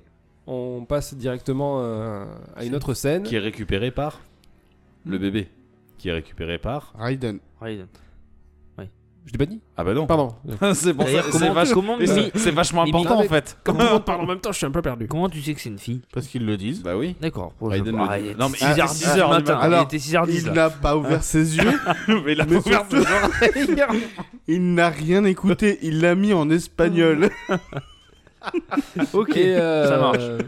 F: on passe directement euh, à une autre scène.
D: Qui est récupéré par le
B: Hmm.
D: bébé. Qui est récupéré par.
G: Raiden.
B: Raiden.
F: Je l'ai pas dit.
D: Ah bah non.
F: Pardon.
D: c'est pour ça.
B: D'ailleurs,
D: C'est
B: comment,
D: vachement,
B: comment,
D: mais
B: mais-
D: c'est- c'est vachement
B: il-
D: important en
F: il-
D: fait.
F: Comme tout le monde parle en même temps, je suis un peu perdu.
B: comment tu sais que c'est une fille
G: Parce qu'ils le disent.
D: Bah oui.
B: D'accord.
D: Raiden le dit. Non,
B: Non,
D: mais-
B: mais
D: Ah,
B: 6h10
D: six heures du
B: matin.
D: matin.
G: Alors,
B: il était 6h10.
G: Il n'a pas ouvert ses yeux.
D: mais la
G: Mais
D: première
G: surtout-
D: fois-
G: Il n'a rien écouté. Il l'a mis en espagnol.
B: ok.
F: Et, euh,
B: Ça marche.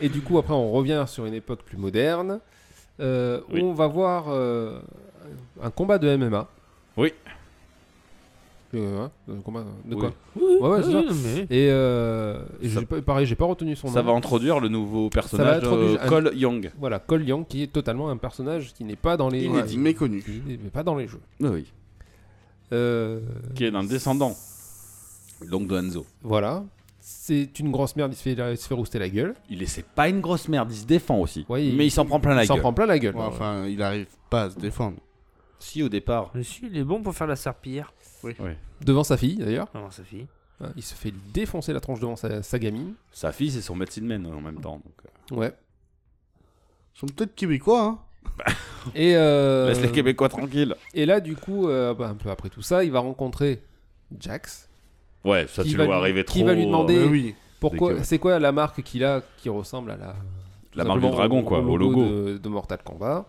F: Et du coup après on revient sur une époque plus moderne. Euh,
D: Oui.
F: On va voir euh, un combat de MMA.
D: Oui.
F: Euh, hein, un combat de
D: Oui.
F: quoi
B: Oui,
F: Ouais, ouais, c'est
B: oui, Ah, mais-
F: Et, euh, et
D: Ça-
F: j'ai pas- pareil, j'ai pas retenu son nom.
D: Ça va introduire le nouveau personnage
F: introduire
D: euh,
F: un-
D: Cole Young.
F: Voilà, Cole Young qui est totalement un personnage qui n'est pas dans les
G: Il est méconnu.
F: Il n'est pas dans les jeux.
D: Oui.
F: Euh,
D: Qui est un descendant. Donc de Hanzo.
F: Voilà. C'est une grosse merde, il se fait, il se fait rouster la gueule.
D: Il est c'est pas une grosse merde, il se défend aussi.
F: Ouais, il-
D: mais il s'en prend plein la
F: il s'en
D: gueule.
F: prend plein la gueule. hein.
G: Ouais,
F: Voilà.
G: enfin, il arrive pas à se défendre.
D: Si au départ.
B: Mais si, il est bon pour faire la serpillière.
F: Devant sa fille, d'ailleurs.
B: Non, sa fille.
F: Hein, Il se fait défoncer la tronche devant sa, sa gamine.
D: Sa fille, c'est son médecin man en même temps. donc, euh,
F: Ouais.
G: Ils sont peut-être québécois, hein.
F: Et, euh,
D: Laisse les Québécois tranquilles.
F: et là, du coup, euh, bah, un peu après tout ça, il va rencontrer Jax.
D: Ouais, ça
F: Qui
D: tu
F: va
D: le vois
F: lui-
D: arriver
F: qui
D: trop. euh,
F: va lui demander-
G: Mais
F: Et-
G: oui.
D: Dès que-
F: Pourquoi C'est quoi la marque qu'il a qui ressemble à la.
D: euh, la
F: tout
D: marque du
F: simplement
D: dragon, quoi, au logo.
F: de, de Mortal Kombat.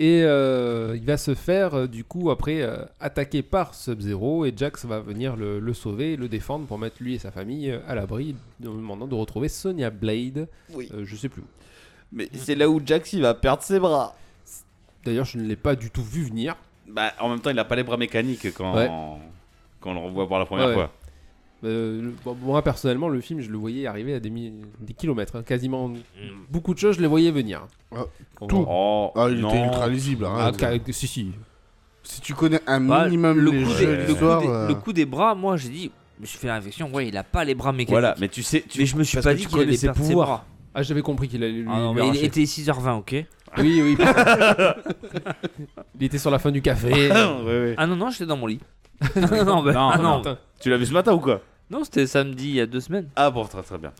F: Et euh, il va se faire, euh, du coup, après, euh, attaquer par Sub-Zero, et Jax va venir le, le sauver, le défendre pour mettre lui et sa famille euh, à l'abri, en lui demandant de retrouver Sonia Blade.
D: Oui.
F: Euh, je sais plus. où.
D: Mais c'est là où Jax il va perdre ses bras.
F: D'ailleurs, je ne l'ai pas du tout vu venir.
D: Bah, en même temps, il a pas les bras mécaniques quand,
F: Ouais.
D: quand on le revoit pour la première
F: Ouais.
D: fois.
F: Euh, le- bon, moi, personnellement, le film, je le voyais arriver à des, mi- des kilomètres, hein, quasiment beaucoup de choses, je les voyais venir.
G: Ah,
F: On-
G: tout.
D: Oh,
G: Ah, il
D: non.
G: était ultra lisible. hein.
F: Ah, ca- si, si.
G: Si tu connais un
B: Bah,
G: minimum
B: le
G: les
B: coup,
G: jeux
B: des,
G: de
B: le coup
G: l'histoire,
B: des-
G: euh,
B: le coup des bras, moi j'ai dit, je me suis fait l'infection, ouais, il a pas les bras mécaniques.
D: Voilà, mais tu sais, tu,
B: mais je me suis
D: parce
B: pas
D: que
B: dit
D: tu
B: qu'il allait
D: connais ses
B: perdre ses
D: pouvoirs.
B: bras.
F: Ah, j'avais compris qu'il allait lui.
B: Ah non,
F: lui
B: mais il
F: arracher.
B: était 6h20, ok
F: Oui, oui. il était sur la fin du café.
D: Ah, ouais, ouais.
B: Ah non, non, j'étais dans mon lit. non, non, bah,
D: Non,
B: ah non,
F: Martin.
D: Tu l'as vu ce matin ou quoi
B: Non, c'était samedi il y a deux semaines.
D: Ah bon, très très bien.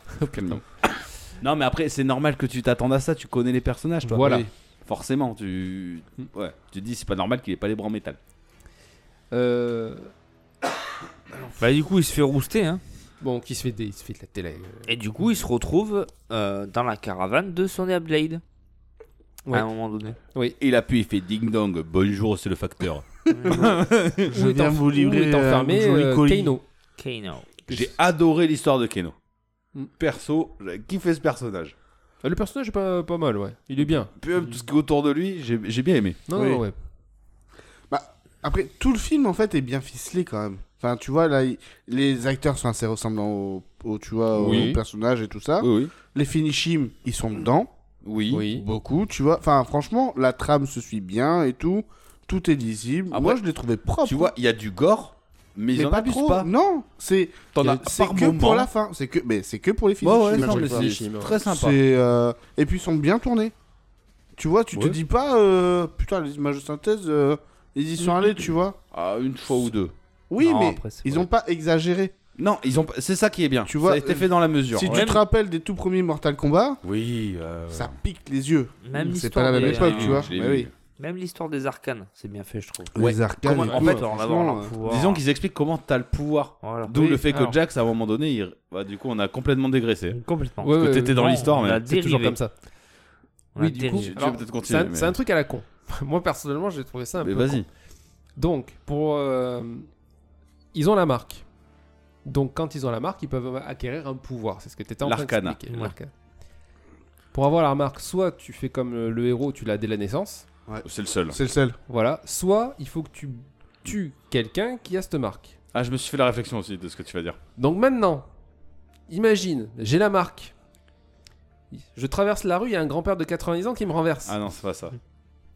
D: non, mais après, c'est normal que tu t'attendes à ça, tu connais les personnages, toi.
F: Voilà.
D: Oui. Forcément, tu.
G: Hmm.
D: Ouais, tu te dis, c'est pas normal qu'il ait pas les bras en métal.
F: Euh,
B: Bah, du coup, il se fait rouster, hein.
F: bon, qui se fait, des, il se fait de la télé.
B: Et du coup, il se retrouve euh, dans la caravane de Sonia Blade.
F: Ouais.
B: À un moment donné.
D: Et là, puis il fait ding dong, bonjour, c'est le facteur.
F: Je
G: viens vous livrer, euh,
F: enfermé
G: un joli
F: euh,
G: colis.
F: Kano.
B: Kano.
D: J'ai adoré l'histoire de Keno.
G: Hmm.
F: Mm.
D: Perso, j'ai kiffé ce personnage.
F: Euh, Le personnage est pas, pas mal, ouais. Il est bien.
D: Puis
G: Hmm.
D: même tout ce qui est autour de lui, j'ai j'ai bien aimé.
F: Non,
G: Oui.
F: non, ouais.
G: Après, tout le film, en fait, est bien ficelé quand même. Enfin, tu vois, là, il- les acteurs sont assez ressemblants au, au- tu vois, au-
F: Oui.
G: au personnage et tout ça.
D: Oui,
G: Les finishim, ils sont dedans.
D: oui.
F: Oui.
G: Beaucoup, tu vois. Enfin, franchement, la trame se suit bien et tout. Tout est lisible.
D: Après,
G: Moi, je l'ai trouvé propre.
D: Tu vois, il y a du gore, mais ils
G: mais
D: en
G: pas
D: abusent
G: trop.
D: pas.
G: Non, c'est
D: T'en as
G: c'est
D: par
G: que
D: moment.
G: pour la fin. C'est que, mais c'est que pour les
D: Ouais, ouais,
G: finishim. à
D: non,
G: chaque
D: mais
G: fois.
D: c'est
F: film, ouais.
D: très sympa.
G: C'est, euh, Et puis ils sont bien tournés. Tu vois, tu te
D: Ouais.
G: dis pas, euh, putain, les images de synthèse, euh, ils y sont allés, tu vois.
D: Ah, une fois ou deux.
G: Oui,
B: Non,
G: mais
B: après, c'est
G: ils
B: vrai.
G: ont pas exagéré.
D: Non, ils ont. C'est ça qui est bien.
G: Tu vois,
D: ça a été
G: euh,
D: fait dans la mesure.
G: Si
D: Ouais.
G: tu te rappelles des tout premiers Mortal Kombat,
D: Oui. euh,
G: ça pique les yeux.
B: Même
G: C'est
B: l'histoire
G: pas la même
B: des-
G: époque,
D: euh,
G: tu vois. Euh,
D: je l'ai
G: Mais
D: vu.
G: oui.
B: Même l'histoire des arcanes, c'est bien fait, je trouve.
D: Ouais.
G: Les arcades,
B: Comment-
G: et
B: en
G: tout,
B: fait,
G: alors,
B: on va
G: franchement,
B: voir
G: euh,
B: leur pouvoir.
D: Disons qu'ils expliquent comment t'as le pouvoir.
B: Voilà.
D: D'où
F: Oui,
D: le fait que
F: alors.
D: Jax, à un moment donné, il- bah, du coup, on a complètement dégraissé.
B: Complètement.
F: Ouais,
D: Parce que
F: ouais,
D: t'étais dans
B: ouais.
D: l'histoire, mais
B: On a
F: C'est toujours
B: dérivé.
F: comme ça.
B: On a
F: Oui, du coup,
B: dérivé.
D: Tu- tu
F: alors,
D: veux peut-être
F: c'est
D: continuer,
F: un,
D: mais-
F: c'est un truc à la con. Moi, personnellement, j'ai trouvé ça un
D: Mais
F: peu.
D: vas-y.
F: Donc, pour. euh, ils ont la marque. Donc, quand ils ont la marque, ils peuvent acquérir un pouvoir. C'est ce que tu étais en train
D: L'arcana.
F: d'expliquer.
B: Ouais.
F: L'arcana. Pour avoir la marque, soit tu fais comme le, le héros, tu l'as dès la naissance.
D: C'est le seul.
G: C'est le seul.
F: Voilà. Soit il faut que tu tues quelqu'un qui a cette marque.
D: Ah, je me suis fait la réflexion aussi de ce que tu vas dire.
F: Donc maintenant, imagine, j'ai la marque. Je traverse la rue, il y a un grand-père de 90 ans qui me renverse.
D: Ah non, c'est pas ça.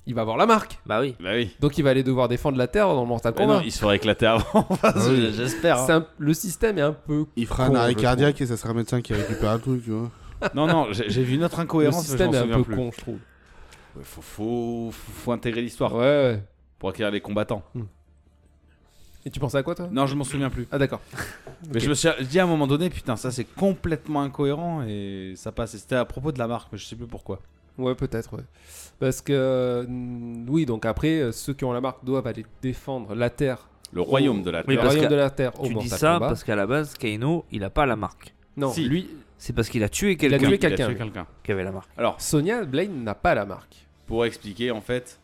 F: Il va avoir la marque.
B: Bah oui.
D: Bah oui.
F: Donc il va aller devoir défendre la terre dans Mortal
D: Mais non,
F: Kombat.
D: il se ferait éclater avant. Enfin,
G: Ah oui.
D: J'espère. hein.
F: C'est un- Le système est un peu.
G: Il fera un
F: Con,
G: arrêt
F: je
G: cardiaque et ça sera un médecin qui récupère le truc, tu vois.
D: Non, non, j'ai j'ai vu une autre
F: Le
D: incohérence, mais je m'en
F: système est un
D: souviens
F: peu
D: plus.
F: con, je trouve.
D: Ouais, Faut, faut, faut- faut intégrer l'histoire
F: Ouais, ouais.
D: pour acquérir les combattants.
F: Et tu pensais à quoi, toi
D: Non, je m'en souviens plus.
F: Ah, d'accord.
D: Mais je me suis dit à un moment donné, putain, ça c'est complètement incohérent et ça passe. Et C'était à propos de la marque, mais je sais plus pourquoi.
F: Ouais, peut-être, ouais. Parce que. mm, Oui, donc après, euh, ceux qui ont la marque doivent aller défendre la terre.
D: Le royaume de la
F: le
B: Oui, parce
F: royaume
B: que
F: de la terre au
B: tu dis
F: Mortal
B: Oh, ça
F: Kombat.
B: parce qu'à la base, Kaino, il a pas la marque.
F: Non,
D: Si.
F: lui,
B: C'est parce qu'il a tué
F: il a
B: quelqu'un
F: tué
D: Il a
F: quelqu'un.
D: tué quelqu'un.
B: qui avait la marque.
D: Alors,
F: Sonia Blade n'a pas la marque.
D: pour expliquer, en fait,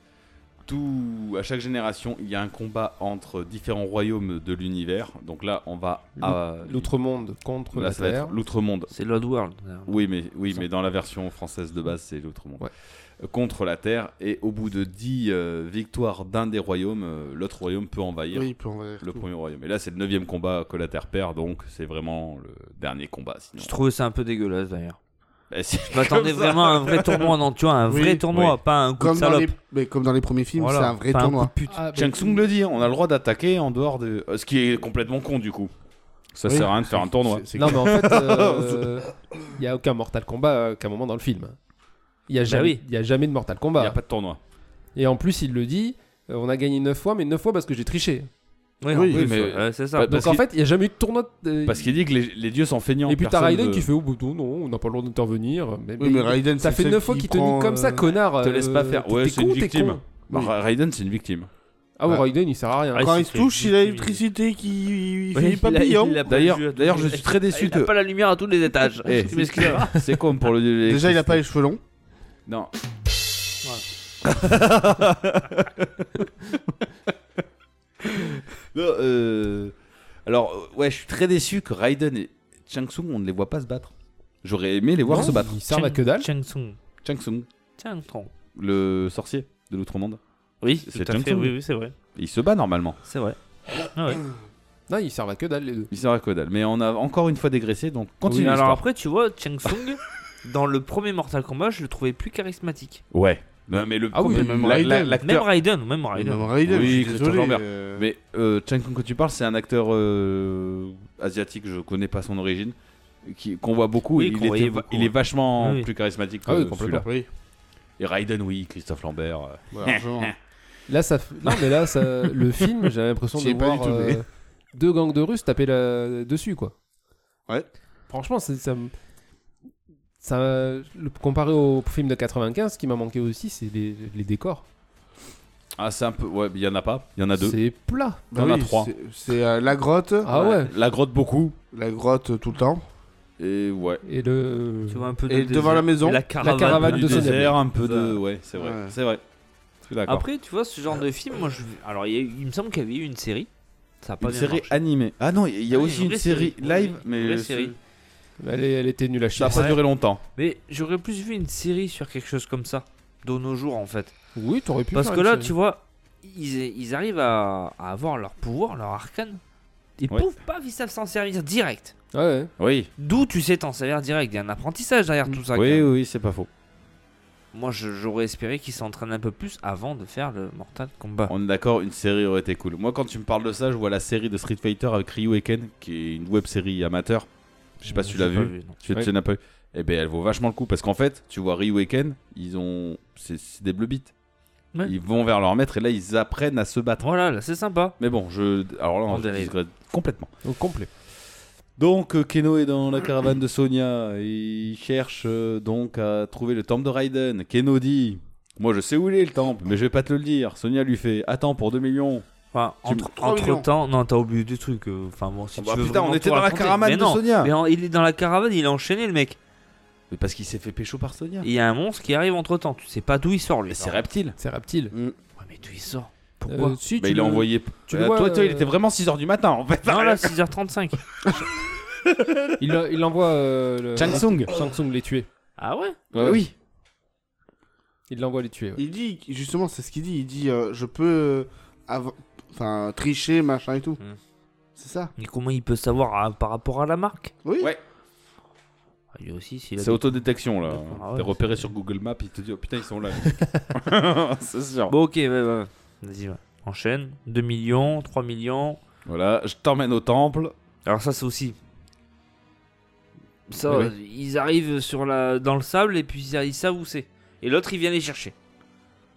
D: tout à chaque génération, il y a un combat entre différents royaumes de l'univers. Donc là, on va à
F: L'outre-monde contre
D: Là,
F: la
D: Bah, ça va
F: terre.
D: être l'outre-monde.
B: C'est Lord World.
D: Oui, mais, oui,
F: Ça.
D: mais dans la version française de base, c'est l'outre-monde.
F: Ouais.
D: Euh, Contre la Terre, et au bout de 10 euh, victoires d'un des royaumes, euh, l'autre royaume peut envahir
G: Oui, il peut envahir.
D: le
G: tout.
D: premier royaume. Et là, c'est le neuvième combat que la Terre perd, donc c'est vraiment le dernier combat. Sinon.
B: Je trouvais ça un peu dégueulasse d'ailleurs.
D: Bah, c'est
B: Je m'attendais vraiment à un vrai tournoi, non, tu vois, un
G: Oui.
B: vrai tournoi,
D: Oui.
B: pas un coup de
G: Comme dans,
B: salope.
G: les... mais comme dans les premiers films,
B: Voilà.
G: c'est un vrai
B: Pas
G: tournoi.
B: coup de pute.
F: Ah, bah,
D: Shang Tsung le dit, hein. on a le droit d'attaquer en dehors de. euh, Ce qui est complètement con du coup. Ça
G: Oui.
D: sert à rien de faire un tournoi.
G: C'est- c'est-
F: Non, mais en fait, euh, il n'y a aucun Mortal Kombat euh, qu'à un moment dans le film. Il n'y a, jamais-
B: oui.
F: il y a jamais de Mortal
D: Bah Il n'y a
F: Kombat.
D: pas de tournoi.
F: Et en plus, il le dit, euh, on a gagné 9 fois, mais 9 fois parce que j'ai triché.
B: Oui,
D: Oui,
B: en plus,
D: mais-
B: ouais, c'est ça.
D: Bah,
F: Donc
D: parce
F: en
D: qu'il-
F: fait, il n'y a jamais eu de tournoi. de- euh,
D: Parce qu'il dit que les, les dieux sont feignants.
F: Et puis t'as
D: personne
F: Raiden
D: ne-
F: qui fait Oh, bah, non, non, on n'a pas le droit d'intervenir. Mais,
G: Oui, mais
F: mais-
G: Raiden,
F: ça
G: c'est
F: fait
G: celle
F: 9 fois
G: qui
F: qu'il te
G: prend,
F: dit comme ça,
G: euh,
F: connard.
D: te laisse
F: euh,
D: pas faire.
F: t'es-
D: Ouais,
F: t'es
D: c'est une
F: con, t'es
D: victime.
F: con.
D: Bah, Ra- Raiden, c'est une victime.
F: Ah, ouais,
G: Ouais.
F: Raiden, il sert à rien.
B: Ah,
G: Quand
B: c'est
G: il se
B: fait
G: touche, il a
B: victime,
G: l'électricité qui il
B: Oui,
G: fait des
B: il a-
G: papillons.
B: il a pas
D: D'ailleurs,
B: vu à tous
D: d'ailleurs,
B: les-
D: je suis très déçu
B: Il a
D: que-
B: pas la lumière à tous les étages.
D: Eh,
B: Tu m'excuses.
D: C'est con pour le dieu.
G: Déjà, il a pas les cheveux longs.
D: Non. Non, euh, Alors, euh, ouais, je suis très déçu que Raiden et Shang Tsung, on ne les voit pas se battre. J'aurais aimé les voir
F: Non,
D: se battre.
F: Ils servent à que dalle.
B: Chang Tsung.
D: Shang Tsung,
B: Chang Tsung.
D: le sorcier de l'outre-monde,
B: Oui,
D: C'est
B: tout à
D: Chang
B: fait.
D: Tsung.
B: Oui, oui, c'est vrai.
D: il se bat normalement.
B: C'est vrai.
F: Non, ils servent à que dalle, les deux.
D: Il sert à que dalle. Mais on a encore une fois dégraissé, donc
B: Oui,
D: continue.
B: alors
D: l'histoire.
B: après, tu vois, Chang Tsung, dans le premier Mortal Kombat, je le trouvais plus charismatique.
D: Ouais. Non, mais le
F: Ah oui,
D: premier-
G: mais même
D: la- la-
G: Raiden.
B: Même
D: l'acteur.
B: Raiden, même Raiden.
G: Même Raiden,
D: Oui,
G: je suis
D: Christophe
G: désolé,
D: Lambert.
G: euh,
D: Mais euh, Chang Kung que tu parles, c'est un acteur euh, asiatique, je connais pas son origine, qui- qu'on voit beaucoup.
B: Oui,
D: il,
B: qu'on voyait
D: était-
B: beaucoup,
D: il est
B: ouais.
D: vachement
B: Oui.
D: plus charismatique que
F: Ah oui,
D: celui-là.
F: complètement.
G: Oui,
D: Et Raiden, oui, Christophe Lambert. euh.
G: ouais, largement.
F: Là, ça. f- Non, mais là, ça... le film, j'avais l'impression
G: J'y
F: de
G: ai pas
F: voir
G: du tout, mais-
F: euh, deux gangs de Russes taper la- dessus, quoi.
G: Ouais.
F: Franchement, c'est- ça. me- Ça, le- comparé au film de 95, ce qui m'a manqué aussi, c'est les, les décors.
D: Ah, c'est un peu. Ouais, il y en a pas, il y en a deux.
F: C'est plat.
G: Bah
D: T'en as
G: oui,
D: trois.
G: c'est- C'est euh, la grotte,
F: Ah ouais.
D: La grotte, beaucoup.
G: la grotte euh, tout le temps.
D: Et ouais.
F: Et le.
B: Tu vois un peu de
G: Et devant
B: désert.
G: la maison,
B: la
F: caravane.
B: caravane.
F: Pas
D: du
F: de Sonia
D: désert, un peu
B: Ça-
D: de. Ouais, c'est vrai.
G: Ouais.
D: C'est vrai. Je suis d'accord.
B: Après, tu vois, ce genre de film, moi, je... alors il, y a eu- il me semble qu'il y avait eu une série. Ça a pas
D: Une
B: bien
D: série
B: marché.
D: animée. Ah non, il y a
B: Oui,
D: aussi
B: une
D: une,
B: vraie
D: série
B: série.
D: live,
B: Oui, une
D: mais
B: vraie
D: c'est-
B: série.
F: Elle, est- elle était nulle à chier.
D: ça n'a pas
B: Ouais.
D: duré longtemps.
B: Mais j'aurais plus vu une série sur quelque chose comme ça, de nos jours en fait.
F: Oui, t'aurais pu.
B: Parce
F: faire
B: que
F: une
B: là,
F: série.
B: tu vois, ils, ils arrivent à, à avoir leur pouvoir, leur arcane. Et
D: Ouais.
B: pouf, paf, ils savent s'en servir direct.
F: Ouais, ouais.
D: Oui,
B: D'où tu sais t'en servir direct. Il y a un apprentissage derrière tout ça. quand
D: oui,
B: même.
D: oui, c'est pas faux.
B: Moi, je- j'aurais espéré qu'ils s'entraînent un peu plus avant de faire le Mortal Kombat.
D: On est d'accord, une série aurait été cool. Moi, quand tu me parles de ça, je vois la série de Street Fighter avec Ryu et Ken, qui est une web série amateur. Je sais pas si tu l'as
B: J'ai pas
D: vu.
B: non.
D: Tu,
F: Ouais.
D: tu n'as pas vu. Eh ben, elle vaut vachement le coup parce qu'en fait, tu vois Ryu et Ken, ils ont. C'est c'est des bleubits.
B: Ouais.
D: Ils vont vers leur maître et là, ils apprennent à se battre.
B: Voilà, là, c'est sympa.
D: Mais bon, je. Alors là,
B: On
D: on
B: dérive.
D: complètement.
F: Au complet.
D: Donc, euh, Keno est dans la caravane de Sonia. Il cherche euh, donc à trouver le temple de Raiden. Keno dit Moi, je sais où il est le temple, mais je vais pas te le dire. Sonia lui fait Attends pour 2 millions.
B: Enfin,
D: Tu me-
B: entre,
D: trois
B: entre
D: millions.
B: temps, non, t'as oublié des trucs. euh, Enfin, bon, si
D: Ah
B: tu
D: bah,
B: veux
D: putain,
B: vraiment
D: on était
B: tout
D: dans la
B: raconter-
D: caravane
B: mais
D: de
B: non.
D: Sonia.
B: Mais en- il est dans la caravane, il est enchaîné, le mec.
D: Mais parce qu'il s'est fait pécho par Sonia.
B: Et Il y a un monstre qui arrive entre temps. Tu sais pas d'où il sort, lui.
D: Mais c'est
B: Alors,
D: reptile.
F: C'est reptile.
B: Ouais, mais d'où il sort
F: Euh,
B: Pourquoi
F: si,
D: Bah,
F: tu
D: il a
F: le-
D: envoyé.
F: tu
D: Euh,
F: le vois,
D: toi, toi, il
F: euh,
D: était vraiment 6h du matin en fait.
B: Non, là, 6h35.
F: Il l'a- il l'envoie. euh, le-
D: Chang Tsung.
F: Shang Tsung les tuer.
B: Ah ouais
D: Ouais, oui.
F: Il l'envoie les tuer. ouais.
G: Il dit, justement, c'est ce qu'il dit. Il dit, euh, je peux. euh, av- Enfin, tricher, machin et tout.
D: Hmm.
B: Mm.
G: C'est ça
B: Mais comment il peut savoir à- par rapport à la marque
G: Oui.
D: Ouais.
B: Ah, Lui aussi, s'il a
D: C'est autodétection là.
B: Ah ouais,
D: T'es repéré
B: c'est-
D: sur Google Maps, il te dit Oh putain, ils sont là. les mecs. c'est sûr.
B: Bon, ok, ouais, ouais, ouais. Vas-y, ouais. enchaîne. 2 millions, 3 millions.
D: Voilà, je t'emmène au temple.
B: Alors, ça, c'est aussi. Ça,
D: Mais
B: euh, ils arrivent sur la... dans le sable et puis ils ils savent où c'est. Et l'autre, il vient les chercher.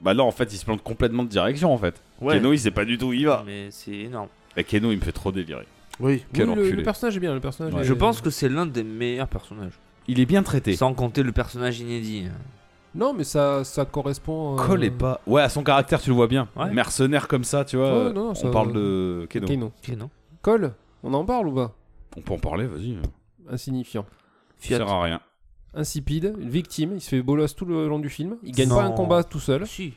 D: Bah là, en fait, il se plante complètement de direction en fait. Keno, il sait pas du tout où il va.
B: Mais c'est énorme.
D: Et Keno, il me fait trop délirer.
G: Oui.
D: Quel
F: Oui, le,
D: enculé.
F: le personnage est bien. Le personnage
D: Ouais.
F: est-
B: Je pense que c'est l'un des meilleurs personnages.
D: Il est bien traité.
B: Sans compter le personnage inédit.
F: Non, mais ça, ça correspond. euh,
D: Colle est pas. Ouais, à son caractère, tu le vois bien.
B: Ouais.
D: Mercenaire comme ça, tu vois. euh,
F: Ouais, non,
D: on
F: ça-
D: parle de Keno.
F: Kano.
B: Ok, non
F: Colle, on en parle ou pas
D: On peut en parler, vas-y.
F: Insignifiant.
D: Ça sert
B: Fiat.
D: à rien.
F: Insipide, une victime, il se fait bolos tout le long du film. Il gagne
B: Non.
F: pas un combat tout seul.
B: Si,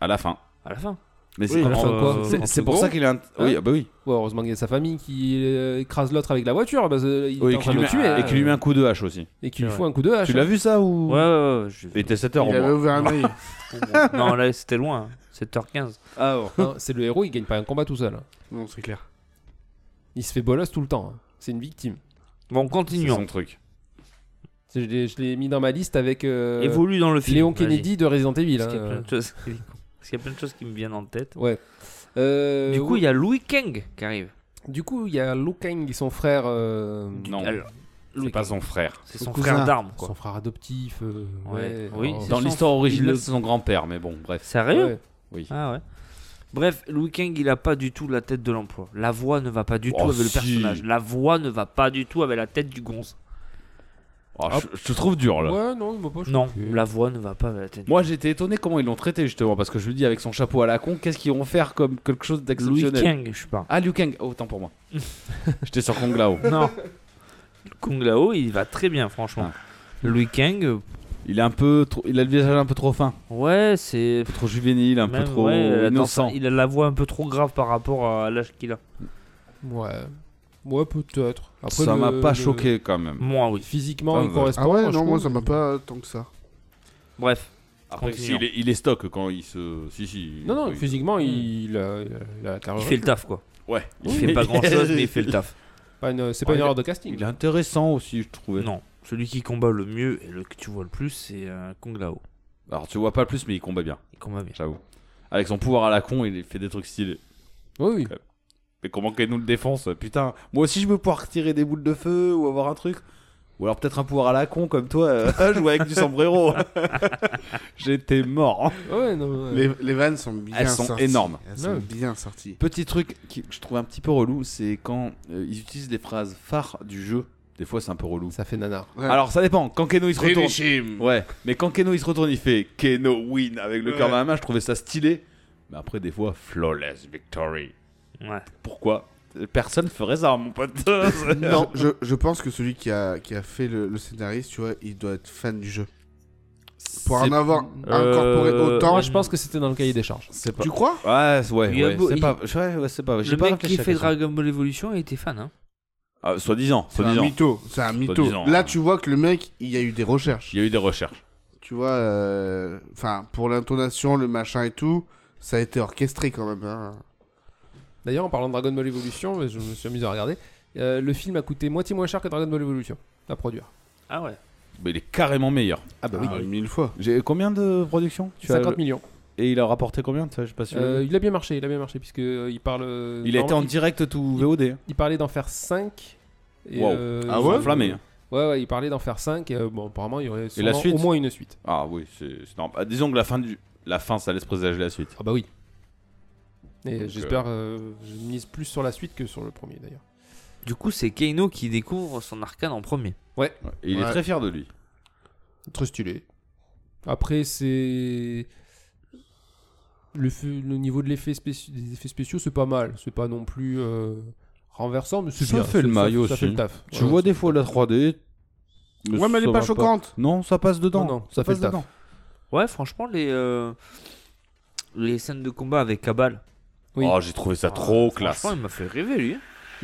D: À la fin.
B: à la fin.
D: Mais
F: à
D: c'est
F: la
D: en-
F: fin de quoi
B: euh,
D: c'est-
F: En
D: c'est
F: second
D: pour ça qu'il a. un- Oui, ah bah oui.
F: Ouais, heureusement qu'il y a sa famille qui euh, écrase l'autre avec la voiture. Bah, euh, il
D: Oui,
F: est
D: et
F: en
D: qui
F: train
D: lui
F: de le
D: met-
F: tuer. hein.
D: et qui lui met un coup de hache aussi.
F: Et qui lui
B: Ouais.
F: fout un coup de hache.
D: euh. Ah, Tu l'as vu ça ou
B: Ouais, ouais, ouais. je-
D: Il était 7h
G: Il
D: au
G: avait
D: moins.
G: ouvert un œil.
B: non, là, c'était loin. hein. 7h15.
D: Ah, ouais.
F: Non, hein. C'est le héros, il gagne pas un combat tout seul. hein.
G: non, c'est clair.
F: Il se fait bolos tout le temps. hein. C'est une victime.
B: Bon,
D: C'est
B: continuons.
D: son truc.
F: C'est- Je l'ai- je l'ai mis dans ma liste avec euh,
B: Évolue dans le film.
F: Léon
B: vas-y.
F: Kennedy de Resident Evil.
B: Parce qu'il y a
F: hein.
B: plein de choses- Parce qu'il y a plein de choses qui me viennent en tête.
F: Ouais. Euh,
B: Du coup,
F: oui.
B: il y a Louis Kang qui arrive.
F: Du coup, il y a Liu Kang, son frère. euh,
D: Non,
B: Alors,
D: c'est pas son frère.
B: c'est son
F: cousin.
B: frère d'armes, quoi.
F: Son frère adoptif. euh,
B: Ouais.
F: ouais.
B: Oui,
F: alors-
B: c'est
D: Dans
B: son-
D: l'histoire originale,
B: il-
D: c'est son grand-père, mais bon, bref.
B: Sérieux
F: Ouais.
B: Ah ouais. Bref, Louis Kang, il a pas du tout la tête de l'emploi. La voix ne va pas du tout
D: Oh,
B: avec le
D: si.
B: personnage. La voix ne va pas du tout avec la tête du gonze.
D: Oh, je, je te trouve dur là.
F: Ouais, non, il m'a pas choqué.
B: Non, la voix ne va pas avec la tête.
D: Moi j'étais étonné comment ils l'ont traité justement parce que je me dis avec son chapeau à la con qu'est-ce qu'ils vont faire comme quelque chose
B: Louis
D: d'exceptionnel.
B: Kang, je parle.
D: Ah Liu Kang, oh, autant pour moi. J'étais sur Kong Lao.
B: Non. Kung Lao, il va très bien, franchement.
D: Ah.
B: Louis Kang, euh,
D: Il est un peu, trop- il a le visage un peu trop fin,
B: ouais, c'est.
D: un peu trop juvénile, un
B: Même,
D: peu trop
B: ouais, euh, attends,
D: innocent.
B: ça- il a la voix un peu trop grave par rapport à l'âge qu'il a.
F: Ouais. Ouais, peut-être. Après,
D: ça
F: le-
D: m'a pas
F: le-
D: choqué quand même.
B: Moi, oui.
F: Physiquement,
D: Ah,
F: il
D: bah.
F: correspond. hein,
G: Ah ouais,
F: je
G: non, moi,
F: trouve.
G: ça m'a pas tant que ça.
B: Bref.
D: Après, si,
B: continuons.
D: il, est, il est stock quand il se, si si.
F: Non, non,
D: il-
F: physiquement, il a, il a- il a la carrure.
B: Il fait le taf, quoi.
D: Ah Ouais.
B: Il fait pas grand chose, mais il fait le taf.
F: Pas une- C'est pas
D: Ouais,
F: une
D: il-
F: erreur de casting.
D: Il est intéressant aussi, je trouvais.
B: Non. Celui qui combat le mieux et le que tu vois le plus, c'est euh, Kung Lao.
D: Alors tu vois pas plus, mais il combat bien,
B: Il combat bien.
D: j'avoue. Avec son pouvoir à la con, il fait des trucs stylés.
F: Oui, oui.
D: Mais comment qu'elle nous le défonce Putain, moi aussi je veux pouvoir tirer des boules de feu ou avoir un truc. Ou alors peut-être un pouvoir à la con comme toi, euh, jouer avec du sombrero. J'étais mort.
F: Ouais, non, ouais.
G: Les, les vannes sont bien
D: Elles sont
G: sorties.
D: énormes.
G: Elles sont
F: Ouais.
G: bien sorties.
D: Petit truc qui- que je trouve un petit peu relou, c'est quand euh, ils utilisent les phrases phares du jeu. Des fois c'est un peu relou.
F: Ça fait nanar.
G: Ouais.
D: Alors ça dépend, quand Keno il se retourne.
G: Finish him.
D: Ouais, mais quand Keno il se retourne, il fait Keno win avec le cœur
G: Ouais.
D: dans la main, je trouvais ça stylé. Mais après des fois, flawless victory.
B: Ouais.
D: Pourquoi Personne ferait ça, mon pote.
G: Non, je, je pense que celui qui a, qui a fait le, le scénariste, tu vois, il doit être fan du jeu. Pour en
D: C'est-
G: avoir
B: Euh,
G: incorporé autant.
F: Moi, je pense que c'était dans le cahier des charges.
D: C'est pas.
G: Tu crois
D: Ouais, c'est- ouais,
B: Il y a
D: ouais,
B: beau-
D: c'est
B: il-
D: pas, je- ouais, ouais, c'est pas, j'ai
B: Le
D: pas
B: mec qui
D: réfléchi à
B: fait
D: la question.
B: Dragon Ball Evolution, il était fan. Hein.
D: Ah, soi-disant,
G: C'est un
D: soi-disant.
G: mytho. C'est un
D: Soi-disant. hein.
G: mytho. Là, tu vois que le mec, il y a eu des recherches.
D: Il y a eu des recherches.
G: Tu vois, euh, enfin, pour l'intonation, le machin et tout, ça a été orchestré quand même. hein.
F: D'ailleurs, en parlant de Dragon Ball Evolution, je me suis amusé à regarder. euh, le film a coûté moitié moins cher que Dragon Ball Evolution à produire.
B: Ah ouais.
D: Mais il est carrément meilleur. Ah bah
G: Ah, mille fois.
D: J'ai combien de productions tu as-
F: 50 millions.
D: Et il a rapporté combien tu sais, Je sais pas si.
F: Euh, il a bien marché, il a bien marché, puisque euh, il parle. euh,
D: il a été en
F: normalement,
D: direct tout
B: euh,
D: VOD.
F: il parlait d'en faire 5.
D: Wow.
G: Ah ouais
D: Enflammé.
F: Ouais, ouais, il parlait d'en faire 5 et euh, bon, apparemment, il y aurait sûrement
D: suite
F: au moins une suite.
D: Ah oui, c'est c'est normal. Ah, disons que la fin du, la fin, ça laisse présager la suite.
F: Ah bah oui. Et
D: Donc,
F: j'espère, euh, je mise plus sur la suite que sur le premier d'ailleurs.
B: Du coup, c'est Keino qui découvre son arcane en premier.
D: Ouais, et il est
G: Ouais.
D: très fier de lui.
F: Très stylé. Après, c'est. le, f- le niveau de l'effet spéci- des effets spéciaux, c'est pas mal. C'est pas non plus euh, renversant, mais c'est
D: Ça
F: bien.
D: fait le
F: C'est-
D: maillot
F: ça,
D: aussi.
F: fait le taf.
D: Tu
F: Voilà.
D: vois des fois la 3D.
G: Ouais, mais elle
D: ça
G: est pas
D: va
G: Ah, choquante.
D: Non, ça passe dedans.
F: Non, non, ça fait
D: passe
F: le taf.
D: dedans.
B: Ouais, franchement, les, euh, les scènes de combat avec Cabal.
F: Oui.
D: Oh, j'ai trouvé ça trop
B: Ah, Franchement,
D: classe.
B: il m'a fait rêver, lui.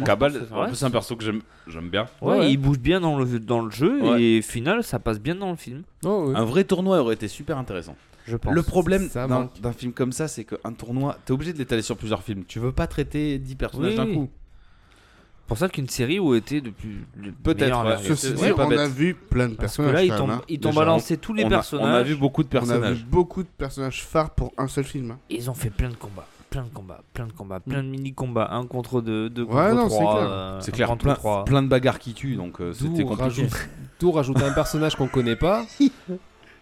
D: Cabal,
B: c'est
D: en
B: vrai.
D: plus, c'est un perso que j'aime- j'aime bien.
B: Ouais,
F: Ouais,
B: il bouge bien dans le, dans le jeu
D: Ouais.
B: et au final, ça passe bien dans le film,
F: Oh, ouais.
D: Un vrai tournoi aurait été super intéressant.
B: je pense.
D: Le problème
F: Ça
D: d'un
F: manque.
D: d'un film comme ça, c'est qu'un tournoi, t'es obligé de l'étaler sur plusieurs films. Tu veux pas traiter 10 personnages
B: Oui,
D: d'un
B: oui.
D: coup.
B: C'est pour ça qu'une série où était depuis
D: Peut-être, ouais.
G: Ceci
D: c'est-
G: dit,
D: c'est pas
G: on
D: bête.
G: a vu plein de
B: Parce que
G: personnages.
B: là, ils
G: quand
B: t'ont
G: même, hein.
B: ils t'ont
G: Déjà,
B: balancé tous les
D: on, a,
B: personnages.
D: on a vu beaucoup de
G: On a vu
D: personnages.
G: beaucoup de personnages phares pour un seul film. hein.
B: Et ils ont fait plein de combats, plein de combats, plein de combats, plein de mini-combats, un contre deux, deux contre
G: non, c'est
B: trois.
G: clair.
B: euh,
D: C'est
B: un
D: clair,
B: contre
D: plein,
B: trois.
D: plein de bagarres qui tuent, donc euh, c'était
F: D'où
D: compliqué.
F: rajoute- d'où rajouter un personnage qu'on connaît pas.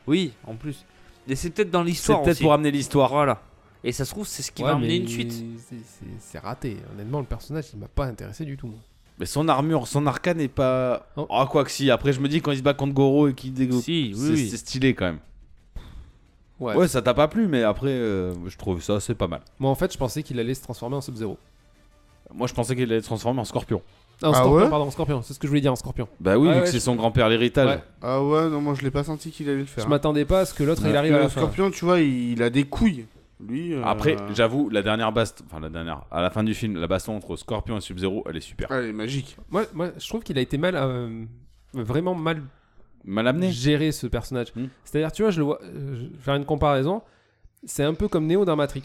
B: Oui, en plus. Et c'est peut-être dans
D: C'est
B: l'histoire.
D: peut-être
B: aussi.
D: pour amener l'histoire.
B: Voilà. Et ça se trouve, c'est ce qui
F: Ouais,
B: va amener
F: mais
B: une suite.
F: c'est- c'est- C'est raté. Honnêtement, le personnage, il m'a pas intéressé du tout.
D: Mais son armure, son arcane n'est pas. Ah,
F: Oh.
D: quoi que si. Après, je me dis, quand il se bat contre Goro et qu'il dégoûte.
B: Si,
D: c'est c'est stylé quand même.
F: Ouais.
D: Ouais, ça t'a pas plu, mais après, euh, je trouve ça, c'est pas mal.
F: Moi, en fait, je pensais qu'il allait se transformer en Sub-Zero.
D: Moi, je pensais qu'il allait se transformer en scorpion.
F: Ah, en
G: Ah
F: Scorpion,
G: ouais
F: pardon, en Scorpion. C'est ce que je voulais dire, en Scorpion.
D: Bah oui,
F: Ah
D: vu
F: ouais,
D: que c'est
F: je-
D: son grand-père l'héritage.
F: Ouais.
G: Ah ouais, non, moi je l'ai pas senti qu'il allait le faire. hein.
F: Je m'attendais pas à ce que l'autre il arrive à
G: Le
F: la fin.
G: Scorpion, tu vois, il, il a des couilles. Lui. euh,
D: Après, j'avoue, la dernière baston, enfin la dernière, à la fin du film, la baston entre Scorpion et Sub-Zero, elle est super.
G: Elle est magique.
F: Moi, moi, je trouve qu'il a été mal, euh, vraiment mal
D: Mal amené.
F: gérer ce personnage.
D: Mm.
F: C'est-à-dire, tu vois, je le vois, euh, je vais faire une comparaison. C'est un peu comme Neo dans Matrix.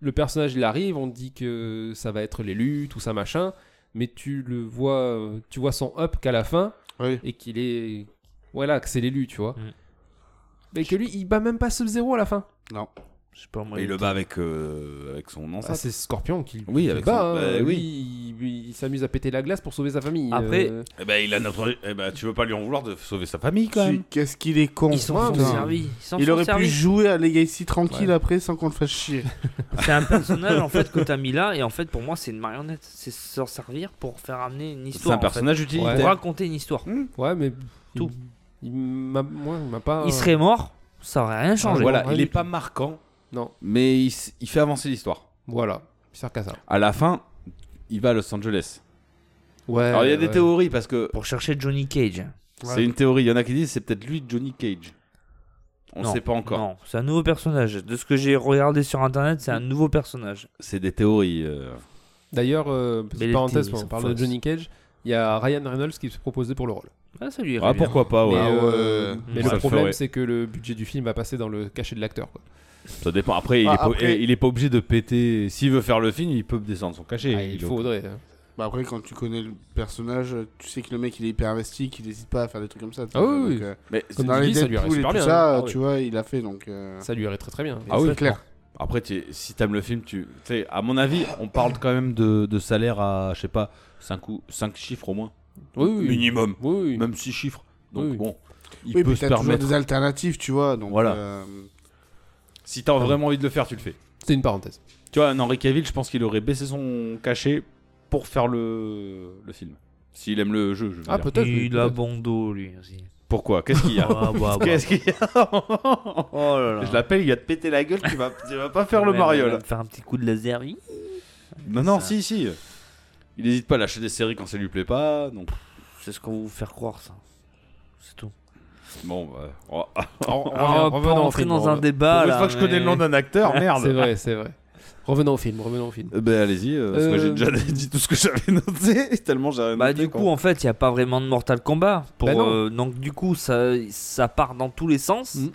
F: Le personnage, il arrive, on dit que ça va être l'élu, tout ça machin, mais tu le vois, euh, tu vois son up qu'à la fin
G: Oui.
F: et qu'il est, voilà, que c'est l'élu, tu vois.
B: Mm.
F: Mais que lui, il bat même pas Sub Zero à la fin.
B: Je sais pas, moi,
D: Et il
B: il-
D: le bat avec, euh, avec son
F: Ah,
D: ancêtre.
F: c'est Scorpion qui
D: Oui,
F: qui le
D: avec
F: bat.
D: son-
F: hein.
D: bah,
F: Lui,
D: oui.
F: il- il, il s'amuse à péter la glace pour sauver sa famille.
B: Après,
F: euh.
D: Eh ben, il a notre... eh ben, tu veux pas lui en vouloir de sauver sa famille quand
G: Si,
D: même.
G: Qu'est-ce qu'il est con.
B: Ils s'en
G: putain.
B: sont servis. Ils s'en
G: Il
B: sont
G: aurait pu
B: servis.
G: jouer à Legacy tranquille après sans qu'on le fasse chier.
B: C'est un personnage en fait que t'as mis là et en fait pour moi c'est une marionnette. C'est s'en servir pour faire amener une
D: C'est
B: histoire.
D: un
B: en fait.
D: personnage utilitaire.
B: Pour raconter une histoire.
F: ouais, mais
B: Tout.
F: Il, il m'a, moi, il m'a pas.
B: Il serait mort, ça aurait rien changé.
D: Voilà,
F: Ouais,
D: il
F: du
D: est
F: tout.
D: pas marquant,
F: Non,
D: mais il, s- il fait avancer l'histoire.
F: voilà, il sert qu'à ça.
D: À la fin, il va à Los Angeles.
F: Ouais.
D: Alors il y a des
F: ouais.
D: théories parce que
B: Pour chercher Johnny Cage.
D: c'est une théorie. Il y en a qui disent c'est peut-être lui Johnny Cage. On
B: Non,
D: sait pas encore.
B: Non, c'est un nouveau personnage. De ce que j'ai regardé sur internet, c'est un nouveau personnage.
D: C'est des théories. euh.
F: D'ailleurs, euh, petite
B: Mais les
F: parenthèse,
B: théories
F: on
B: sont
F: parle de
B: fausses.
F: Johnny Cage. Il y a Ryan Reynolds qui se proposait pour le rôle.
B: Ah, ça lui irait
D: Ah
B: bien.
D: pourquoi pas ouais.
F: mais euh,
G: ouais.
F: mais
D: Ça
F: le
D: le
F: problème,
D: ferait.
F: c'est que le budget du film va passer dans le cachet de l'acteur. quoi.
D: Ça dépend. Après, il,
G: Ah,
D: est pas,
G: après-
D: il est pas obligé de péter. S'il veut faire le film, il peut descendre son cachet.
F: Ah, il faudrait. hein.
G: Bah après, quand tu connais le personnage, tu sais que le mec il est hyper investi, qu'il hésite pas à faire des trucs comme ça. tu
F: Ah
G: vois,
F: oui, oui.
G: donc, euh,
D: Mais
F: Comme
G: dans
F: tu
G: les
F: dis, ça lui
G: Deadpool
F: irait
G: et
F: super
G: tout
F: bien.
G: ça,
F: hein.
G: tu vois, il a fait donc. euh,
F: Ça lui irait très très bien.
G: Ah oui, clair.
D: après, tu- si t'aimes le film, tu tu sais, à mon avis, on parle quand même de, de salaire à, je sais pas, 5 ou 5 chiffres au moins,
F: Oui, oui.
D: minimum,
F: Oui, oui.
D: même 6 chiffres. Donc
F: Oui.
D: bon, il
G: Oui,
D: peut
G: puis
D: se
G: t'as toujours
D: permettre.
G: des alternatives, tu vois. Donc,
D: Voilà.
G: euh,
D: Si t'as vraiment envie de le faire, tu le fais.
F: C'est une parenthèse.
D: Tu vois, un Henry Cavill, je pense qu'il aurait baissé son cachet pour faire le, le film. S'il aime le jeu, je veux
F: Ah,
D: dire.
F: peut-être. oui,
B: Il a
F: peut-être.
B: bon dos lui aussi.
D: Pourquoi Qu'est-ce qu'il y a
B: Ah, bah, bah.
D: Qu'est-ce qu'il y a
B: Oh là là.
D: Je l'appelle, il va te péter la gueule, tu vas, tu vas pas faire le
B: Ouais,
D: mariole.
B: ouais, ouais, Faire un petit coup de laser. oui.
D: Non, non,
B: Ça.
D: si, si. Il hésite pas à lâcher des séries quand ça lui plaît pas. Donc,
B: C'est ce qu'on va vous faire croire ça. C'est tout.
D: bon, bah, oh, ah,
F: On
B: Ah, on peut rentrer dans un débat
D: pour une
B: là.
D: fois que je connais le nom d'un acteur, merde.
F: C'est vrai, c'est vrai. Revenons au film, revenons au film.
D: Euh, Ben, allez-y, euh, parce que
F: Euh,
D: j'ai déjà dit tout ce que j'avais noté. Tellement j'avais
B: Bah
D: noté.
B: du coup en fait il n'y a pas vraiment de Mortal Kombat pour,
F: Bah, non.
B: euh, donc du coup ça, ça part dans tous les sens il
F: Mm.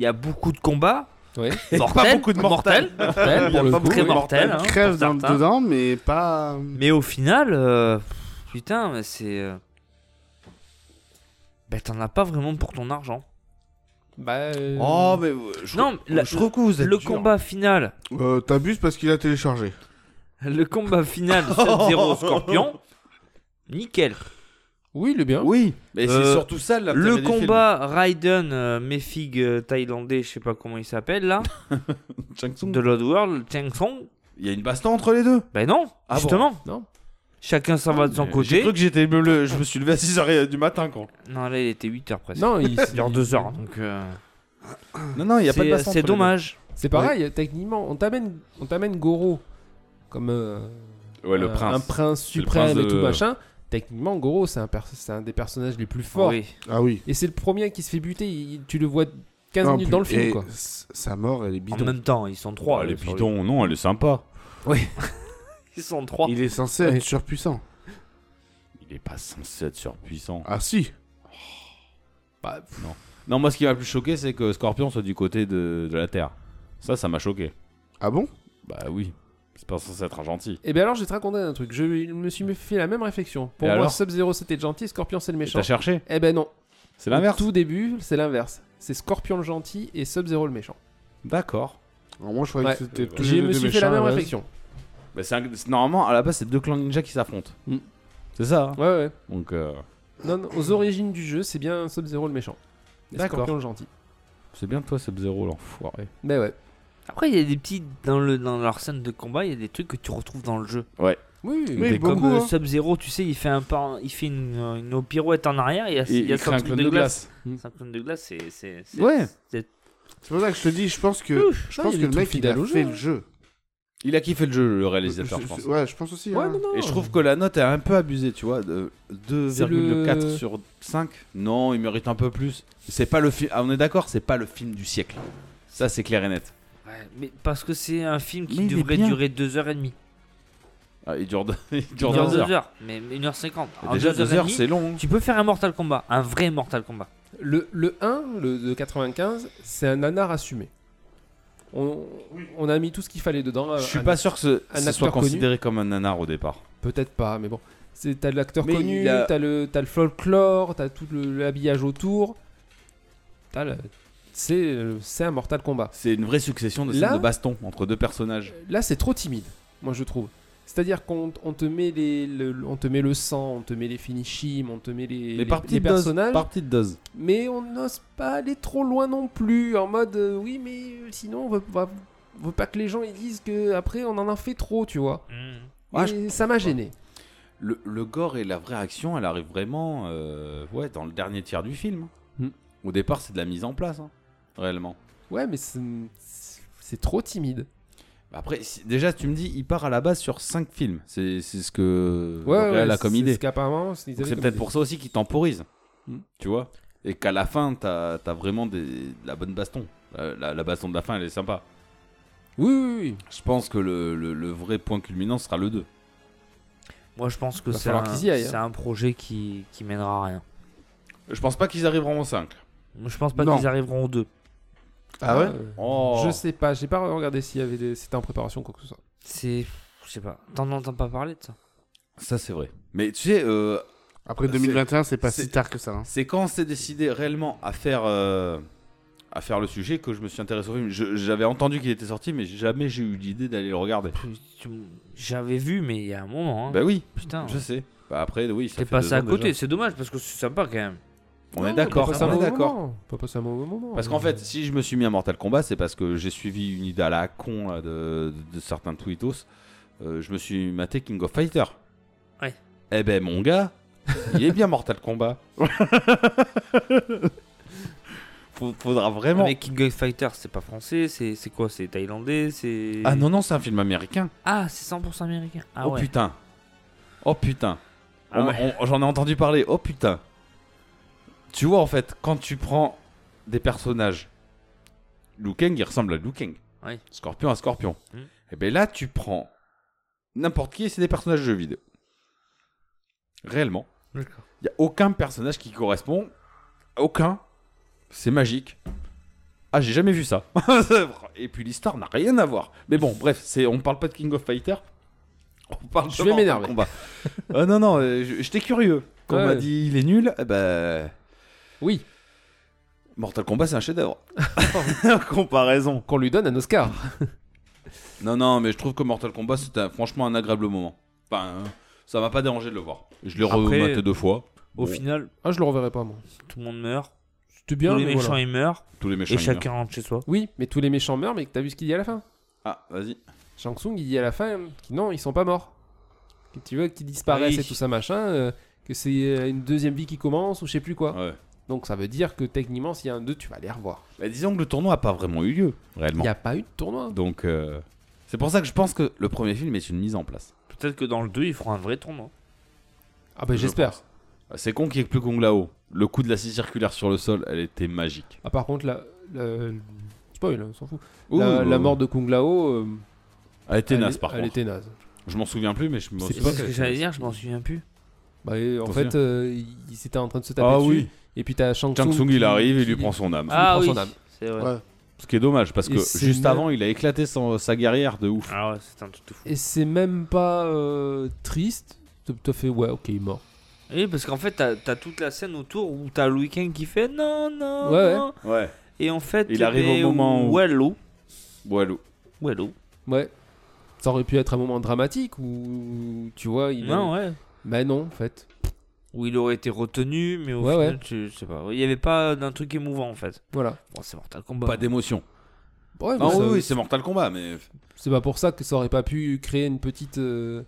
B: y a beaucoup de combats
F: Ouais.
B: mortels,
D: beaucoup de mortels.
F: Mortel, pour le coup,
B: très
F: oui.
B: mortel hein,
G: elle
B: pour
G: crève dans-
B: certains.
G: dedans, mais pas.
B: mais au final euh, pff, putain mais c'est euh, bah t'en as pas vraiment pour ton argent
F: Bah, euh,
D: Oh, mais euh, je,
B: non la-
D: je trouve que vous êtes
B: le
D: dur.
B: combat final
G: Euh, T'abuses parce qu'il a téléchargé.
B: le combat final 7-0 Scorpion nickel
F: Oui, il est bien.
D: Oui, mais c'est
B: Euh,
D: surtout ça l'intérêt
B: Le
D: du film.
B: combat Raiden, euh, Mephig euh, thaïlandais, je sais pas comment il s'appelle là,
D: Shang Tsung.
B: de l'Odd World, Cheng Song,
D: Il y a une baston entre les deux.
B: ben non,
D: Ah bon
B: justement.
F: Non.
B: Chacun s'en va de son
D: Euh, J'ai
B: côté.
D: cru que j'étais bleu. Je me suis levé à 6h euh, du matin, quand.
B: Non, là il était 8h presque.
F: Non, il
B: Il est en 2h donc. euh,
D: Non, non, il n'y a pas de
B: hein. C'est euh,
D: baston.
B: c'est
D: entre les deux.
B: dommage.
F: C'est pareil, techniquement, on t'amène, on t'amène Goro comme euh,
D: Ouais, le
F: un-
D: prince.
F: un prince
D: le
F: suprême
D: prince
F: et tout
D: de-
F: machin. Techniquement, Goro, c'est un, pers- c'est un des personnages les plus forts.
B: Oui.
G: Ah oui.
F: Et c'est le premier qui se fait buter. il- tu le vois 15
G: Non,
F: minutes
G: plus-
F: dans le film,
G: et
F: quoi.
G: s- Sa mort, elle est
B: En
G: bidon.
B: même temps, ils sont trois.
D: Elle est
B: euh, sur
D: bidon, Ah, non, elle est sympa.
B: les- Ils sont trois.
G: Il est censé
F: Ouais.
G: être surpuissant.
D: Il est pas censé être surpuissant.
G: Ah si.
D: Bah, pff, non. Non, moi, ce qui m'a le plus choqué, c'est que Scorpion soit du côté de, de la Terre. Ça, ça m'a choqué.
G: Ah bon
D: Bah oui. C'est pas censé être un gentil.
F: Et bien Eh ben alors, je vais te raconter un truc. Je me suis fait la même réflexion. Pour
D: Et
F: moi,
D: alors
F: Sub-Zero c'était le gentil, Scorpion c'est le
D: Et
F: méchant.
D: T'as cherché
F: Eh ben non.
D: C'est l'inverse.
F: Au tout début, c'est l'inverse. C'est Scorpion le gentil et Sub-Zero le méchant.
D: D'accord.
G: Alors Moi, je croyais
F: Ouais.
G: que c'était tous
F: Je
G: les
F: me
G: deux
F: suis fait
G: méchants,
F: la même
G: ouais.
F: réflexion.
D: Bah, c'est un- c'est- Normalement, à la base, c'est deux clans ninja qui s'affrontent.
F: Mm.
D: C'est ça. hein.
F: Ouais, ouais.
D: Donc, euh,
F: Non, non, aux origines du jeu, c'est bien Sub-Zero le méchant. Et
D: D'accord.
F: Scorpion le gentil.
D: c'est bien toi, Sub-Zero, l'enfoiré.
F: Mais ouais.
B: Après, il y a des petits. Dans, le, dans leur scène de combat, il y a des trucs que tu retrouves dans le jeu.
F: Oui, oui,
G: Oui,
D: Des
G: beaucoup.
B: Comme euh,
G: hein.
B: Sub-Zero, tu sais, il fait, un par- il fait une, euh, une pirouette en arrière. Il y a,
D: Et
B: il y a
D: il crée un
B: Samson
D: clone de glace.
B: C'est un clone de glace, c'est. c'est- c'est-
D: Ouais.
B: c'est-
G: C'est pour ça que je te dis, je pense que, je
F: non, il
G: pense
F: y a
G: que
F: des
G: le
F: trucs
G: mec, il a
F: fidèles au
G: fait
F: jeu, hein.
G: le jeu.
D: Il a kiffé le jeu, le réalisateur,
G: Euh, Je-
D: je
G: je-
D: pense.
G: Ouais, je pense aussi.
F: Ouais,
G: hein.
F: non, non.
D: Et je trouve que la note est un peu abusée, tu vois. de
F: C'est le-
D: 2,4 sur 5. Non, il mérite un peu plus. C'est pas le film. on est d'accord, c'est pas le film du siècle. Ça, c'est clair et net.
B: ouais, mais parce que c'est un film qui
D: Mais il est
B: devrait
D: bien.
B: durer 2h30.
D: Ah, il dure, deux- il dure
B: Dans
D: deux heures.
B: 2h, mais 1h50.
D: Et Déjà, 2 heures, c'est long. hein.
B: Tu peux faire un Mortal Kombat, un vrai Mortal Kombat.
F: Le, le 1, le de 95, c'est un nanar assumé. On, on a mis tout ce qu'il fallait dedans. Ah,
D: Je suis
F: Euh, un-
D: pas sûr que ce,
F: un
D: ce soit
F: acteur connu.
D: considéré comme un nanar au départ.
F: Peut-être pas, mais bon. C'est, t'as de l'acteur
D: Mais
F: connu,
D: il a-
F: t'as, le, t'as le folklore, t'as tout le- l'habillage autour. T'as le- c'est, euh, c'est un Mortal Kombat.
D: C'est une vraie succession de
F: Là-
D: scènes de baston entre deux personnages.
F: Là, c'est trop timide, moi je trouve. C'est-à-dire qu'on on te, met les, le- on te met le sang, on te met les finishim, on te met les, les-
D: Mais par
F: les
D: petite dose.
F: personnages,
D: Par petite dose.
F: mais on n'ose pas aller trop loin non plus. En mode, euh, oui, mais sinon, on veut, pas- on veut pas que les gens ils disent que après on en a fait trop, tu vois.
D: Ouais,
F: Et ça m'a gêné.
D: Le, le gore et la vraie action, elle arrive vraiment euh, ouais, dans le dernier tiers du film.
F: Hmm.
D: Au départ, c'est de la mise en place, hein, réellement.
F: Ouais, mais c'est, c'est trop timide.
D: Bah, Après, si- déjà, tu me dis, il part à la base sur 5 films. C'est c'est ce que
F: Ouais,
D: Real
F: ouais,
D: a comme
F: c'est
D: idée.
F: ce qu'apparemment, ils
D: Donc,
F: avaient
D: C'est
F: comme
D: peut-être
F: idée.
D: pour ça aussi qu'il temporise.
F: Hmm.
D: Tu vois Et qu'à la fin, t'as as vraiment des, de la bonne baston. La, la- la baston de la fin, elle est sympa.
F: Oui, oui, oui.
D: Je pense que le, le- le vrai point culminant sera le 2.
B: Moi, je pense que
F: Va
B: c'est
F: falloir
B: un,
F: qu'ils y aillent, hein.
B: c'est un projet qui, qui mènera à rien.
D: Je pense pas qu'ils arriveront au 5.
B: Moi, Je pense pas
G: Non.
B: qu'ils arriveront aux deux.
G: Ah ouais
F: Euh,
D: Oh.
F: Je sais pas, j'ai pas regardé s'il y avait des... c'était en préparation quoi que ce soit.
B: C'est. Je sais pas. T'en entends pas parler de ça
D: Ça, c'est vrai. Mais tu sais, euh,
G: Après
D: C'est-
G: 2021, c'est pas
D: c'est-
G: si tard que ça. hein.
D: c'est quand on s'est décidé réellement à faire, euh, à faire le sujet que je me suis intéressé au film. Je- J'avais entendu qu'il était sorti, mais jamais j'ai eu l'idée d'aller le regarder.
B: Tu- tu- J'avais vu, mais il y a un moment. hein.
D: Bah oui,
B: Putain.
D: Je sais. Bah après, oui, ça
B: T'es
D: fait deux
B: passé à
D: ans
B: côté,
D: déjà.
B: c'est dommage parce que c'est sympa quand même.
D: On
F: Non,
D: est d'accord,
F: pas passer
D: on
F: un
D: est
F: mauvais
D: d'accord.
F: moment, Pas passer un mauvais moment.
D: Parce qu'en fait, si je me suis mis à Mortal Kombat, c'est parce que j'ai suivi une idée à la con là, de, de certains tweetos. Euh, je me suis maté King of Fighter.
B: Ouais.
D: Eh ben mon gars, il est bien Mortal Kombat. Faut- Faudra vraiment.
B: Mais King of Fighter, c'est pas français, c'est c'est quoi C'est thaïlandais c'est...
D: Ah non non, c'est un film américain.
B: Ah, c'est 100% américain. Ah
D: oh
B: ouais.
D: putain. Oh putain.
B: Ah
D: On-
B: ouais.
D: on- J'en ai entendu parler. Oh putain. Tu vois, en fait, quand tu prends des personnages, Liu Kang, il ressemble à Liu Kang.
B: Oui.
D: Scorpion à Scorpion.
B: Mm.
D: Et bien là, tu prends n'importe qui et c'est des personnages de jeux vidéo. Réellement.
B: D'accord.
D: Il n'y a aucun personnage qui correspond. Aucun. C'est magique. Ah, j'ai jamais vu ça. et puis l'histoire n'a rien à voir. Mais bon, bref, c'est on parle pas de King of Fighter. On parle
F: Je
D: de
F: vais
D: Mortal
F: m'énerver.
D: Kombat. Ah non non, euh, je- j'étais curieux. Quand on m'a
F: Ouais.
D: dit il est nul, eh ben
F: Oui,
D: Mortal Kombat c'est un chef-d'œuvre. En comparaison.
F: qu'on lui donne un Oscar.
D: Non non, mais je trouve que Mortal Kombat c'était un- franchement un agréable moment. Enfin, euh, ça m'a pas dérangé de le voir. Je l'ai
B: Après,
D: rematé deux fois. Bon,
B: Au final,
F: Ah, je le reverrai pas moi.
B: tout le monde meurt.
F: C'était bien,
B: Tous les
F: mais
B: méchants
F: voilà.
B: ils meurent.
D: tous les méchants.
B: Et
D: ils meurent.
B: chacun rentre chez soi.
F: Oui, mais tous les méchants meurent, mais que t'as vu ce qu'il dit à la fin
D: Ah, vas-y.
F: Shang Tsung, il dit à la fin que non, ils sont pas morts. Que tu vois qu'ils disparaissent
B: Oui.
F: et tout ça machin, euh, que c'est euh, une deuxième vie qui commence ou je sais plus quoi.
D: Ouais.
F: Donc ça veut dire que techniquement, s'il y a un 2, tu vas les revoir.
D: Bah, disons que le tournoi n'a pas vraiment eu lieu,
F: Il
D: réellement.
F: n'y a pas eu de tournoi.
D: Donc, euh, c'est pour ça que je pense que le premier film est une mise en place.
B: Peut-être que dans le 2, ils feront un vrai tournoi.
F: Ah ben j'espère.
D: C'est con qu'il n'y ait que plus Kong là-haut. Le coup de la scie circulaire sur le sol, elle était magique.
F: Ah, par contre, la. la- Spoil, hein, on s'en fout. la, la mort de Kung Lao. euh,
D: Elle était
F: elle
D: naze,
F: est-
D: par
F: elle
D: contre.
F: était naze.
D: Je m'en souviens plus, mais je me.
F: C'est
B: C'est
F: pas
B: ce que j'allais dire, je m'en souviens plus.
F: Bah, et en
D: T'en
F: fait,
D: souviens
F: euh, il il s'était en train de se taper
D: Ah
F: dessus.
D: oui,
F: Et puis t'as Shang
D: Chang Tsung il
F: qui-
D: arrive et il lui
F: qui-
D: prend son âme.
B: Ah
F: prend
B: oui,
F: son âme.
B: c'est vrai.
G: Ouais.
D: Ce qui est dommage parce
F: Et
D: que
F: c'est
D: juste
F: même-
D: avant il a éclaté son- sa guerrière de ouf.
B: Ah ouais, c'est un truc de fou.
F: Et c'est même pas euh, triste. Tout tout à fait, ouais, ok, il est mort.
B: Oui, Eh, parce qu'en fait, t'as t'as toute la scène autour où t'as le week-end qui fait non, non,
F: Ouais,
B: non.
D: Ouais.
B: Et en fait,
D: Il arrive au
B: ben,
D: moment où-
B: Wallo,
D: Walou.
B: Wallo.
F: Ouais. Ça aurait pu être un moment dramatique où, tu vois, il.
B: Non, ouais.
F: Mais non, en fait.
B: Où il aurait été retenu, mais au
F: Ouais,
B: final,
F: ouais.
B: tu- je sais pas. Il y avait pas d'un truc émouvant en fait.
F: Voilà.
B: Bon, c'est Mortal Kombat. hein.
D: Pas d'émotion.
F: Ouais,
D: Ah
F: mais ça-
D: oui, oui, c'est Mortal Kombat, mais
F: c'est pas pour ça que ça aurait pas pu créer une petite. euh,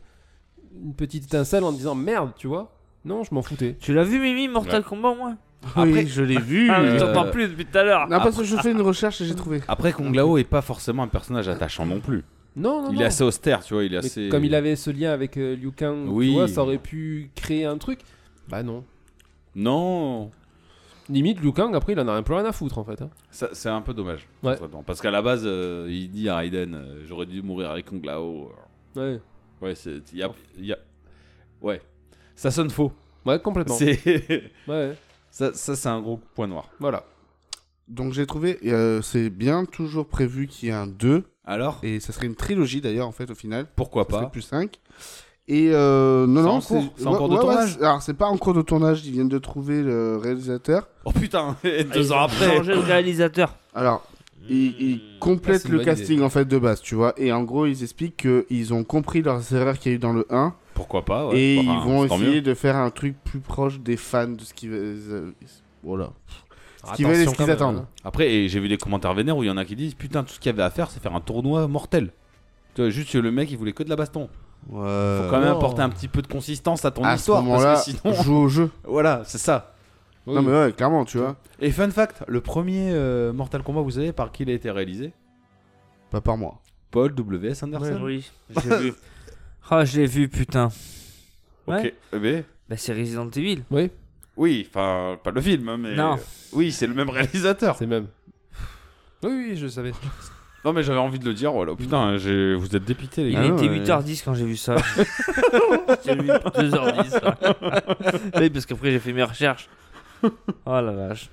F: une petite étincelle en disant merde, tu vois. Non, je m'en foutais.
B: Tu l'as vu, Mimi, Mortal Kombat, moi
G: Après, je l'ai vu.
B: Ah, mais
D: euh,
B: je t'entends plus depuis tout à l'heure.
G: Non, parce que je fais une recherche et j'ai trouvé.
D: après Kong Lao est pas forcément un personnage attachant non plus.
F: Non, non,
D: Il
F: non.
D: est assez austère, tu vois, il est
F: Mais
D: assez.
F: Comme il avait ce lien avec euh, Liu Kang,
D: Oui.
F: tu vois, ça aurait pu créer un truc. Bah non.
D: Non.
F: Limite, Liu Kang, après, il en a un peu rien à foutre, en fait. hein.
D: Ça- C'est un peu dommage.
F: Ouais.
D: Concrètement. Parce qu'à la base, euh, il dit à Raiden, euh, j'aurais dû mourir avec Kong Lao.
F: Ouais.
D: Ouais, c'est. y a- y a- Ouais. Ça sonne faux.
F: Ouais, complètement.
D: C'est.
F: Ouais,
D: ça, ça, c'est un gros point noir.
F: voilà.
G: Donc j'ai trouvé, et, euh, c'est bien toujours prévu qu'il y ait un 2,
D: Alors
G: et ça serait une trilogie d'ailleurs en fait au final,
D: Pourquoi
G: ça serait
D: pas
G: plus 5. Et euh, non,
D: C'est
G: non,
D: en cours, c'est en
G: ouais,
D: cours de
G: ouais, ouais,
D: tournage
G: c'est- alors c'est pas en cours de tournage, ils viennent de trouver le réalisateur.
D: Oh putain
B: Ah, ils
D: Deux
B: ont
D: ans après
B: changé de réalisateur.
G: Alors,
D: Hmm.
G: ils, ils
F: Ah,
G: complètent
F: c'est une
G: le
F: bonne
G: casting en fait de base, tu vois, et en gros ils expliquent qu'ils ont compris leurs erreurs qu'il y a eu dans le 1,
D: Pourquoi pas ouais.
G: et
D: Enfin,
G: ils vont
D: c'est tant
G: essayer
D: mieux.
G: de faire un truc plus proche des fans de ce qu'ils euh, voilà.
F: Ce
G: qu'ils veulent et ce qu'ils attendent.
F: hein.
D: Après, et j'ai vu des commentaires vénères où il y en a qui disent Putain, tout ce qu'il y avait à faire, c'est faire un tournoi mortel. Tu vois, juste le mec, il voulait que de la baston. Faut quand même
F: non.
D: apporter un petit peu de consistance à ton
G: Euh, à ce
D: histoire.
G: moment-là,
D: parce que sinon,
G: joue au jeu.
D: voilà, c'est ça.
G: Non mais ouais, clairement, tu vois,
D: Et fun fact le premier euh, Mortal Kombat, vous savez par qui il a été réalisé
G: pas par moi.
D: Paul W.S. Anderson.
B: Oui, j'ai vu. Ah, je l'ai vu, putain. Ouais.
D: Ok, mais-
B: Bah, c'est Resident Evil.
F: Oui,
D: Oui, enfin, pas le film, hein, mais.
B: Non.
D: Oui, c'est le même réalisateur.
F: c'est même. Oui, oui, je savais.
D: Non, mais j'avais envie de le dire, voilà. Putain, j'ai- vous êtes dépité, les
B: Il
D: gars. Ah
B: était
G: ouais.
B: 8h10 quand j'ai vu ça. j'ai vu 2h10. oui, parce qu'après j'ai fait mes recherches. Oh la vache.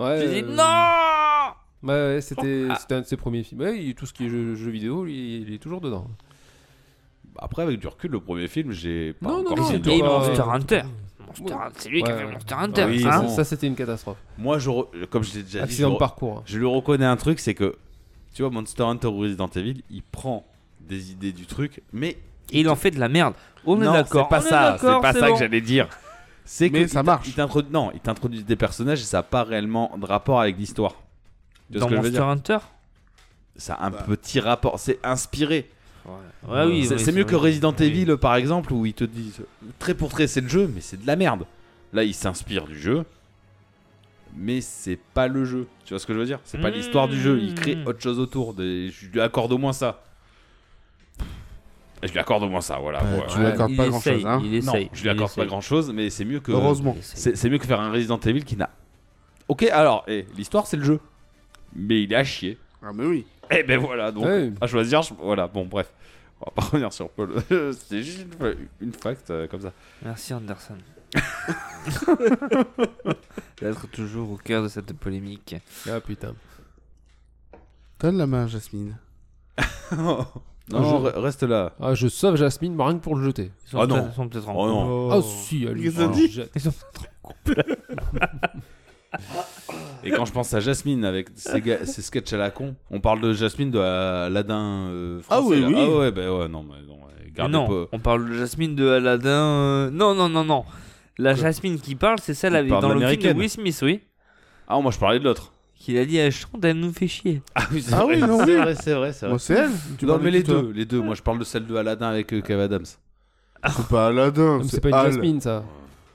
F: Ouais,
B: J'ai dit
F: euh,
B: non
F: Bah Ouais, ouais, c'était
B: Ah.
F: c'était un de ses premiers films. Ouais, il- tout ce qui est jeu- jeux vidéo, lui, il est toujours dedans.
D: Après, avec du recul, le premier film, j'ai pas
F: Non, non,
D: encore
F: non,
D: vu
F: c'est
D: le
F: toi.
B: Et
D: tournoi.
B: Monster Hunter. Monster Hunter, C'est lui qui a
F: Ouais,
B: fait
F: ouais. Bah
B: Monster Hunter.
D: Ah oui,
F: ça,
B: hein.
F: ça, c'était une catastrophe.
D: Moi, je re- comme je l'ai déjà dit, je,
F: Accident
D: re-
F: de parcours. hein.
D: je lui reconnais un truc, c'est que, tu vois, Monster Hunter ou Resident Evil, il prend des idées du truc, mais
B: Et il en fait de la merde. On est
D: non,
B: d'accord.
D: c'est pas
B: on est
D: ça, c'est
B: d'accord,
D: pas ça
B: bon.
D: que j'allais dire. C'est
G: Mais
D: que
G: ça
D: il t'a-
G: marche.
D: Il t'introduit, non, il t'introduit des personnages et ça n'a pas réellement de rapport avec l'histoire. Tu vois
B: Dans
D: ce que je veux
B: Monster
D: dire
B: Hunter
D: Ça a un petit rapport, c'est inspiré.
B: Ouais, Ah oui.
D: c'est
B: oui,
D: c'est mieux que
B: vrai.
D: Resident
B: Oui.
D: Evil, par exemple, où ils te disent très pour très c'est le jeu, mais c'est de la merde. Là, il s'inspire du jeu, mais c'est pas le jeu. Tu vois ce que je veux dire C'est pas
B: Mmh.
D: l'histoire du jeu. Il crée autre chose autour. Des... Je lui accorde au moins ça. Je lui accorde au moins ça, voilà.
G: Euh,
D: Ouais,
G: tu
D: ouais.
G: lui accordes
B: Il
G: pas
B: essaye,
G: grand-chose, hein.
B: Il
D: Non,
B: essaye.
D: je
B: il
D: lui accorde
B: essaye.
D: pas grand chose, mais c'est mieux que.
G: Heureusement.
B: Il essaye.
D: C'est c'est mieux que faire un Resident Evil qui n'a. Ok, alors, eh, l'histoire c'est le jeu, mais il est à chier.
G: Ah mais oui.
D: Eh ben voilà, donc
F: Ouais.
D: à choisir, je- voilà, bon bref. On va pas revenir sur Paul. C'était juste une, fa- une fact euh, comme ça.
B: Merci Anderson. D'être toujours au cœur de cette polémique.
F: Ah putain.
G: Donne la main à Jasmine.
D: non,
F: Non,
D: re- reste là.
F: Ah, je sauve Jasmine, mais rien que pour le jeter.
B: Ils sont
D: Ah
B: peut-être-
D: non.
B: ils sont peut-être en
D: Oh non.
F: Ah si, elle lui
G: Qu'est-ce que ça
F: ah,
G: dit
F: jette.
B: Ils sont-
D: Et quand je pense à Jasmine avec ses, ga- ses sketchs à la con, on parle de Jasmine de la- Aladdin euh, français.
G: Ah oui,
D: là.
G: oui.
D: Ah ouais, bah ouais, non, mais non, euh,
B: Mais
D: gardez
B: non,
D: pas-
B: on parle de Jasmine de Aladdin. euh, Non, non, non, non. La Jasmine qui parle, c'est celle
D: On
B: avec
D: parle
B: dans le film de
D: d'américaine.
B: Will Smith, oui.
D: Ah, moi je parlais de l'autre.
B: Qu'il a dit à chante, elle nous fait chier.
D: Ah oui, c'est
G: Ah oui, non, oui.
D: vrai, c'est vrai, c'est
G: Moi c'est elle Tu
D: Non,
G: parles
D: mais
G: de
D: les
G: qui, toi
D: deux, les deux. Moi je parle de celle de Aladdin avec euh, Kev Adams.
G: C'est pas Aladdin,
F: Comme C'est
D: Ah,
F: pas
G: c'est
F: une
G: Al.
F: Jasmine, ça.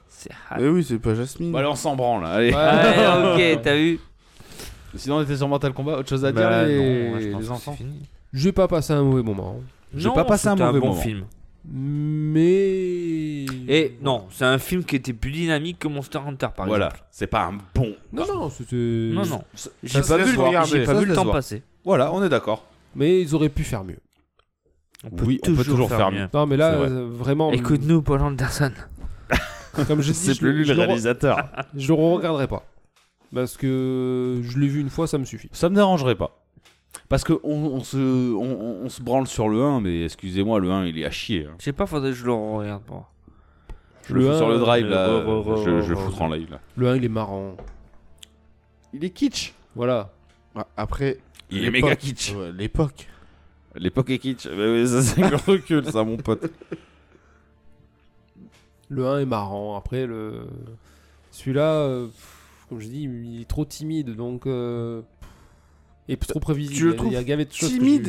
B: C'est
G: Mais oui, c'est pas Jasmine.
D: Bah, alors on s'en branle. Allez.
B: Ouais, ok, t'as vu
D: Sinon, on était sur Mortal Kombat. Autre chose à dire,
B: Bah,
D: les,
B: non, moi, je pense
D: les
B: que
D: enfants
B: c'est fini.
F: J'ai pas passé un mauvais moment.
D: J'ai
B: Non,
D: pas passé un
B: c'était
D: mauvais
B: bon
D: moment.
B: film.
F: Mais.
B: Et non, c'est un film qui était plus dynamique que Monster Hunter par
D: Voilà,
B: exemple.
D: c'est pas un bon.
F: Non, non, c'était.
B: Non, non. J'ai
D: se
B: pas
D: laisse
B: vu, le-
D: regarder.
B: j'ai pas
D: Ça
B: vu
D: se
B: le temps
D: laisse
B: passer.
D: Voilà, on est d'accord.
F: Mais ils auraient pu faire mieux.
D: Oui, on peut toujours faire mieux.
F: Non, mais là,
D: C'est vrai.
F: euh, vraiment.
B: Écoute-nous, Paul Anderson.
F: comme je dis,
D: C'est
F: je,
D: plus lui
F: je
D: le
F: le re-
D: réalisateur.
F: je le regarderai pas. Parce que je l'ai vu une fois, ça me suffit.
D: Ça me dérangerait pas. Parce que on, on se, on, on- on se branle sur le 1, mais excusez-moi, le 1 il est à chier. hein.
B: Je sais pas, faudrait que je le regarde. bon.
D: Je le,
F: Le
D: fous sur le
F: 1,
D: drive
B: le
D: là,
B: re- re- re-
D: je, je le
B: re-
D: foutre en live là.
F: Le 1, il est marrant.
G: Il est kitsch.
F: Voilà.
G: Ah, Après,
D: Il est
G: L'époque.
D: méga kitsch.
G: euh, l'époque.
D: L'époque est kitsch. Mais oui, ça c'est le recul, ça mon pote.
F: Le 1 est marrant. Après, le. Celui-là, euh, pff, comme je dis, il est trop timide, donc. euh, Et trop prévisible.
G: Tu le
F: Il y a- il y a gavé de choses que
G: timide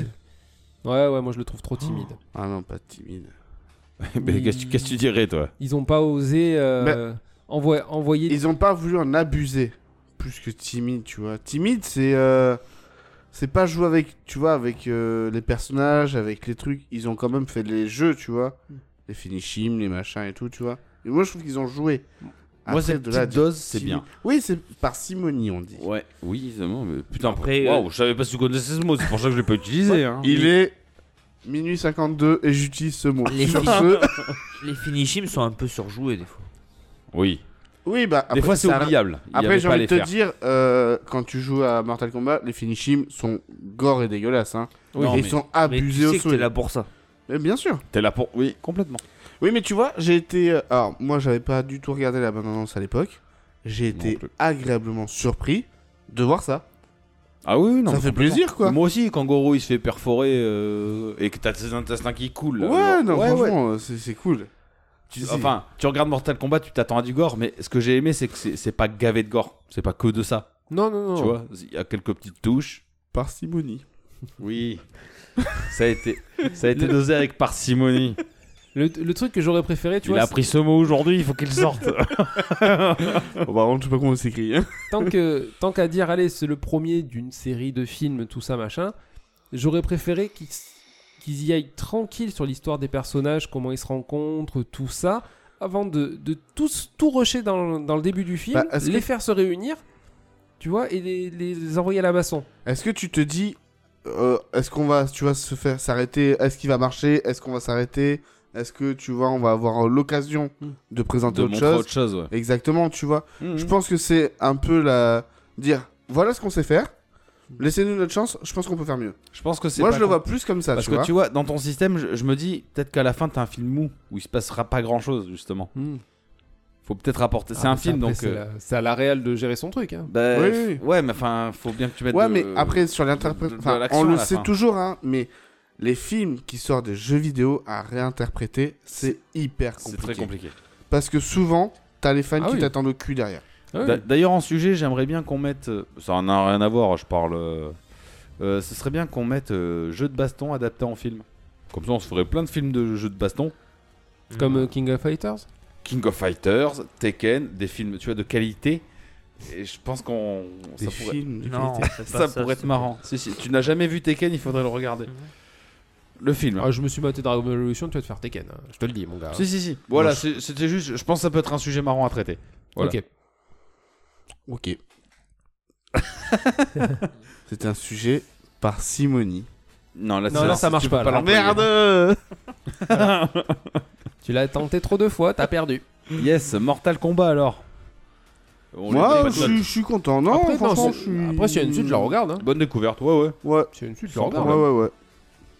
F: j'ai- Ouais, ouais, moi je le trouve trop timide.
B: Oh.
G: Ah non, pas timide.
D: Mais qu'est-ce que- qu'est-ce que tu dirais toi
F: Ils ont pas osé euh, envoie- envoyer.
G: Ils ont pas voulu en abuser. Plus que timide, tu vois. Timide, c'est. euh, C'est pas jouer avec, tu vois, avec euh, les personnages, avec les trucs. Ils ont quand même fait les jeux, tu vois.
D: Mm.
G: Les finishim, les machins et tout, tu vois. Et moi, je trouve qu'ils ont joué.
D: Moi,
G: Après,
D: cette
G: de là à
D: petite
G: dire
D: dose, c'est
G: timide-
D: bien.
G: Oui, c'est par simonie, on dit.
D: Ouais, oui, évidemment, mais putain,
B: Après, euh,
D: waouh, je savais pas si tu connaissais ce mot, c'est pour ça que je l'ai pas utilisé. Hein.
G: Il est minuit 52 et j'utilise ce mot.
B: Les
G: Sur
B: filles.
G: ce-
B: Les finishings sont un peu surjoués des fois.
D: Oui,
G: Oui, bah après,
D: des fois c'est
G: ça-
D: oubliable. Il y
G: Après,
D: avait
G: j'ai
D: pas
G: envie de
D: les faire.
G: te dire, euh, quand tu joues à Mortal Kombat, les finishim sont gore et dégueulasses. Hein.
D: Oui,
G: et
D: mais
G: ils sont
B: Mais tu
G: abusés
B: sais
G: au
B: que t'es
G: souhait.
B: là pour ça.
G: Mais bien sûr.
D: T'es là pour. Oui, complètement.
G: Oui, mais tu vois, j'ai été. euh, Alors, moi, j'avais pas du tout regardé la bande-annonce à l'époque. J'ai été
D: plus.
G: agréablement surpris de voir ça.
D: Ah oui, oui, non.
G: ça
D: mais
G: fait
D: complètement.
G: plaisir, quoi.
D: Moi aussi, quand Goro il se fait perforer euh, et que t'as ses intestins qui coulent. là, genre,
G: ouais, non, franchement, euh, c'est c'est cool.
D: Tu- enfin, tu regardes Mortal Kombat, tu t'attends à du gore, mais ce que j'ai aimé, c'est que c'est c'est pas gavé de gore. C'est pas que de ça.
F: Non, non, non.
D: Tu vois, il y a quelques petites touches.
G: Parcimonie.
D: Oui. ça a été, ça a été dosé avec parcimonie.
F: Le, le truc que j'aurais préféré, tu
D: il
F: vois,
D: a appris ce mot aujourd'hui, il faut qu'il sorte.
G: Oh, par contre, je sais pas comment c'est écrit. hein.
F: c'est tant que tant qu'à dire, allez, c'est le premier d'une série de films, tout ça, machin. J'aurais préféré qu'ils s- qu'ils y aillent tranquille sur l'histoire des personnages, comment ils se rencontrent, tout ça, avant de, de tous tout rusher dans, dans le début du film,
G: Bah, est-ce
F: les
G: que-
F: faire se réunir, tu vois, et les, les envoyer à la basson.
G: Est-ce que tu te dis. euh, Est-ce qu'on va, tu vas se faire s'arrêter Est-ce qu'il va marcher Est-ce qu'on va s'arrêter Est-ce que, tu vois, on va avoir l'occasion Hmm. de présenter
D: de
G: autre
D: montrer
G: chose
D: autre chose, ouais.
G: Exactement, tu vois.
B: Mhm.
G: Je pense que c'est un peu la. Dire, voilà ce qu'on sait faire,
B: Mhm.
G: laissez-nous notre chance, je pense qu'on peut faire mieux.
D: Je pense que c'est.
G: Moi,
D: pas
G: je le
D: con.
G: vois plus comme ça,
D: Parce
G: tu
D: que
G: vois.
D: tu vois, dans ton système, je, je me dis peut-être qu'à la fin, t'as un film mou où il se passera pas grand chose, justement. Faut peut-être rapporter. Mmh. C'est
F: Ah,
D: un
F: ça,
D: film,
F: après,
D: donc.
F: C'est
D: euh,
F: la- c'est à la réelle de gérer son truc. hein.
D: bah,
G: Oui,
D: f-
G: oui, oui.
D: Ouais, mais enfin, faut bien que tu mettes.
G: Ouais,
D: de-
G: mais après, sur
D: de-
G: l'interprétation.
D: de l'action
G: on
D: à
G: le
D: la
G: sait
D: fin.
G: toujours, hein, mais les films qui sortent des jeux vidéo à réinterpréter, c'est hyper
D: C'est
G: compliqué.
D: très compliqué.
G: Parce que souvent, t'as les fans
F: Ah
G: qui
F: oui.
G: t'attendent au cul derrière.
F: Ah
D: D'a- D'ailleurs, en sujet, j'aimerais bien qu'on mette. euh, Ça n'a rien à voir, je parle. euh, euh, ce serait bien qu'on mette euh, jeu de baston adapté en film. Comme ça, on se ferait plein de films de jeux de baston.
F: Comme euh, King of Fighters.
D: King of Fighters, Tekken, des films, tu vois, de qualité. Et je pense qu'on.
G: Des
D: Ça pourrait,
G: films, des
B: Non,
G: qualités.
B: c'est pas
D: ça pourrait être marrant. Si, si, tu n'as jamais vu Tekken, il faudrait le regarder.
B: Mhm.
D: Le film.
F: Ah, je me suis maté Dragon Ball Evolution, tu vas te faire Tekken. hein. Je te le dis, mon gars.
D: Si, si, si. Voilà, c'est- c'était juste. Je pense que ça peut être un sujet marrant à traiter. voilà.
F: Ok.
G: Ok. C'était un sujet par Simonie.
D: Non, là,
F: Non,
D: c'est-
F: là, ça
D: tu
F: marche
D: peux
F: pas, là.
D: l'employer.
F: Tu l'as tenté trop de fois, t'as perdu.
D: Yes, Mortal Kombat alors. On lui donne
G: Moi,
D: pas de
G: je
D: note.
G: suis- je suis content. Non,
F: après,
G: franchement,
F: c'est-
G: je suis-
F: après, s'il y a une suite, je la regarde. Hein.
D: Bonne découverte, ouais, ouais.
G: Ouais,
F: S'il y a une suite, je la
D: Sans
G: ouais,
F: regarde. hein.
D: problème.
G: ouais, ouais.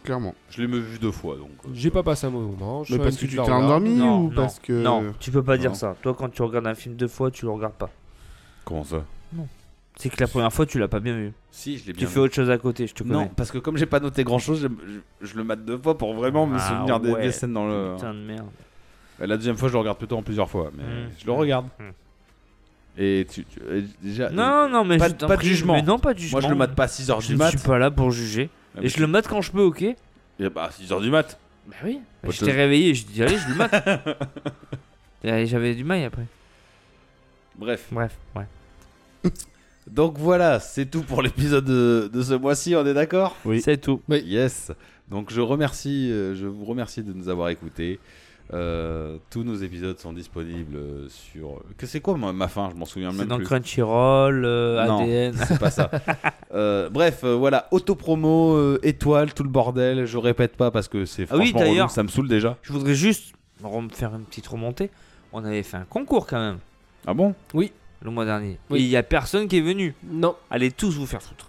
G: Clairement.
D: Je l'ai même vu deux fois donc. euh,
F: J'ai pas passé un mauvais moment. je
G: Mais
F: fais
G: parce
F: une
G: que
F: suite,
G: tu
F: je la
G: t'es
F: regarde.
G: endormi
B: Non,
G: ou
B: non,
G: parce que.
B: Non, tu peux pas
D: non.
B: dire ça. Toi, quand tu regardes un film deux fois, tu le regardes pas.
D: Comment ça
B: C'est que la première fois, tu l'as pas bien vu.
D: Si, je l'ai
B: Tu
D: bien
B: fais
D: vu.
B: autre chose à côté, je te connais.
D: Non, parce que comme j'ai pas noté grand chose, je, je le mate deux fois pour vraiment me
B: Ah,
D: souvenir des,
B: ouais.
D: des scènes dans le.
B: Putain de merde.
D: La deuxième fois, je le regarde plutôt en plusieurs fois, mais
B: Mm.
D: je le regarde.
B: Mm.
D: Et tu, tu- euh, déjà. euh,
B: Non, non, mais
D: pas
B: je
D: de-
B: t'en
D: pas de
B: prie,
D: jugement.
B: mais non, pas de jugement.
D: moi, je le mate pas à 6h
B: Je
D: du
B: ne
D: mat.
B: suis pas là pour juger.
D: Ah, mais
B: Et je le mate quand je peux, ok
D: Eh bah, 6h du mat.
B: Bah oui.
D: Moi, je
B: je
D: te-
B: t'ai réveillé, je dis allez, je le mate. Et J'avais du mal après.
D: Bref.
B: Bref, ouais.
D: Donc voilà, c'est tout pour l'épisode de, de ce mois-ci, on est d'accord
B: C'est tout.
F: Oui.
D: Yes. Donc je remercie, euh, je vous remercie de nous avoir écoutés. Euh, tous nos épisodes sont disponibles euh, sur. Que c'est quoi ma, ma fin Je m'en souviens
B: C'est
D: même
B: dans
D: plus.
B: Crunchyroll, euh,
D: Non.
B: ADN.
D: C'est pas ça. Euh, bref, euh, voilà, autopromo, euh, étoile, tout le bordel. Je répète pas parce que c'est
B: Ah oui,
D: franchement
B: d'ailleurs.
D: relou, ça me saoule déjà.
B: Je voudrais juste rem- faire une petite remontée. On avait fait un concours quand même
D: Ah bon
B: le mois dernier.
F: Oui.
B: Et il y a personne qui est venu.
F: Non.
B: Allez tous vous faire foutre.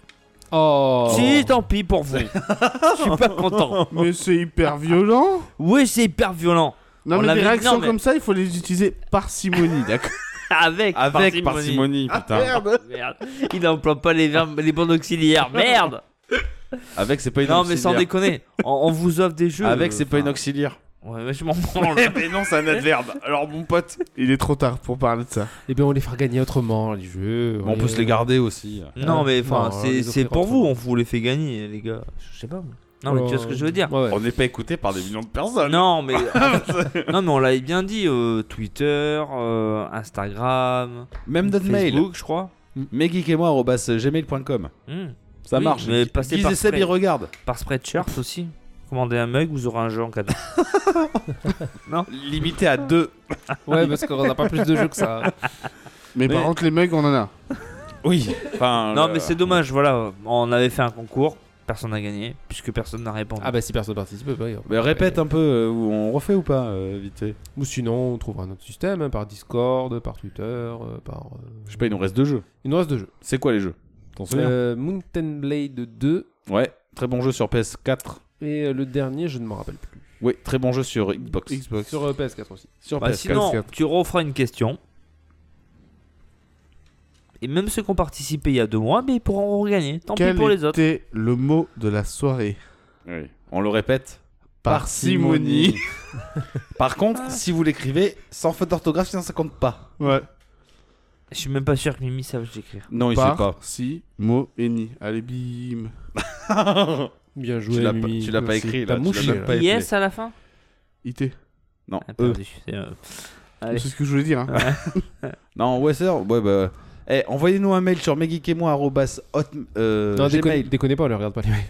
F: Oh.
B: Si, tant pis pour vous. Je suis pas content.
G: Mais c'est hyper violent.
B: Oui, c'est hyper violent.
G: Non,
B: On
G: mais
B: l'avait-
G: des
B: non,
G: réactions
B: mais-
G: comme ça, il faut les utiliser parcimonie, d'accord
B: Avec,
D: Avec
B: parcimonie.
D: parcimonie, putain.
G: Merde
B: Merde. Il n'emploie pas les, verbes, les bandes auxiliaires. Merde.
D: Avec, c'est pas une
B: Non, mais sans
D: auxiliaire.
B: déconner. On, on vous offre des jeux.
D: Avec, c'est pas une
B: Enfin,
D: auxiliaire.
B: Ouais, mais je m'en branle.
D: mais non, c'est un adverbe. Alors, mon pote.
G: Il est trop tard pour parler de ça.
F: Eh bien, on les fera gagner autrement, les jeux.
D: On
B: Euh,
D: peut se les garder aussi.
B: Non, mais enfin,
F: Non, on
B: c'est-
F: les
B: c'est
F: offrira
B: pour vous,
F: autrement.
B: on vous les fait gagner, les gars. Je sais pas. moi. Non, mais tu vois ce que je veux dire.
F: Oh. Ouais, ouais.
D: On n'est pas écouté par des millions de personnes.
B: Non, mais, non, mais on l'avait bien dit euh, Twitter, euh, Instagram,
D: Même notre mail.
B: Facebook, je crois.
D: gmail.com
B: Hmm.
D: Ça
B: Oui,
D: marche.
B: mais passez
D: Guise
B: par
D: et Seb,
B: Fred.
D: ils regardent.
B: Par Spreadshirt aussi. Commandez un mug, vous aurez un jeu en cadeau.
D: Limité à deux.
F: Ouais, parce qu'on n'a pas plus de jeux que ça.
G: Mais, par
D: Mais-
G: contre, les mecs, on en a.
D: Oui. Enfin,
B: non,
D: euh,
B: mais c'est dommage, voilà. On avait fait un concours, personne n'a gagné, puisque personne n'a répondu.
F: Ah bah si personne participe, bah, oui, on
D: Mais
F: peut-
D: répète un peu, euh, où on refait ou pas, euh, vite fait
F: Ou sinon, on trouvera un autre système, hein, par Discord, par Twitter, euh, par... euh,
D: Je sais pas, il nous reste deux jeux.
F: Il nous reste deux jeux.
D: C'est quoi les jeux T'en souviens
F: Euh, Mountain Blade 2,
D: Ouais, très bon jeu sur PS4.
F: et euh, le dernier, je ne m'en rappelle plus.
D: Oui, très bon jeu sur Xbox.
G: Xbox.
F: Sur euh, PS4 aussi.
D: Sur
B: Bah,
D: PS4.
B: sinon, tu referas une question. Et même ceux qui ont participé il y a deux mois, mais ils pourront regagner. Tant
G: Quel
B: pis pour les autres.
G: était le mot de la soirée
D: Oui. On le répète.
G: Parcimonie.
D: Par contre, si vous l'écrivez sans faute d'orthographe, sinon ça compte pas.
G: Ouais.
B: Je suis même pas sûr que Mimi sache l'écrire.
D: Non, il sait pas.
G: Par, si, mo et ni. Allez, bim.
F: Bien joué,
D: tu l'as pas,
F: Mimi.
D: tu l'as pas
F: Merci.
D: écrit
F: T'as
D: là. tu l'as
F: mouché,
D: même
F: là.
D: pas écrit.
B: Yes à la fin
G: IT.
D: Non.
B: Ah,
D: E.
B: perdu, c'est, euh, Allez.
G: C'est ce que je voulais dire. hein.
D: Non, ouais, sir. Ouais, bah. Eh, envoyez-nous un mail sur megikemoi. Euh,
F: Non, déconne,
D: Gmail.
F: déconnez pas, on les regarde pas les mails.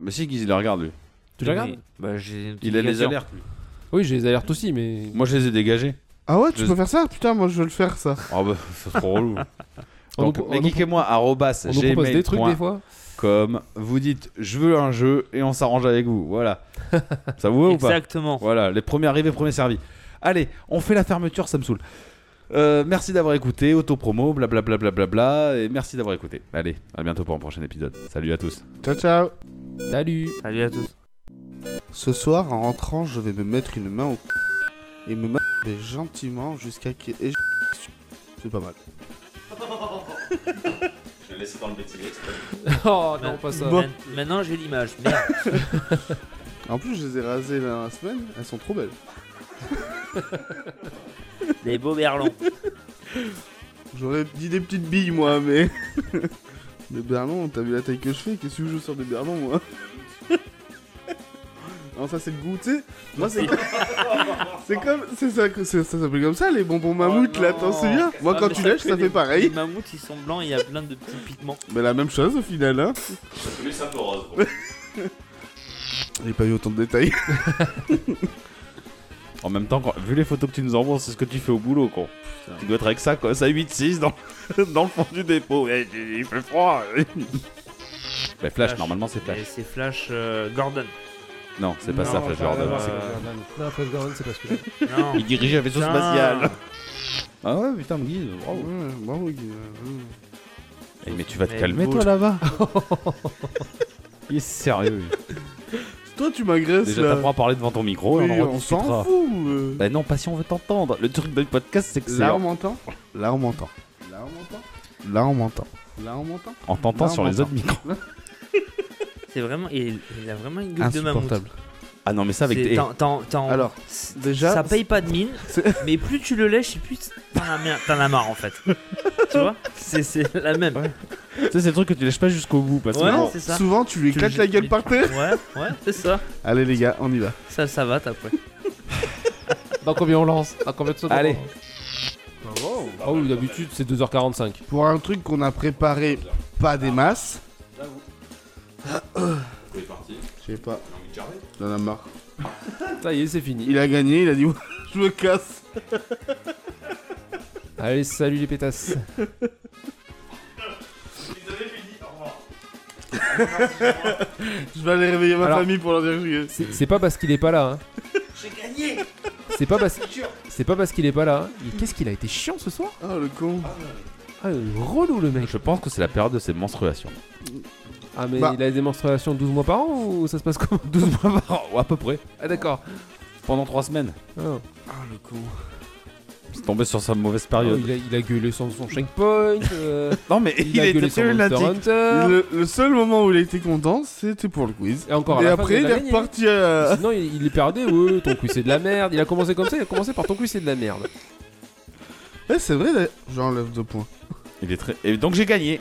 D: Mais si, Guise, il le regarde lui.
F: Tu les regardes
B: Bah, j'ai une
D: Il a les
B: notification.
D: alertes. lui.
F: Oui, j'ai les alertes aussi, mais...
D: Moi, je les ai dégagés.
G: Ah ouais, tu
D: Je-
G: peux faire ça Putain, moi, je veux le faire, ça.
D: Ah bah, c'est trop
F: on
D: relou.
F: nous,
D: Donc, euh,
F: pro- on nous pro-
D: megikemoi.
F: on nous propose des trucs des
D: gmail.com.
F: fois.
D: Vous dites, je veux un jeu et on s'arrange avec vous. Voilà. Ça vous va ou pas
B: Exactement.
D: Voilà, les premiers arrivés, premiers servis. Allez, on fait la fermeture, ça me saoule. Euh, merci d'avoir écouté, autopromo, blablabla, blablabla, et merci d'avoir écouté. Allez, à bientôt pour un prochain épisode. Salut à tous.
G: Ciao, ciao.
F: Salut
B: Salut à tous.
G: Ce soir, en rentrant, je vais me mettre une main au cul et me masturber gentiment jusqu'à qu'il y ait éjaculation. C'est pas mal.
D: Je laisse dans le
F: Oh non, pas ça.
B: Bon. Maintenant, j'ai l'image. Merde.
G: En plus, je les ai rasées la semaine. Elles sont trop belles.
B: Des beaux berlons.
G: J'aurais dit des petites billes, moi, mais... des berlons, t'as vu la taille que je fais Qu'est-ce que je sors des berlons, moi Non, ça, c'est le goût, tu sais Moi, c'est... c'est comme... C'est ça, que- c'est- ça s'appelle comme ça, les bonbons mammouth,
B: Oh
G: là,
B: non.
G: t'en souviens Moi,
B: Ah,
G: quand
B: mais
G: tu lèches, ça
B: les-
G: fait
B: Les
G: pareil.
B: mammouths, ils sont blancs, il y a plein de petits pigments.
G: Mais la même chose, au final, hein
D: un peu rose.
G: J'ai pas eu autant de détails.
D: En même temps, quand- vu les photos que tu nous envoies, c'est ce que tu fais au boulot, con. Tu dois être avec ça, quoi. Ça 8-6 dans... dans le fond du dépôt. Eh, il fait froid. Mais Flash,
B: Flash.
D: normalement, c'est Flash.
B: Et C'est Flash euh, Gordon.
D: Non, c'est pas
B: Non,
D: ça, Flash
B: pas
D: Jordan.
B: là-bas.
D: C'est-
B: Euh,
F: Non, Flash Gordon, c'est pas ce que j'ai.
B: Non.
D: Il dirige un vaisseau
B: Putain.
D: spatial. Ah ouais, putain, me guise. bravo.
G: Ouais, bravo, Guy. Ouais.
D: Eh, mais tu vas te
B: Mais
D: calmer,
B: beau,
D: toi,
B: je-
D: là-bas. il est sérieux. lui.
G: Toi, tu m'agresses,
D: Déjà,
G: là.
D: t'apprends à parler devant ton micro et
G: Oui,
D: on en
G: on s'en
D: rediscutera.
G: fout. euh.
D: Bah non, pas si on veut t'entendre. Le truc du podcast, c'est que c'est
G: Là, on
D: en
G: m'entend Là, on m'entend. Là, on m'entend Là, on m'entend. Là, on m'entend
D: en t'entendant
G: Là, on
D: sur les
G: m'entend.
D: autres micros.
B: C'est vraiment. Il, il a vraiment une gueule de mammouth.
D: Ah non, mais ça, avec
B: C'est-
D: tes...
B: t'en- t'en- t'en-
G: Alors,
B: c'est-
G: déjà,
B: ça paye pas de mine,
G: c'est-
B: mais plus tu le lèches, et plus t'en as, mar- t'en as marre en fait. tu vois C'est- C'est la même.
D: Ouais, Tu sais, c'est le truc que tu lèches pas jusqu'au bout. Parce que
B: Ouais,
D: bon,
B: c'est ça.
G: Souvent, tu lui
B: Tu
G: éclates
B: le-
G: la gueule par terre.
B: Ouais, ouais, c'est ça.
G: Allez, les gars, on y va.
B: Ça, ça va, t'as après.
F: Dans combien on lance Dans combien de secondes
D: Allez.
F: Ah oui, d'habitude, c'est 2h45.
G: Pour un truc qu'on a préparé pas des masses. Je sais pas. J'en ai marre.
F: Ça y est, c'est fini.
G: Il a gagné, il a dit je me casse.
F: Allez, salut les pétasses.
G: Je vais aller réveiller ma
F: Alors-
G: famille pour leur dire que je
F: C'est c'est pas parce qu'il est pas là. Hein. J'ai gagné C'est pas parce C'est pas parce qu'il est pas là. hein. Il- Qu'est-ce qu'il a été chiant ce soir
G: Oh le con.
F: Ah, il est relou le mec.
D: Je pense que c'est la période de ses menstruations.
F: Ah, mais
G: Bah.
F: il a des menstruations 12 mois par an ou ça se passe comment
D: 12 mois par an, ou Oh, à peu près.
F: Ah, d'accord.
D: Pendant 3 semaines.
F: Ah.
G: Ah le con.
D: C'est tombé sur sa mauvaise
F: Ah,
D: période.
F: il, a, il a gueulé sur son checkpoint. euh,
D: Non, mais
F: il, a gueulé sur Monster Hunter.
G: Le, le seul moment où il a été content, c'était pour le quiz.
F: Euh, Et encore à
G: Et
F: la fin,
G: après,
F: il
G: il
F: a
G: est
F: gagné.
G: reparti à.
F: Sinon, il, il est perdé. Ouais, ton cul c'est de la merde. Il a commencé comme ça. Il a commencé par ton cul c'est de la merde.
G: Eh, c'est vrai, d'ailleurs. j'enlève deux points.
D: Il est très... Et donc j'ai gagné.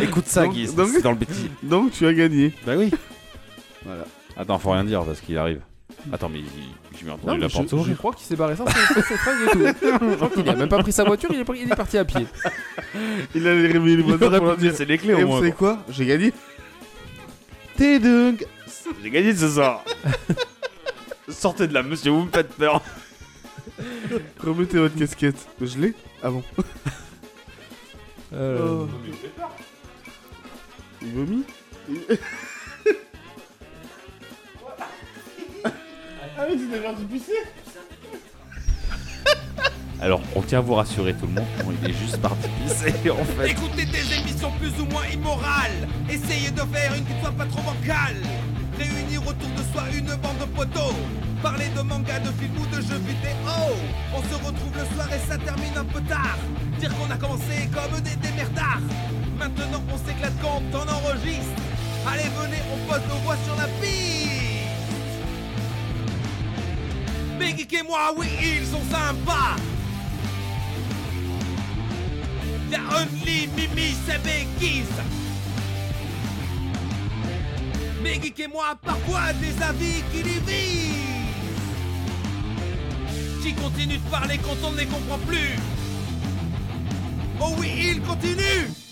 D: Écoute ça,
G: Donc-
D: Guy, c'est
G: donc-
D: c'est dans le bêtis.
G: Donc, tu as gagné.
D: Bah oui. Voilà. Attends, faut rien dire parce qu'il arrive. Attends, mais il- je m'ai entendu la
F: je,
D: porte
F: je
D: s'ouvrir.
F: crois qu'il s'est barré sans sans- sans ses fringues et tout. Je crois qu'il a même pas pris sa voiture. Il est, pris- il est parti à pied.
G: Il allait réveiller les voisins pour leur dire.
D: C'est les clés
G: Et
D: au
G: vous
D: moins.
G: savez quoi J'ai gagné. T'es dingue.
D: J'ai gagné ce soir. Sortez de là, monsieur, vous me faites peur.
G: Remettez votre casquette. Je l'ai Avant.
F: Euh,
G: Il vomit
D: Alors, on tient à vous rassurer tout le monde. Bon, il est juste parti pisser en fait.
I: Écoutez des émissions plus ou moins immorales. Essayez de faire une qui ne soit pas trop bancale. Réunir autour de soi une bande de poteaux. Parler de manga, de films ou de jeux vidéo. On se retrouve le soir et ça termine un peu tard. Dire qu'on a commencé comme des démerdards. Maintenant on s'éclate quand on enregistre. Allez venez, on pose nos voix sur la piste. Mais Geek et moi, oui, ils sont sympas. Y'a Only, Mimi, c'est Bégis Mais Geek et moi, parfois des avis qui divisent Qui continue de parler quand on ne les comprend plus Oh oui, il continue